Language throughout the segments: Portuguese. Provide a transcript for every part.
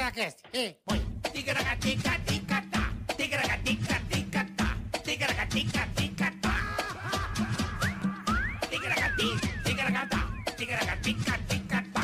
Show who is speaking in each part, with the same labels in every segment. Speaker 1: Ticaracast. E põe.
Speaker 2: Ticaracatica-ticatá, ticaracatica-ticatá, ticaracatica-ticatá. Ticaracati, ticaracatá, ticaracatica-ticatá.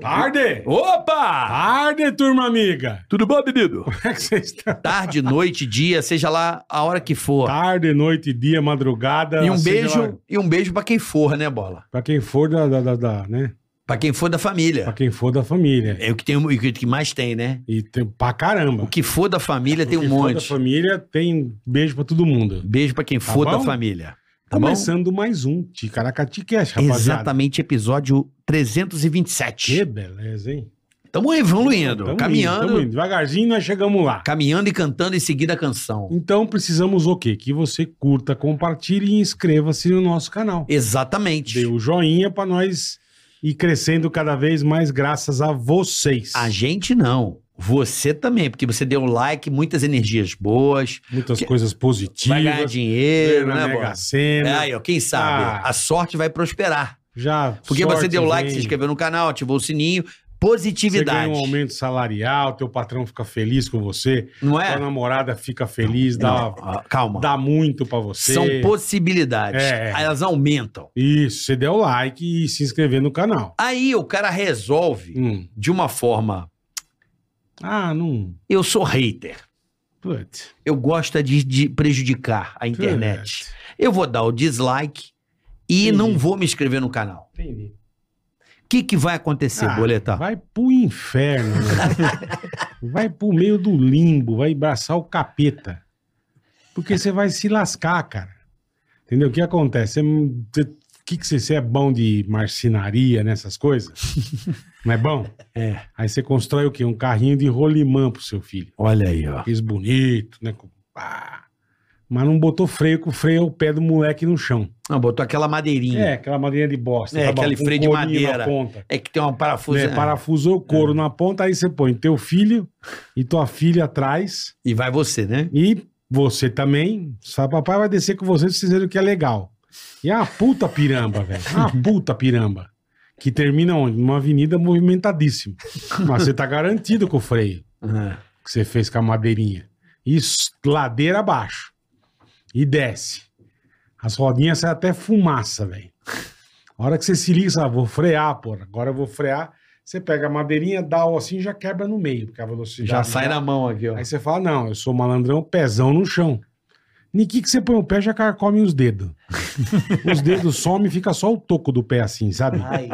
Speaker 3: Tarde!
Speaker 4: Opa!
Speaker 3: Tarde, turma amiga!
Speaker 4: Tudo bom, menino?
Speaker 3: Como é que vocês estão?
Speaker 4: Tarde, noite, dia, seja lá a hora que for.
Speaker 3: Tarde, noite, dia, madrugada.
Speaker 4: E um
Speaker 3: seja lá-
Speaker 4: beijo, e um beijo para quem for, né, bola?
Speaker 3: Pra quem for da, da, da, da, né?
Speaker 4: Para quem for da
Speaker 3: Pra
Speaker 4: família.
Speaker 3: quem for da família.
Speaker 4: É o que tem, o que mais tem, né?
Speaker 3: E tem, pra caramba.
Speaker 4: O que for da família tem um
Speaker 3: Quem for da
Speaker 4: monte.
Speaker 3: família tem beijo pra todo mundo.
Speaker 4: Beijo para quem
Speaker 3: Tá
Speaker 4: for da
Speaker 3: bom?
Speaker 4: família. Tá bom?
Speaker 3: Começando mais um Ticaracatiquest, rapaziada.
Speaker 4: Exatamente, episódio
Speaker 3: Que
Speaker 4: 327.
Speaker 3: beleza, hein?
Speaker 4: Estamos evoluindo,
Speaker 3: Tamo indo,
Speaker 4: caminhando,
Speaker 3: tamo indo. Devagarzinho nós chegamos lá.
Speaker 4: caminhando e cantando em seguida a canção.
Speaker 3: Então precisamos o quê? Que você curta, compartilhe e inscreva-se no nosso canal.
Speaker 4: Exatamente.
Speaker 3: Dê o joinha pra nós ir crescendo cada vez mais graças a vocês.
Speaker 4: A gente não. Você também, porque você deu um like, muitas energias boas,
Speaker 3: Muitas
Speaker 4: Que-
Speaker 3: coisas
Speaker 4: vai ganhar
Speaker 3: positivas.
Speaker 4: dinheiro,
Speaker 3: na
Speaker 4: né,
Speaker 3: Mega
Speaker 4: bola? É,
Speaker 3: Sena.
Speaker 4: aí, ó, quem sabe?
Speaker 3: Ah.
Speaker 4: A sorte vai prosperar.
Speaker 3: Já
Speaker 4: Porque você
Speaker 3: sorte
Speaker 4: deu like,
Speaker 3: vem,
Speaker 4: se inscreveu no canal, ativou o sininho.
Speaker 3: Você
Speaker 4: Positividade.
Speaker 3: ganha um aumento salarial, teu patrão fica feliz com você,
Speaker 4: Não
Speaker 3: tua
Speaker 4: é?
Speaker 3: namorada fica feliz,
Speaker 4: Não,
Speaker 3: dá,
Speaker 4: ah, calma.
Speaker 3: dá muito pra você.
Speaker 4: São possibilidades.
Speaker 3: É.
Speaker 4: Aí Elas aumentam.
Speaker 3: Isso, você deu like e se inscrever no canal.
Speaker 4: Aí o cara resolve
Speaker 3: Hum.
Speaker 4: de uma forma.
Speaker 3: Ah, não.
Speaker 4: Eu sou hater.
Speaker 3: Putz.
Speaker 4: Eu gosto é de, de prejudicar a internet.
Speaker 3: Putz.
Speaker 4: Eu vou dar o dislike e
Speaker 3: É. Entendi.
Speaker 4: não vou me inscrever no canal.
Speaker 3: Entendi.
Speaker 4: O que, que vai acontecer,
Speaker 3: Ah,
Speaker 4: Boleta?
Speaker 3: Vai pro inferno. meu. vai pro meio do limbo, vai abraçar o capeta. Porque você vai se lascar, cara. Entendeu? O que acontece? Você- você- O que, que você, você é bom de marcenaria nessas coisas? Não é bom?
Speaker 4: É.
Speaker 3: Aí você constrói o quê? Um carrinho de rolimã pro seu filho.
Speaker 4: Olha aí, ó.
Speaker 3: Fez bonito, né? Com- pá. Mas não botou freio, que o freio é o pé do moleque no chão.
Speaker 4: Não, botou aquela
Speaker 3: É,
Speaker 4: madeirinha.
Speaker 3: aquela madeira de bosta. tá
Speaker 4: É,
Speaker 3: bom?
Speaker 4: aquele
Speaker 3: Com
Speaker 4: freio de
Speaker 3: colinho na
Speaker 4: madeira.
Speaker 3: ponta.
Speaker 4: É, que tem uma parafusa.
Speaker 3: Né, parafusou o couro na ponta, aí você põe teu filho e tua filha atrás
Speaker 4: E vai você, né?
Speaker 3: e você também. Só papai vai descer com você se fizer o que é legal. E é uma puta piramba, velho. É Uma puta piramba. Que termina onde? Numa avenida movimentadíssima. Mas você tá garantido com o freio
Speaker 4: Ah.
Speaker 3: que você fez com a madeirinha. E s- ladeira abaixo. E desce. As rodinhas saem até fumaça, velho. A hora que você se liga, você fala, vou frear, porra. Agora eu vou frear. Você pega a madeirinha, dá o assim e já quebra no meio, porque a velocidade. né?
Speaker 4: Já sai na mão aqui, ó.
Speaker 3: Aí você fala, não, eu sou malandrão, pezão no chão. Niki que você põe o pé, já carcome os dedos. os dedos somem, fica só o toco do pé assim, sabe?
Speaker 4: Ai,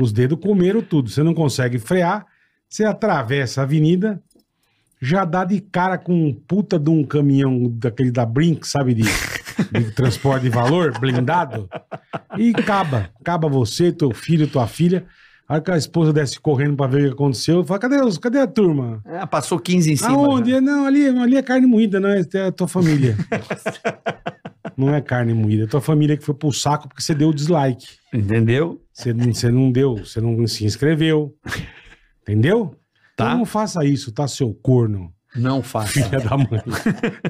Speaker 3: Os dedos comeram tudo. Você não consegue frear. Você atravessa a avenida, já dá de cara com um puta de um caminhão daquele da Brink, sabe? De, de transporte de valor, blindado. E acaba. Acaba você, teu filho, tua filha. A hora que a esposa desce correndo pra ver o que aconteceu, fala: cadê, os, cadê a turma?
Speaker 4: ah, passou 15 em cima.
Speaker 3: Aonde?
Speaker 4: né?
Speaker 3: Não, ali, ali é carne moída, não, é a tua família. não é carne moída, é tua família que foi pro saco porque você deu o dislike.
Speaker 4: Entendeu?
Speaker 3: Você não, você não deu, você não se inscreveu. Entendeu?
Speaker 4: Tá.
Speaker 3: Então não faça isso, tá, seu corno,
Speaker 4: Não faça.
Speaker 3: filha da mãe.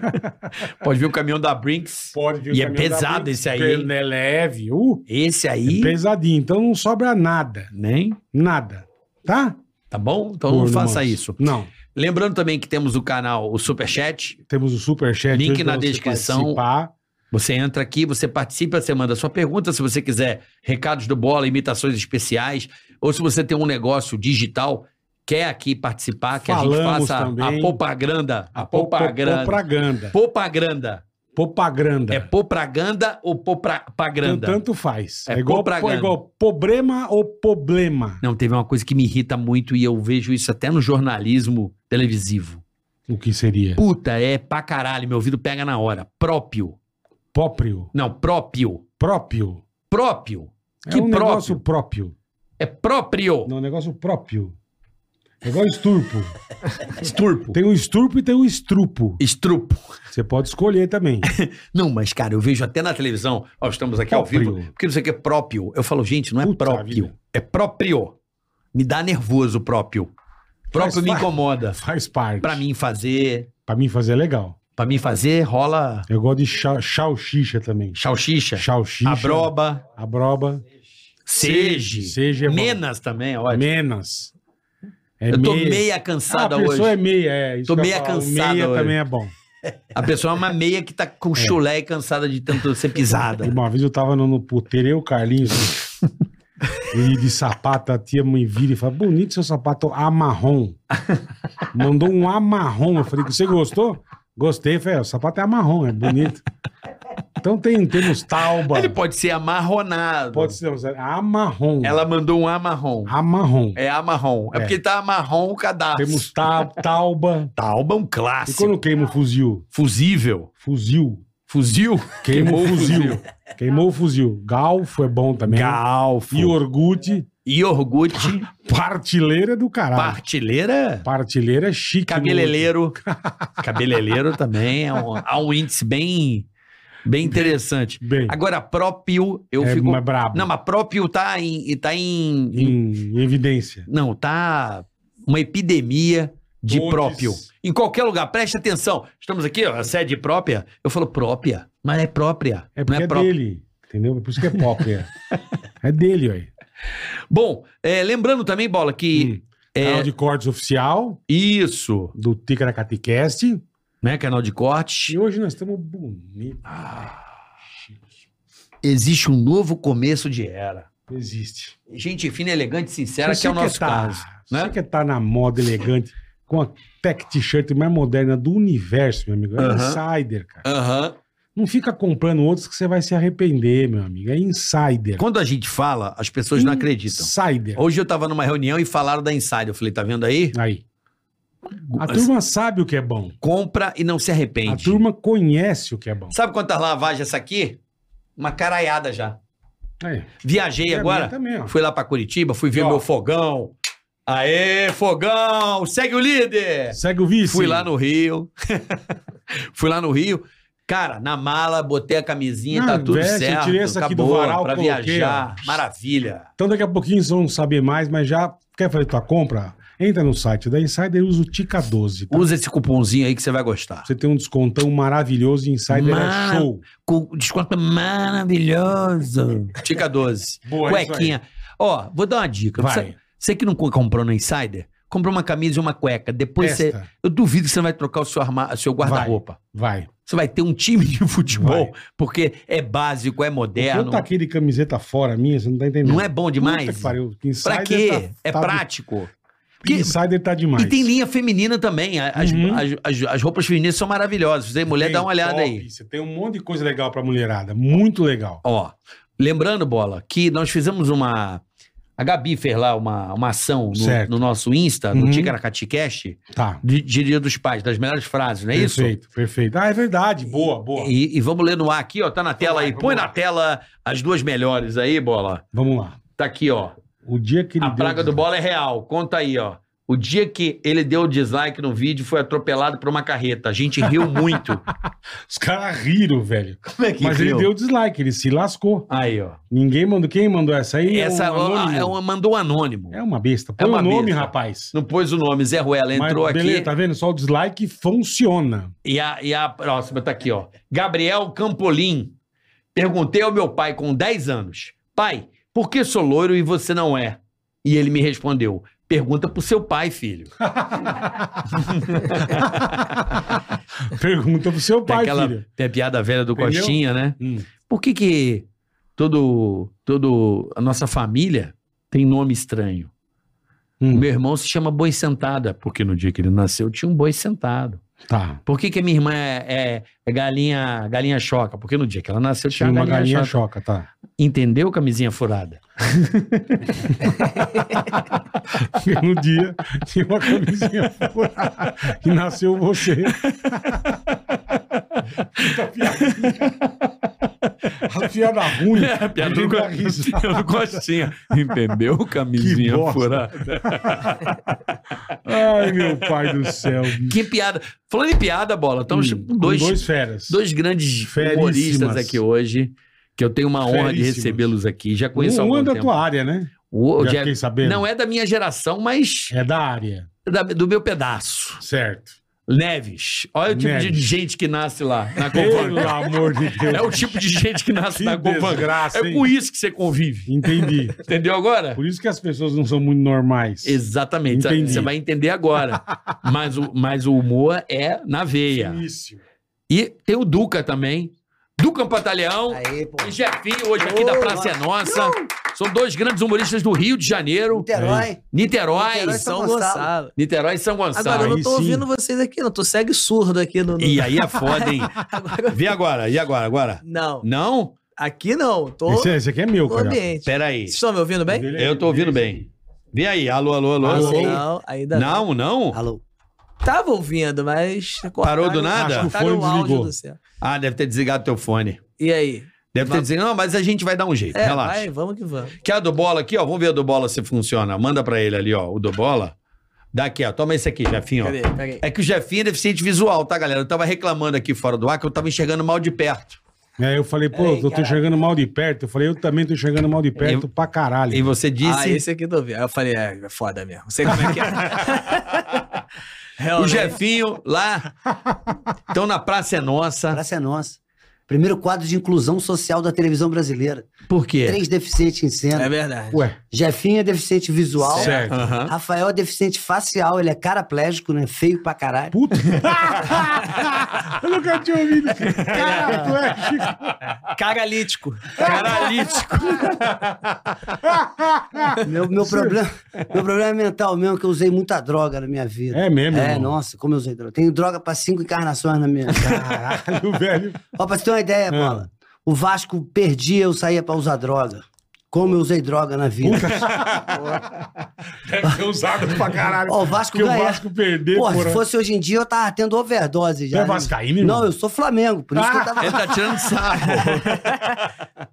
Speaker 4: Pode ver o caminhão da Brinks.
Speaker 3: Pode
Speaker 4: o E é caminhão da pesado Blitz, esse aí, hein?
Speaker 3: É leve, uh,
Speaker 4: Esse
Speaker 3: é
Speaker 4: aí,
Speaker 3: pesadinho. Então não sobra nada, né?
Speaker 4: nem.
Speaker 3: nada, tá?
Speaker 4: Tá bom? Então
Speaker 3: Corno
Speaker 4: não faça
Speaker 3: manso.
Speaker 4: isso.
Speaker 3: Não,
Speaker 4: Lembrando também que temos o canal, o Superchat.
Speaker 3: temos o superchat.
Speaker 4: Link
Speaker 3: hoje pra
Speaker 4: na
Speaker 3: você
Speaker 4: descrição.
Speaker 3: participar.
Speaker 4: Você entra aqui, você participa, você manda sua pergunta. Se você quiser recados do bola, imitações especiais, ou se você tem um negócio digital, quer aqui participar, que a gente
Speaker 3: Falamos
Speaker 4: faça
Speaker 3: também.
Speaker 4: a propaganda. A
Speaker 3: Po- po-
Speaker 4: propaganda.
Speaker 3: Propaganda.
Speaker 4: Propaganda.
Speaker 3: Propaganda.
Speaker 4: É propaganda ou propaganda?
Speaker 3: Então, Tanto faz.
Speaker 4: É
Speaker 3: É, igual,
Speaker 4: propaganda.
Speaker 3: é igual problema ou problema.
Speaker 4: Não, teve uma coisa que me irrita muito e eu vejo isso até no jornalismo televisivo.
Speaker 3: O que seria?
Speaker 4: Puta, é pra caralho, meu ouvido pega na hora. Próprio.
Speaker 3: Próprio.
Speaker 4: Não, próprio.
Speaker 3: Próprio.
Speaker 4: Próprio.
Speaker 3: é
Speaker 4: Que
Speaker 3: um
Speaker 4: próprio?
Speaker 3: negócio próprio.
Speaker 4: É próprio.
Speaker 3: Não, é um negócio próprio. É igual esturpo.
Speaker 4: Esturpo.
Speaker 3: Tem o esturpo e tem o estrupo.
Speaker 4: Estrupo.
Speaker 3: Você pode escolher também.
Speaker 4: Não, mas cara, eu vejo até na televisão, ó, estamos aqui ao
Speaker 3: Próprio.
Speaker 4: vivo, porque não sei o que é próprio. Eu falo, gente, não é
Speaker 3: Puta
Speaker 4: próprio.
Speaker 3: vida.
Speaker 4: É próprio. Me dá nervoso o próprio. Próprio me
Speaker 3: fa-
Speaker 4: incomoda.
Speaker 3: Faz parte.
Speaker 4: Pra mim fazer,
Speaker 3: Pra mim fazer é legal.
Speaker 4: pra mim fazer rola
Speaker 3: Eu gosto de cha- chalchicha também.
Speaker 4: salsicha,
Speaker 3: Chalchicha.
Speaker 4: abroba,
Speaker 3: Abroba.
Speaker 4: Seja.
Speaker 3: Seja é bom.
Speaker 4: Menas também, olha.
Speaker 3: Menos. É
Speaker 4: eu tô
Speaker 3: meia.
Speaker 4: meia
Speaker 3: Ah,
Speaker 4: cansada
Speaker 3: a
Speaker 4: hoje.
Speaker 3: pessoa é meia, é. isso
Speaker 4: Tô
Speaker 3: que eu ia
Speaker 4: meia
Speaker 3: falar, o
Speaker 4: cansada
Speaker 3: Meia
Speaker 4: hoje.
Speaker 3: também é bom.
Speaker 4: A pessoa é uma meia que tá com chulé e cansada de tanto ser pisada.
Speaker 3: Uma vez eu tava no, no puteiro, eu, Carlinhos, e de sapato, a tia mãe vira e fala, bonito seu sapato amarrom. Mandou um amarrom. Eu falei, você gostou? Gostei, falei, "É, o sapato é amarrom, é bonito. Então tem, temos talba.
Speaker 4: Ele pode ser amarronado.
Speaker 3: Pode ser, não, amarrom.
Speaker 4: Ela mandou um amarrom.
Speaker 3: Amarrom.
Speaker 4: É amarrom. É,
Speaker 3: É.
Speaker 4: porque tá amarrom o cadastro.
Speaker 3: Temos ta- talba.
Speaker 4: Talba é um
Speaker 3: E
Speaker 4: clássico.
Speaker 3: quando queima o fuzil?
Speaker 4: Fusível.
Speaker 3: Fuzil.
Speaker 4: Fuzil.
Speaker 3: Queimou o fuzil. Queimou o fuzil. Galfo é bom também.
Speaker 4: Galfo.
Speaker 3: E Orgute,
Speaker 4: E orgulho.
Speaker 3: partilheira do caralho.
Speaker 4: Partilheira.
Speaker 3: Partilheira é chique.
Speaker 4: Cabeleleiro. Cabeleleiro também é um, há um índice bem, bem interessante.
Speaker 3: no- né? Bem,
Speaker 4: Agora, próprio, eu
Speaker 3: é
Speaker 4: fico.
Speaker 3: mais brabo.
Speaker 4: Não, mas próprio tá em. Tá em...
Speaker 3: Em evidência.
Speaker 4: Não, tá uma epidemia de
Speaker 3: Todes.
Speaker 4: próprio. Em qualquer lugar, preste atenção. Estamos aqui, ó, a sede própria. Eu falo própria, mas é própria.
Speaker 3: É
Speaker 4: não
Speaker 3: porque
Speaker 4: é
Speaker 3: é,
Speaker 4: própria.
Speaker 3: dele, entendeu? É por isso que é pop, é. É dele, ué.
Speaker 4: Bom, é, lembrando também, Bola, que é
Speaker 3: Hum. Canal de cortes oficial
Speaker 4: isso,
Speaker 3: do Ticaracatecast.
Speaker 4: né, canal de corte. Ah,
Speaker 3: E hoje nós estamos bonitos.
Speaker 4: Existe um novo começo de era.
Speaker 3: Existe.
Speaker 4: Gente fina, elegante, sincera, que é o nosso
Speaker 3: tá,
Speaker 4: caso.
Speaker 3: Você
Speaker 4: né?
Speaker 3: que tá na moda elegante, com a tech t-shirt mais moderna do universo, meu amigo. É
Speaker 4: Aham.
Speaker 3: insider, cara.
Speaker 4: Aham.
Speaker 3: Não fica comprando outros que você vai se arrepender, meu amigo. É insider.
Speaker 4: Quando a gente fala, as pessoas
Speaker 3: Hum.
Speaker 4: não acreditam.
Speaker 3: Insider.
Speaker 4: Hoje eu tava numa reunião e falaram da Inside. Eu falei, tá vendo aí?
Speaker 3: Aí. A turma sabe o que é bom.
Speaker 4: Compra e não se
Speaker 3: A
Speaker 4: arrepende.
Speaker 3: turma conhece o que é bom.
Speaker 4: Sabe quantas lavagens essa aqui? Uma caraiada já.
Speaker 3: É.
Speaker 4: Viajei
Speaker 3: E a minha
Speaker 4: agora,
Speaker 3: Também, ó.
Speaker 4: fui lá pra Curitiba, fui ver
Speaker 3: Ó.
Speaker 4: meu fogão. Aê, fogão! Segue o líder!
Speaker 3: Segue o vice.
Speaker 4: Fui lá no Rio. fui lá no Rio. Cara, na mala, botei a camisinha,
Speaker 3: Ah,
Speaker 4: tá tudo
Speaker 3: veste, eu
Speaker 4: certo.
Speaker 3: tirei essa aqui do
Speaker 4: acabou,
Speaker 3: varal,
Speaker 4: pra
Speaker 3: coloquei,
Speaker 4: viajar.
Speaker 3: ó.
Speaker 4: Maravilha.
Speaker 3: Então daqui a pouquinho vocês vão saber mais, mas já quer fazer tua compra? Entra no site da Insider e usa o TICA12. tá?
Speaker 4: Usa esse cupomzinho aí que você vai gostar.
Speaker 3: Você tem um descontão maravilhoso e Insider
Speaker 4: Mar-
Speaker 3: é show.
Speaker 4: Com desconto maravilhoso. Tica 12.
Speaker 3: Boa, é isso aí.
Speaker 4: Cuequinha. Ó, vou dar uma dica.
Speaker 3: Vai.
Speaker 4: Você, você que não co- comprou no Insider, comprou uma camisa e uma cueca. Depois você.
Speaker 3: Testa.
Speaker 4: Eu duvido que você não vai trocar o seu, arma- o seu guarda-roupa.
Speaker 3: Vai.
Speaker 4: Você vai ter um time de futebol, porque é básico, é
Speaker 3: Eu
Speaker 4: moderno.
Speaker 3: taquei de camiseta fora minha, você não tá entendendo.
Speaker 4: Não é bom demais?
Speaker 3: Puta que pariu. Insider
Speaker 4: Pra quê?
Speaker 3: tá-
Speaker 4: é
Speaker 3: tá-
Speaker 4: prático. Porque-
Speaker 3: Insider tá demais.
Speaker 4: E tem linha feminina também. A- As,
Speaker 3: Uhum.
Speaker 4: as- as- as roupas femininas são maravilhosas. Se você é mulher,
Speaker 3: Tem
Speaker 4: dá uma olhada
Speaker 3: top,
Speaker 4: aí.
Speaker 3: Você tem um monte de coisa legal pra mulherada. Muito legal.
Speaker 4: Ó, lembrando, Bola, que nós fizemos uma... A Gabi fez lá uma, uma ação no,
Speaker 3: Certo.
Speaker 4: no nosso Insta, no
Speaker 3: Uhum.
Speaker 4: Ticaracati Cash,
Speaker 3: Tá.
Speaker 4: de, de Dia dos Pais, das melhores frases, não é isso?
Speaker 3: perfeito, perfeito. Ah, é verdade. Boa, boa.
Speaker 4: E, e vamos ler no ar aqui, ó. Tá na tela
Speaker 3: lá,
Speaker 4: aí.
Speaker 3: vamos
Speaker 4: Põe
Speaker 3: lá.
Speaker 4: na tela as duas melhores aí, Bola.
Speaker 3: Vamos lá.
Speaker 4: Tá aqui, ó.
Speaker 3: O dia que ele
Speaker 4: A
Speaker 3: deu-
Speaker 4: praga do bola é real. Conta aí, ó. O dia que ele deu o dislike no vídeo foi atropelado por uma carreta. A gente riu muito.
Speaker 3: Os caras riram, velho.
Speaker 4: Como é que
Speaker 3: Mas ele deu dislike, ele se lascou.
Speaker 4: Aí, ó.
Speaker 3: Ninguém mandou. Quem mandou essa aí? é
Speaker 4: Essa
Speaker 3: um anônimo.
Speaker 4: ó, é uma, mandou um anônimo.
Speaker 3: É uma besta. Põe
Speaker 4: É uma
Speaker 3: o nome,
Speaker 4: besta.
Speaker 3: rapaz.
Speaker 4: Não pôs o nome. Zé Ruela entrou
Speaker 3: Mas, beleza,
Speaker 4: aqui.
Speaker 3: tá vendo? Só o dislike funciona.
Speaker 4: E a, e a próxima tá aqui, ó. Gabriel Campolim. Perguntei ao meu pai com 10 anos: Pai, por que sou loiro e você não é? E ele me respondeu: Pergunta pro seu pai, filho.
Speaker 3: Pergunta pro seu
Speaker 4: Tem
Speaker 3: pai,
Speaker 4: aquela
Speaker 3: filho.
Speaker 4: tem a piada velha do
Speaker 3: Entendeu?
Speaker 4: Costinha, né?
Speaker 3: Hum.
Speaker 4: Por que que todo, todo a nossa família tem nome estranho?
Speaker 3: Hum.
Speaker 4: Meu irmão se chama Boi Sentada, porque no dia que ele nasceu tinha um boi sentado.
Speaker 3: Tá.
Speaker 4: Por que que minha irmã é, é- é galinha, galinha choca? Porque no dia que ela nasceu tinha,
Speaker 3: Tinha uma
Speaker 4: galinha,
Speaker 3: galinha
Speaker 4: choca.
Speaker 3: choca, tá.
Speaker 4: Entendeu, camisinha furada?
Speaker 3: Porque no um dia tinha uma camisinha furada e nasceu você. Puta piadinha. É, A piada ruim.
Speaker 4: É, piada
Speaker 3: Ele
Speaker 4: do-
Speaker 3: dá risada.
Speaker 4: do Costinha. Entendeu,
Speaker 3: Que bosta. Ai, meu pai do céu. bicho.
Speaker 4: Que piada. Falando em piada, bola, estamos
Speaker 3: Hum,
Speaker 4: Então, tipo, com dois,
Speaker 3: com dois feras.
Speaker 4: dois grandes
Speaker 3: Feríssimas.
Speaker 4: humoristas aqui hoje, que eu tenho uma honra
Speaker 3: Feríssimas.
Speaker 4: de recebê-los aqui. Já conheço há
Speaker 3: um
Speaker 4: algum
Speaker 3: é da
Speaker 4: tempo.
Speaker 3: tua área, né?
Speaker 4: O-
Speaker 3: Já
Speaker 4: já- é
Speaker 3: fiquei sabendo.
Speaker 4: Não é da minha geração, mas
Speaker 3: É da área.
Speaker 4: da- do meu pedaço.
Speaker 3: Certo.
Speaker 4: Neves. Olha o tipo de
Speaker 3: Neves.
Speaker 4: gente que nasce lá na
Speaker 3: Pelo
Speaker 4: Copan.
Speaker 3: amor de Deus.
Speaker 4: É o tipo de gente que nasce
Speaker 3: Que
Speaker 4: na Copan.
Speaker 3: desgraça,
Speaker 4: É
Speaker 3: hein?
Speaker 4: com isso que você convive.
Speaker 3: Entendi.
Speaker 4: Entendeu agora?
Speaker 3: Por isso que as pessoas não são muito normais.
Speaker 4: Exatamente. Sabe?
Speaker 3: Entendi.
Speaker 4: Você vai entender agora. Mas o, mas o humor é na veia.
Speaker 3: Isso.
Speaker 4: E tem o Duca também. Duca Pantaleão
Speaker 1: Aí, pô.
Speaker 4: e Jefinho, hoje aqui da
Speaker 1: Boa.
Speaker 4: Praça é Nossa. São dois grandes humoristas do Rio de Janeiro,
Speaker 1: Niterói.
Speaker 4: Niterói,
Speaker 1: Niterói,
Speaker 4: São-
Speaker 1: São
Speaker 5: São
Speaker 1: Gonçalo.
Speaker 5: Gonçalo.
Speaker 4: Niterói e São
Speaker 5: tá Agora eu
Speaker 4: Gonçalo.
Speaker 5: não
Speaker 3: Aí
Speaker 5: tô
Speaker 3: sim.
Speaker 5: ouvindo vocês aqui, não. Tô cego e surdo aqui no. no-
Speaker 4: E aí é foda, hein? Vê agora, e agora, agora?
Speaker 5: Não,
Speaker 4: Não?
Speaker 5: aqui não. Tô
Speaker 3: Esse, esse aqui é meu,
Speaker 5: no
Speaker 3: cara.
Speaker 5: ambiente.
Speaker 4: Pera aí.
Speaker 5: Vocês estão me ouvindo bem? Ah,
Speaker 3: Dele é-
Speaker 4: Eu tô ouvindo
Speaker 3: dele é
Speaker 4: bem. Vê aí, alô, alô, alô.
Speaker 3: Alô.
Speaker 5: Não, ainda não.
Speaker 4: Não, não?
Speaker 1: Alô.
Speaker 5: Tava ouvindo, mas.
Speaker 4: Parou do
Speaker 3: Acho
Speaker 4: nada?
Speaker 3: que o
Speaker 5: Cortaram o
Speaker 3: fone
Speaker 5: áudio
Speaker 3: desligou.
Speaker 5: do céu.
Speaker 4: Ah, deve ter desligado teu fone.
Speaker 5: E aí?
Speaker 4: Deve ter
Speaker 5: Mas-
Speaker 4: desligado. Não, mas a gente vai dar um jeito,
Speaker 5: É,
Speaker 4: relaxa.
Speaker 5: vai, vamos que vamos.
Speaker 4: Quer a do bola aqui, ó? Vamos ver a do bola se funciona. Manda pra ele ali, ó. O do bola. Dá aqui, ó. Toma esse aqui, Jefinho, ó.
Speaker 5: Cadê? Pega aí.
Speaker 4: É que o Jefinho é deficiente visual, tá, galera? Eu tava reclamando aqui fora do ar que eu tava enxergando mal de perto.
Speaker 3: É, eu falei, pô,
Speaker 5: Ei,
Speaker 3: eu tô
Speaker 5: caralho.
Speaker 3: enxergando mal de perto. Eu falei, eu também tô enxergando mal de perto pra caralho.
Speaker 4: E você
Speaker 5: Ah,
Speaker 4: disse.
Speaker 5: esse aqui eu tô ouvindo. Aí eu falei, é, é foda mesmo. Não sei como é que é.
Speaker 4: o
Speaker 5: Realmente.
Speaker 4: Jefinho lá. Então na Praça é Nossa.
Speaker 1: Praça é nossa. Primeiro quadro de inclusão social da televisão brasileira.
Speaker 4: Por
Speaker 3: É.
Speaker 4: quê?
Speaker 1: Três deficientes em cena.
Speaker 5: É verdade.
Speaker 3: Ué,
Speaker 1: Jefinho é deficiente visual.
Speaker 3: certo.
Speaker 4: Aham.
Speaker 1: Rafael é deficiente facial, ele é caraplégico, né? Feio pra caralho.
Speaker 3: Puta. eu nunca tinha ouvido. Caraca, tu é Chico.
Speaker 5: Caralítico.
Speaker 4: Caralítico.
Speaker 1: Meu, meu, problema, meu problema é mental mesmo, que eu usei muita droga na minha vida.
Speaker 3: É mesmo,
Speaker 1: É,
Speaker 3: irmão.
Speaker 1: nossa, como eu usei droga. Tenho droga pra cinco encarnações na minha.
Speaker 3: Caralho, velho.
Speaker 1: Ó, pra você ter uma ideia,
Speaker 3: Ah.
Speaker 1: Bola. O Vasco perdia, eu saía pra usar droga. Como eu usei droga na vida.
Speaker 3: Deve ter usado pra caralho.
Speaker 1: Ó, o Vasco
Speaker 3: Porque o
Speaker 1: ganha.
Speaker 3: Vasco perder,
Speaker 1: Pô,
Speaker 3: porra.
Speaker 1: se fosse hoje em dia, eu tava tendo overdose já.
Speaker 3: é
Speaker 1: né?
Speaker 3: vascaíno, irmão?
Speaker 1: Não, eu sou Flamengo, por isso que eu tava...
Speaker 3: Ah! É
Speaker 4: Ele tá tirando sarro.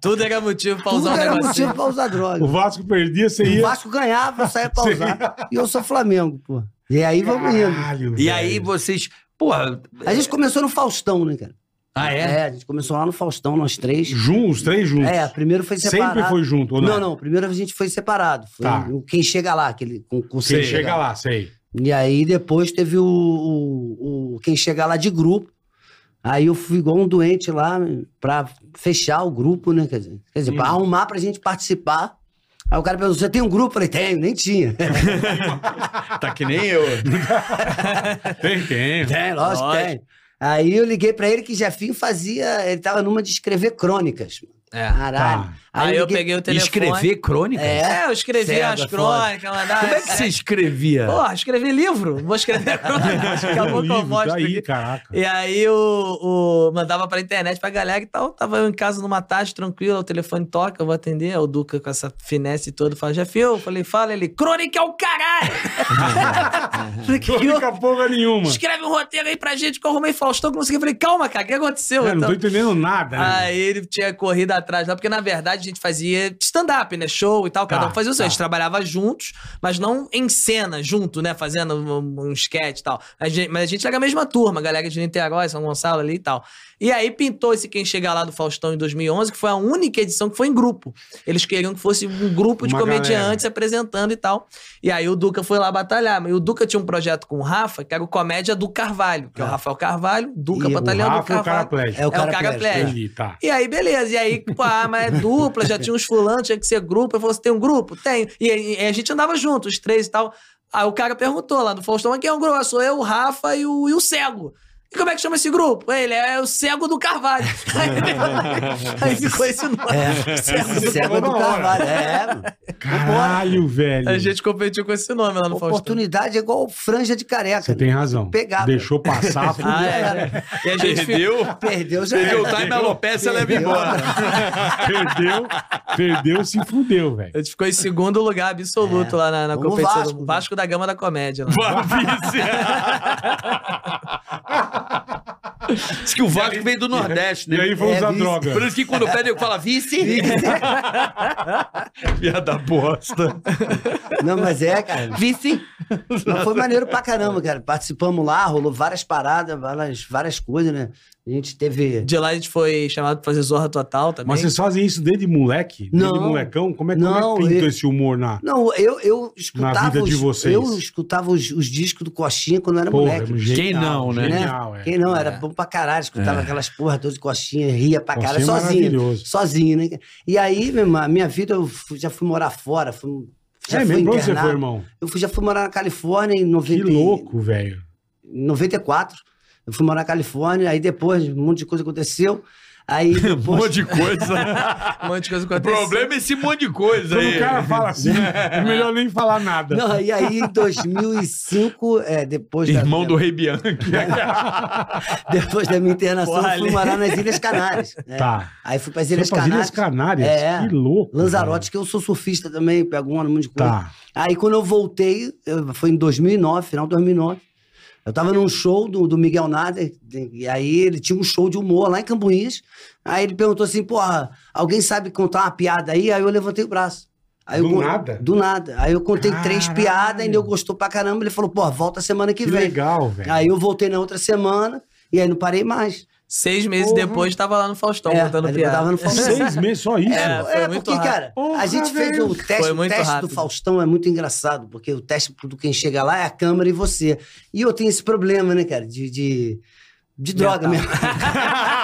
Speaker 5: Tudo era motivo pra
Speaker 1: Tudo
Speaker 5: usar um
Speaker 1: era
Speaker 5: negocinho.
Speaker 1: motivo pra usar droga.
Speaker 3: O Vasco perdia, você
Speaker 1: O
Speaker 3: né, ia.
Speaker 1: Vasco ganhava, eu saía pra
Speaker 3: Sim.
Speaker 1: usar. E eu sou Flamengo, pô. E aí vamos indo.
Speaker 3: Caralho,
Speaker 4: E
Speaker 3: velho.
Speaker 4: aí vocês. Porra.
Speaker 5: ah,
Speaker 1: A gente começou no Faustão, né, cara?
Speaker 4: Ah, é?
Speaker 1: a gente começou lá no Faustão, nós três.
Speaker 3: Jun, os três juntos.
Speaker 1: É, primeiro foi separado.
Speaker 3: Sempre foi junto, ou não?
Speaker 1: Não, não, primeiro a gente foi separado. Foi
Speaker 3: Tá.
Speaker 1: o Quem Chega Lá, aquele com, com
Speaker 3: Você
Speaker 1: Quem
Speaker 3: chega lá, sei.
Speaker 1: E aí depois teve o, o- o Quem Chega Lá de grupo. Aí eu fui igual um doente lá pra fechar o grupo, né? Quer dizer, quer dizer pra
Speaker 5: Hum.
Speaker 1: arrumar pra gente participar. Aí o cara perguntou, você tem um grupo? Eu falei, tenho, nem tinha.
Speaker 4: Tá que nem eu.
Speaker 3: Tem, tem.
Speaker 1: Tem, lógico, que
Speaker 5: Lógico.
Speaker 1: tem. Aí eu liguei pra ele que Jefinho fazia. Ele tava numa de escrever crônicas.
Speaker 5: É.
Speaker 1: Caralho.
Speaker 3: Tá.
Speaker 5: Aí eu
Speaker 1: liguei-
Speaker 5: peguei o telefone.
Speaker 4: Escrever crônicas?
Speaker 1: É.
Speaker 5: É, eu escrevi
Speaker 1: Cega,
Speaker 5: as
Speaker 1: foda.
Speaker 5: crônicas, mandava.
Speaker 4: Como é que você escrevia?
Speaker 5: Porra, escrevi livro? Vou escrever crônica. Acabou que eu
Speaker 3: Livro,
Speaker 5: mostro
Speaker 3: é daí,
Speaker 5: aqui.
Speaker 3: caraca.
Speaker 5: E aí o, o- mandava pra internet pra galera e tal. Tava eu em casa numa tarde, tranquila, o telefone toca, eu vou atender. Aí O Duca com essa finesse toda fala, Jefio, eu falei, fala ele, crônica é o caralho! falei, que eu-
Speaker 3: Crônica porra nenhuma.
Speaker 5: escreve um roteiro aí pra gente, que eu arrumei Faustão, consegui. Eu falei, calma, cara, o que aconteceu?
Speaker 3: É, não tô
Speaker 5: Então,
Speaker 3: entendendo nada, né?
Speaker 1: Ah,
Speaker 5: Aí ele tinha corrido atrás lá, porque na verdade a gente fazia stand-up, né? Show e tal, cada
Speaker 3: Tá,
Speaker 5: um fazia o seu.
Speaker 3: tá.
Speaker 5: A gente trabalhava juntos, mas não em cena, junto, né? Fazendo um, um sketch e tal. A gente- mas a gente era a mesma turma, galera de Niterói, São Gonçalo ali e tal. E aí pintou esse Quem Chega Lá do Faustão em 2011, que foi a única edição que foi em grupo. Eles queriam que fosse um grupo de
Speaker 3: Uma galera.
Speaker 5: comediantes se apresentando e tal. E aí o Duca foi lá batalhar. E o Duca tinha um projeto com o Rafa, que era o Comédia do Carvalho, que é, o Rafael Carvalho, Duca
Speaker 1: E o
Speaker 3: Tá. o
Speaker 5: Batalhão do
Speaker 3: Rafa é o cara
Speaker 5: Carvalho.
Speaker 3: plégico.
Speaker 1: É o
Speaker 5: É o
Speaker 1: cara,
Speaker 5: cara
Speaker 1: plégico.
Speaker 5: plégico.
Speaker 3: Entendi, tá.
Speaker 5: E aí, beleza. E aí, pô, ah, mas é dupla, já tinha uns fulanos, tinha que ser grupo. Eu falei, você tem um grupo? Tenho. E, aí- e a gente andava junto, os três e tal. Aí o cara perguntou lá do Faustão, mas quem é o grupo? Ah, Sou eu, o Rafa e o, e o Cego. E como é que chama esse grupo? Ele é o Cego do Carvalho. aí ficou esse nome.
Speaker 1: É,
Speaker 5: Cego do
Speaker 1: cego
Speaker 5: Carvalho.
Speaker 1: é do
Speaker 3: Toda hora.
Speaker 1: Carvalho. É, mano.
Speaker 3: Caralho, velho.
Speaker 5: A gente competiu com esse nome lá no Faustão.
Speaker 1: Oportunidade é igual franja de careca. né?
Speaker 3: Você tem razão.
Speaker 1: Pegada.
Speaker 3: Deixou passar. fudeu.
Speaker 5: Ah, é. E a gente ficou.
Speaker 4: Perdeu?
Speaker 1: Perdeu já.
Speaker 4: Perdeu o time, a alopecia leva
Speaker 1: Perdeu.
Speaker 4: embora.
Speaker 3: Perdeu, perdeu, se fudeu, velho.
Speaker 5: A gente ficou em segundo lugar absoluto
Speaker 1: É.
Speaker 5: lá na, na
Speaker 1: Vamos
Speaker 5: competição. Vasco,
Speaker 1: Vasco.
Speaker 5: Vasco da Gama da Comédia. Lá.
Speaker 4: Diz que o Vasco veio do Nordeste, né?
Speaker 3: E aí foi
Speaker 1: É,
Speaker 3: usar
Speaker 1: vice.
Speaker 3: droga.
Speaker 4: Por isso que quando pede, eu falo, vice. Piada tá bosta.
Speaker 1: Não, mas é, cara.
Speaker 4: Vice.
Speaker 1: Mas foi maneiro pra caramba, cara. Participamos lá, rolou várias paradas, várias, várias coisas, né? A gente teve.
Speaker 5: De lá a gente foi chamado pra fazer Zorra Total também.
Speaker 3: Mas vocês fazem isso desde moleque? Desde
Speaker 1: Não.
Speaker 3: molecão? Como é, como é
Speaker 1: Não,
Speaker 3: que pintou
Speaker 1: eu-
Speaker 3: esse humor na...
Speaker 1: Não, eu, eu escutava.
Speaker 3: vida de
Speaker 1: os-
Speaker 3: vocês.
Speaker 1: Eu escutava os, os discos do Coxinha quando eu era
Speaker 3: Porra,
Speaker 1: moleque.
Speaker 3: genial,
Speaker 4: Quem não, né?
Speaker 3: Genial, é.
Speaker 1: Quem não? Era
Speaker 5: É.
Speaker 1: bom pra caralho.
Speaker 4: É.
Speaker 1: Escutava aquelas porra todas de Coxinha, ria pra
Speaker 3: Coxinha
Speaker 1: caralho,
Speaker 3: é
Speaker 1: sozinho.
Speaker 3: maravilhoso.
Speaker 1: Sozinho, né? E aí, meu irmão, a minha vida, eu fui- já fui morar fora. Fui, já
Speaker 3: é
Speaker 1: fui
Speaker 3: mesmo? Pra onde você
Speaker 1: internado.
Speaker 3: foi, irmão?
Speaker 1: Eu fui- já fui morar na Califórnia em
Speaker 3: Que
Speaker 1: 90, e-
Speaker 3: louco, velho.
Speaker 1: 94. Eu fui morar na Califórnia, aí depois um monte de coisa aconteceu. Aí
Speaker 4: Um
Speaker 1: depois...
Speaker 4: monte de coisa.
Speaker 5: Um monte de coisa
Speaker 4: o
Speaker 5: aconteceu.
Speaker 4: problema é esse monte de coisa
Speaker 3: Quando
Speaker 4: aí.
Speaker 3: o cara fala assim, é melhor nem falar nada.
Speaker 1: Não, e aí em 2005, é, depois, da,
Speaker 4: Irmão do Rei Bianchi.
Speaker 3: É,
Speaker 1: depois da minha internação,
Speaker 5: Porra,
Speaker 1: eu fui
Speaker 5: ali.
Speaker 1: morar nas Ilhas Canárias. né?
Speaker 3: Tá.
Speaker 1: Aí fui para as
Speaker 3: Você
Speaker 1: Ilhas
Speaker 3: faz
Speaker 1: Canárias.
Speaker 3: Ilhas Canárias?
Speaker 1: É.
Speaker 3: Que louco.
Speaker 1: Lanzarote, que eu sou surfista também, pego um ano muito de coisa.
Speaker 3: Tá.
Speaker 1: Aí quando eu voltei, eu- foi em 2009, final de 2009. Eu tava num show do, do Miguel Nader, de- e aí ele tinha um show de humor lá em Cambuías. Aí ele perguntou assim, porra, alguém sabe contar uma piada aí? Aí eu levantei o braço. Aí eu
Speaker 3: Do
Speaker 1: con-
Speaker 3: nada?
Speaker 1: Do nada. Aí eu contei três
Speaker 3: Caralho.
Speaker 1: piadas, e eu gostou pra caramba. Ele falou, porra, volta semana que,
Speaker 3: Que
Speaker 1: vem.
Speaker 3: legal, velho.
Speaker 1: Aí eu voltei na outra semana, e aí não parei mais.
Speaker 5: Seis meses
Speaker 3: Porra.
Speaker 5: depois tava lá no Faustão
Speaker 1: É,
Speaker 5: contando
Speaker 1: ele
Speaker 5: piada.
Speaker 1: botava no Faustão.
Speaker 3: Seis meses, só isso?
Speaker 5: É, foi
Speaker 1: É,
Speaker 5: muito
Speaker 1: porque,
Speaker 5: rápido.
Speaker 1: cara,
Speaker 3: Porra,
Speaker 1: a gente fez
Speaker 3: velho.
Speaker 1: o teste,
Speaker 5: Foi
Speaker 1: o
Speaker 5: muito
Speaker 1: teste
Speaker 5: rápido.
Speaker 1: do Faustão é muito engraçado, porque o teste do quem chega lá é a câmera e você. E eu tenho esse problema, né, cara, de, de, de droga
Speaker 5: Mental. É.
Speaker 1: mesmo.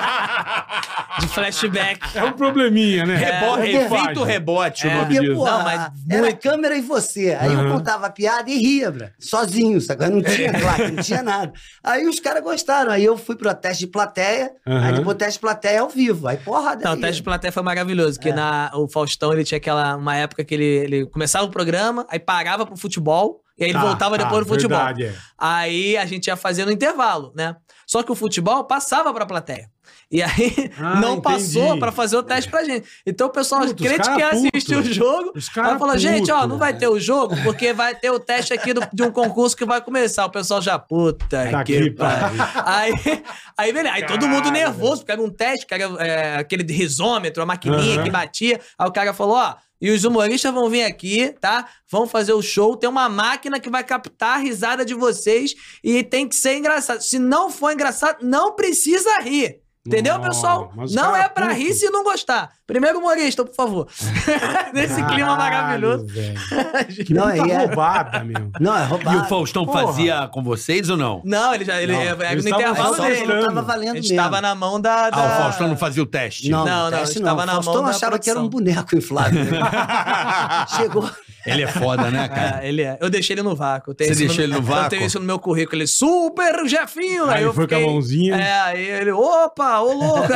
Speaker 5: De flashback.
Speaker 3: É um probleminha, né?
Speaker 4: Rebo-
Speaker 1: É
Speaker 4: Efeito
Speaker 3: bobagem.
Speaker 4: rebote, né? o
Speaker 5: É.
Speaker 4: nome
Speaker 1: Porque,
Speaker 4: disso.
Speaker 1: porra,
Speaker 5: Não, mas
Speaker 1: era a
Speaker 5: muito.
Speaker 1: câmera e você. Aí eu
Speaker 3: Aham.
Speaker 1: contava a piada e ria, bro. sozinho, sacou? Não tinha claque, não tinha nada. Aí os caras gostaram. Aí eu fui pro teste de plateia, aí
Speaker 3: Aham.
Speaker 1: depois o teste de plateia é ao vivo. Aí, porra, é
Speaker 5: Não, o teste de plateia foi maravilhoso, que na, o Faustão, ele tinha aquela, uma época que ele, ele começava o programa, aí parava pro futebol, e aí ele
Speaker 3: Tá,
Speaker 5: voltava
Speaker 3: tá,
Speaker 5: depois do futebol.
Speaker 3: verdade, é.
Speaker 5: Aí a gente ia fazer no intervalo, né? Só que o futebol passava pra plateia. E aí
Speaker 3: Ah,
Speaker 5: não
Speaker 3: entendi.
Speaker 5: passou pra fazer o teste pra gente. Então o pessoal
Speaker 3: Puta, os
Speaker 5: crente
Speaker 3: cara é
Speaker 5: que ia
Speaker 3: puto.
Speaker 5: assistir o jogo,
Speaker 3: Os cara é
Speaker 5: ela falou, gente, ó,
Speaker 3: puto.
Speaker 5: não vai ter o jogo, porque vai ter o teste aqui do- de um concurso que vai começar. O pessoal já, puta
Speaker 3: Tá
Speaker 5: que
Speaker 3: aqui,
Speaker 5: pariu. Aí, aí, beleza. Aí todo mundo nervoso, porque era um teste, que era é, aquele risômetro, a maquininha
Speaker 3: Aham.
Speaker 5: que batia. Aí o cara falou, ó... E os humoristas vão vir aqui, tá? Vão fazer o show. Tem uma máquina que vai captar a risada de vocês e tem que ser engraçado. Se não for engraçado, não precisa rir. Entendeu,
Speaker 3: Nossa,
Speaker 5: pessoal?
Speaker 3: mas o
Speaker 5: Não
Speaker 3: cara
Speaker 5: é pra
Speaker 3: puto.
Speaker 5: rir se não gostar. Primeiro humorista, por favor. Nesse
Speaker 3: Caralho,
Speaker 5: clima maravilhoso.
Speaker 3: velho. Tá Que
Speaker 1: Não,
Speaker 3: puta
Speaker 1: e é-
Speaker 3: roubada, meu.
Speaker 1: Não, é
Speaker 4: E o
Speaker 1: roubado.
Speaker 4: Faustão
Speaker 3: Porra.
Speaker 4: fazia com vocês ou não?
Speaker 5: Não, ele já. Ele,
Speaker 3: Não,
Speaker 5: é-
Speaker 3: eles
Speaker 5: é
Speaker 3: estavam
Speaker 5: no
Speaker 1: Aí
Speaker 5: intervalo
Speaker 1: só
Speaker 5: dele.
Speaker 1: não tava
Speaker 3: testando.
Speaker 5: A
Speaker 1: valendo
Speaker 5: gente
Speaker 1: mesmo.
Speaker 5: tava na mão da.
Speaker 4: Ah, o
Speaker 5: da-
Speaker 4: Faustão não fazia o teste.
Speaker 1: Não,
Speaker 5: Não,
Speaker 1: não,
Speaker 5: não,
Speaker 1: teste
Speaker 5: a gente
Speaker 1: não.
Speaker 5: tava na
Speaker 1: Faustão
Speaker 5: mão da
Speaker 1: achava que era um
Speaker 5: produção.
Speaker 1: boneco inflável. né? Chegou.
Speaker 4: Ele é foda, né, cara?
Speaker 5: É, ele é. Eu deixei ele no vácuo. Eu tenho
Speaker 4: Você
Speaker 5: isso
Speaker 4: deixou ele no vácuo?
Speaker 5: Eu tenho isso no meu currículo. Ele, super Jefinho!
Speaker 3: Aí
Speaker 5: eu
Speaker 3: foi com a mãozinha.
Speaker 5: É, aí ele, opa, ô louco!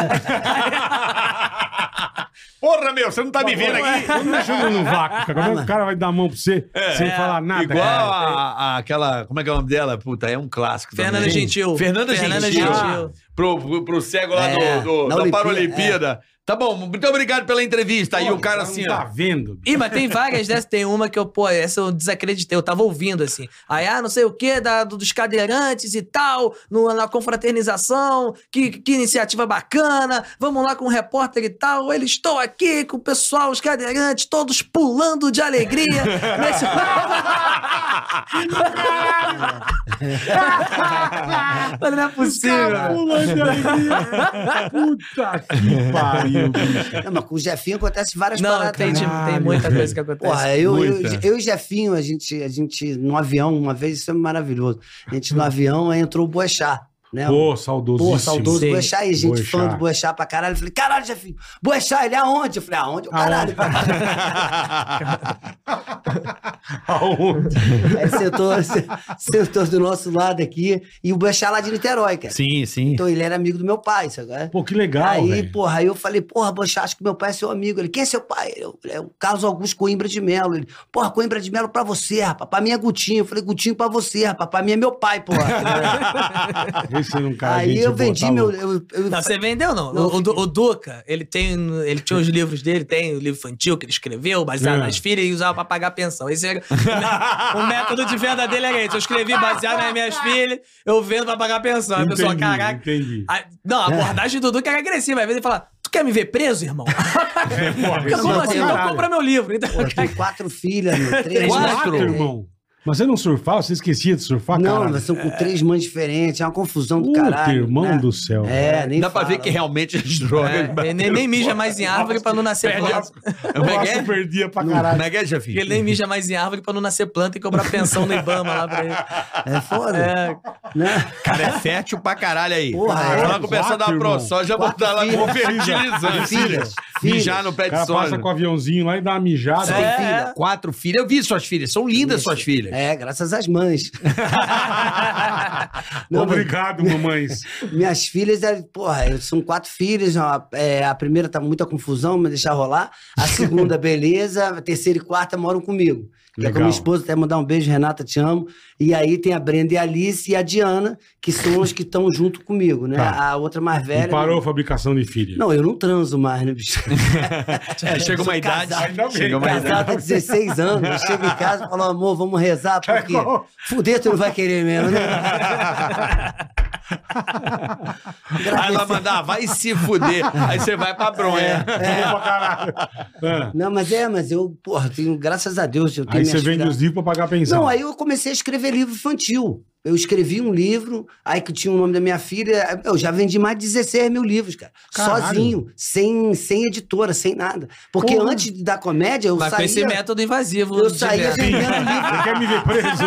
Speaker 4: Porra, meu, você não tá me vendo aqui.
Speaker 3: Não deixa eu no vácuo, cara. Como é que o cara vai dar a mão pra você sem
Speaker 5: É,
Speaker 3: falar nada?
Speaker 4: Igual
Speaker 3: cara?
Speaker 4: a, a- aquela. Como é que é o nome dela? Puta, é um clássico. também.
Speaker 5: Fernanda
Speaker 4: Gente,
Speaker 5: Gentil.
Speaker 4: Fernanda,
Speaker 5: Fernanda
Speaker 4: Gentil. Ah,
Speaker 5: Gentil.
Speaker 4: Pro, pro, pro cego lá
Speaker 1: É,
Speaker 4: do, do,
Speaker 1: na
Speaker 4: da
Speaker 1: Olimpíada,
Speaker 4: Paralimpíada. Tá bom, muito obrigado pela entrevista. Aí
Speaker 3: Pô,
Speaker 4: o
Speaker 3: não
Speaker 4: cara assim,
Speaker 3: tá
Speaker 4: ó.
Speaker 3: vendo. bicho.
Speaker 5: Ih, mas tem várias dessas. Tem uma que eu, pô, essa eu desacreditei. Eu tava ouvindo, assim. Aí, ah, não sei o quê, da, do- dos cadeirantes e tal, no- na confraternização, que, que iniciativa bacana. Vamos lá com o repórter e tal. Ele, estou aqui com o pessoal, os cadeirantes, todos pulando de alegria. Nesse- Mas não é possível.
Speaker 3: Cara, pulando de alegria. Puta que pariu, bicho.
Speaker 1: Não, mas com o Jefinho acontece várias
Speaker 5: Não,
Speaker 1: paradas.
Speaker 5: tem,
Speaker 1: né?
Speaker 5: tem
Speaker 3: Caralho,
Speaker 5: muita
Speaker 3: velho.
Speaker 5: coisa que acontece.
Speaker 1: Porra, eu, eu,
Speaker 3: Muita.
Speaker 1: eu e Jefinho, a gente, a gente, no avião, uma vez, isso é maravilhoso. A gente no avião, aí entrou o Boechat, né?
Speaker 3: Pô, saudosíssimo.
Speaker 1: Pô, saudoso
Speaker 5: Sim.
Speaker 1: Boechat, e a gente
Speaker 3: Boechat.
Speaker 1: fã do Boechat pra caralho. Eu falei, caralho, Jefinho, Boechat, ele é aonde? Eu falei, aonde? O caralho.
Speaker 3: Aonde?
Speaker 1: Aí sentou, sentou do nosso lado aqui, e o Boechat lá de Niterói, cara.
Speaker 4: sim, sim.
Speaker 1: Então ele era amigo do meu pai, sabe?
Speaker 3: Pô, que legal,
Speaker 1: aí,
Speaker 3: velho.
Speaker 1: porra, aí eu falei, porra, Boechat, acho que meu pai é seu amigo. Ele, quem é seu pai? Eu, é o Carlos Augusto Coimbra de Melo. Ele, porra, Coimbra de Melo pra você, rapaz. Pra mim é Gutinho. Eu falei, Gutinho pra você, rapaz. Pra mim é meu pai, porra.
Speaker 3: Vê se era um cara
Speaker 1: aí
Speaker 3: gente
Speaker 1: eu
Speaker 3: boa,
Speaker 1: vendi
Speaker 3: tá
Speaker 1: meu...
Speaker 3: louco.
Speaker 1: Eu, eu-
Speaker 5: Não, você vendeu não.
Speaker 1: Não,
Speaker 5: O, o Du- o Duca, ele tem. Ele tinha os livros dele, tem o livro infantil que ele escreveu, baseado
Speaker 3: É.
Speaker 5: nas filhas, e usava pra pagar a pensão. Esse era, o método de venda dele era esse. Eu escrevi baseado nas minhas filhas, eu vendo pra pagar a pensão. Aí a pessoa,
Speaker 3: Entendi,
Speaker 5: caraca.
Speaker 3: entendi.
Speaker 5: Aí- não, a abordagem do Duca era agressiva. Às vezes ele fala: Tu quer me ver preso, irmão?
Speaker 3: É, pô,
Speaker 5: Como
Speaker 1: não,
Speaker 5: assim?
Speaker 1: caralho.
Speaker 5: Então compra meu livro. Então,
Speaker 1: Pô, eu tenho quatro filhas, meu, três
Speaker 5: Três
Speaker 1: netos.
Speaker 3: Quatro,
Speaker 4: Quatro?
Speaker 3: irmão. Mas você não surfava? Você esquecia de surfar,
Speaker 1: não,
Speaker 3: caralho?
Speaker 1: elas são com três mães diferentes, é uma confusão do
Speaker 3: Puta,
Speaker 1: caralho.
Speaker 3: irmão
Speaker 1: né?
Speaker 3: do céu.
Speaker 1: É, nem
Speaker 4: Dá pra ver
Speaker 1: fala.
Speaker 4: que realmente as drogas.
Speaker 5: É, ele nem mija mais em árvore pra não nascer
Speaker 4: Perde a-
Speaker 1: assim,
Speaker 5: planta.
Speaker 4: Como
Speaker 3: Eu
Speaker 4: é que
Speaker 3: acho que
Speaker 4: é?
Speaker 3: eu perdia pra
Speaker 4: Como
Speaker 3: caralho.
Speaker 4: é que é, Jafim?
Speaker 5: Ele nem mija mais em árvore pra não nascer planta e cobrar pensão no Ibama lá pra ele.
Speaker 1: É foda.
Speaker 5: É,
Speaker 1: Né?
Speaker 4: Cara, é fértil pra caralho aí.
Speaker 1: Porra, é.
Speaker 4: Fala com o pessoal da
Speaker 3: Quatro, irmão.
Speaker 4: ProSoja, botar lá como fertilizante.
Speaker 1: Filhas,
Speaker 4: Mijar
Speaker 1: filhas.
Speaker 4: no
Speaker 3: O
Speaker 4: pé de
Speaker 3: cara passa
Speaker 4: soja.
Speaker 3: com o aviãozinho lá e dá uma mijada.
Speaker 1: Tem
Speaker 5: É.
Speaker 1: filha.
Speaker 4: Quatro filhas. Eu vi suas filhas. São lindas suas filhas.
Speaker 1: É, graças às mães. Não, mas-
Speaker 3: Obrigado, mamães.
Speaker 1: Minhas filhas, é, porra, eu- são quatro filhas. A, é, a primeira tá muita confusão, me deixar rolar. A segunda, beleza. A terceira e quarta moram comigo. Que é com a
Speaker 3: Legal.
Speaker 1: minha esposa, até mandar um beijo, Renata, te amo. E aí tem a Brenda e a Alice e a Diana, que são as que estão junto comigo, né?
Speaker 3: Tá.
Speaker 1: A outra mais velha. né?
Speaker 3: E parou a fabricação de filho.
Speaker 1: Não, eu não transo mais, né, bicho?
Speaker 4: É, chega uma idade.
Speaker 3: Ainda bem.
Speaker 4: Chega uma idade.
Speaker 1: Casado há 16 anos. Chega em casa e fala, amor, vamos rezar,
Speaker 3: Tá
Speaker 1: porque fuder tu não vai querer mesmo, né?
Speaker 4: Aí ela mandar, vai se fuder. Aí você vai pra bronha.
Speaker 3: Pra caralho. Ah,
Speaker 1: Não, mas é, mas eu, porra, tenho, graças a Deus, eu tenho
Speaker 3: Aí você
Speaker 1: minhas
Speaker 3: vende
Speaker 1: filhas-
Speaker 3: os livros pra pagar a pensão.
Speaker 1: Não, aí eu comecei a escrever livro infantil. Eu escrevi um livro, aí que tinha o nome da minha filha. Eu já vendi mais de 16 mil livros, cara.
Speaker 3: Caralho.
Speaker 1: Sozinho, sem, sem editora, sem nada. Porque
Speaker 3: Porra.
Speaker 1: antes da comédia, eu
Speaker 5: mas com
Speaker 1: saía.
Speaker 5: esse método invasivo.
Speaker 1: Eu
Speaker 5: de
Speaker 1: saía
Speaker 5: merda.
Speaker 3: Sim.
Speaker 1: vendendo livro.
Speaker 3: Você quer me ver preso?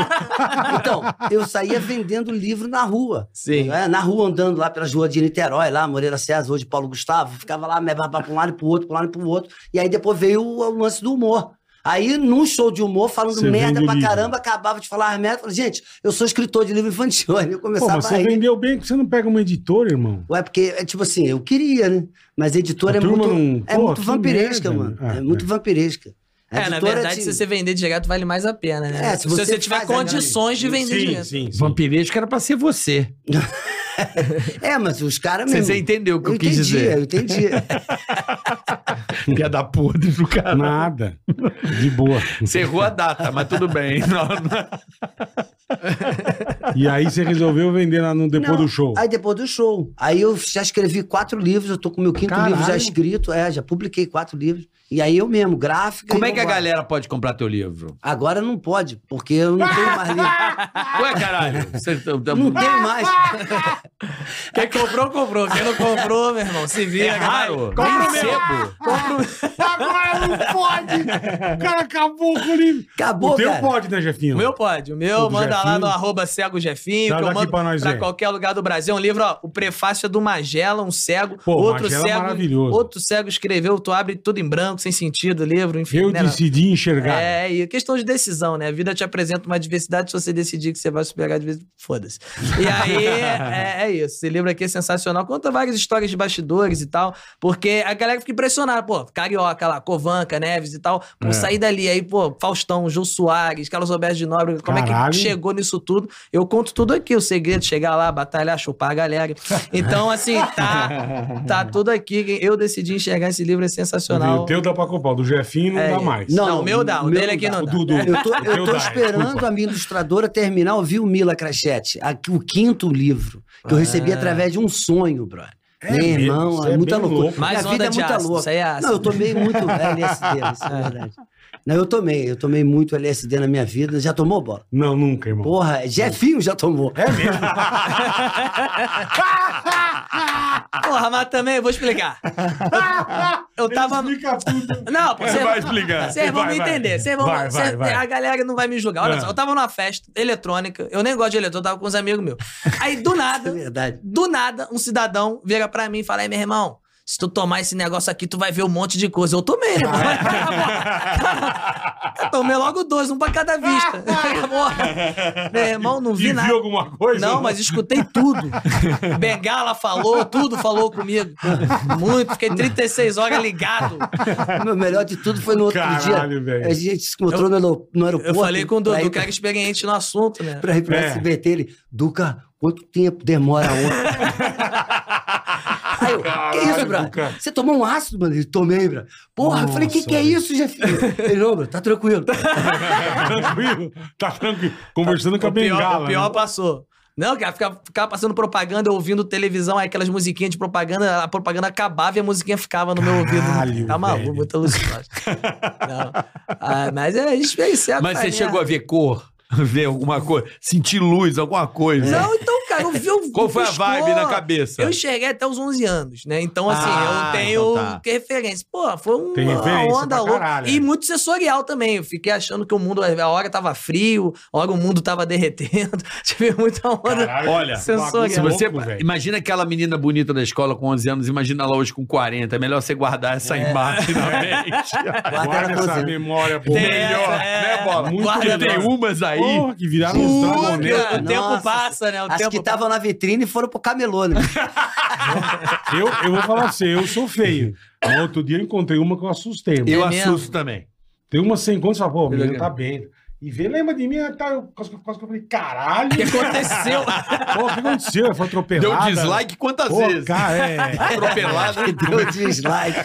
Speaker 1: Então, eu saía vendendo livro na rua.
Speaker 5: Sim.
Speaker 1: É, na rua, andando lá pelas ruas de Niterói, lá, Moreira César, hoje Paulo Gustavo. Ficava lá, me levava pra um lado e pro outro, pra um lado e pro outro. E aí depois veio o, o lance do humor. Aí, num show de humor, falando
Speaker 3: Você
Speaker 1: merda
Speaker 3: vende
Speaker 1: pra
Speaker 3: livro.
Speaker 1: caramba, acabava de falar as merda. Falei, gente, eu sou escritor de livro infantil. Aí eu
Speaker 3: Pô,
Speaker 1: começava
Speaker 3: mas você
Speaker 1: a rir.
Speaker 3: vendeu bem que você não pega uma editora, irmão.
Speaker 1: Ué, porque, é tipo assim, eu queria, né? Mas a editora
Speaker 3: A
Speaker 1: é
Speaker 3: turma
Speaker 1: muito,
Speaker 3: não-
Speaker 1: é
Speaker 3: Pô,
Speaker 1: muito
Speaker 3: que
Speaker 1: vampiresca,
Speaker 3: merda,
Speaker 1: mano.
Speaker 3: né?
Speaker 1: é
Speaker 3: Ah,
Speaker 1: muito
Speaker 3: é.
Speaker 1: vampiresca. A
Speaker 5: É, na
Speaker 1: editora assim.
Speaker 5: verdade,
Speaker 1: te-
Speaker 5: se você vender direto, vale mais a pena, né?
Speaker 1: É, se
Speaker 5: se,
Speaker 1: você
Speaker 5: você
Speaker 1: faz
Speaker 5: tiver
Speaker 1: a grana.
Speaker 5: condições de vender direto.
Speaker 3: sim, sim.
Speaker 4: Vampiresco era pra ser você.
Speaker 1: É, mas os caras
Speaker 4: Você,
Speaker 1: mesmo...
Speaker 4: você entendeu o que eu,
Speaker 1: eu
Speaker 4: quis
Speaker 1: entendi,
Speaker 4: dizer.
Speaker 1: eu entendi.
Speaker 4: Piada podre do cara.
Speaker 3: Nada. De boa.
Speaker 4: Você errou a data, mas tudo bem. Não, não.
Speaker 3: E aí você resolveu vender lá no depois
Speaker 1: Não,
Speaker 3: do show.
Speaker 1: Aí depois do show. Aí eu já escrevi quatro livros, eu tô com meu quinto
Speaker 3: Caralho.
Speaker 1: livro já escrito, é, já publiquei quatro livros. E aí eu mesmo, gráfica.
Speaker 4: Como
Speaker 1: e
Speaker 4: é que a
Speaker 1: vambora.
Speaker 4: galera pode comprar teu livro?
Speaker 1: Agora não pode, porque eu não tenho mais livro.
Speaker 4: Ué, caralho. Você, tá
Speaker 1: Não tenho mais.
Speaker 5: Quem comprou, comprou. Quem não comprou, meu irmão, se
Speaker 4: é
Speaker 5: vira.
Speaker 4: raro.
Speaker 5: caralho.
Speaker 4: Nem
Speaker 5: Compra o meu.
Speaker 4: sebo.
Speaker 3: Agora não pode! O cara acabou com o livro.
Speaker 1: Acabou,
Speaker 3: o teu
Speaker 1: cara.
Speaker 3: pode, né, Jefinho?
Speaker 5: O meu pode. O
Speaker 3: O
Speaker 5: meu,
Speaker 3: do
Speaker 5: manda lá
Speaker 3: Jefinho.
Speaker 5: no arroba cego Jefinho,
Speaker 3: Traz
Speaker 5: que eu
Speaker 3: aqui
Speaker 5: mando
Speaker 3: pra
Speaker 5: pra,
Speaker 3: nós ver.
Speaker 5: qualquer lugar do Brasil. É um livro, ó, o prefácio é do Magela, um cego.
Speaker 3: Pô,
Speaker 5: outro
Speaker 3: Magela é
Speaker 5: cego.
Speaker 3: maravilhoso.
Speaker 5: Outro cego escreveu, tu abre tudo em branco, sem sentido, o livro, enfim.
Speaker 3: Eu
Speaker 5: né, não?
Speaker 3: decidi enxergar.
Speaker 5: É, e questão de decisão, né? A vida te apresenta uma adversidade, se você decidir que você vai superar de vez, foda-se. E aí, é, é isso. Esse livro aqui é sensacional. Conta várias histórias de bastidores e tal, porque a galera fica impressionada, pô, Carioca lá, Covanca, Neves e tal, vão
Speaker 3: É.
Speaker 5: sair dali. Aí, pô, Faustão, Jô Soares, Carlos Alberto de Nobre, como é
Speaker 3: Caralho.
Speaker 5: que chegou nisso tudo? Eu conto tudo aqui, o segredo, de chegar lá, batalhar, chupar a galera. Então, assim, tá, tá tudo aqui. Eu decidi enxergar esse livro, é sensacional.
Speaker 3: O teu dá pra comprar, o do Jefinho não
Speaker 5: É,
Speaker 3: dá mais.
Speaker 5: Não, o meu dá, o dele aqui não
Speaker 3: o
Speaker 5: dá.
Speaker 3: do, do,
Speaker 1: Eu tô,
Speaker 3: o
Speaker 1: eu
Speaker 3: teu
Speaker 1: tô
Speaker 3: dá,
Speaker 1: esperando
Speaker 3: desculpa.
Speaker 1: a minha ilustradora terminar ouvir o Mila Crachete, aqui, o quinto livro, que eu recebi
Speaker 5: Ah.
Speaker 1: através de um sonho, brother.
Speaker 3: É
Speaker 1: Meu
Speaker 3: mesmo,
Speaker 1: irmão,
Speaker 3: você
Speaker 1: é,
Speaker 3: é
Speaker 1: muita
Speaker 3: bem
Speaker 1: loucura.
Speaker 3: louco.
Speaker 5: Mais
Speaker 1: Minha
Speaker 5: onda
Speaker 1: vida é
Speaker 5: de
Speaker 1: muita
Speaker 5: ácido,
Speaker 1: louca.
Speaker 5: isso aí é ácido.
Speaker 1: Não, eu tomei muito LSD, isso é verdade. Não, eu tomei, eu tomei muito LSD na minha vida. Já tomou bola?
Speaker 3: Não, nunca, irmão.
Speaker 1: Porra, Jefinho já tomou.
Speaker 3: É mesmo?
Speaker 5: Porra, mas também eu vou explicar. Eu tava.
Speaker 3: Explica tudo.
Speaker 5: Não, pô,
Speaker 4: Ele
Speaker 5: cê-
Speaker 4: vai explicar.
Speaker 5: Vocês vão
Speaker 3: Vai,
Speaker 5: me
Speaker 3: vai.
Speaker 5: entender. Vocês vão.
Speaker 3: Vai, vai,
Speaker 5: cê-
Speaker 3: vai.
Speaker 5: A galera não vai me julgar. Olha
Speaker 3: É.
Speaker 5: só, eu tava numa festa eletrônica. Eu nem gosto de eletrônica, eu tava com uns amigos meus. Aí, do
Speaker 1: É
Speaker 5: nada,
Speaker 1: verdade.
Speaker 5: do nada, um cidadão vira pra mim e fala: Aí, meu irmão, se tu tomar esse negócio aqui, tu vai ver um monte de coisa. Eu tomei,
Speaker 3: É.
Speaker 5: né? Eu tomei logo dois, um pra cada vista. Porra. meu irmão, não
Speaker 3: E
Speaker 5: vi nada.
Speaker 3: viu alguma coisa?
Speaker 5: Não, mas escutei tudo. Bengala falou, tudo falou comigo. Muito, fiquei 36 horas ligado.
Speaker 1: O melhor de tudo foi no outro
Speaker 3: Caralho,
Speaker 1: dia.
Speaker 3: velho.
Speaker 1: A gente se encontrou no aer- no aeroporto.
Speaker 5: Eu falei com o
Speaker 1: pra
Speaker 5: Dudu,
Speaker 1: ir
Speaker 5: cara experiente no assunto, né?
Speaker 1: Pra ir pro
Speaker 3: É.
Speaker 1: SBT, ele, Duca, quanto tempo demora a outra? Aí eu, que isso,
Speaker 3: Caralho, Duca.
Speaker 1: Bra? Você tomou um ácido, mano? Ele, tomei, Bra. Porra, eu falei, que
Speaker 3: Nossa,
Speaker 1: que é isso, Jeff? Ele, não, Bra, tá tranquilo.
Speaker 3: tranquilo, tá tranquilo. Conversando com a
Speaker 5: É o pior,
Speaker 3: bengala.
Speaker 5: o pior
Speaker 3: né?
Speaker 5: passou. Não, cara, ficava, ficava passando propaganda, ouvindo televisão, aí aquelas musiquinhas de propaganda, a propaganda acabava e a musiquinha ficava no meu
Speaker 3: Caralho,
Speaker 5: ouvido. Tá maluco,
Speaker 3: velho.
Speaker 5: muito alucinado. Não. Ah, mas é experienciado.
Speaker 4: Mas você
Speaker 5: farinha.
Speaker 4: chegou a ver cor. ver alguma coisa, sentir luz, alguma coisa.
Speaker 5: Não, então, cara, eu vi o
Speaker 4: Qual foi a
Speaker 5: frescor.
Speaker 4: vibe na cabeça?
Speaker 5: Eu enxerguei até os 11 anos, né? Então, assim,
Speaker 4: Ah,
Speaker 5: eu tenho
Speaker 4: então tá.
Speaker 5: que referência. Pô, foi uma
Speaker 3: Tem referência
Speaker 5: onda
Speaker 3: pra
Speaker 5: louca.
Speaker 3: caralho,
Speaker 5: E
Speaker 3: né?
Speaker 5: muito sensorial também. Eu fiquei achando que o mundo, a hora tava frio, a hora o mundo tava derretendo. Tive muita onda.
Speaker 4: Olha,
Speaker 5: sensorial.
Speaker 4: Se você
Speaker 3: é velho.
Speaker 4: imagina aquela menina bonita da escola com 11 anos, imagina ela hoje com 40. É melhor você guardar essa imagem na mente.
Speaker 1: Guarda
Speaker 3: Guarda
Speaker 1: ela com
Speaker 3: essa
Speaker 1: você.
Speaker 3: memória boa.
Speaker 4: Melhor,
Speaker 5: é.
Speaker 4: né, Bola?
Speaker 3: Muito
Speaker 4: Porque tem
Speaker 3: melhor.
Speaker 4: umas aí.
Speaker 3: Porra, que viraram uns
Speaker 5: Puta,
Speaker 3: dragonetes.
Speaker 5: o tempo
Speaker 1: Nossa,
Speaker 5: passa, né? O
Speaker 1: As
Speaker 5: tempo
Speaker 1: que estavam na vitrine foram pro camelô, né?
Speaker 3: Eu, eu vou falar pra você, eu sou feio. No outro dia eu encontrei uma que eu assustei. mano.
Speaker 4: Eu
Speaker 5: É mesmo?
Speaker 4: assusto também.
Speaker 3: Tem uma sem conta, você fala, pô, a menina
Speaker 4: Eu-
Speaker 3: tá bem. E vê, lembra de mim, ela tá, eu quase que quase que eu falei, caralho.
Speaker 5: O que aconteceu?
Speaker 3: Pô, o que aconteceu? Ela Foi
Speaker 4: Deu
Speaker 3: atropelada.
Speaker 4: dislike quantas
Speaker 3: Pô,
Speaker 4: vezes?
Speaker 3: cara, é.
Speaker 4: Atropelada.
Speaker 1: Deu um dislike.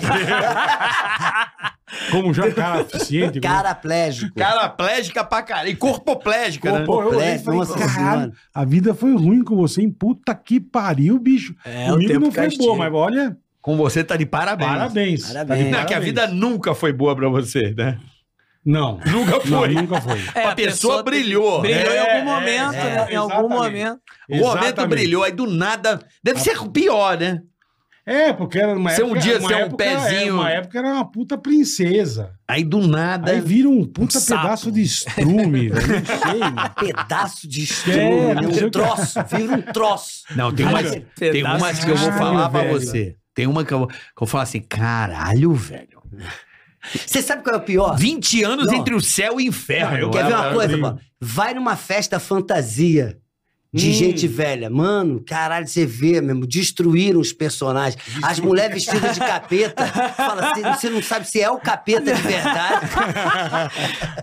Speaker 3: Como já cara eficiente.
Speaker 1: Caraplégico.
Speaker 4: Caraplégica pra caralho. E corpoplégica,
Speaker 3: como-
Speaker 4: né?
Speaker 3: Pô, eu olhei e
Speaker 1: Completo,
Speaker 3: falei,
Speaker 1: nossa
Speaker 3: caralho,
Speaker 1: senhora.
Speaker 3: a vida foi ruim com você, hein? Puta que pariu, bicho.
Speaker 5: É,
Speaker 3: Comigo não foi boa, mas olha,
Speaker 4: Com você tá de parabéns.
Speaker 3: parabéns.
Speaker 1: Parabéns.
Speaker 3: Tá de
Speaker 1: Não,
Speaker 4: Não, é que a vida nunca foi boa pra você, né?
Speaker 3: Não,
Speaker 4: Nunca
Speaker 3: não,
Speaker 4: foi.
Speaker 3: nunca foi.
Speaker 5: É,
Speaker 4: a pessoa brilhou. né?
Speaker 5: Brilhou
Speaker 3: É,
Speaker 5: em algum
Speaker 3: é,
Speaker 5: momento,
Speaker 1: é,
Speaker 5: né? Em algum
Speaker 3: exatamente.
Speaker 5: momento.
Speaker 4: O momento
Speaker 3: Exatamente.
Speaker 4: brilhou, aí do nada. Deve ser o pior, né?
Speaker 3: É, porque era uma
Speaker 4: Você um
Speaker 3: época...
Speaker 4: dia
Speaker 3: uma
Speaker 4: ser um
Speaker 3: época-
Speaker 4: pezinho.
Speaker 3: É, uma época era uma puta princesa.
Speaker 4: Aí do nada.
Speaker 3: Aí vira um puta
Speaker 5: Um sapo.
Speaker 3: pedaço de estrume, velho.
Speaker 1: Pedaço de
Speaker 3: É,
Speaker 1: estrume,
Speaker 3: não sei
Speaker 1: um
Speaker 3: o que.
Speaker 1: troço, vira um troço.
Speaker 4: Não, tem
Speaker 1: Aí
Speaker 4: umas,
Speaker 1: você-
Speaker 4: tem umas que eu vou
Speaker 3: Caralho,
Speaker 4: falar pra
Speaker 3: velho.
Speaker 4: você. Tem uma que eu, que eu falo assim, caralho, velho.
Speaker 1: Você sabe qual é o pior?
Speaker 4: 20 anos
Speaker 1: Não.
Speaker 4: entre o céu e o inferno.
Speaker 3: Não, eu
Speaker 1: Quer ver
Speaker 4: Ela-
Speaker 1: uma coisa,
Speaker 3: vi.
Speaker 1: mano? Vai numa festa fantasia de
Speaker 4: Hum.
Speaker 1: gente velha. Mano, caralho, você vê mesmo. Destruíram os personagens. As mulheres vestidas de capeta. Fala, "Você- você não sabe se é o capeta de verdade.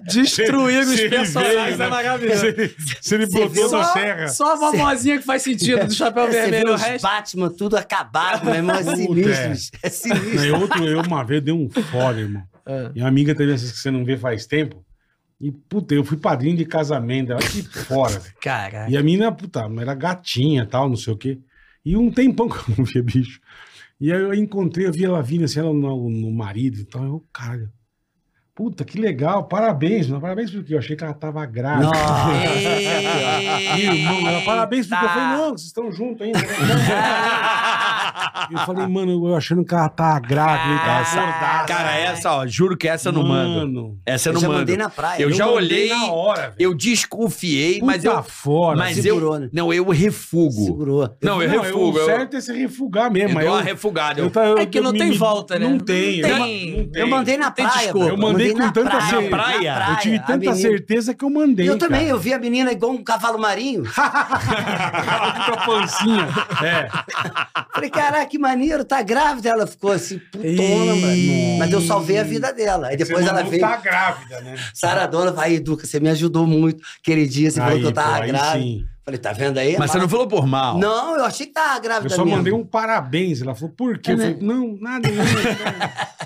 Speaker 5: Destruíram os
Speaker 3: Se ele
Speaker 5: personagens.
Speaker 3: veio, né?
Speaker 5: É maravilhoso.
Speaker 3: Se ele- Se ele
Speaker 1: Você
Speaker 3: botou
Speaker 1: viu?
Speaker 3: na
Speaker 5: Só,
Speaker 3: serra.
Speaker 5: só a vovozinha que faz sentido do chapéu
Speaker 1: Você vê
Speaker 5: vermelho. O
Speaker 1: os
Speaker 5: resto.
Speaker 1: Batman tudo acabado, meu irmão. É
Speaker 3: Puta,
Speaker 1: sinistro. É
Speaker 3: Não,
Speaker 1: sinistro.
Speaker 3: eu, outro, eu uma vez dei um fora, irmão.
Speaker 5: É.
Speaker 3: E uma amiga teve essas que você não vê faz tempo. E, puta, eu fui padrinho de casamento. Olha que fora, velho.
Speaker 5: Cara.
Speaker 3: E a menina, puta, era gatinha e tal, não sei o quê. E um tempão que eu não via bicho. E aí eu encontrei, eu vi ela vindo assim, ela no, no marido e tal. Eu, caralho. Puta, que legal, parabéns, mano. Parabéns porque eu achei que ela tava grávida.
Speaker 1: Nossa.
Speaker 3: Irmão, ela, parabéns porque eu falei,
Speaker 5: né?
Speaker 3: não, vocês estão juntos ainda. né?" eu falei, mano, eu achando que ela tá grávida. e tal,
Speaker 5: Essa-
Speaker 3: gordaça.
Speaker 4: Cara, essa, ó, juro que essa eu não mando.
Speaker 3: Mano,
Speaker 4: Essa eu
Speaker 1: Eu
Speaker 4: não
Speaker 1: já
Speaker 4: mando.
Speaker 1: mandei na praia.
Speaker 4: Eu já olhei,
Speaker 3: Hum. na hora, velho.
Speaker 4: eu desconfiei, mas
Speaker 3: Puta
Speaker 4: eu.
Speaker 3: fora. assim.
Speaker 4: Mas
Speaker 1: Segurou,
Speaker 4: eu.
Speaker 1: né?
Speaker 4: Não, eu refugo.
Speaker 1: Segurou.
Speaker 4: Não, eu
Speaker 3: Não,
Speaker 4: refugo.
Speaker 3: O
Speaker 4: Eu,
Speaker 3: certo é se refugar mesmo.
Speaker 4: eu
Speaker 3: mas
Speaker 4: dou uma
Speaker 3: eu-
Speaker 4: refugada. eu-
Speaker 3: eu tá- eu-
Speaker 5: É que não
Speaker 3: me-
Speaker 5: tem
Speaker 3: me-
Speaker 5: volta, né?
Speaker 3: Não tem.
Speaker 5: Não
Speaker 3: eu-
Speaker 5: tem.
Speaker 3: não tem.
Speaker 1: Eu mandei na
Speaker 5: Tem
Speaker 1: praia.
Speaker 5: desculpa.
Speaker 1: pô.
Speaker 3: Eu mandei com
Speaker 1: na
Speaker 3: tanta
Speaker 1: praia,
Speaker 3: certeza.
Speaker 1: na
Speaker 4: Praia?
Speaker 3: Eu tive
Speaker 1: a
Speaker 3: tanta
Speaker 1: menina.
Speaker 3: certeza que eu mandei.
Speaker 1: Eu também,
Speaker 3: cara.
Speaker 1: eu vi a menina igual um cavalo marinho.
Speaker 3: Aquela puta pancinha. É.
Speaker 1: Falei, caraca, que maneiro, tá grávida. Ela ficou assim, putona, mano. Mas eu salvei a vida dela. Aí depois
Speaker 3: Você
Speaker 1: ela
Speaker 3: não
Speaker 1: veio,
Speaker 3: tá grávida, né?
Speaker 1: Sara Dona, vai, Duca, você me ajudou muito. Aquele dia, você falou que eu
Speaker 3: pô,
Speaker 1: tava
Speaker 3: aí
Speaker 1: grávida.
Speaker 3: sim.
Speaker 1: Falei, tá vendo aí?
Speaker 4: Mas você não falou por mal.
Speaker 1: Não, eu achei que tava
Speaker 3: Eu
Speaker 1: grávida
Speaker 3: só
Speaker 1: mesmo.
Speaker 3: mandei um parabéns. Ela falou, por quê?
Speaker 1: É,
Speaker 3: eu
Speaker 1: né?
Speaker 3: falei, não, nada.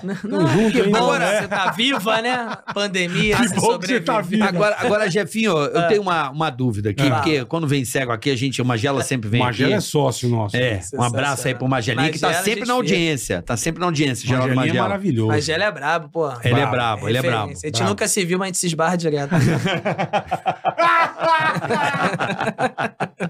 Speaker 3: não,
Speaker 5: Não,
Speaker 3: junto,
Speaker 5: que
Speaker 3: hein?
Speaker 5: bom,
Speaker 3: Agora-
Speaker 5: né? você tá viva, né? Pandemia,
Speaker 3: Que
Speaker 5: você
Speaker 3: bom que você
Speaker 5: sobrevive.
Speaker 3: tá vivo.
Speaker 4: Agora, agora Jefinho,
Speaker 3: Ah.
Speaker 4: eu tenho uma, uma dúvida aqui,
Speaker 5: Ah.
Speaker 4: porque quando vem cego aqui, a gente, o Magela sempre vem
Speaker 3: Magela é
Speaker 4: aqui.
Speaker 3: sócio nosso.
Speaker 4: É, um
Speaker 5: Sensacional.
Speaker 4: abraço aí pro Magelinha, que tá
Speaker 5: Magela,
Speaker 4: sempre na
Speaker 5: gente
Speaker 4: audiência. Tá sempre na audiência, Geraldo
Speaker 3: Magelinha é
Speaker 4: Magela.
Speaker 3: maravilhoso.
Speaker 5: Mas ele é brabo, pô.
Speaker 4: Ele é
Speaker 3: Bravo.
Speaker 4: brabo, ele é
Speaker 5: Referência.
Speaker 4: brabo.
Speaker 5: A gente
Speaker 3: brabo.
Speaker 5: nunca se viu, mas a gente se esbarra direto.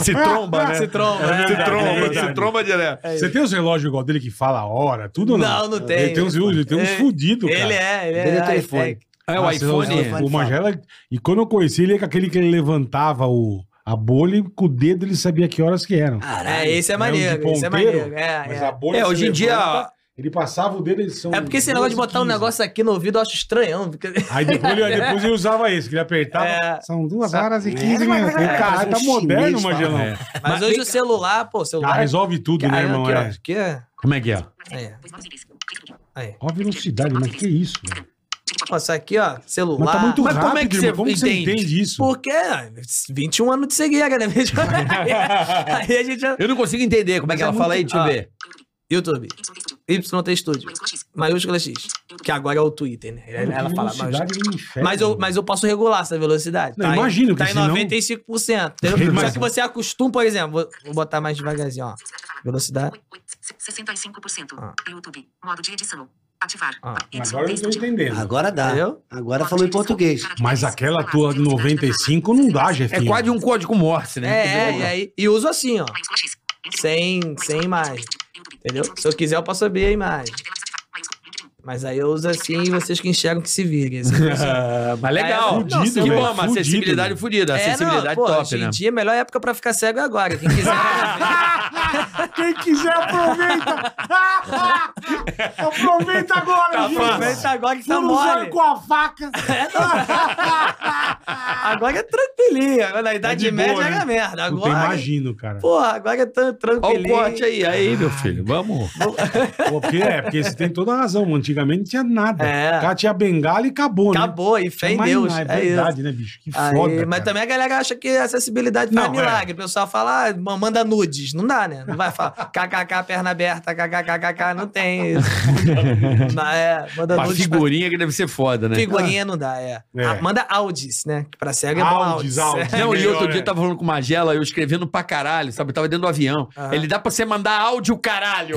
Speaker 4: Se tromba, né?
Speaker 5: Se tromba,
Speaker 3: É
Speaker 4: Se
Speaker 5: né?
Speaker 3: verdade, é
Speaker 4: tromba,
Speaker 3: verdade.
Speaker 4: se tromba direto.
Speaker 3: Você tem os relógios igual dele que fala a hora, tudo ou não?
Speaker 5: É Não, não tem.
Speaker 3: Ele tem uns, ele tem uns
Speaker 5: Ele-
Speaker 3: fudidos, cara.
Speaker 5: Ele é, ele é.
Speaker 1: Ele é
Speaker 5: ai,
Speaker 1: telefone.
Speaker 4: É o
Speaker 3: Ah,
Speaker 4: iPhone.
Speaker 3: você- O Magela. E quando eu conheci ele, é com aquele que ele levantava o, a bolha e com o dedo ele sabia que horas que eram.
Speaker 1: Caralho.
Speaker 5: É, esse é
Speaker 3: né?
Speaker 5: maneiro, esse é maneiro. É, é.
Speaker 3: bolha.
Speaker 4: É,
Speaker 3: você
Speaker 4: hoje em dia.
Speaker 3: levanta, Ele passava o dedo, eles são.
Speaker 5: É porque esse negócio de
Speaker 3: 12,
Speaker 5: botar um
Speaker 3: 15.
Speaker 5: negócio aqui no ouvido eu acho estranhão. porque-
Speaker 3: Aí depois, ele, aí depois ele usava esse, que ele apertava.
Speaker 5: É.
Speaker 3: São duas
Speaker 5: Sa-
Speaker 3: horas e quinze minutos. Caralho, tá
Speaker 1: Parece um
Speaker 3: moderno,
Speaker 1: chinês,
Speaker 3: Magelão.
Speaker 4: É.
Speaker 5: Mas hoje o celular, pô, o
Speaker 3: Ah,
Speaker 5: celular.
Speaker 3: resolve tudo, né,
Speaker 5: Caramba,
Speaker 3: irmão?
Speaker 5: aqui, ó,
Speaker 3: É.
Speaker 5: aqui é-
Speaker 4: Como é que é?
Speaker 5: É. Aí.
Speaker 3: Ó a velocidade, mas que isso, velho.
Speaker 5: Passar aqui, ó, celular.
Speaker 3: Mas tá muito
Speaker 4: Mas como
Speaker 3: rápido,
Speaker 4: é que
Speaker 3: irmão.
Speaker 4: você
Speaker 3: como você
Speaker 4: entende?
Speaker 3: entende isso?
Speaker 5: Porque ah, 21 anos de cegueira, né? aí a gente já...
Speaker 4: Eu não consigo entender como é
Speaker 5: Mas
Speaker 4: que
Speaker 5: é
Speaker 4: ela fala aí,
Speaker 5: muito-
Speaker 4: deixa eu
Speaker 5: Ah.
Speaker 4: ver.
Speaker 5: YouTube. YT Studio. Maiúscula X. Que agora é o Twitter, né? Ela, ela fala. maiúscula.
Speaker 3: velocidade do inferno.
Speaker 5: Mas eu, mas eu posso regular essa velocidade.
Speaker 3: Não,
Speaker 5: tá
Speaker 3: imagino
Speaker 5: em,
Speaker 3: que
Speaker 5: Tá em
Speaker 3: senão-
Speaker 5: 95%. entendeu?
Speaker 3: Mas-
Speaker 5: Só que você acostuma, por exemplo, vou, vou botar mais devagarzinho, ó. Velocidade.
Speaker 6: 65%.
Speaker 5: Ah.
Speaker 6: YouTube. Modo de edição. Ativar.
Speaker 4: Ah,
Speaker 6: Edição
Speaker 3: Agora eu não
Speaker 6: texto
Speaker 3: tô
Speaker 6: de-
Speaker 3: entendendo.
Speaker 1: Agora dá.
Speaker 4: Entendeu?
Speaker 1: Agora falou em português.
Speaker 3: Mas aquela tua de 95 não dá,
Speaker 4: É
Speaker 3: Jefinho.
Speaker 4: quase um código morse,
Speaker 5: É,
Speaker 4: né?
Speaker 5: é, e aí. E uso assim, ó. Sem, sem mais. Entendeu? Se eu quiser, eu posso abrir a imagem. Mas aí eu uso assim e vocês que enxergam que se virem. Assim.
Speaker 3: É.
Speaker 4: Ah, Mas legal.
Speaker 3: Fudido,
Speaker 4: que
Speaker 3: velho,
Speaker 4: bom, uma
Speaker 3: fudido,
Speaker 4: acessibilidade
Speaker 3: velho.
Speaker 4: fudida. Acessibilidade
Speaker 5: É, não, pô,
Speaker 4: top,
Speaker 5: hoje
Speaker 4: né?
Speaker 5: em dia, a melhor época pra ficar cego é agora. Quem quiser.
Speaker 3: Quem quiser, aproveita! aproveita agora,
Speaker 4: Tá
Speaker 3: gente!
Speaker 4: fácil.
Speaker 5: Aproveita agora que tá
Speaker 3: Fura o zóio
Speaker 5: mole. É,
Speaker 3: com a faca!
Speaker 5: Agora é tranquilinho. Agora na Idade
Speaker 3: de boa,
Speaker 5: Média
Speaker 3: né?
Speaker 5: era merda.
Speaker 3: Puta,
Speaker 5: Agora.
Speaker 3: imagino, cara.
Speaker 5: Porra, agora é tran-
Speaker 4: Olha o
Speaker 5: tranquilinho.
Speaker 4: corte aí,
Speaker 3: Ah,
Speaker 4: aí, meu filho. Vamos.
Speaker 3: Pô, Porque, é, porque você tem toda a razão. Antigamente não tinha nada.
Speaker 5: É.
Speaker 3: O cara tinha bengala e acabou, né?
Speaker 5: Acabou, e fé
Speaker 3: Tinha
Speaker 5: em
Speaker 3: mais
Speaker 5: Deus.
Speaker 3: nada,
Speaker 5: é
Speaker 3: É
Speaker 5: isso.
Speaker 3: verdade, né, bicho? Que
Speaker 5: Aí,
Speaker 3: foda.
Speaker 5: mas
Speaker 3: cara.
Speaker 5: também a galera acha que acessibilidade faz
Speaker 3: Não, é.
Speaker 5: milagre. O pessoal fala, ah, ma- manda nudes. Não dá, né? Não vai falar kkk, perna aberta, kkkkk, não tem isso. Mas é, manda
Speaker 4: Uma
Speaker 5: nudes.
Speaker 4: figurinha que deve ser foda, né?
Speaker 5: pra- Figurinha não dá, é.
Speaker 3: É.
Speaker 5: Ah, manda Audis, né? Que pra cego é bom
Speaker 3: Audis,
Speaker 5: Audis.
Speaker 3: Audis.
Speaker 4: Ah. Não, e
Speaker 3: Melhor,
Speaker 4: outro dia
Speaker 3: é.
Speaker 4: eu tava falando com o Magela, eu escrevendo pra caralho, sabe? Eu tava dentro do avião.
Speaker 5: Aham.
Speaker 4: Ele dá pra você mandar áudio, caralho.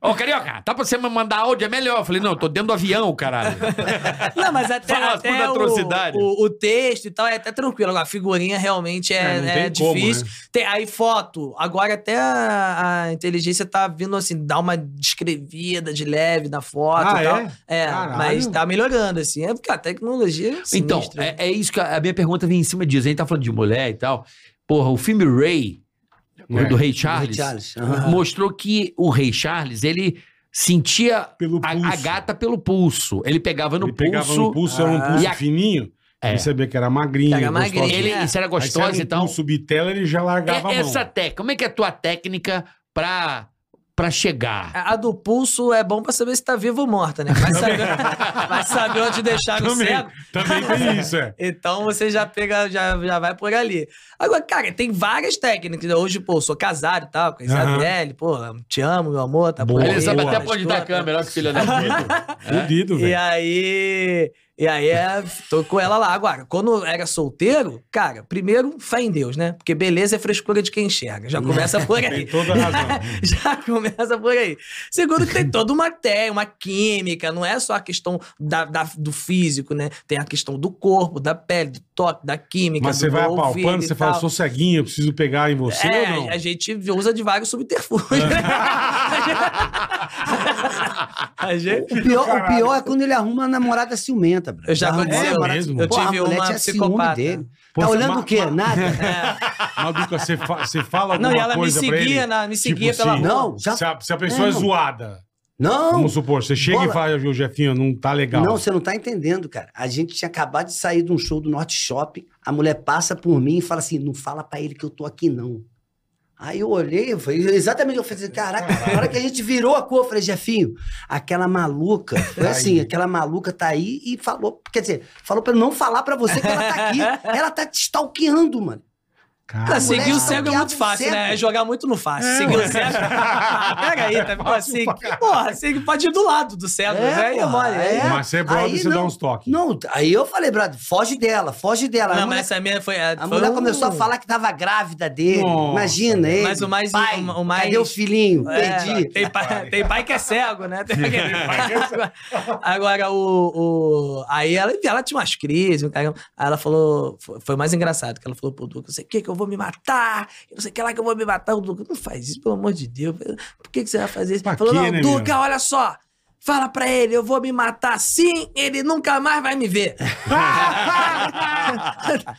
Speaker 4: Ô, Carioca, dá pra você mandar áudio? É melhor. Eu falei, não, eu tô dentro do avião, caralho.
Speaker 5: Não, mas até,
Speaker 4: Fala
Speaker 5: até
Speaker 4: tudo
Speaker 5: o,
Speaker 4: atrocidade.
Speaker 5: O, o texto e tal é até tranquilo. Agora, figurinha realmente é,
Speaker 3: É, não
Speaker 5: é
Speaker 3: tem como,
Speaker 5: difícil. Tem- aí foto. Agora até a, a inteligência tá vindo assim, dar uma descrevida de leve na foto
Speaker 3: Ah,
Speaker 5: e tal.
Speaker 3: é?
Speaker 5: É,
Speaker 3: Caralho.
Speaker 5: mas tá melhorando, assim. É porque a tecnologia. é
Speaker 4: Então,
Speaker 5: sinistra.
Speaker 4: é, é isso que a, a minha pergunta vem em cima disso. A gente tá falando de mulher e tal. Porra, o filme Ray,
Speaker 3: É.
Speaker 4: do Rei
Speaker 1: Do Ray
Speaker 4: Charles,
Speaker 1: Charles. aham.
Speaker 4: mostrou que o Rei Charles, ele sentia
Speaker 3: Pelo
Speaker 4: a,
Speaker 3: pulso.
Speaker 4: a gata pelo pulso. Ele pegava no
Speaker 3: Ele
Speaker 4: pulso.
Speaker 3: pegava no pulso, era um
Speaker 5: Ah.
Speaker 3: pulso
Speaker 4: E a-
Speaker 3: fininho.
Speaker 4: É.
Speaker 3: Ele sabia que era magrinho.
Speaker 5: Era
Speaker 3: gostoso.
Speaker 5: magrinho.
Speaker 4: Ele,
Speaker 5: É.
Speaker 4: Isso era
Speaker 3: Aí sabe,
Speaker 4: gostosa
Speaker 3: um
Speaker 4: e tal.
Speaker 3: pulso bitela, ele já largava
Speaker 4: É-
Speaker 3: a mão.
Speaker 5: tá
Speaker 4: essa técnica, como é que é a tua técnica pra, pra chegar?
Speaker 5: A a do pulso é bom pra saber se tá viva ou morta, né? Vai saber, vai saber onde deixar o
Speaker 3: Também,
Speaker 5: cego.
Speaker 3: também tem isso, é.
Speaker 5: Então você já pega, já, já vai por ali. Agora, cara, tem várias técnicas. né? Hoje, pô, eu sou casado e tal, com a
Speaker 3: Aham.
Speaker 5: Isabelle, pô, te amo, meu amor, tá
Speaker 3: Boa.
Speaker 5: por
Speaker 4: Ele
Speaker 5: aí,
Speaker 4: sabe até
Speaker 5: mas
Speaker 4: pra onde tá a
Speaker 5: tô-
Speaker 4: câmera, olha que filha da puta.
Speaker 3: Fudido,
Speaker 5: É. E
Speaker 3: velho.
Speaker 5: aí, e aí é, tô com ela lá. Agora, quando eu era solteiro, cara, primeiro, fé em Deus, né? Porque beleza é frescura de quem enxerga. Já começa por
Speaker 3: Tem
Speaker 5: aí.
Speaker 3: toda a razão.
Speaker 5: Já começa por aí. Segundo, que tem toda uma té, uma química, não é só a questão da, da- do físico, né? Tem a questão do corpo, da pele, do toque, da química.
Speaker 3: Mas
Speaker 5: do
Speaker 3: você vai
Speaker 5: ouvido
Speaker 3: apalpando,
Speaker 5: e
Speaker 3: você fala,
Speaker 5: tal.
Speaker 3: sou ceguinho, eu preciso pegar em você ou
Speaker 5: É,
Speaker 3: não?
Speaker 5: a gente usa de vários subterfúgios. a gente.
Speaker 1: O pior, o pior é quando ele arruma a namorada ciumenta, bro.
Speaker 5: Eu já
Speaker 1: Arruma
Speaker 5: aconteceu,
Speaker 1: a namorada
Speaker 3: É mesmo?
Speaker 1: ciumenta.
Speaker 5: Eu
Speaker 1: Porra,
Speaker 5: tive
Speaker 1: a mulher
Speaker 5: uma
Speaker 1: tinha ciúme
Speaker 5: psicopata. É.
Speaker 3: Pô,
Speaker 1: tá
Speaker 3: você
Speaker 1: olhando
Speaker 3: ma-
Speaker 1: o quê?
Speaker 3: ma-
Speaker 1: Nada?
Speaker 3: Maduca, você, fa- você fala alguma
Speaker 5: Não, e ela me
Speaker 3: coisa pra
Speaker 5: seguia,
Speaker 3: ele?
Speaker 5: na- me seguia
Speaker 3: Tipo
Speaker 5: pela
Speaker 3: assim,
Speaker 5: rua.
Speaker 1: Não, já.
Speaker 3: Se a, se a pessoa
Speaker 1: É,
Speaker 3: é,
Speaker 1: não.
Speaker 3: zoada,
Speaker 1: Não!
Speaker 3: vamos supor, você chega
Speaker 1: Bola.
Speaker 3: e fala, viu, Jefinho, não tá legal.
Speaker 1: Não, você não tá entendendo, cara. A gente tinha acabado de sair de um show do Norte Shopping, a mulher passa por mim e fala assim: não fala pra ele que eu tô aqui, não. Aí eu olhei, eu falei, exatamente, eu falei assim, caraca, na hora que a gente virou a cor, eu falei, Jefinho, aquela maluca, foi
Speaker 3: Aí.
Speaker 1: assim, aquela maluca tá aí e falou, quer dizer, falou pra eu não falar pra você que ela tá aqui, ela tá te stalkeando, mano.
Speaker 5: Tá,
Speaker 3: Cara,
Speaker 1: Assim,
Speaker 5: seguir o
Speaker 1: moleque
Speaker 5: cego é
Speaker 1: stalkeava
Speaker 5: muito
Speaker 1: um
Speaker 5: fácil,
Speaker 1: cego.
Speaker 5: né? É jogar muito no fácil. seguir
Speaker 3: É.
Speaker 5: o cego. Pega aí, tá ficando assim. Porra, segue, pode ir do lado do cego,
Speaker 1: É,
Speaker 5: né? E é
Speaker 1: porra,
Speaker 5: mole.
Speaker 1: é.
Speaker 5: é.
Speaker 3: mas você é brother,
Speaker 1: Aí
Speaker 3: você dá
Speaker 1: não.
Speaker 3: uns toques.
Speaker 1: Não, aí eu falei, brother, foge dela, foge dela. A
Speaker 5: Não,
Speaker 1: mulher-
Speaker 5: mas essa minha foi. um
Speaker 1: A mulher começou a falar que tava grávida dele.
Speaker 3: Nossa.
Speaker 1: Imagina ele.
Speaker 5: Mas o mais-
Speaker 1: Pai,
Speaker 5: o- o mais- É,
Speaker 1: Cadê o filhinho? Perdi.
Speaker 5: Tem pai, tem pai que é cego, né? Tem pai que é cego. Agora, o, o- Aí ela, ela tinha umas crises, um caramba. Aí ela falou. Foi foi o mais engraçado, que ela falou pro Duca: não sei o que, que eu vou me matar, não sei o que lá que eu vou me matar. O Duca, não faz isso, pelo amor de Deus. Por que, que você vai fazer isso?
Speaker 3: Pra
Speaker 5: falou,
Speaker 3: quê,
Speaker 5: não,
Speaker 3: né,
Speaker 5: Duca,
Speaker 3: menino?"
Speaker 5: olha só. Fala pra ele, eu vou me matar sim, ele nunca mais vai me ver.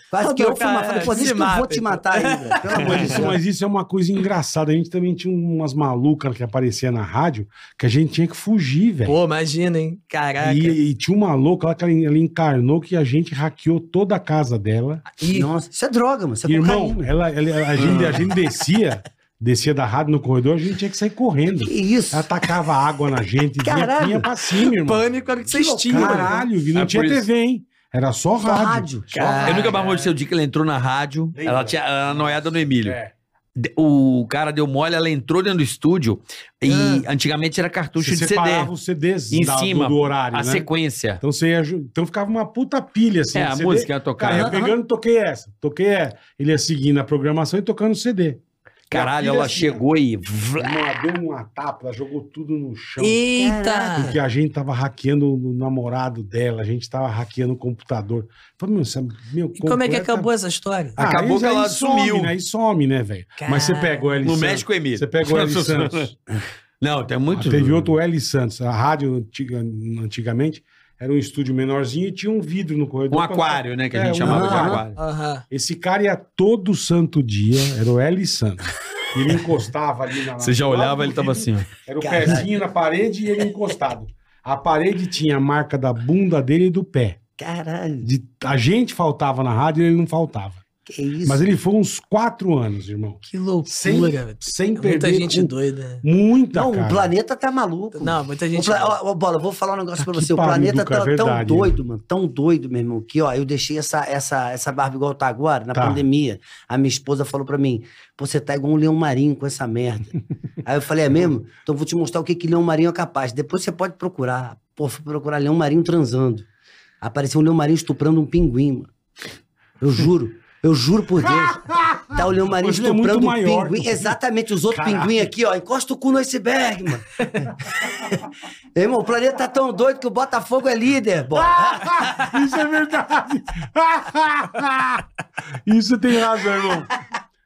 Speaker 1: Quase que eu fui
Speaker 5: Cara,
Speaker 1: matar. Falei, pô,
Speaker 5: se
Speaker 1: deixa que eu vou
Speaker 5: mata,
Speaker 1: te
Speaker 5: então.
Speaker 1: matar ainda. Pelo amor de
Speaker 3: Mas isso,
Speaker 1: Deus.
Speaker 3: mas isso é uma coisa engraçada. A gente também tinha umas malucas que aparecia na rádio que a gente tinha que fugir, velho.
Speaker 5: Pô, imagina, hein?
Speaker 1: É,
Speaker 5: Caraca.
Speaker 3: E, e tinha uma louca lá que ela, ela encarnou que a gente hackeou toda a casa dela.
Speaker 5: E-
Speaker 1: Nossa, isso é droga, mano. Isso é
Speaker 3: Irmão,
Speaker 1: cocaína.
Speaker 3: ela, ela- a, gente, a gente descia, descia da rádio no corredor, a gente tinha que sair correndo.
Speaker 1: Que isso?
Speaker 3: Ela tacava água na gente, vinha,
Speaker 1: Caralho.
Speaker 3: vinha pra cima, irmão.
Speaker 5: pânico era o que vocês tinham. né?
Speaker 3: Caralho, vi, não
Speaker 4: É
Speaker 3: tinha
Speaker 4: por isso.
Speaker 3: TV, hein? Era só
Speaker 1: Só
Speaker 3: rádio.
Speaker 1: rádio.
Speaker 4: Eu nunca mais vou esquecer o dia que ela entrou na rádio,
Speaker 3: Lembra?
Speaker 4: ela tinha ela era noiada no
Speaker 1: É.
Speaker 4: Emílio. De- O cara deu mole, ela entrou dentro do estúdio e antigamente era cartucho
Speaker 3: É. Você
Speaker 4: de CD,
Speaker 3: separava os CDs
Speaker 4: Em
Speaker 3: da-
Speaker 4: cima,
Speaker 3: do, do horário,
Speaker 4: a
Speaker 3: né?
Speaker 4: sequência.
Speaker 3: Então, você ia ju- então ficava uma puta pilha, assim.
Speaker 4: é,
Speaker 3: de
Speaker 4: a
Speaker 3: CD.
Speaker 4: música ia
Speaker 3: Cara,
Speaker 4: tocar.
Speaker 3: ia pegando, toquei essa, toquei essa. Ele ia seguindo a programação e tocando CD.
Speaker 4: Caralho,
Speaker 3: filha
Speaker 4: ela
Speaker 3: assim,
Speaker 4: chegou e. Vrá.
Speaker 3: Deu uma tapa, ela jogou tudo no chão.
Speaker 5: Eita!
Speaker 3: Porque a gente tava hackeando o namorado dela, a gente tava hackeando o computador. Falei, meu, isso é- meu
Speaker 5: E como é que
Speaker 3: completa-
Speaker 5: acabou essa história?
Speaker 3: Ah,
Speaker 4: Acabou
Speaker 3: aí-
Speaker 4: que ela
Speaker 3: aí some,
Speaker 4: sumiu.
Speaker 3: Né? Aí some, né, velho? Mas você
Speaker 5: Caralho.
Speaker 3: pegou o L
Speaker 4: No
Speaker 3: Santos.
Speaker 4: México Emílio.
Speaker 3: Você pegou o L Santos.
Speaker 4: Não, tem
Speaker 3: Ah,
Speaker 4: muito. um
Speaker 3: Teve outro L Santos. A rádio antiga- antigamente era um estúdio menorzinho e tinha um vidro no corredor.
Speaker 4: Um aquário, né? Que a
Speaker 3: É,
Speaker 4: gente
Speaker 3: um
Speaker 4: chamava de
Speaker 1: aquário.
Speaker 4: aquário.
Speaker 5: Aham.
Speaker 3: Esse cara ia todo santo dia, era o L Santos. E Ele encostava ali na.
Speaker 4: Você já
Speaker 3: lá
Speaker 4: olhava,
Speaker 3: no
Speaker 4: ele tava
Speaker 3: vidro,
Speaker 4: assim. ó.
Speaker 3: Era o
Speaker 1: Caralho.
Speaker 3: pezinho na parede e ele encostado. A parede tinha a marca da bunda dele e do pé.
Speaker 1: Caralho,
Speaker 3: De- a gente faltava na rádio e ele não faltava.
Speaker 1: que isso?
Speaker 3: Mas ele foi uns quatro anos, irmão.
Speaker 5: Que loucura,
Speaker 3: Sem,
Speaker 5: velho.
Speaker 3: sem
Speaker 5: É
Speaker 3: perder.
Speaker 5: Muita gente
Speaker 3: um-
Speaker 5: doida. né?
Speaker 3: Muita,
Speaker 1: Não,
Speaker 3: cara.
Speaker 1: o planeta tá maluco. mano.
Speaker 5: Não, muita
Speaker 1: O
Speaker 5: gente.
Speaker 1: pla- ó, ó, Bola, eu vou falar um negócio pra
Speaker 3: que
Speaker 1: você. O
Speaker 3: pariu,
Speaker 1: planeta
Speaker 3: Duca,
Speaker 1: tá
Speaker 3: é verdade,
Speaker 1: tão doido, mano. Tão doido, meu irmão, que ó, eu deixei essa, essa, essa barba igual tá agora, na
Speaker 3: Tá.
Speaker 1: pandemia. A minha esposa falou pra mim: "Pô, você tá igual um leão marinho com essa merda. Aí eu falei: é mesmo? Então eu vou te mostrar o que, que leão marinho é capaz. Depois você pode procurar. Pô, fui procurar leão marinho transando. Apareceu um leão marinho estuprando um pinguim, mano. Eu juro. Eu juro por Deus. Tá o leão marinho
Speaker 3: Mas tu é muito
Speaker 1: estuprando um
Speaker 3: maior
Speaker 1: pinguim.
Speaker 3: que o-
Speaker 1: Exatamente, os outros
Speaker 3: Caralho.
Speaker 1: pinguim aqui, ó. Encosta o cu no iceberg, mano. Meu irmão, o planeta tá tão doido que o Botafogo é líder, bola.
Speaker 3: Isso é verdade. Isso tem razão, irmão.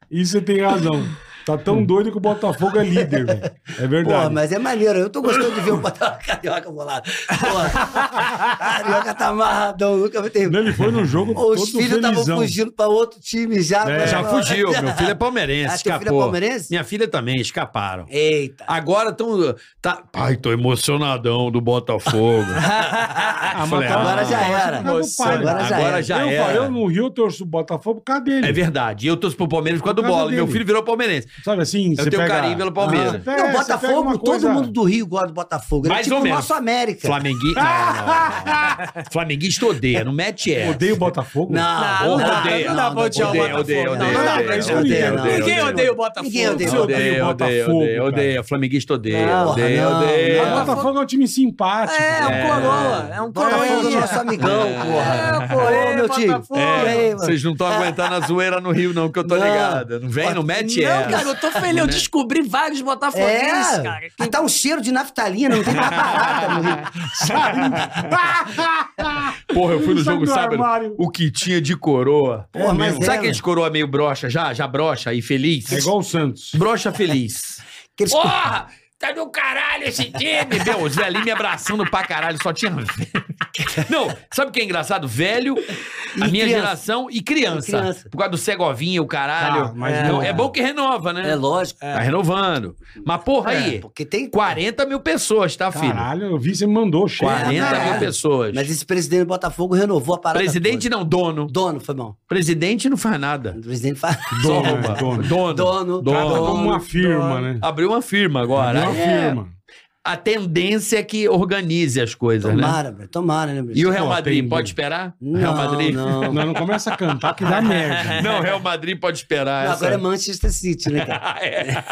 Speaker 3: Isso tem razão. Tá tão doido que o Botafogo é líder, velho. É
Speaker 1: Porra,
Speaker 3: verdade.
Speaker 1: mas é maneiro. Eu tô gostando de ver o Botafogo carioca bolado. Porra, carioca tá amarradão, nunca vi ter.
Speaker 3: Não, Ele foi no jogo todo
Speaker 1: Os filhos estavam
Speaker 3: felizão.
Speaker 1: fugindo pra outro time já.
Speaker 3: É,
Speaker 1: pra-
Speaker 4: Já fugiu. Meu filho é palmeirense,
Speaker 1: Ah, teu filho é
Speaker 4: escapou.
Speaker 1: palmeirense?
Speaker 4: Minha filha também, escaparam.
Speaker 1: Eita.
Speaker 4: Agora tão. Tá... Ai, tô emocionadão do Botafogo.
Speaker 3: Ah, mas
Speaker 4: Falei,
Speaker 3: tá-
Speaker 1: agora já
Speaker 3: mas
Speaker 1: era.
Speaker 3: tá no
Speaker 1: Moçada,
Speaker 3: palio.
Speaker 1: agora já
Speaker 4: Agora
Speaker 1: era.
Speaker 4: já
Speaker 3: eu,
Speaker 4: era.
Speaker 3: falei, eu no Rio eu torço o Botafogo por causa dele.
Speaker 4: É verdade. E eu torço pro Palmeiras por causa do
Speaker 3: Por causa
Speaker 4: bola. Meu
Speaker 3: dele.
Speaker 4: filho virou palmeirense.
Speaker 3: Sabe assim?
Speaker 4: Eu tenho carinho pelo Palmeiras.
Speaker 3: até
Speaker 1: Não, o
Speaker 3: você pega
Speaker 1: Botafogo,
Speaker 3: uma
Speaker 1: todo
Speaker 3: coisa-
Speaker 1: mundo do Rio gosta do Botafogo. Ele é
Speaker 4: Mais
Speaker 1: tipo
Speaker 4: ou
Speaker 1: o
Speaker 4: menos.
Speaker 1: nosso América.
Speaker 4: Flamenguista. Não, não, não. Flamenguista odeia, não mete essa.
Speaker 3: É. Odeio o Botafogo.
Speaker 1: Não,
Speaker 4: Odeia,
Speaker 1: não.
Speaker 4: odeia,
Speaker 5: não dá pra odiar o
Speaker 4: odeia,
Speaker 5: Botafogo.
Speaker 4: odeia,
Speaker 5: Não,
Speaker 4: odeia,
Speaker 5: não dá pra
Speaker 4: odeia,
Speaker 1: escolher.
Speaker 4: odeia,
Speaker 1: Não,
Speaker 4: odeia,
Speaker 5: Ninguém
Speaker 4: odeia,
Speaker 5: odeia o Botafogo.
Speaker 1: Ninguém odeia o
Speaker 5: Seu-
Speaker 3: Botafogo.
Speaker 4: Odeia,
Speaker 3: odeio
Speaker 4: odeia,
Speaker 3: Botafogo,
Speaker 4: odeia,
Speaker 3: cara.
Speaker 4: odeia. Flamenguista odeia,
Speaker 1: Não,
Speaker 4: odeia,
Speaker 1: não,
Speaker 4: odeia.
Speaker 1: não.
Speaker 3: O Botafogo é um time simpático.
Speaker 5: É, um
Speaker 3: cara.
Speaker 5: coroa. É um coroa.
Speaker 1: Botafogo é o nosso amigão,
Speaker 4: É.
Speaker 1: porra.
Speaker 5: É, pô,
Speaker 1: Ô, meu time.
Speaker 5: Botafogo.
Speaker 1: E aí,
Speaker 4: É,
Speaker 1: mano?
Speaker 4: vocês não estão aguentando a zoeira no Rio, não, que eu tô
Speaker 1: Não.
Speaker 4: ligado. Não vem, não mete
Speaker 5: Não,
Speaker 4: essa.
Speaker 5: cara, eu tô feliz. Eu
Speaker 3: Né?
Speaker 5: descobri vários botafoguenses,
Speaker 1: É,
Speaker 5: cara.
Speaker 1: tá um cheiro de naftalina, não tem mais barata no Rio. um
Speaker 4: Porra, eu fui no
Speaker 3: Sai
Speaker 4: jogo
Speaker 3: é do
Speaker 4: sábado.
Speaker 3: armário.
Speaker 4: O que tinha de coroa.
Speaker 1: Porra, mas
Speaker 4: Sabe
Speaker 1: é,
Speaker 4: aqueles coroa meio broxa já? Já broxa e feliz?
Speaker 3: É igual o Santos.
Speaker 4: Broxa feliz.
Speaker 1: aqueles...
Speaker 4: Porra! Tá do caralho esse time! Meu, os velhinhos me abraçando pra caralho, só tinha velho. Não, sabe o que é engraçado? Velho, a
Speaker 1: E
Speaker 4: minha
Speaker 1: criança.
Speaker 4: geração e criança.
Speaker 1: E criança.
Speaker 4: Por causa do Cegovinha, o caralho.
Speaker 3: Tá, mas
Speaker 4: é,
Speaker 3: não,
Speaker 4: é
Speaker 3: é.
Speaker 4: bom que renova, né?
Speaker 1: É lógico.
Speaker 4: Tá renovando. Mas porra
Speaker 1: É,
Speaker 4: aí,
Speaker 1: porque tem...
Speaker 4: 40 mil pessoas, tá, filho?
Speaker 3: Caralho, eu vi, você me mandou, chega. né?
Speaker 4: 40 mil
Speaker 1: caralho.
Speaker 4: pessoas.
Speaker 1: Mas esse presidente do Botafogo renovou a parada
Speaker 4: Presidente não, dono.
Speaker 1: toda. Dono, foi bom.
Speaker 4: Presidente não faz nada.
Speaker 1: O presidente fala...
Speaker 4: Só
Speaker 3: Dono,
Speaker 4: rouba.
Speaker 3: é, dono.
Speaker 4: Dono.
Speaker 1: Dono.
Speaker 3: Trata
Speaker 4: Dono.
Speaker 3: como um uma firma,
Speaker 5: dono.
Speaker 3: né?
Speaker 4: Abriu uma firma agora.
Speaker 3: Uma
Speaker 4: É,
Speaker 3: firma.
Speaker 4: A tendência é que organize as coisas, né?
Speaker 1: Tomara, velho. Tomara, né,
Speaker 4: E o
Speaker 1: Brasil?
Speaker 4: Real
Speaker 3: Não,
Speaker 4: Madrid,
Speaker 3: tem-
Speaker 4: pode esperar?
Speaker 1: Não,
Speaker 4: Real Madrid?
Speaker 1: não.
Speaker 3: Não, é não começa a cantar que dá merda.
Speaker 4: Não, Real Madrid pode esperar.
Speaker 1: Não,
Speaker 4: essa-
Speaker 1: agora é Manchester City, né, cara?
Speaker 4: Ah, é.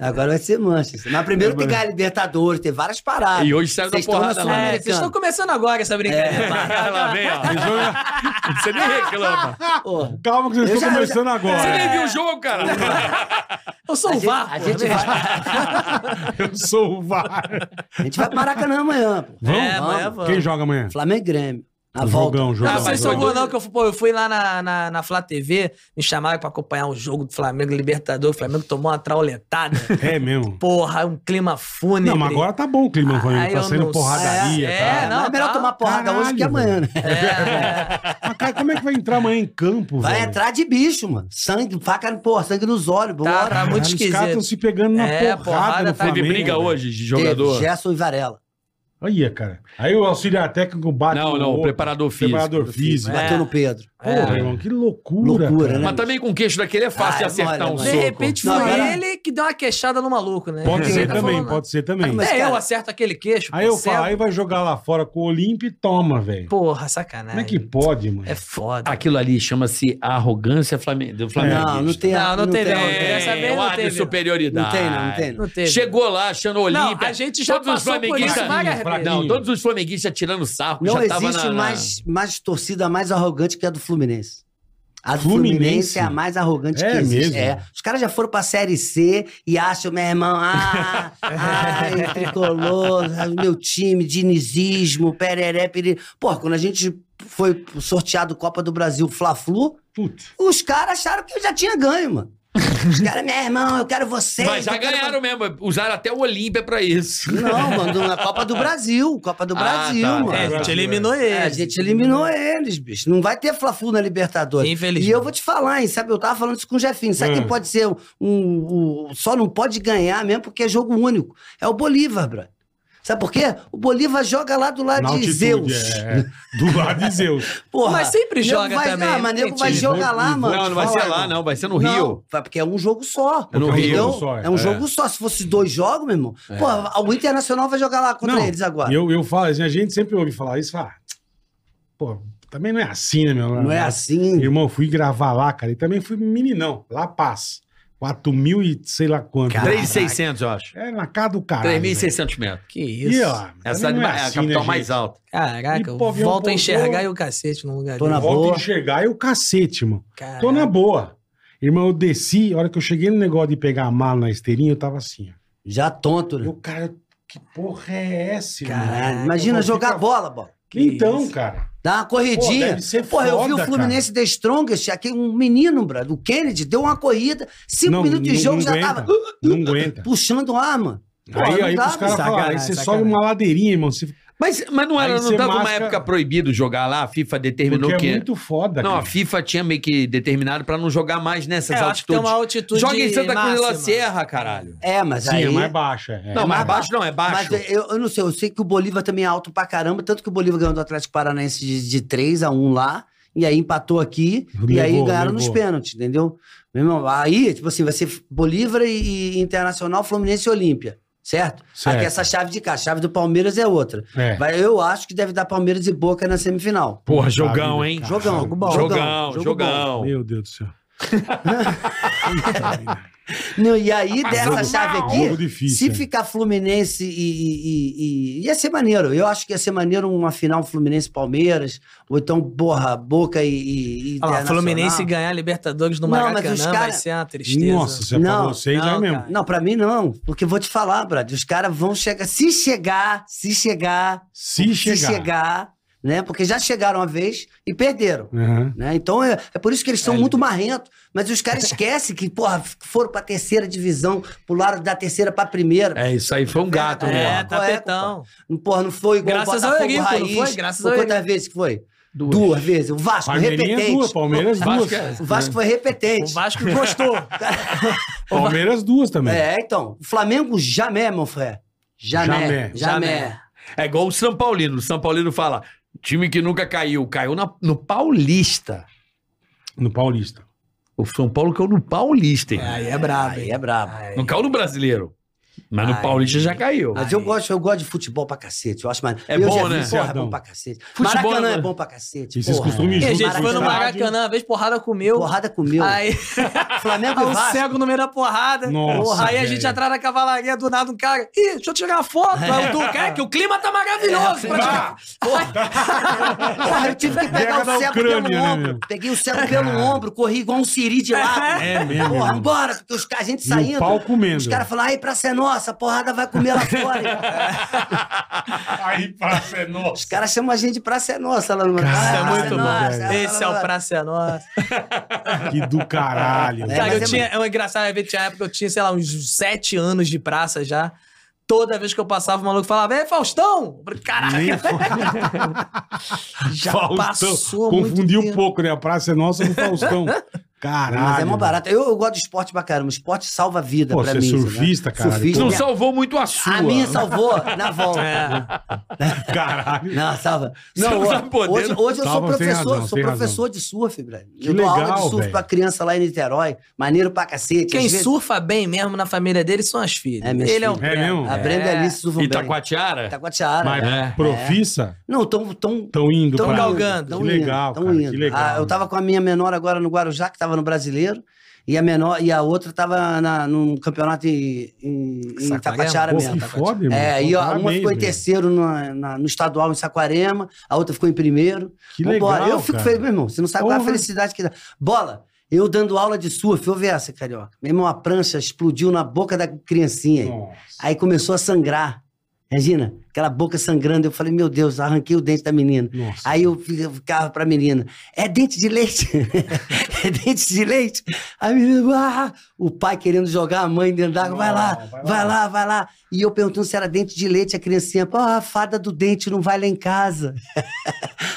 Speaker 1: Agora vai ser Manchester. Mas primeiro tem ganhar Libertadores, tem várias paradas.
Speaker 4: E hoje saiu da
Speaker 1: Ah, Vocês estão
Speaker 4: porrada
Speaker 1: na
Speaker 4: lá.
Speaker 5: É,
Speaker 1: Sul-Americana.
Speaker 5: vocês estão começando agora essa
Speaker 1: É.
Speaker 5: brincadeira. tá?
Speaker 4: Ela vem, ó. Você nem reclama.
Speaker 1: Porra.
Speaker 3: Calma que vocês
Speaker 1: Eu
Speaker 3: estão
Speaker 1: já-
Speaker 3: começando
Speaker 4: Você
Speaker 3: agora.
Speaker 4: nem viu o jogo, cara. Tá
Speaker 5: Eu sou
Speaker 1: A
Speaker 5: o
Speaker 1: gente,
Speaker 5: VAR.
Speaker 1: a,
Speaker 5: pô,
Speaker 1: gente
Speaker 5: né?
Speaker 1: vai,
Speaker 3: Eu sou o VAR.
Speaker 1: a gente vai pro Maracanã amanhã. pô.
Speaker 3: Vamos?
Speaker 5: É, amanhã vamos.
Speaker 3: Quem joga amanhã?
Speaker 1: Flamengo e Grêmio. Na volta.
Speaker 3: Jogão, jogão.
Speaker 5: Ah, vocês são
Speaker 3: jogão.
Speaker 5: bons, não, que eu fui, pô, eu fui lá na, na, na Flá TV, me chamaram pra acompanhar um jogo do Flamengo e Libertador. O Flamengo tomou uma trauletada.
Speaker 3: É mesmo.
Speaker 5: Porra, um clima fúnebre.
Speaker 3: Não, mas agora tá bom o clima do Flamengo.
Speaker 5: Ah,
Speaker 3: Tá
Speaker 5: eu
Speaker 3: sendo
Speaker 5: não
Speaker 3: porradaria.
Speaker 5: sei.
Speaker 3: tá?
Speaker 5: É,
Speaker 1: Mas
Speaker 5: não,
Speaker 1: é melhor
Speaker 5: tá.
Speaker 1: tomar porrada hoje que
Speaker 3: Caralho,
Speaker 1: amanhã, né?
Speaker 3: Mas, cara, como é que vai entrar amanhã em campo,
Speaker 1: Vai
Speaker 3: velho?
Speaker 1: entrar de bicho, mano. Sangue, faca, porra, sangue nos olhos.
Speaker 5: Tá,
Speaker 1: Bora.
Speaker 5: tá
Speaker 3: Caralho, Os
Speaker 5: muito
Speaker 3: caras estão
Speaker 5: esquisito.
Speaker 3: se pegando na
Speaker 5: É,
Speaker 3: porrada,
Speaker 5: porrada,
Speaker 3: no
Speaker 5: tá- Teve
Speaker 3: Flamengo.
Speaker 4: Teve briga
Speaker 3: velho.
Speaker 4: hoje de
Speaker 1: Teve
Speaker 4: jogador?
Speaker 1: Gerson e Varela.
Speaker 3: Olha, cara. Aí o auxiliar técnico bate.
Speaker 4: Não,
Speaker 3: no
Speaker 4: não,
Speaker 3: outro.
Speaker 4: preparador físico.
Speaker 3: Preparador físico.
Speaker 5: É.
Speaker 1: Bateu no Pedro.
Speaker 3: Porra, irmão, que loucura.
Speaker 1: Loucura,
Speaker 3: cara.
Speaker 1: né?
Speaker 4: Mas também com o queixo daquele é fácil de
Speaker 1: Ah,
Speaker 4: acertar
Speaker 1: olha,
Speaker 4: um
Speaker 1: mas-
Speaker 5: De
Speaker 4: soco.
Speaker 5: repente
Speaker 1: Não,
Speaker 5: foi
Speaker 1: agora-
Speaker 5: ele que deu uma queixada no maluco, né?
Speaker 3: Pode
Speaker 5: Ele
Speaker 3: ser
Speaker 5: tá
Speaker 3: também,
Speaker 5: falando-
Speaker 3: pode ser também.
Speaker 1: mas-
Speaker 5: É,
Speaker 1: cara-
Speaker 5: eu acerto aquele queixo.
Speaker 3: Aí eu
Speaker 5: pô,
Speaker 3: falo,
Speaker 5: cego.
Speaker 3: aí vai jogar lá fora com o Olimpo e toma, velho.
Speaker 5: Porra,
Speaker 3: Como
Speaker 5: sacanagem.
Speaker 3: é que pode, mano?
Speaker 5: É foda.
Speaker 4: Aquilo ali chama-se arrogância flame- do Flamengo.
Speaker 1: Não, não tem
Speaker 5: Não, não teve, não.
Speaker 1: não.
Speaker 5: Dessa vez
Speaker 4: um
Speaker 5: não
Speaker 4: ar de
Speaker 5: teve.
Speaker 4: superioridade.
Speaker 1: Não tem, não, não tem, não.
Speaker 5: Não teve.
Speaker 4: Chegou lá achando Olímpia.
Speaker 5: Não, a gente já
Speaker 4: todos os
Speaker 5: passou por
Speaker 4: flamenguistas-
Speaker 5: isso várias
Speaker 3: Fraquinho,
Speaker 4: Não,
Speaker 5: vezes.
Speaker 4: todos os flamenguistas tirando sarro.
Speaker 1: Não
Speaker 4: já tava
Speaker 1: existe
Speaker 4: na- na-
Speaker 1: mais, mais torcida mais arrogante que a do Fluminense. A do
Speaker 3: Fluminense?
Speaker 1: Fluminense, é a mais arrogante
Speaker 3: É
Speaker 1: que existe.
Speaker 3: mesmo?
Speaker 1: É. Os caras já foram pra Série C e acham, meu irmão, ah, ai, tricolor, ai, meu time, dinizismo, pereré, peri... Pô, quando a gente foi sorteado Copa do Brasil Fla-Flu,
Speaker 3: Putz.
Speaker 1: os caras acharam que eu já tinha ganho, mano. Os caras, meu irmão, eu quero vocês.
Speaker 4: Mas já
Speaker 1: eu quero
Speaker 4: ganharam mesmo. Usaram até o Olímpia pra isso.
Speaker 1: Não, mano, na Copa do Brasil. Copa do
Speaker 4: Ah,
Speaker 1: Brasil,
Speaker 4: tá.
Speaker 1: mano.
Speaker 5: É, a gente eliminou ele.
Speaker 1: É, a gente eliminou eles, bicho. Não vai ter Fla-Flu na Libertadores.
Speaker 5: Infelizmente.
Speaker 1: E eu vou te falar, hein, sabe? Eu tava falando isso com o Jefinho. Sabe
Speaker 3: Hum.
Speaker 1: quem pode ser um, um- Só não pode ganhar mesmo porque é jogo único. É o Bolívar, bro. Sabe por quê? O Bolívar joga lá do lado
Speaker 3: Na
Speaker 1: de
Speaker 3: altitude,
Speaker 1: Zeus.
Speaker 3: é. Do lado de Zeus.
Speaker 1: Porra.
Speaker 5: Mas sempre
Speaker 1: Nego
Speaker 5: joga
Speaker 1: vai,
Speaker 5: também, né,
Speaker 1: Ah,
Speaker 5: não
Speaker 1: mas nego
Speaker 5: tem
Speaker 1: vai
Speaker 5: time.
Speaker 1: jogar lá,
Speaker 3: Não,
Speaker 1: mano.
Speaker 4: não, não vai
Speaker 1: Fala,
Speaker 4: ser lá,
Speaker 1: irmão.
Speaker 4: não. Vai ser no
Speaker 1: Não,
Speaker 4: Rio.
Speaker 1: vai- porque é um jogo só.
Speaker 4: É no Rio.
Speaker 1: Entendeu?
Speaker 4: É um
Speaker 3: jogo só, é.
Speaker 1: É um
Speaker 4: É.
Speaker 1: jogo só. Se fosse dois jogos, meu irmão. Pô, o Internacional vai jogar lá contra
Speaker 3: Não,
Speaker 1: eles agora.
Speaker 3: E eu, eu falo, assim, a gente sempre ouve falar isso, fala, "Ah, pô, também não é assim, né, meu?
Speaker 1: Não é assim.
Speaker 3: Irmão, fui gravar lá, cara, e também fui meninão, La Paz. 4 mil e sei lá quanto.
Speaker 1: Caraca.
Speaker 4: 3,600, eu acho.
Speaker 3: É na casa do cara.
Speaker 4: 3.600 metros.
Speaker 5: Que isso.
Speaker 3: E, ó,
Speaker 4: Essa
Speaker 3: também
Speaker 4: é,
Speaker 3: não
Speaker 4: a
Speaker 3: assim,
Speaker 4: capital
Speaker 3: né,
Speaker 4: mais
Speaker 3: gente?
Speaker 4: alta.
Speaker 5: Caraca,
Speaker 3: E,
Speaker 5: eu
Speaker 3: pô, avião
Speaker 5: volto
Speaker 3: pousou.
Speaker 5: a enxergar e o cacete num lugar
Speaker 1: Tô
Speaker 5: desse.
Speaker 1: na
Speaker 3: Volta
Speaker 1: boa.
Speaker 3: a enxergar e o cacete, irmão.
Speaker 5: Caraca.
Speaker 3: Tô na boa. Irmão, eu desci, a hora que eu cheguei no negócio de pegar a mala na esteirinha, eu tava assim, ó.
Speaker 1: Já tonto, né?
Speaker 3: Eu, cara, que porra é essa, irmão?
Speaker 1: Caralho. Imagina
Speaker 3: Eu vou
Speaker 1: jogar
Speaker 3: ficar-
Speaker 1: bola, bola.
Speaker 3: Que Então,
Speaker 5: isso.
Speaker 3: cara.
Speaker 1: Dá uma
Speaker 3: Pô,
Speaker 1: corridinha.
Speaker 3: deve ser
Speaker 1: Porra, eu vi
Speaker 3: foda,
Speaker 1: o Fluminense The Strongest, aqui um menino, bro, do Kennedy, deu uma corrida, cinco minutos de jogo já
Speaker 3: aguenta,
Speaker 1: tava
Speaker 3: Não aguenta.
Speaker 1: puxando ar, mano. Pô,
Speaker 3: aí
Speaker 1: não
Speaker 3: aí
Speaker 1: dá,
Speaker 3: os caras falam,
Speaker 5: sacanagem,
Speaker 3: aí você sobe
Speaker 5: sacanagem.
Speaker 3: uma ladeirinha, irmão. Você...
Speaker 4: Mas, mas não, era,
Speaker 3: Aí
Speaker 4: não
Speaker 3: você
Speaker 4: tava uma
Speaker 3: masca-
Speaker 4: época proibido jogar lá. A FIFA determinou
Speaker 3: Porque é
Speaker 4: que...
Speaker 3: muito foda,
Speaker 4: Não, a
Speaker 3: cara.
Speaker 4: FIFA tinha meio que determinado pra não jogar mais nessas
Speaker 5: É, eu acho que tem
Speaker 4: altitudes.
Speaker 5: uma altitude
Speaker 4: Joga em Santa Cruz de La
Speaker 5: máxima.
Speaker 4: Serra, caralho.
Speaker 1: É, mas
Speaker 3: Sim,
Speaker 1: aí...
Speaker 3: é mais baixa. é.
Speaker 4: não, mais
Speaker 1: mas-
Speaker 4: baixo não, é baixo.
Speaker 1: Mas eu, eu não sei, eu sei que o Bolívar também é alto pra caramba, tanto que o Bolívar ganhou do Atlético Paranaense de, de 3 a 1 lá, e aí empatou aqui, e
Speaker 3: Levou,
Speaker 1: aí ganharam nos
Speaker 3: levou.
Speaker 1: pênaltis, entendeu? Meu irmão, aí, tipo assim, vai ser Bolívar e, e Internacional, Fluminense e Olímpia, certo?
Speaker 3: Certo.
Speaker 1: Aqui essa chave de cá, a chave do Palmeiras é outra.
Speaker 3: É.
Speaker 1: Vai- eu acho que deve dar Palmeiras e Boca na semifinal.
Speaker 4: Porra,
Speaker 3: Puta
Speaker 4: jogão,
Speaker 3: vida,
Speaker 4: hein?
Speaker 3: cara.
Speaker 1: Jogão,
Speaker 3: Ah, Jogo
Speaker 1: bom,
Speaker 4: Jogão,
Speaker 1: jogo
Speaker 4: jogão.
Speaker 3: Meu Deus do céu.
Speaker 1: Não, e aí, dessa
Speaker 3: jogo-
Speaker 1: chave
Speaker 3: jogo
Speaker 1: aqui,
Speaker 3: difícil,
Speaker 1: se
Speaker 3: hein?
Speaker 1: ficar Fluminense e, e- e- e- Ia ser maneiro. Eu acho que ia ser maneiro uma final Fluminense-Palmeiras, ou então, porra, Boca e. e e
Speaker 5: Olha lá,
Speaker 1: Internacional.
Speaker 5: Fluminense ganhar Libertadores no
Speaker 1: Não, mas
Speaker 5: Maracanã
Speaker 1: os
Speaker 5: vai
Speaker 1: cara-
Speaker 5: ser uma tristeza.
Speaker 3: Nossa, é você
Speaker 1: Não,
Speaker 3: falou seis
Speaker 5: não,
Speaker 3: aí mesmo.
Speaker 5: cara.
Speaker 1: Não, pra mim não. Porque vou te falar, Brad, os caras vão chegar. Se chegar, se chegar,
Speaker 3: Se chegar.
Speaker 1: se chegar, né? Porque já chegaram uma vez e perderam.
Speaker 3: Aham.
Speaker 1: Né? Então é, é por isso que eles são
Speaker 4: É,
Speaker 5: né?
Speaker 1: muito marrentos. Mas os caras esquecem que, porra, foram pra terceira divisão, pularam da terceira pra primeira.
Speaker 4: É, isso aí foi um gato,
Speaker 1: É,
Speaker 5: É,
Speaker 4: né?
Speaker 1: Qual é,
Speaker 5: tapetão.
Speaker 1: Porra, não foi igual
Speaker 5: Graças
Speaker 1: o
Speaker 5: ao
Speaker 1: Botafogo
Speaker 5: Eurico, não
Speaker 1: Raiz.
Speaker 5: foi? Graças
Speaker 1: Ou
Speaker 5: ao
Speaker 1: Quantas
Speaker 5: Eurico.
Speaker 1: vezes que foi? Duas vezes. O Vasco,
Speaker 3: Palmeirinha
Speaker 1: repetente.
Speaker 3: é duas, Palmeiras duas.
Speaker 4: Vasco é-
Speaker 1: O Vasco foi repetente.
Speaker 5: O Vasco gostou.
Speaker 3: Palmeiras duas também.
Speaker 1: É, então. O Flamengo jamais, meu fré. Jamais.
Speaker 3: Jamais.
Speaker 1: Jamais.
Speaker 4: É igual o São Paulino. O São Paulino fala, time que nunca caiu. Caiu na- no Paulista.
Speaker 3: No Paulista.
Speaker 4: O São Paulo caiu no Paulista. hein?
Speaker 5: Aí é brabo.
Speaker 1: Aí
Speaker 5: hein?
Speaker 1: é brabo.
Speaker 5: Aí.
Speaker 4: Não caiu no Brasileiro. Mas no
Speaker 5: Ai.
Speaker 4: Paulista já caiu.
Speaker 1: Mas eu gosto, eu gosto de futebol pra cacete. Eu acho mais.
Speaker 4: É
Speaker 1: eu
Speaker 4: bom,
Speaker 1: já
Speaker 4: né?
Speaker 1: vi, Porra, é
Speaker 3: Certo.
Speaker 1: bom pra cacete.
Speaker 4: Futebol
Speaker 1: Maracanã
Speaker 4: é
Speaker 1: é
Speaker 4: bom.
Speaker 1: bom pra cacete.
Speaker 3: E vocês
Speaker 1: porra.
Speaker 3: costumam ir
Speaker 5: E a gente
Speaker 3: junto,
Speaker 5: foi no
Speaker 3: estádio.
Speaker 5: Maracanã, uma vez porrada comeu.
Speaker 1: Porrada comeu.
Speaker 5: Aí,
Speaker 1: Flamengo
Speaker 5: aí
Speaker 1: e
Speaker 5: o
Speaker 1: Vasco.
Speaker 5: cego no meio da porrada.
Speaker 3: Nossa,
Speaker 5: Porra, aí a
Speaker 3: velho.
Speaker 5: gente atrás da cavalaria, do nada um cara. Ih, deixa eu tirar uma foto. Aí o do cara, que o clima tá maravilhoso pra tirar.
Speaker 1: Porra, eu tive que pegar
Speaker 3: Guerra da
Speaker 1: o cego
Speaker 3: Ucrânia,
Speaker 1: pelo
Speaker 3: né,
Speaker 1: ombro.
Speaker 3: meu?
Speaker 1: Peguei o cego pelo ombro, corri igual um siri de lá.
Speaker 3: É mesmo,
Speaker 1: Porra,
Speaker 3: irmão.
Speaker 1: bora, porque os, a gente
Speaker 3: No
Speaker 1: saindo.
Speaker 3: pau comendo.
Speaker 1: Os caras falaram, aí, praça é nossa, a porrada vai comer lá fora.
Speaker 3: Aí praça é
Speaker 1: os
Speaker 3: nossa.
Speaker 1: caras chamam a gente de praça é nossa lá no
Speaker 3: Cara,
Speaker 1: Ah,
Speaker 5: Isso é
Speaker 1: Praça
Speaker 5: muito
Speaker 3: bom,
Speaker 1: Nossa,
Speaker 3: velho.
Speaker 1: lá, lá,
Speaker 5: Esse é
Speaker 1: lá,
Speaker 5: o
Speaker 1: lá.
Speaker 5: Praça é Nossa.
Speaker 3: Que do caralho.
Speaker 1: É,
Speaker 5: Cara,
Speaker 1: mas
Speaker 5: eu tinha. É um engraçado, é ver, tinha época que eu tinha, sei lá, uns sete anos de praça já. Toda vez que eu passava, o maluco falava, é Faustão! Eu falei,
Speaker 3: Nem
Speaker 5: Caraca, já
Speaker 3: Faustão.
Speaker 5: passou
Speaker 3: Confundiu
Speaker 5: muito
Speaker 3: um
Speaker 5: tempo.
Speaker 3: pouco, né? A Praça é Nossa do Faustão. Caralho. né?
Speaker 1: Mas é mó barato. Eu, eu gosto de esporte pra caramba. Esporte salva a vida
Speaker 3: Pô,
Speaker 1: pra
Speaker 3: você
Speaker 1: mim.
Speaker 3: é
Speaker 1: sabe?
Speaker 3: surfista, caralho.
Speaker 1: Surfista.
Speaker 4: Não
Speaker 1: Minha-
Speaker 4: salvou muito a sua.
Speaker 1: A minha salvou na volta.
Speaker 3: É. Caralho.
Speaker 1: Não, salva.
Speaker 4: Você
Speaker 1: Não,
Speaker 4: não tá
Speaker 1: hoje-
Speaker 4: podendo.
Speaker 1: hoje, hoje eu sou
Speaker 3: né? Salva, tem
Speaker 1: professor,
Speaker 3: razão,
Speaker 1: sou
Speaker 3: tem
Speaker 1: professor de surf, Brad.
Speaker 3: Que
Speaker 1: Eu dou aula
Speaker 3: legal,
Speaker 1: de surf
Speaker 3: velho.
Speaker 1: pra criança lá em Niterói. Maneiro pra cacete.
Speaker 5: Quem
Speaker 1: Às vezes-
Speaker 5: surfa bem mesmo na família dele são as filhas.
Speaker 1: É, minhas
Speaker 5: Ele é o
Speaker 1: filhas.
Speaker 3: É mesmo?
Speaker 1: A Brenda e a Alice surfam bem.
Speaker 4: Itacoatiara?
Speaker 1: Itacoatiara.
Speaker 3: Mas
Speaker 4: É.
Speaker 3: profissa?
Speaker 1: Não, tão, tão,
Speaker 3: Estão indo
Speaker 1: Tão
Speaker 3: pra...
Speaker 5: galgando.
Speaker 3: Que legal, cara. Que legal.
Speaker 1: Ah, eu tava com a minha menor agora no Guarujá, que tava no Brasileiro. E a menor, e a outra tava na, num campeonato em, em, em
Speaker 5: Saquarema?
Speaker 1: Itacoatiara
Speaker 3: Pô,
Speaker 1: mesmo.
Speaker 3: que foda, irmão.
Speaker 1: É,
Speaker 3: Pô,
Speaker 1: e ó,
Speaker 3: parabéns,
Speaker 1: uma ficou em
Speaker 3: velho.
Speaker 1: terceiro na- na- no estadual em Saquarema, a outra ficou em primeiro.
Speaker 3: Que
Speaker 1: Vambora.
Speaker 3: legal,
Speaker 1: Eu fico
Speaker 3: cara.
Speaker 1: feliz, meu irmão. Você não sabe qual é a
Speaker 3: Porra.
Speaker 1: felicidade que dá. Bola, eu dando aula de surf, ouve essa, carioca. Meu irmão, a prancha explodiu na boca da criancinha. aí.
Speaker 3: Nossa.
Speaker 1: Aí começou a sangrar. Imagina, aquela boca sangrando. Eu falei, meu Deus, arranquei o dente da menina.
Speaker 3: Nossa.
Speaker 1: Aí eu ficava pra menina, é dente de leite? é dente de leite? A menina, ah! o pai querendo jogar a mãe dentro d'água, vai lá,
Speaker 3: Não, vai lá.
Speaker 1: vai lá, vai lá. E eu perguntando se era dente de leite, a criancinha, pô, a fada do dente não vai lá em casa.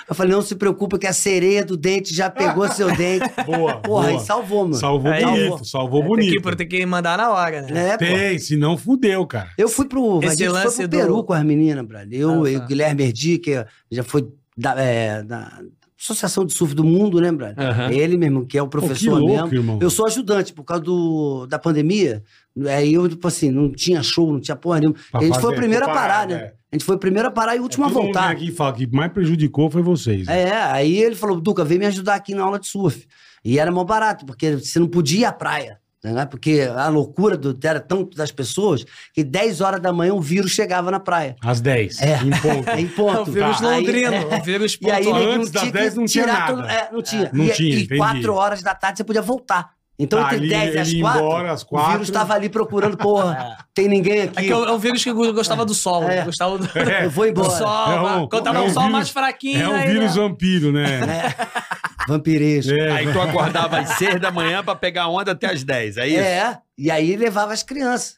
Speaker 1: eu falei, não se preocupa que a sereia do dente já pegou seu dente.
Speaker 3: Boa,
Speaker 1: Porra,
Speaker 3: boa.
Speaker 1: e salvou, É, mano.
Speaker 3: Salvou
Speaker 5: Aí-
Speaker 3: bonito, salvou
Speaker 5: Tem
Speaker 3: bonito.
Speaker 5: que, tem que mandar na hora, né?
Speaker 1: É, pô.
Speaker 3: Tem, senão fudeu, cara.
Speaker 1: Eu fui pro, a
Speaker 5: Esse
Speaker 1: gente foi
Speaker 5: lance
Speaker 1: pro
Speaker 5: do-
Speaker 1: Peru com as meninas, brother. Eu
Speaker 5: Ah,
Speaker 1: e
Speaker 5: tá.
Speaker 1: o Guilherme Erdi, que já foi da, é, da Associação de Surf do Mundo, né, brother?
Speaker 4: Aham.
Speaker 1: Ele mesmo, que é o
Speaker 3: Pô, que
Speaker 1: professor
Speaker 3: louco,
Speaker 1: mesmo.
Speaker 3: irmão.
Speaker 1: Eu sou ajudante por causa do, da pandemia. Aí eu, tipo assim, não tinha show, não tinha porra nenhuma.
Speaker 3: Pra
Speaker 1: a gente
Speaker 3: fazer,
Speaker 1: foi o primeiro a
Speaker 3: pra
Speaker 1: parar,
Speaker 3: parar,
Speaker 1: né?
Speaker 3: é.
Speaker 1: A gente foi o primeiro a parar e o último a
Speaker 3: Todo mundo vem
Speaker 1: voltar.
Speaker 3: aqui e fala que mais prejudicou foi vocês. né?
Speaker 1: É, aí ele falou, Duca, vem me ajudar aqui na aula de surf. E era mó barato, porque você não podia ir à praia. Né? Porque a loucura do, era tanto das pessoas que 10 horas da manhã o vírus chegava na praia.
Speaker 3: Às 10.
Speaker 1: É.
Speaker 3: Em ponto.
Speaker 5: É o
Speaker 1: Em
Speaker 3: um
Speaker 1: ponto.
Speaker 5: vírus
Speaker 1: Tá. Aí-
Speaker 5: londrino, o vírus
Speaker 1: E aí,
Speaker 5: pontual.
Speaker 1: nego,
Speaker 3: Antes das
Speaker 1: que
Speaker 3: 10 não tinha
Speaker 1: tirar
Speaker 3: nada.
Speaker 1: todo- é, não tinha.
Speaker 3: Não
Speaker 1: E-
Speaker 3: tinha,
Speaker 1: E
Speaker 3: entendi.
Speaker 1: 4 horas da tarde você podia voltar. Então,
Speaker 3: Tá,
Speaker 1: entre
Speaker 3: ali,
Speaker 1: 10 e as
Speaker 3: ele ia
Speaker 1: 4,
Speaker 3: embora às
Speaker 1: o
Speaker 3: quatro.
Speaker 1: vírus tá estava ali procurando, porra, tem ninguém
Speaker 5: É
Speaker 1: aqui.
Speaker 5: que é o é o vírus que gostava do sol.
Speaker 1: É.
Speaker 5: Gostava do,
Speaker 1: Eu vou
Speaker 5: do
Speaker 1: embora.
Speaker 5: sol.
Speaker 3: É um-
Speaker 5: quando tava
Speaker 3: é um
Speaker 5: um sol
Speaker 3: vírus-
Speaker 5: mais fraquinho.
Speaker 3: É um
Speaker 5: aí-
Speaker 3: vírus vampiro, né?
Speaker 1: Vampiresco.
Speaker 3: É.
Speaker 4: É, tá Aí tu acordava às seis da manhã pra pegar onda até às dez, é
Speaker 1: É,
Speaker 4: isso?
Speaker 1: e aí levava as crianças.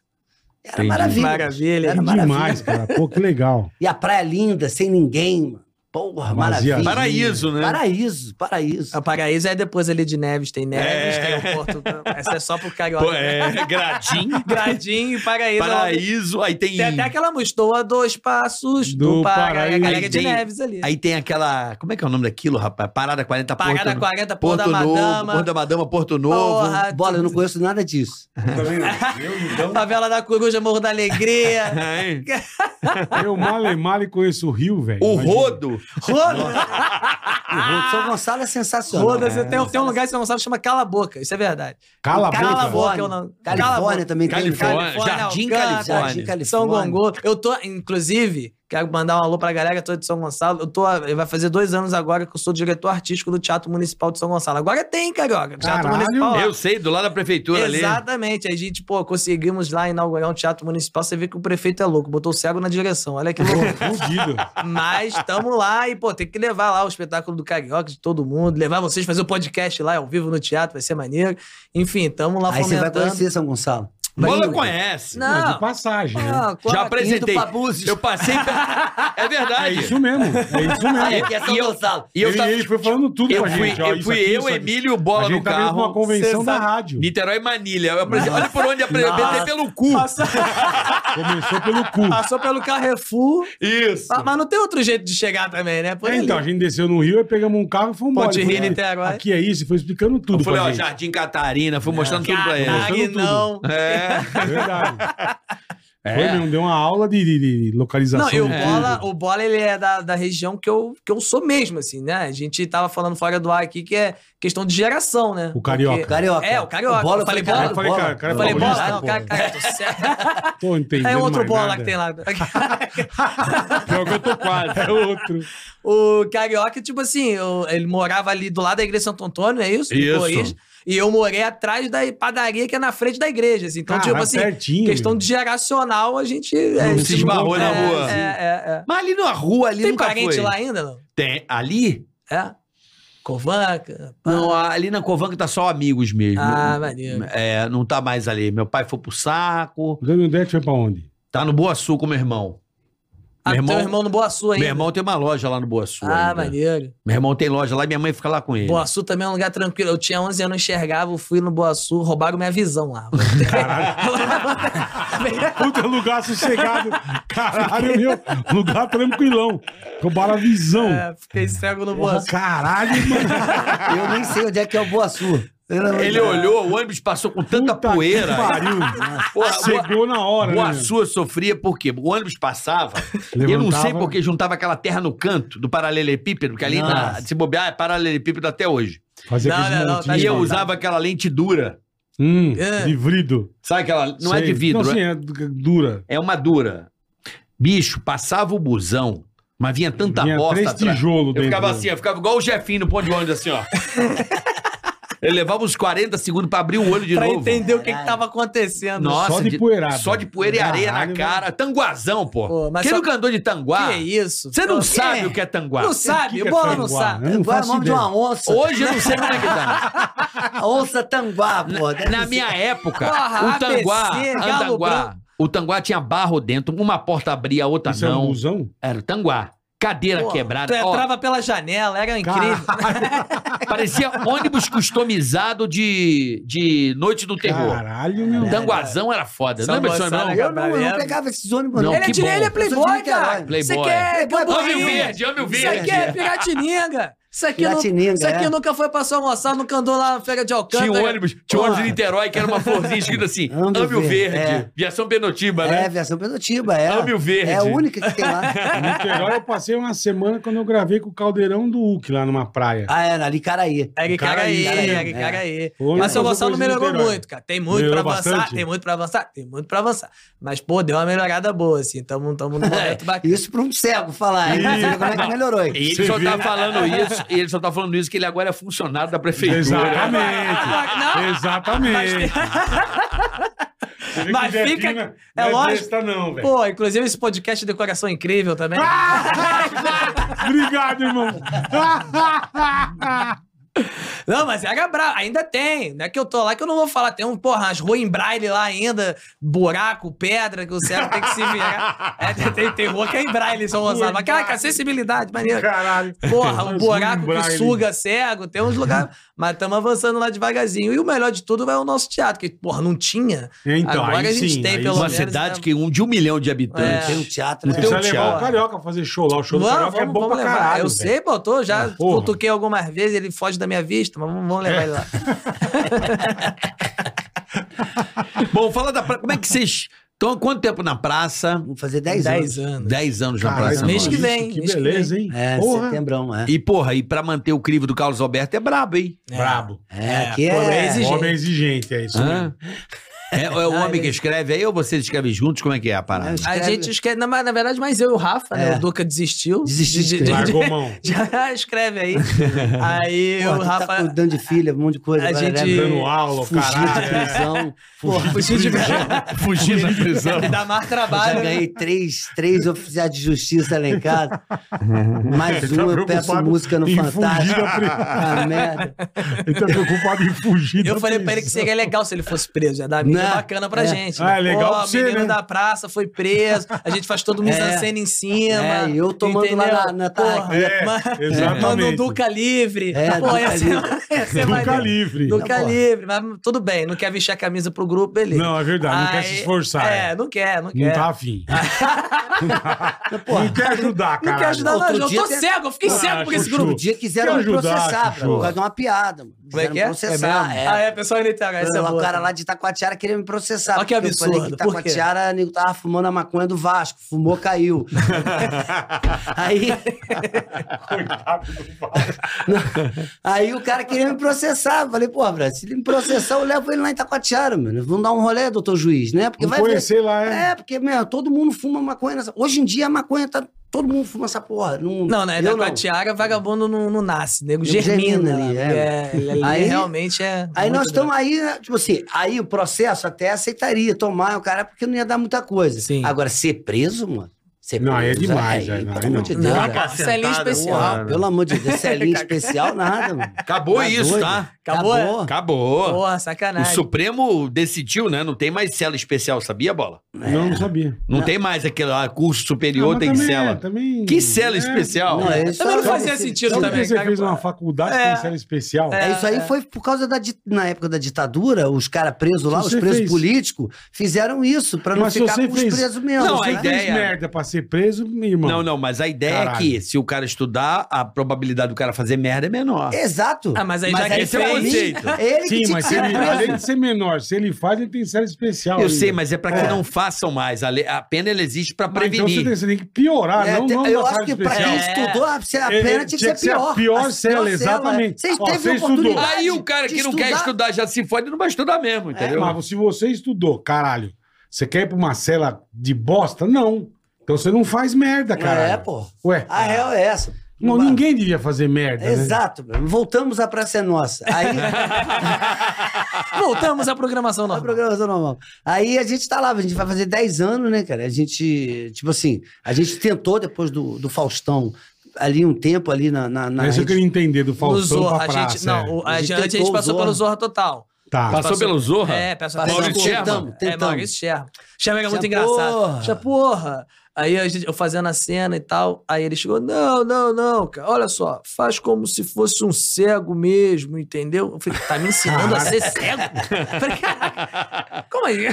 Speaker 1: Era
Speaker 4: Entendi.
Speaker 1: maravilha.
Speaker 5: Maravilha.
Speaker 1: Era maravilha.
Speaker 3: Demais, cara. Pô, que legal.
Speaker 1: E a praia linda, sem ninguém, mano. Porra,
Speaker 3: Vazia.
Speaker 1: maravilha.
Speaker 4: Paraíso, né?
Speaker 1: Paraíso, paraíso.
Speaker 5: O paraíso é depois ali de Neves. Tem Neves,
Speaker 4: É.
Speaker 5: tem o Porto. Essa é só pro carioca.
Speaker 4: Pô, é, Gradinho,
Speaker 5: Gradinho e paraíso.
Speaker 4: Paraíso, aí tem...
Speaker 5: Tem até aquela música, a dois passos do,
Speaker 3: Do
Speaker 5: Pará,
Speaker 3: Paraíso.
Speaker 5: a galera de
Speaker 4: Aí tem-
Speaker 5: Neves ali.
Speaker 4: Aí tem aquela... Como é que é o nome daquilo, rapaz? Parada 40,
Speaker 5: Parada
Speaker 4: Porto,
Speaker 5: 40,
Speaker 4: Porto
Speaker 5: Porto da
Speaker 4: Novo.
Speaker 5: Madama.
Speaker 4: Porto da Madama, Porto Novo.
Speaker 5: Porra,
Speaker 1: Bola, eu não conheço nada disso.
Speaker 5: Favela da Coruja, Morro da Alegria.
Speaker 4: É, Hein?
Speaker 3: Eu mal e mal conheço o Rio, velho.
Speaker 4: O
Speaker 3: Imagina.
Speaker 4: Rodo.
Speaker 5: Roda,
Speaker 1: O São Gonçalo é sensacional.
Speaker 5: roda.
Speaker 1: É.
Speaker 5: você tem, tem um lugar que você não sabe, chama Cala a Boca. Isso é verdade.
Speaker 3: Cala a boca.
Speaker 5: Cala a boca.
Speaker 1: Califórnia.
Speaker 5: eu não- Cala a
Speaker 1: Califórnia
Speaker 5: boca.
Speaker 1: também tem.
Speaker 4: Califórnia.
Speaker 5: Califórnia,
Speaker 4: Jardim
Speaker 5: Alcântara,
Speaker 1: Jardim
Speaker 4: Califórnia.
Speaker 1: Califórnia.
Speaker 5: São Gongô.
Speaker 1: né?
Speaker 5: Eu tô, inclusive, quero mandar um alô pra galera toda de São Gonçalo. Eu tô, vai fazer dois anos agora que eu sou diretor artístico do Teatro Municipal de São Gonçalo. Agora tem, Carioca. Teatro
Speaker 3: Caralho.
Speaker 5: Municipal. lá.
Speaker 4: Eu sei, do lado da prefeitura ali.
Speaker 5: Exatamente. A gente, pô, conseguimos lá inaugurar um teatro municipal. Você vê que o prefeito é louco, botou o cego na direção. Olha que louco.
Speaker 3: Pô, Fudido.
Speaker 5: Mas estamos lá e, pô, tem que levar lá o espetáculo do Carioca, de todo mundo, levar vocês, fazer o podcast lá ao vivo no teatro, vai ser maneiro. Enfim, estamos lá
Speaker 1: Aí você vai
Speaker 5: fomentando.
Speaker 1: conhecer São Gonçalo.
Speaker 4: Bola
Speaker 5: Vai-
Speaker 4: conhece.
Speaker 5: Não,
Speaker 3: Mas É, de passagem, né?
Speaker 5: Ah, claro.
Speaker 4: Já apresentei.
Speaker 1: Indo pra Búzios.
Speaker 4: Eu passei... pe- É
Speaker 3: É
Speaker 4: verdade.
Speaker 3: isso mesmo. É isso mesmo.
Speaker 1: Ah, é que é São
Speaker 4: E eu-
Speaker 1: Gonçalo.
Speaker 4: E eu
Speaker 3: ele,
Speaker 4: tava-
Speaker 3: ele foi falando tudo
Speaker 4: Eu
Speaker 3: pra
Speaker 4: fui,
Speaker 3: gente. ó,
Speaker 4: eu,
Speaker 3: isso
Speaker 4: fui
Speaker 3: aqui,
Speaker 4: eu
Speaker 3: isso aqui.
Speaker 4: Emílio
Speaker 3: A
Speaker 4: Bola
Speaker 3: gente
Speaker 4: no
Speaker 3: tá vendo
Speaker 4: carro.
Speaker 3: uma convenção
Speaker 5: Cê
Speaker 3: da
Speaker 5: sabe-
Speaker 3: rádio.
Speaker 4: Niterói e Manilha. Eu apre- Olha por onde eu apre-
Speaker 5: Nossa.
Speaker 4: apresentei pelo cu.
Speaker 5: Passou,
Speaker 3: Começou pelo cu.
Speaker 4: Ah,
Speaker 5: passou pelo Carrefour,
Speaker 4: Isso.
Speaker 5: ah, mas não tem outro jeito de chegar também, né? Por
Speaker 3: É,
Speaker 5: ali.
Speaker 3: então, a gente desceu no Rio e pegamos um carro e fomos embora.
Speaker 5: Ponte
Speaker 3: Ele
Speaker 5: Rio,
Speaker 3: falou,
Speaker 5: Niterói.
Speaker 3: Aqui é isso, e foi explicando tudo
Speaker 4: né, Eu falei,
Speaker 3: pra
Speaker 4: ó,
Speaker 3: gente.
Speaker 4: Jardim Catarina. Fui mostrando tudo pra ele.
Speaker 5: Caralho,
Speaker 3: tudo.
Speaker 5: não.
Speaker 4: É.
Speaker 3: Verdade.
Speaker 4: É.
Speaker 3: Foi mesmo, deu uma aula de, de- de localização.
Speaker 5: Não, e o
Speaker 3: de
Speaker 5: Bola,
Speaker 3: tudo.
Speaker 5: o Bola ele é da, da região que eu, que eu sou mesmo, assim, né? A gente tava falando fora do ar aqui que é questão de geração, né?
Speaker 3: O Carioca.
Speaker 5: Porque-
Speaker 1: Carioca.
Speaker 5: É, o Carioca.
Speaker 1: bola,
Speaker 5: Eu falei,
Speaker 1: caralho,
Speaker 5: bola,
Speaker 3: falei, cara, cara,
Speaker 5: Eu falei,
Speaker 3: Paulista,
Speaker 5: bola, não,
Speaker 3: pô.
Speaker 5: cara, cara, tô certo.
Speaker 3: Tô entendendo
Speaker 5: É outro
Speaker 3: mais
Speaker 5: bola
Speaker 3: nada.
Speaker 5: que tem lá.
Speaker 3: Pior que eu tô quase. É outro.
Speaker 5: O Carioca, tipo assim, eu- ele morava ali do lado da igreja de Santo Antônio, é isso?
Speaker 4: Isso.
Speaker 5: Depois, e eu morei atrás da padaria que é na frente da igreja. assim. Então,
Speaker 3: Caralho,
Speaker 5: tipo assim,
Speaker 3: certinho,
Speaker 5: questão
Speaker 3: meu.
Speaker 5: de geracional, a gente. a
Speaker 4: Não
Speaker 5: gente
Speaker 4: se esbarrou na
Speaker 5: é,
Speaker 4: rua.
Speaker 5: É, é, é.
Speaker 4: Mas ali na rua, ali
Speaker 5: Tem
Speaker 4: nunca
Speaker 5: parente
Speaker 4: foi.
Speaker 5: lá ainda, não?
Speaker 4: Tem. Ali?
Speaker 5: É? Covanca?
Speaker 4: Não, ali na Covanca tá só amigos mesmo.
Speaker 5: Ah, maneiro.
Speaker 4: É, não tá mais ali. Meu pai foi pro saco.
Speaker 3: O Daniel Dete foi pra onde?
Speaker 4: Tá no Boa Sul com meu irmão.
Speaker 5: Ah,
Speaker 4: Meu irmão-
Speaker 5: teu irmão no Boa Sul ainda.
Speaker 4: Meu irmão tem uma loja lá no Boa Sul.
Speaker 5: Ah,
Speaker 4: ainda.
Speaker 5: maneiro.
Speaker 4: Meu irmão tem loja lá e minha mãe fica lá com ele.
Speaker 5: Boa Sul também é um lugar tranquilo. Eu tinha 11 anos, não enxergava, eu fui no Boa Sul, roubaram minha visão lá.
Speaker 3: Puta lugar sossegado. Caralho, meu. Lugar tranquilão. Roubaram a visão.
Speaker 5: É, fiquei cego no Boa Sul.
Speaker 3: Caralho, mano.
Speaker 1: Eu nem sei onde é que é o Boa Sul.
Speaker 4: Ele olhou, o ônibus passou com tanta
Speaker 3: Puta que
Speaker 4: poeira.
Speaker 3: pariu.
Speaker 4: Porra,
Speaker 3: Chegou na hora, né?
Speaker 4: Boa
Speaker 3: meu?
Speaker 4: Sul eu sofria por quê? O ônibus passava, e eu não
Speaker 3: Levantava.
Speaker 4: sei porque juntava aquela terra no canto do paralelepípedo, porque ali na,
Speaker 1: Nossa.
Speaker 4: se bobear é paralelepípedo até hoje.
Speaker 3: Fazia
Speaker 5: Não,
Speaker 3: aqueles
Speaker 5: não, não, tá
Speaker 3: montinhos.
Speaker 4: e eu
Speaker 5: bom, tá.
Speaker 4: usava aquela lente dura.
Speaker 3: Hum,
Speaker 5: É.
Speaker 3: livrido.
Speaker 4: Sabe aquela. Não é
Speaker 3: Sei.
Speaker 4: de vidro,
Speaker 3: Não, sim,
Speaker 4: é,
Speaker 3: é d- dura.
Speaker 4: é uma dura. Bicho, passava o busão, mas vinha tanta
Speaker 3: Tinha
Speaker 4: bosta
Speaker 3: três
Speaker 4: atrás.
Speaker 3: tijolos
Speaker 4: Eu
Speaker 3: dentro. né?
Speaker 4: ficava assim, eu ficava igual o Jefinho no ponto de ônibus, assim, ó. Ele levava uns 40 segundos pra abrir o olho de
Speaker 5: pra
Speaker 4: novo.
Speaker 5: entender o que, que
Speaker 1: Caralho.
Speaker 5: tava acontecendo.
Speaker 4: Nossa,
Speaker 3: Só de poeirada.
Speaker 4: Só de poeira e areia na
Speaker 3: Caralho,
Speaker 4: cara. Tanguazão, pô.
Speaker 5: Pô, mas
Speaker 4: Quem
Speaker 5: só-
Speaker 4: nunca andou de tanguá?
Speaker 5: Que isso?
Speaker 4: Você não
Speaker 5: Pô,
Speaker 4: sabe
Speaker 5: quem é?
Speaker 4: o que é tanguá.
Speaker 5: Não
Speaker 3: que
Speaker 5: sabe,
Speaker 3: que é
Speaker 5: bola não
Speaker 3: tanguá,
Speaker 5: sabe.
Speaker 3: né? Eu não
Speaker 1: Tanguá é o
Speaker 3: faço
Speaker 1: nome
Speaker 3: ideia.
Speaker 1: de uma onça.
Speaker 4: Hoje eu não sei como é que tá.
Speaker 1: A onça tanguá, pô. Deve
Speaker 4: Na
Speaker 1: ser.
Speaker 4: minha época,
Speaker 5: Porra,
Speaker 4: o tanguá,
Speaker 5: ABC,
Speaker 4: o
Speaker 5: Galo
Speaker 4: tanguá,
Speaker 5: Branco.
Speaker 4: o tanguá tinha barro dentro, uma porta abria, a
Speaker 5: Tá,
Speaker 4: outra
Speaker 3: Isso é um
Speaker 4: não.
Speaker 3: busão?
Speaker 4: Era o tanguá. Cadeira
Speaker 5: Pô,
Speaker 4: quebrada.
Speaker 5: Tu é
Speaker 4: Ó,
Speaker 5: entrava pela janela, era incrível.
Speaker 4: parecia ônibus customizado de, de Noite do Terror.
Speaker 3: Caralho,
Speaker 5: Né,
Speaker 3: meu.
Speaker 4: Tanguazão era foda.
Speaker 5: São
Speaker 4: Lembra esse ônibus?
Speaker 5: Gonçalo,
Speaker 4: né,
Speaker 1: Eu
Speaker 4: cara?
Speaker 1: não, eu não pegava esses ônibus,
Speaker 4: Não,
Speaker 1: não.
Speaker 5: ele, é
Speaker 4: que
Speaker 5: dire-
Speaker 4: bom.
Speaker 5: ele é
Speaker 1: Eu sou de
Speaker 5: playboy,
Speaker 1: Niterói.
Speaker 5: cara. Isso
Speaker 4: Playboy.
Speaker 5: aqui é
Speaker 4: Homem
Speaker 5: Camboinha.
Speaker 4: verde, homem
Speaker 5: Isso aqui
Speaker 4: verde.
Speaker 5: é Piratininga. Isso aqui, não,
Speaker 1: Piratininga,
Speaker 5: isso aqui
Speaker 1: é.
Speaker 5: nunca foi pra São Gonçalo, nunca andou lá na Feira de Alcântara.
Speaker 4: Tinha um ônibus, tinha um
Speaker 5: Porra.
Speaker 4: ônibus de Niterói que era uma florzinha escrita assim,
Speaker 1: Ame o
Speaker 4: Ame o Verde,
Speaker 1: Verde,
Speaker 5: É.
Speaker 4: Viação Penotiba,
Speaker 1: É,
Speaker 4: né?
Speaker 1: versão Pedotiba, é.
Speaker 4: Ame o verde.
Speaker 1: É a única que tem lá.
Speaker 3: Em Niterói eu passei uma semana quando eu gravei com o Caldeirão do Hulk lá numa praia.
Speaker 1: Ah, era ali, Caraí.
Speaker 5: Era Icaraí,
Speaker 1: Icaraí,
Speaker 5: era
Speaker 1: é.
Speaker 5: Icaraí.
Speaker 3: Foi,
Speaker 5: Mas São
Speaker 3: foi coisa
Speaker 5: Gonçalo
Speaker 3: de
Speaker 5: melhorou
Speaker 3: Niterói.
Speaker 5: muito, cara. Tem muito
Speaker 3: Melhorou
Speaker 5: pra avançar,
Speaker 3: bastante.
Speaker 5: tem muito pra avançar, tem muito pra avançar. Mas, pô, deu uma melhorada boa, assim. Tamo, tamo num momento bacana.
Speaker 1: Isso pra um cego falar. hein? Você vê como é que melhorou.
Speaker 4: E
Speaker 1: aí.
Speaker 4: ele
Speaker 3: Você
Speaker 4: só tá
Speaker 3: vê?
Speaker 4: falando isso, e ele só tá falando isso que ele agora é funcionário da prefeitura.
Speaker 5: Não. Ah,
Speaker 3: Exatamente. Exatamente. Você vê
Speaker 5: Mas
Speaker 3: que o Jefinho
Speaker 5: fica-
Speaker 3: não
Speaker 5: é
Speaker 3: não
Speaker 5: lógico.
Speaker 3: besta não, velho.
Speaker 5: Pô, inclusive esse podcast Decoração Incrível também.
Speaker 3: Obrigado, irmão.
Speaker 5: Não, mas era bravo. Ainda tem. Não é que eu tô lá que eu não vou falar. Tem um, porra, as ruas em braille lá ainda. Buraco, pedra, que o céu tem que se virar. É, tem- tem, tem rua que é em braille, em São Gonçalo. Mas, caraca, acessibilidade, maneiro.
Speaker 3: Caralho.
Speaker 5: Porra,
Speaker 3: Mas
Speaker 5: o
Speaker 3: um
Speaker 5: buraco que
Speaker 3: braille.
Speaker 5: suga cego, tem uns lugares. Mas estamos avançando lá devagarzinho. E o melhor de tudo é o nosso teatro, que, porra, não tinha.
Speaker 3: Então,
Speaker 5: Agora
Speaker 3: aí
Speaker 5: a gente
Speaker 3: sim,
Speaker 5: tem
Speaker 3: aí
Speaker 5: pelo
Speaker 3: sim.
Speaker 4: Uma
Speaker 5: menos,
Speaker 4: cidade
Speaker 5: né?
Speaker 4: que um de um milhão de
Speaker 1: Tem
Speaker 4: habitantes.
Speaker 1: um teatro.
Speaker 3: Não
Speaker 1: né?
Speaker 5: Tem um
Speaker 3: precisa levar
Speaker 5: teatro.
Speaker 3: o Carioca pra fazer show lá. O show do
Speaker 5: Vamos,
Speaker 3: Carioca é
Speaker 5: vamos,
Speaker 3: bom
Speaker 5: vamos
Speaker 3: pra
Speaker 5: levar.
Speaker 3: caralho.
Speaker 5: eu
Speaker 3: velho.
Speaker 5: sei, pô, eu tô, já
Speaker 3: porra.
Speaker 5: cutuquei algumas vezes, ele foge da minha vista, mas vamos, vamos levar ele lá.
Speaker 4: Bom, fala da praça. Como é que vocês estão há quanto tempo na praça?
Speaker 1: Vamos fazer 10
Speaker 5: 10
Speaker 1: anos.
Speaker 5: anos.
Speaker 4: 10 anos na
Speaker 3: Caralho,
Speaker 4: praça.
Speaker 5: mês
Speaker 4: mano.
Speaker 5: que vem,
Speaker 3: isso, Que
Speaker 5: mês que
Speaker 3: beleza, hein?
Speaker 1: É,
Speaker 3: Porra.
Speaker 1: setembrão, é.
Speaker 4: E porra, e pra manter o crivo do Carlos Alberto é brabo, hein?
Speaker 3: Brabo.
Speaker 1: É, aqui
Speaker 5: pô, é
Speaker 1: é...
Speaker 5: exigente.
Speaker 3: Homem é exigente, é isso mesmo.
Speaker 4: Hã? É, é o
Speaker 5: Ah,
Speaker 4: homem que
Speaker 5: ele-
Speaker 4: escreve aí ou vocês escrevem juntos? Como é que é a parada?
Speaker 1: É,
Speaker 5: A gente escreve, na, na verdade, mais eu e o Rafa, né?
Speaker 1: É.
Speaker 5: O Duca desistiu.
Speaker 1: Desistiu de
Speaker 5: De- de-
Speaker 1: escrever.
Speaker 3: Largou mão.
Speaker 5: Já escreve aí. Aí
Speaker 1: Pô,
Speaker 5: o
Speaker 1: tu
Speaker 5: Rafa.
Speaker 1: tá cuidando de filha, um monte de coisa.
Speaker 5: A
Speaker 1: agora, né?
Speaker 5: gente-
Speaker 3: Dando aula, o
Speaker 1: Fugir de
Speaker 3: caralho. é.
Speaker 1: prisão.
Speaker 5: Pô, fugiu de
Speaker 4: Fugir da prisão.
Speaker 5: Me dá mais
Speaker 1: Já
Speaker 5: trabalho.
Speaker 1: ganhei três, três oficiais de justiça lá em casa. Mais
Speaker 3: Ele tá
Speaker 1: um, eu peço
Speaker 3: preocupado
Speaker 1: música no
Speaker 3: em fugir
Speaker 1: Fantástico.
Speaker 3: da pri-
Speaker 1: Ah, merda.
Speaker 3: Ele tá preocupado em fugir
Speaker 5: Eu
Speaker 3: da
Speaker 5: falei pra ele que
Speaker 3: prisão.
Speaker 5: seria legal se ele fosse preso. Ia dar uma mídia
Speaker 1: Né?
Speaker 5: bacana pra
Speaker 1: É.
Speaker 5: gente.
Speaker 3: Ah, é legal
Speaker 5: Pô,
Speaker 3: pra você,
Speaker 5: menino
Speaker 3: né?
Speaker 5: da praça foi preso. A gente faz todo mundo
Speaker 1: É.
Speaker 5: cena em cima.
Speaker 1: É, e eu tomando lá
Speaker 5: entendeu?
Speaker 1: na- na
Speaker 5: Porra,
Speaker 3: É,
Speaker 5: ma-
Speaker 3: exatamente.
Speaker 5: Manda um Duca livre.
Speaker 1: É,
Speaker 5: Pô,
Speaker 1: Duca
Speaker 5: ia ser-
Speaker 1: livre.
Speaker 5: ia ser
Speaker 3: Nunca
Speaker 5: é maneiro.
Speaker 3: livre.
Speaker 5: Duca
Speaker 1: Ah, porra.
Speaker 5: livre. Mas tudo bem, não quer vestir a camisa pro grupo, beleza.
Speaker 3: Não, é verdade, não quer se
Speaker 5: Aí-
Speaker 3: esforçar.
Speaker 5: É, não quer, não quer.
Speaker 3: Não tá afim. não quer ajudar, cara.
Speaker 5: Não quer ajudar,
Speaker 1: Outro
Speaker 5: não. Eu
Speaker 1: dia
Speaker 5: tô
Speaker 1: tem-
Speaker 5: cego, eu fiquei
Speaker 3: Ah,
Speaker 5: cego por esse
Speaker 3: Chuchu.
Speaker 5: grupo.
Speaker 1: Um dia quiseram
Speaker 3: Quer
Speaker 1: me
Speaker 3: ajudar,
Speaker 1: processar,
Speaker 3: Chuchu?
Speaker 1: por causa de uma piada. Mano.
Speaker 5: Como é que
Speaker 1: Quiseram
Speaker 5: é?
Speaker 1: me processar.
Speaker 5: Ah, é, pessoal em Niterói, essa é
Speaker 1: Lá, o
Speaker 5: boa.
Speaker 1: cara lá de Itacoatiara queria me processar.
Speaker 5: Olha que
Speaker 1: porque Eu falei
Speaker 5: absurdo,
Speaker 1: que
Speaker 5: por quê?
Speaker 1: Itacoatiara, nego, tava fumando a maconha do Vasco. Fumou, caiu. aí,
Speaker 3: Coitado do Vasco.
Speaker 1: aí o cara queria me processar. Eu Falei, pô, Brad, se ele me processar, eu levo ele lá em Itacoatiara, mano. Vamos dar um rolê, doutor juiz, né? Porque
Speaker 3: Vamos
Speaker 1: vai ver-
Speaker 3: conhecer lá, é.
Speaker 1: É, porque, meu, todo mundo fuma maconha. Nessa... Hoje em dia a maconha tá. Todo mundo fuma essa porra. Não,
Speaker 5: Não, na
Speaker 1: eu
Speaker 5: Itacoatiara, vagabundo não, não nasce, nego germina.
Speaker 1: germina
Speaker 5: ali,
Speaker 1: ali, é.
Speaker 5: é. ele ali
Speaker 1: Aí-
Speaker 5: realmente é.
Speaker 1: Aí
Speaker 5: muito
Speaker 1: nós estamos aí, né, tipo assim, aí o processo até aceitaria tomar o cara, porque não ia dar muita coisa.
Speaker 5: Sim.
Speaker 1: Agora, ser preso, mano. Ser
Speaker 3: Não, aí é
Speaker 1: preso,
Speaker 3: demais, aí não,
Speaker 1: pelo
Speaker 3: aí
Speaker 1: amor
Speaker 3: não.
Speaker 1: de
Speaker 5: grande. tá?
Speaker 1: Deus.
Speaker 5: Não,
Speaker 1: cara.
Speaker 5: cara, Celinho especial.
Speaker 1: Porra, pelo amor de Deus, essa é linha especial, nada, mano.
Speaker 4: Acabou
Speaker 1: Tá
Speaker 4: isso,
Speaker 1: doido?
Speaker 4: tá?
Speaker 5: Acabou? é?
Speaker 1: Acabou.
Speaker 4: Acabou.
Speaker 5: Porra,
Speaker 4: O
Speaker 5: sacanagem.
Speaker 4: Supremo decidiu, né? Não tem mais cela especial, sabia, Bola?
Speaker 3: Não, não sabia.
Speaker 4: Não, tem mais aquele lá, curso
Speaker 3: Ah, mas
Speaker 4: superior É. tem
Speaker 3: também-
Speaker 4: cela.
Speaker 3: Também...
Speaker 4: Que cela
Speaker 3: é,
Speaker 4: especial?
Speaker 1: Não, é isso
Speaker 5: Também não
Speaker 1: aí.
Speaker 5: fazia sentido
Speaker 3: Só
Speaker 5: também.
Speaker 3: porque você
Speaker 5: cara,
Speaker 3: fez
Speaker 5: pô.
Speaker 3: uma faculdade
Speaker 5: É.
Speaker 3: tem cela especial.
Speaker 5: É.
Speaker 1: É, isso aí foi por causa da di- na época da ditadura, os caras presos lá,
Speaker 3: Se
Speaker 1: os
Speaker 3: você
Speaker 1: presos
Speaker 3: fez-
Speaker 1: políticos, fizeram isso pra não
Speaker 3: Mas se
Speaker 1: ficar
Speaker 3: você
Speaker 1: com os
Speaker 3: fez-
Speaker 1: presos mesmo.
Speaker 4: Não,
Speaker 5: é-
Speaker 1: né?
Speaker 4: a
Speaker 3: Você
Speaker 4: ideia-
Speaker 3: fez merda pra ser preso, meu irmão.
Speaker 4: Não, não, mas a ideia
Speaker 3: Caralho.
Speaker 4: é que se o cara estudar, a probabilidade do cara fazer merda é menor.
Speaker 1: Exato.
Speaker 5: Ah, mas aí já que
Speaker 1: ele
Speaker 5: esse é o
Speaker 1: fez,
Speaker 4: conceito.
Speaker 1: Ele
Speaker 3: Sim,
Speaker 1: que tinha que
Speaker 3: mas se
Speaker 1: ser
Speaker 3: ele, além
Speaker 1: preso.
Speaker 3: de ser menor, se ele faz, ele tem série especial.
Speaker 4: Eu
Speaker 3: ainda.
Speaker 4: sei, mas é pra que não façam mais. A, le- a pena ela existe pra
Speaker 3: Mas Então você
Speaker 4: prevenir.
Speaker 3: tem, você tem que piorar,
Speaker 1: É,
Speaker 3: Ah, não,
Speaker 1: te-
Speaker 3: não
Speaker 1: eu
Speaker 3: na
Speaker 1: acho
Speaker 3: sala
Speaker 1: que pra quem
Speaker 3: especial.
Speaker 5: É.
Speaker 1: estudou, a se- a
Speaker 3: Ele-
Speaker 1: pena tinha que ser pior.
Speaker 3: a pior cela,
Speaker 1: é.
Speaker 3: exatamente.
Speaker 1: Vocês
Speaker 3: Ó,
Speaker 1: teve
Speaker 3: você
Speaker 1: a
Speaker 3: estudou.
Speaker 1: oportunidade
Speaker 4: Aí o cara que
Speaker 1: de
Speaker 4: não quer
Speaker 1: estudar.
Speaker 4: estudar já se fode, não vai estudar mesmo, entendeu?
Speaker 3: Mas se você estudou, caralho, você quer ir pra uma cela de bosta? Não. Então você não faz merda, cara.
Speaker 1: É, pô.
Speaker 3: Ué,
Speaker 1: A real é essa. É
Speaker 3: não, ninguém devia fazer merda, né?
Speaker 1: Exato. meu. Voltamos à Praça é Nossa. Aí,
Speaker 5: Voltamos à programação
Speaker 1: a
Speaker 5: normal.
Speaker 1: programação normal. Aí a gente tá lá, a gente vai fazer 10 anos, né, cara? A gente, tipo assim, a gente tentou depois do, do Faustão, ali um tempo ali na... na, na
Speaker 3: Mas é eu
Speaker 1: rede-
Speaker 3: queria entender do
Speaker 5: O
Speaker 3: Faustão
Speaker 5: Zorra,
Speaker 3: pra
Speaker 5: a
Speaker 3: praça.
Speaker 5: gente. Não,
Speaker 3: é.
Speaker 5: o- a
Speaker 1: A gente
Speaker 5: gente, antes a gente
Speaker 1: tentou o
Speaker 5: passou
Speaker 1: Zorra.
Speaker 5: pelo Zorra total.
Speaker 3: Tá.
Speaker 4: Passou, pelo Zorra?
Speaker 5: É, peça
Speaker 1: Passamos,
Speaker 5: Maurício Sherman.
Speaker 1: tentamos,
Speaker 5: É,
Speaker 1: tentamos.
Speaker 5: Maurício Sherman. Sherman era muito
Speaker 1: Chaporra.
Speaker 5: engraçado. Chaporra. Aí a gente- eu fazendo a cena e tal, aí ele chegou, não, não, não, cara, olha só, faz como se fosse um cego mesmo, entendeu? Eu falei, tá me ensinando a ser cego? Eu falei, caraca, como aí?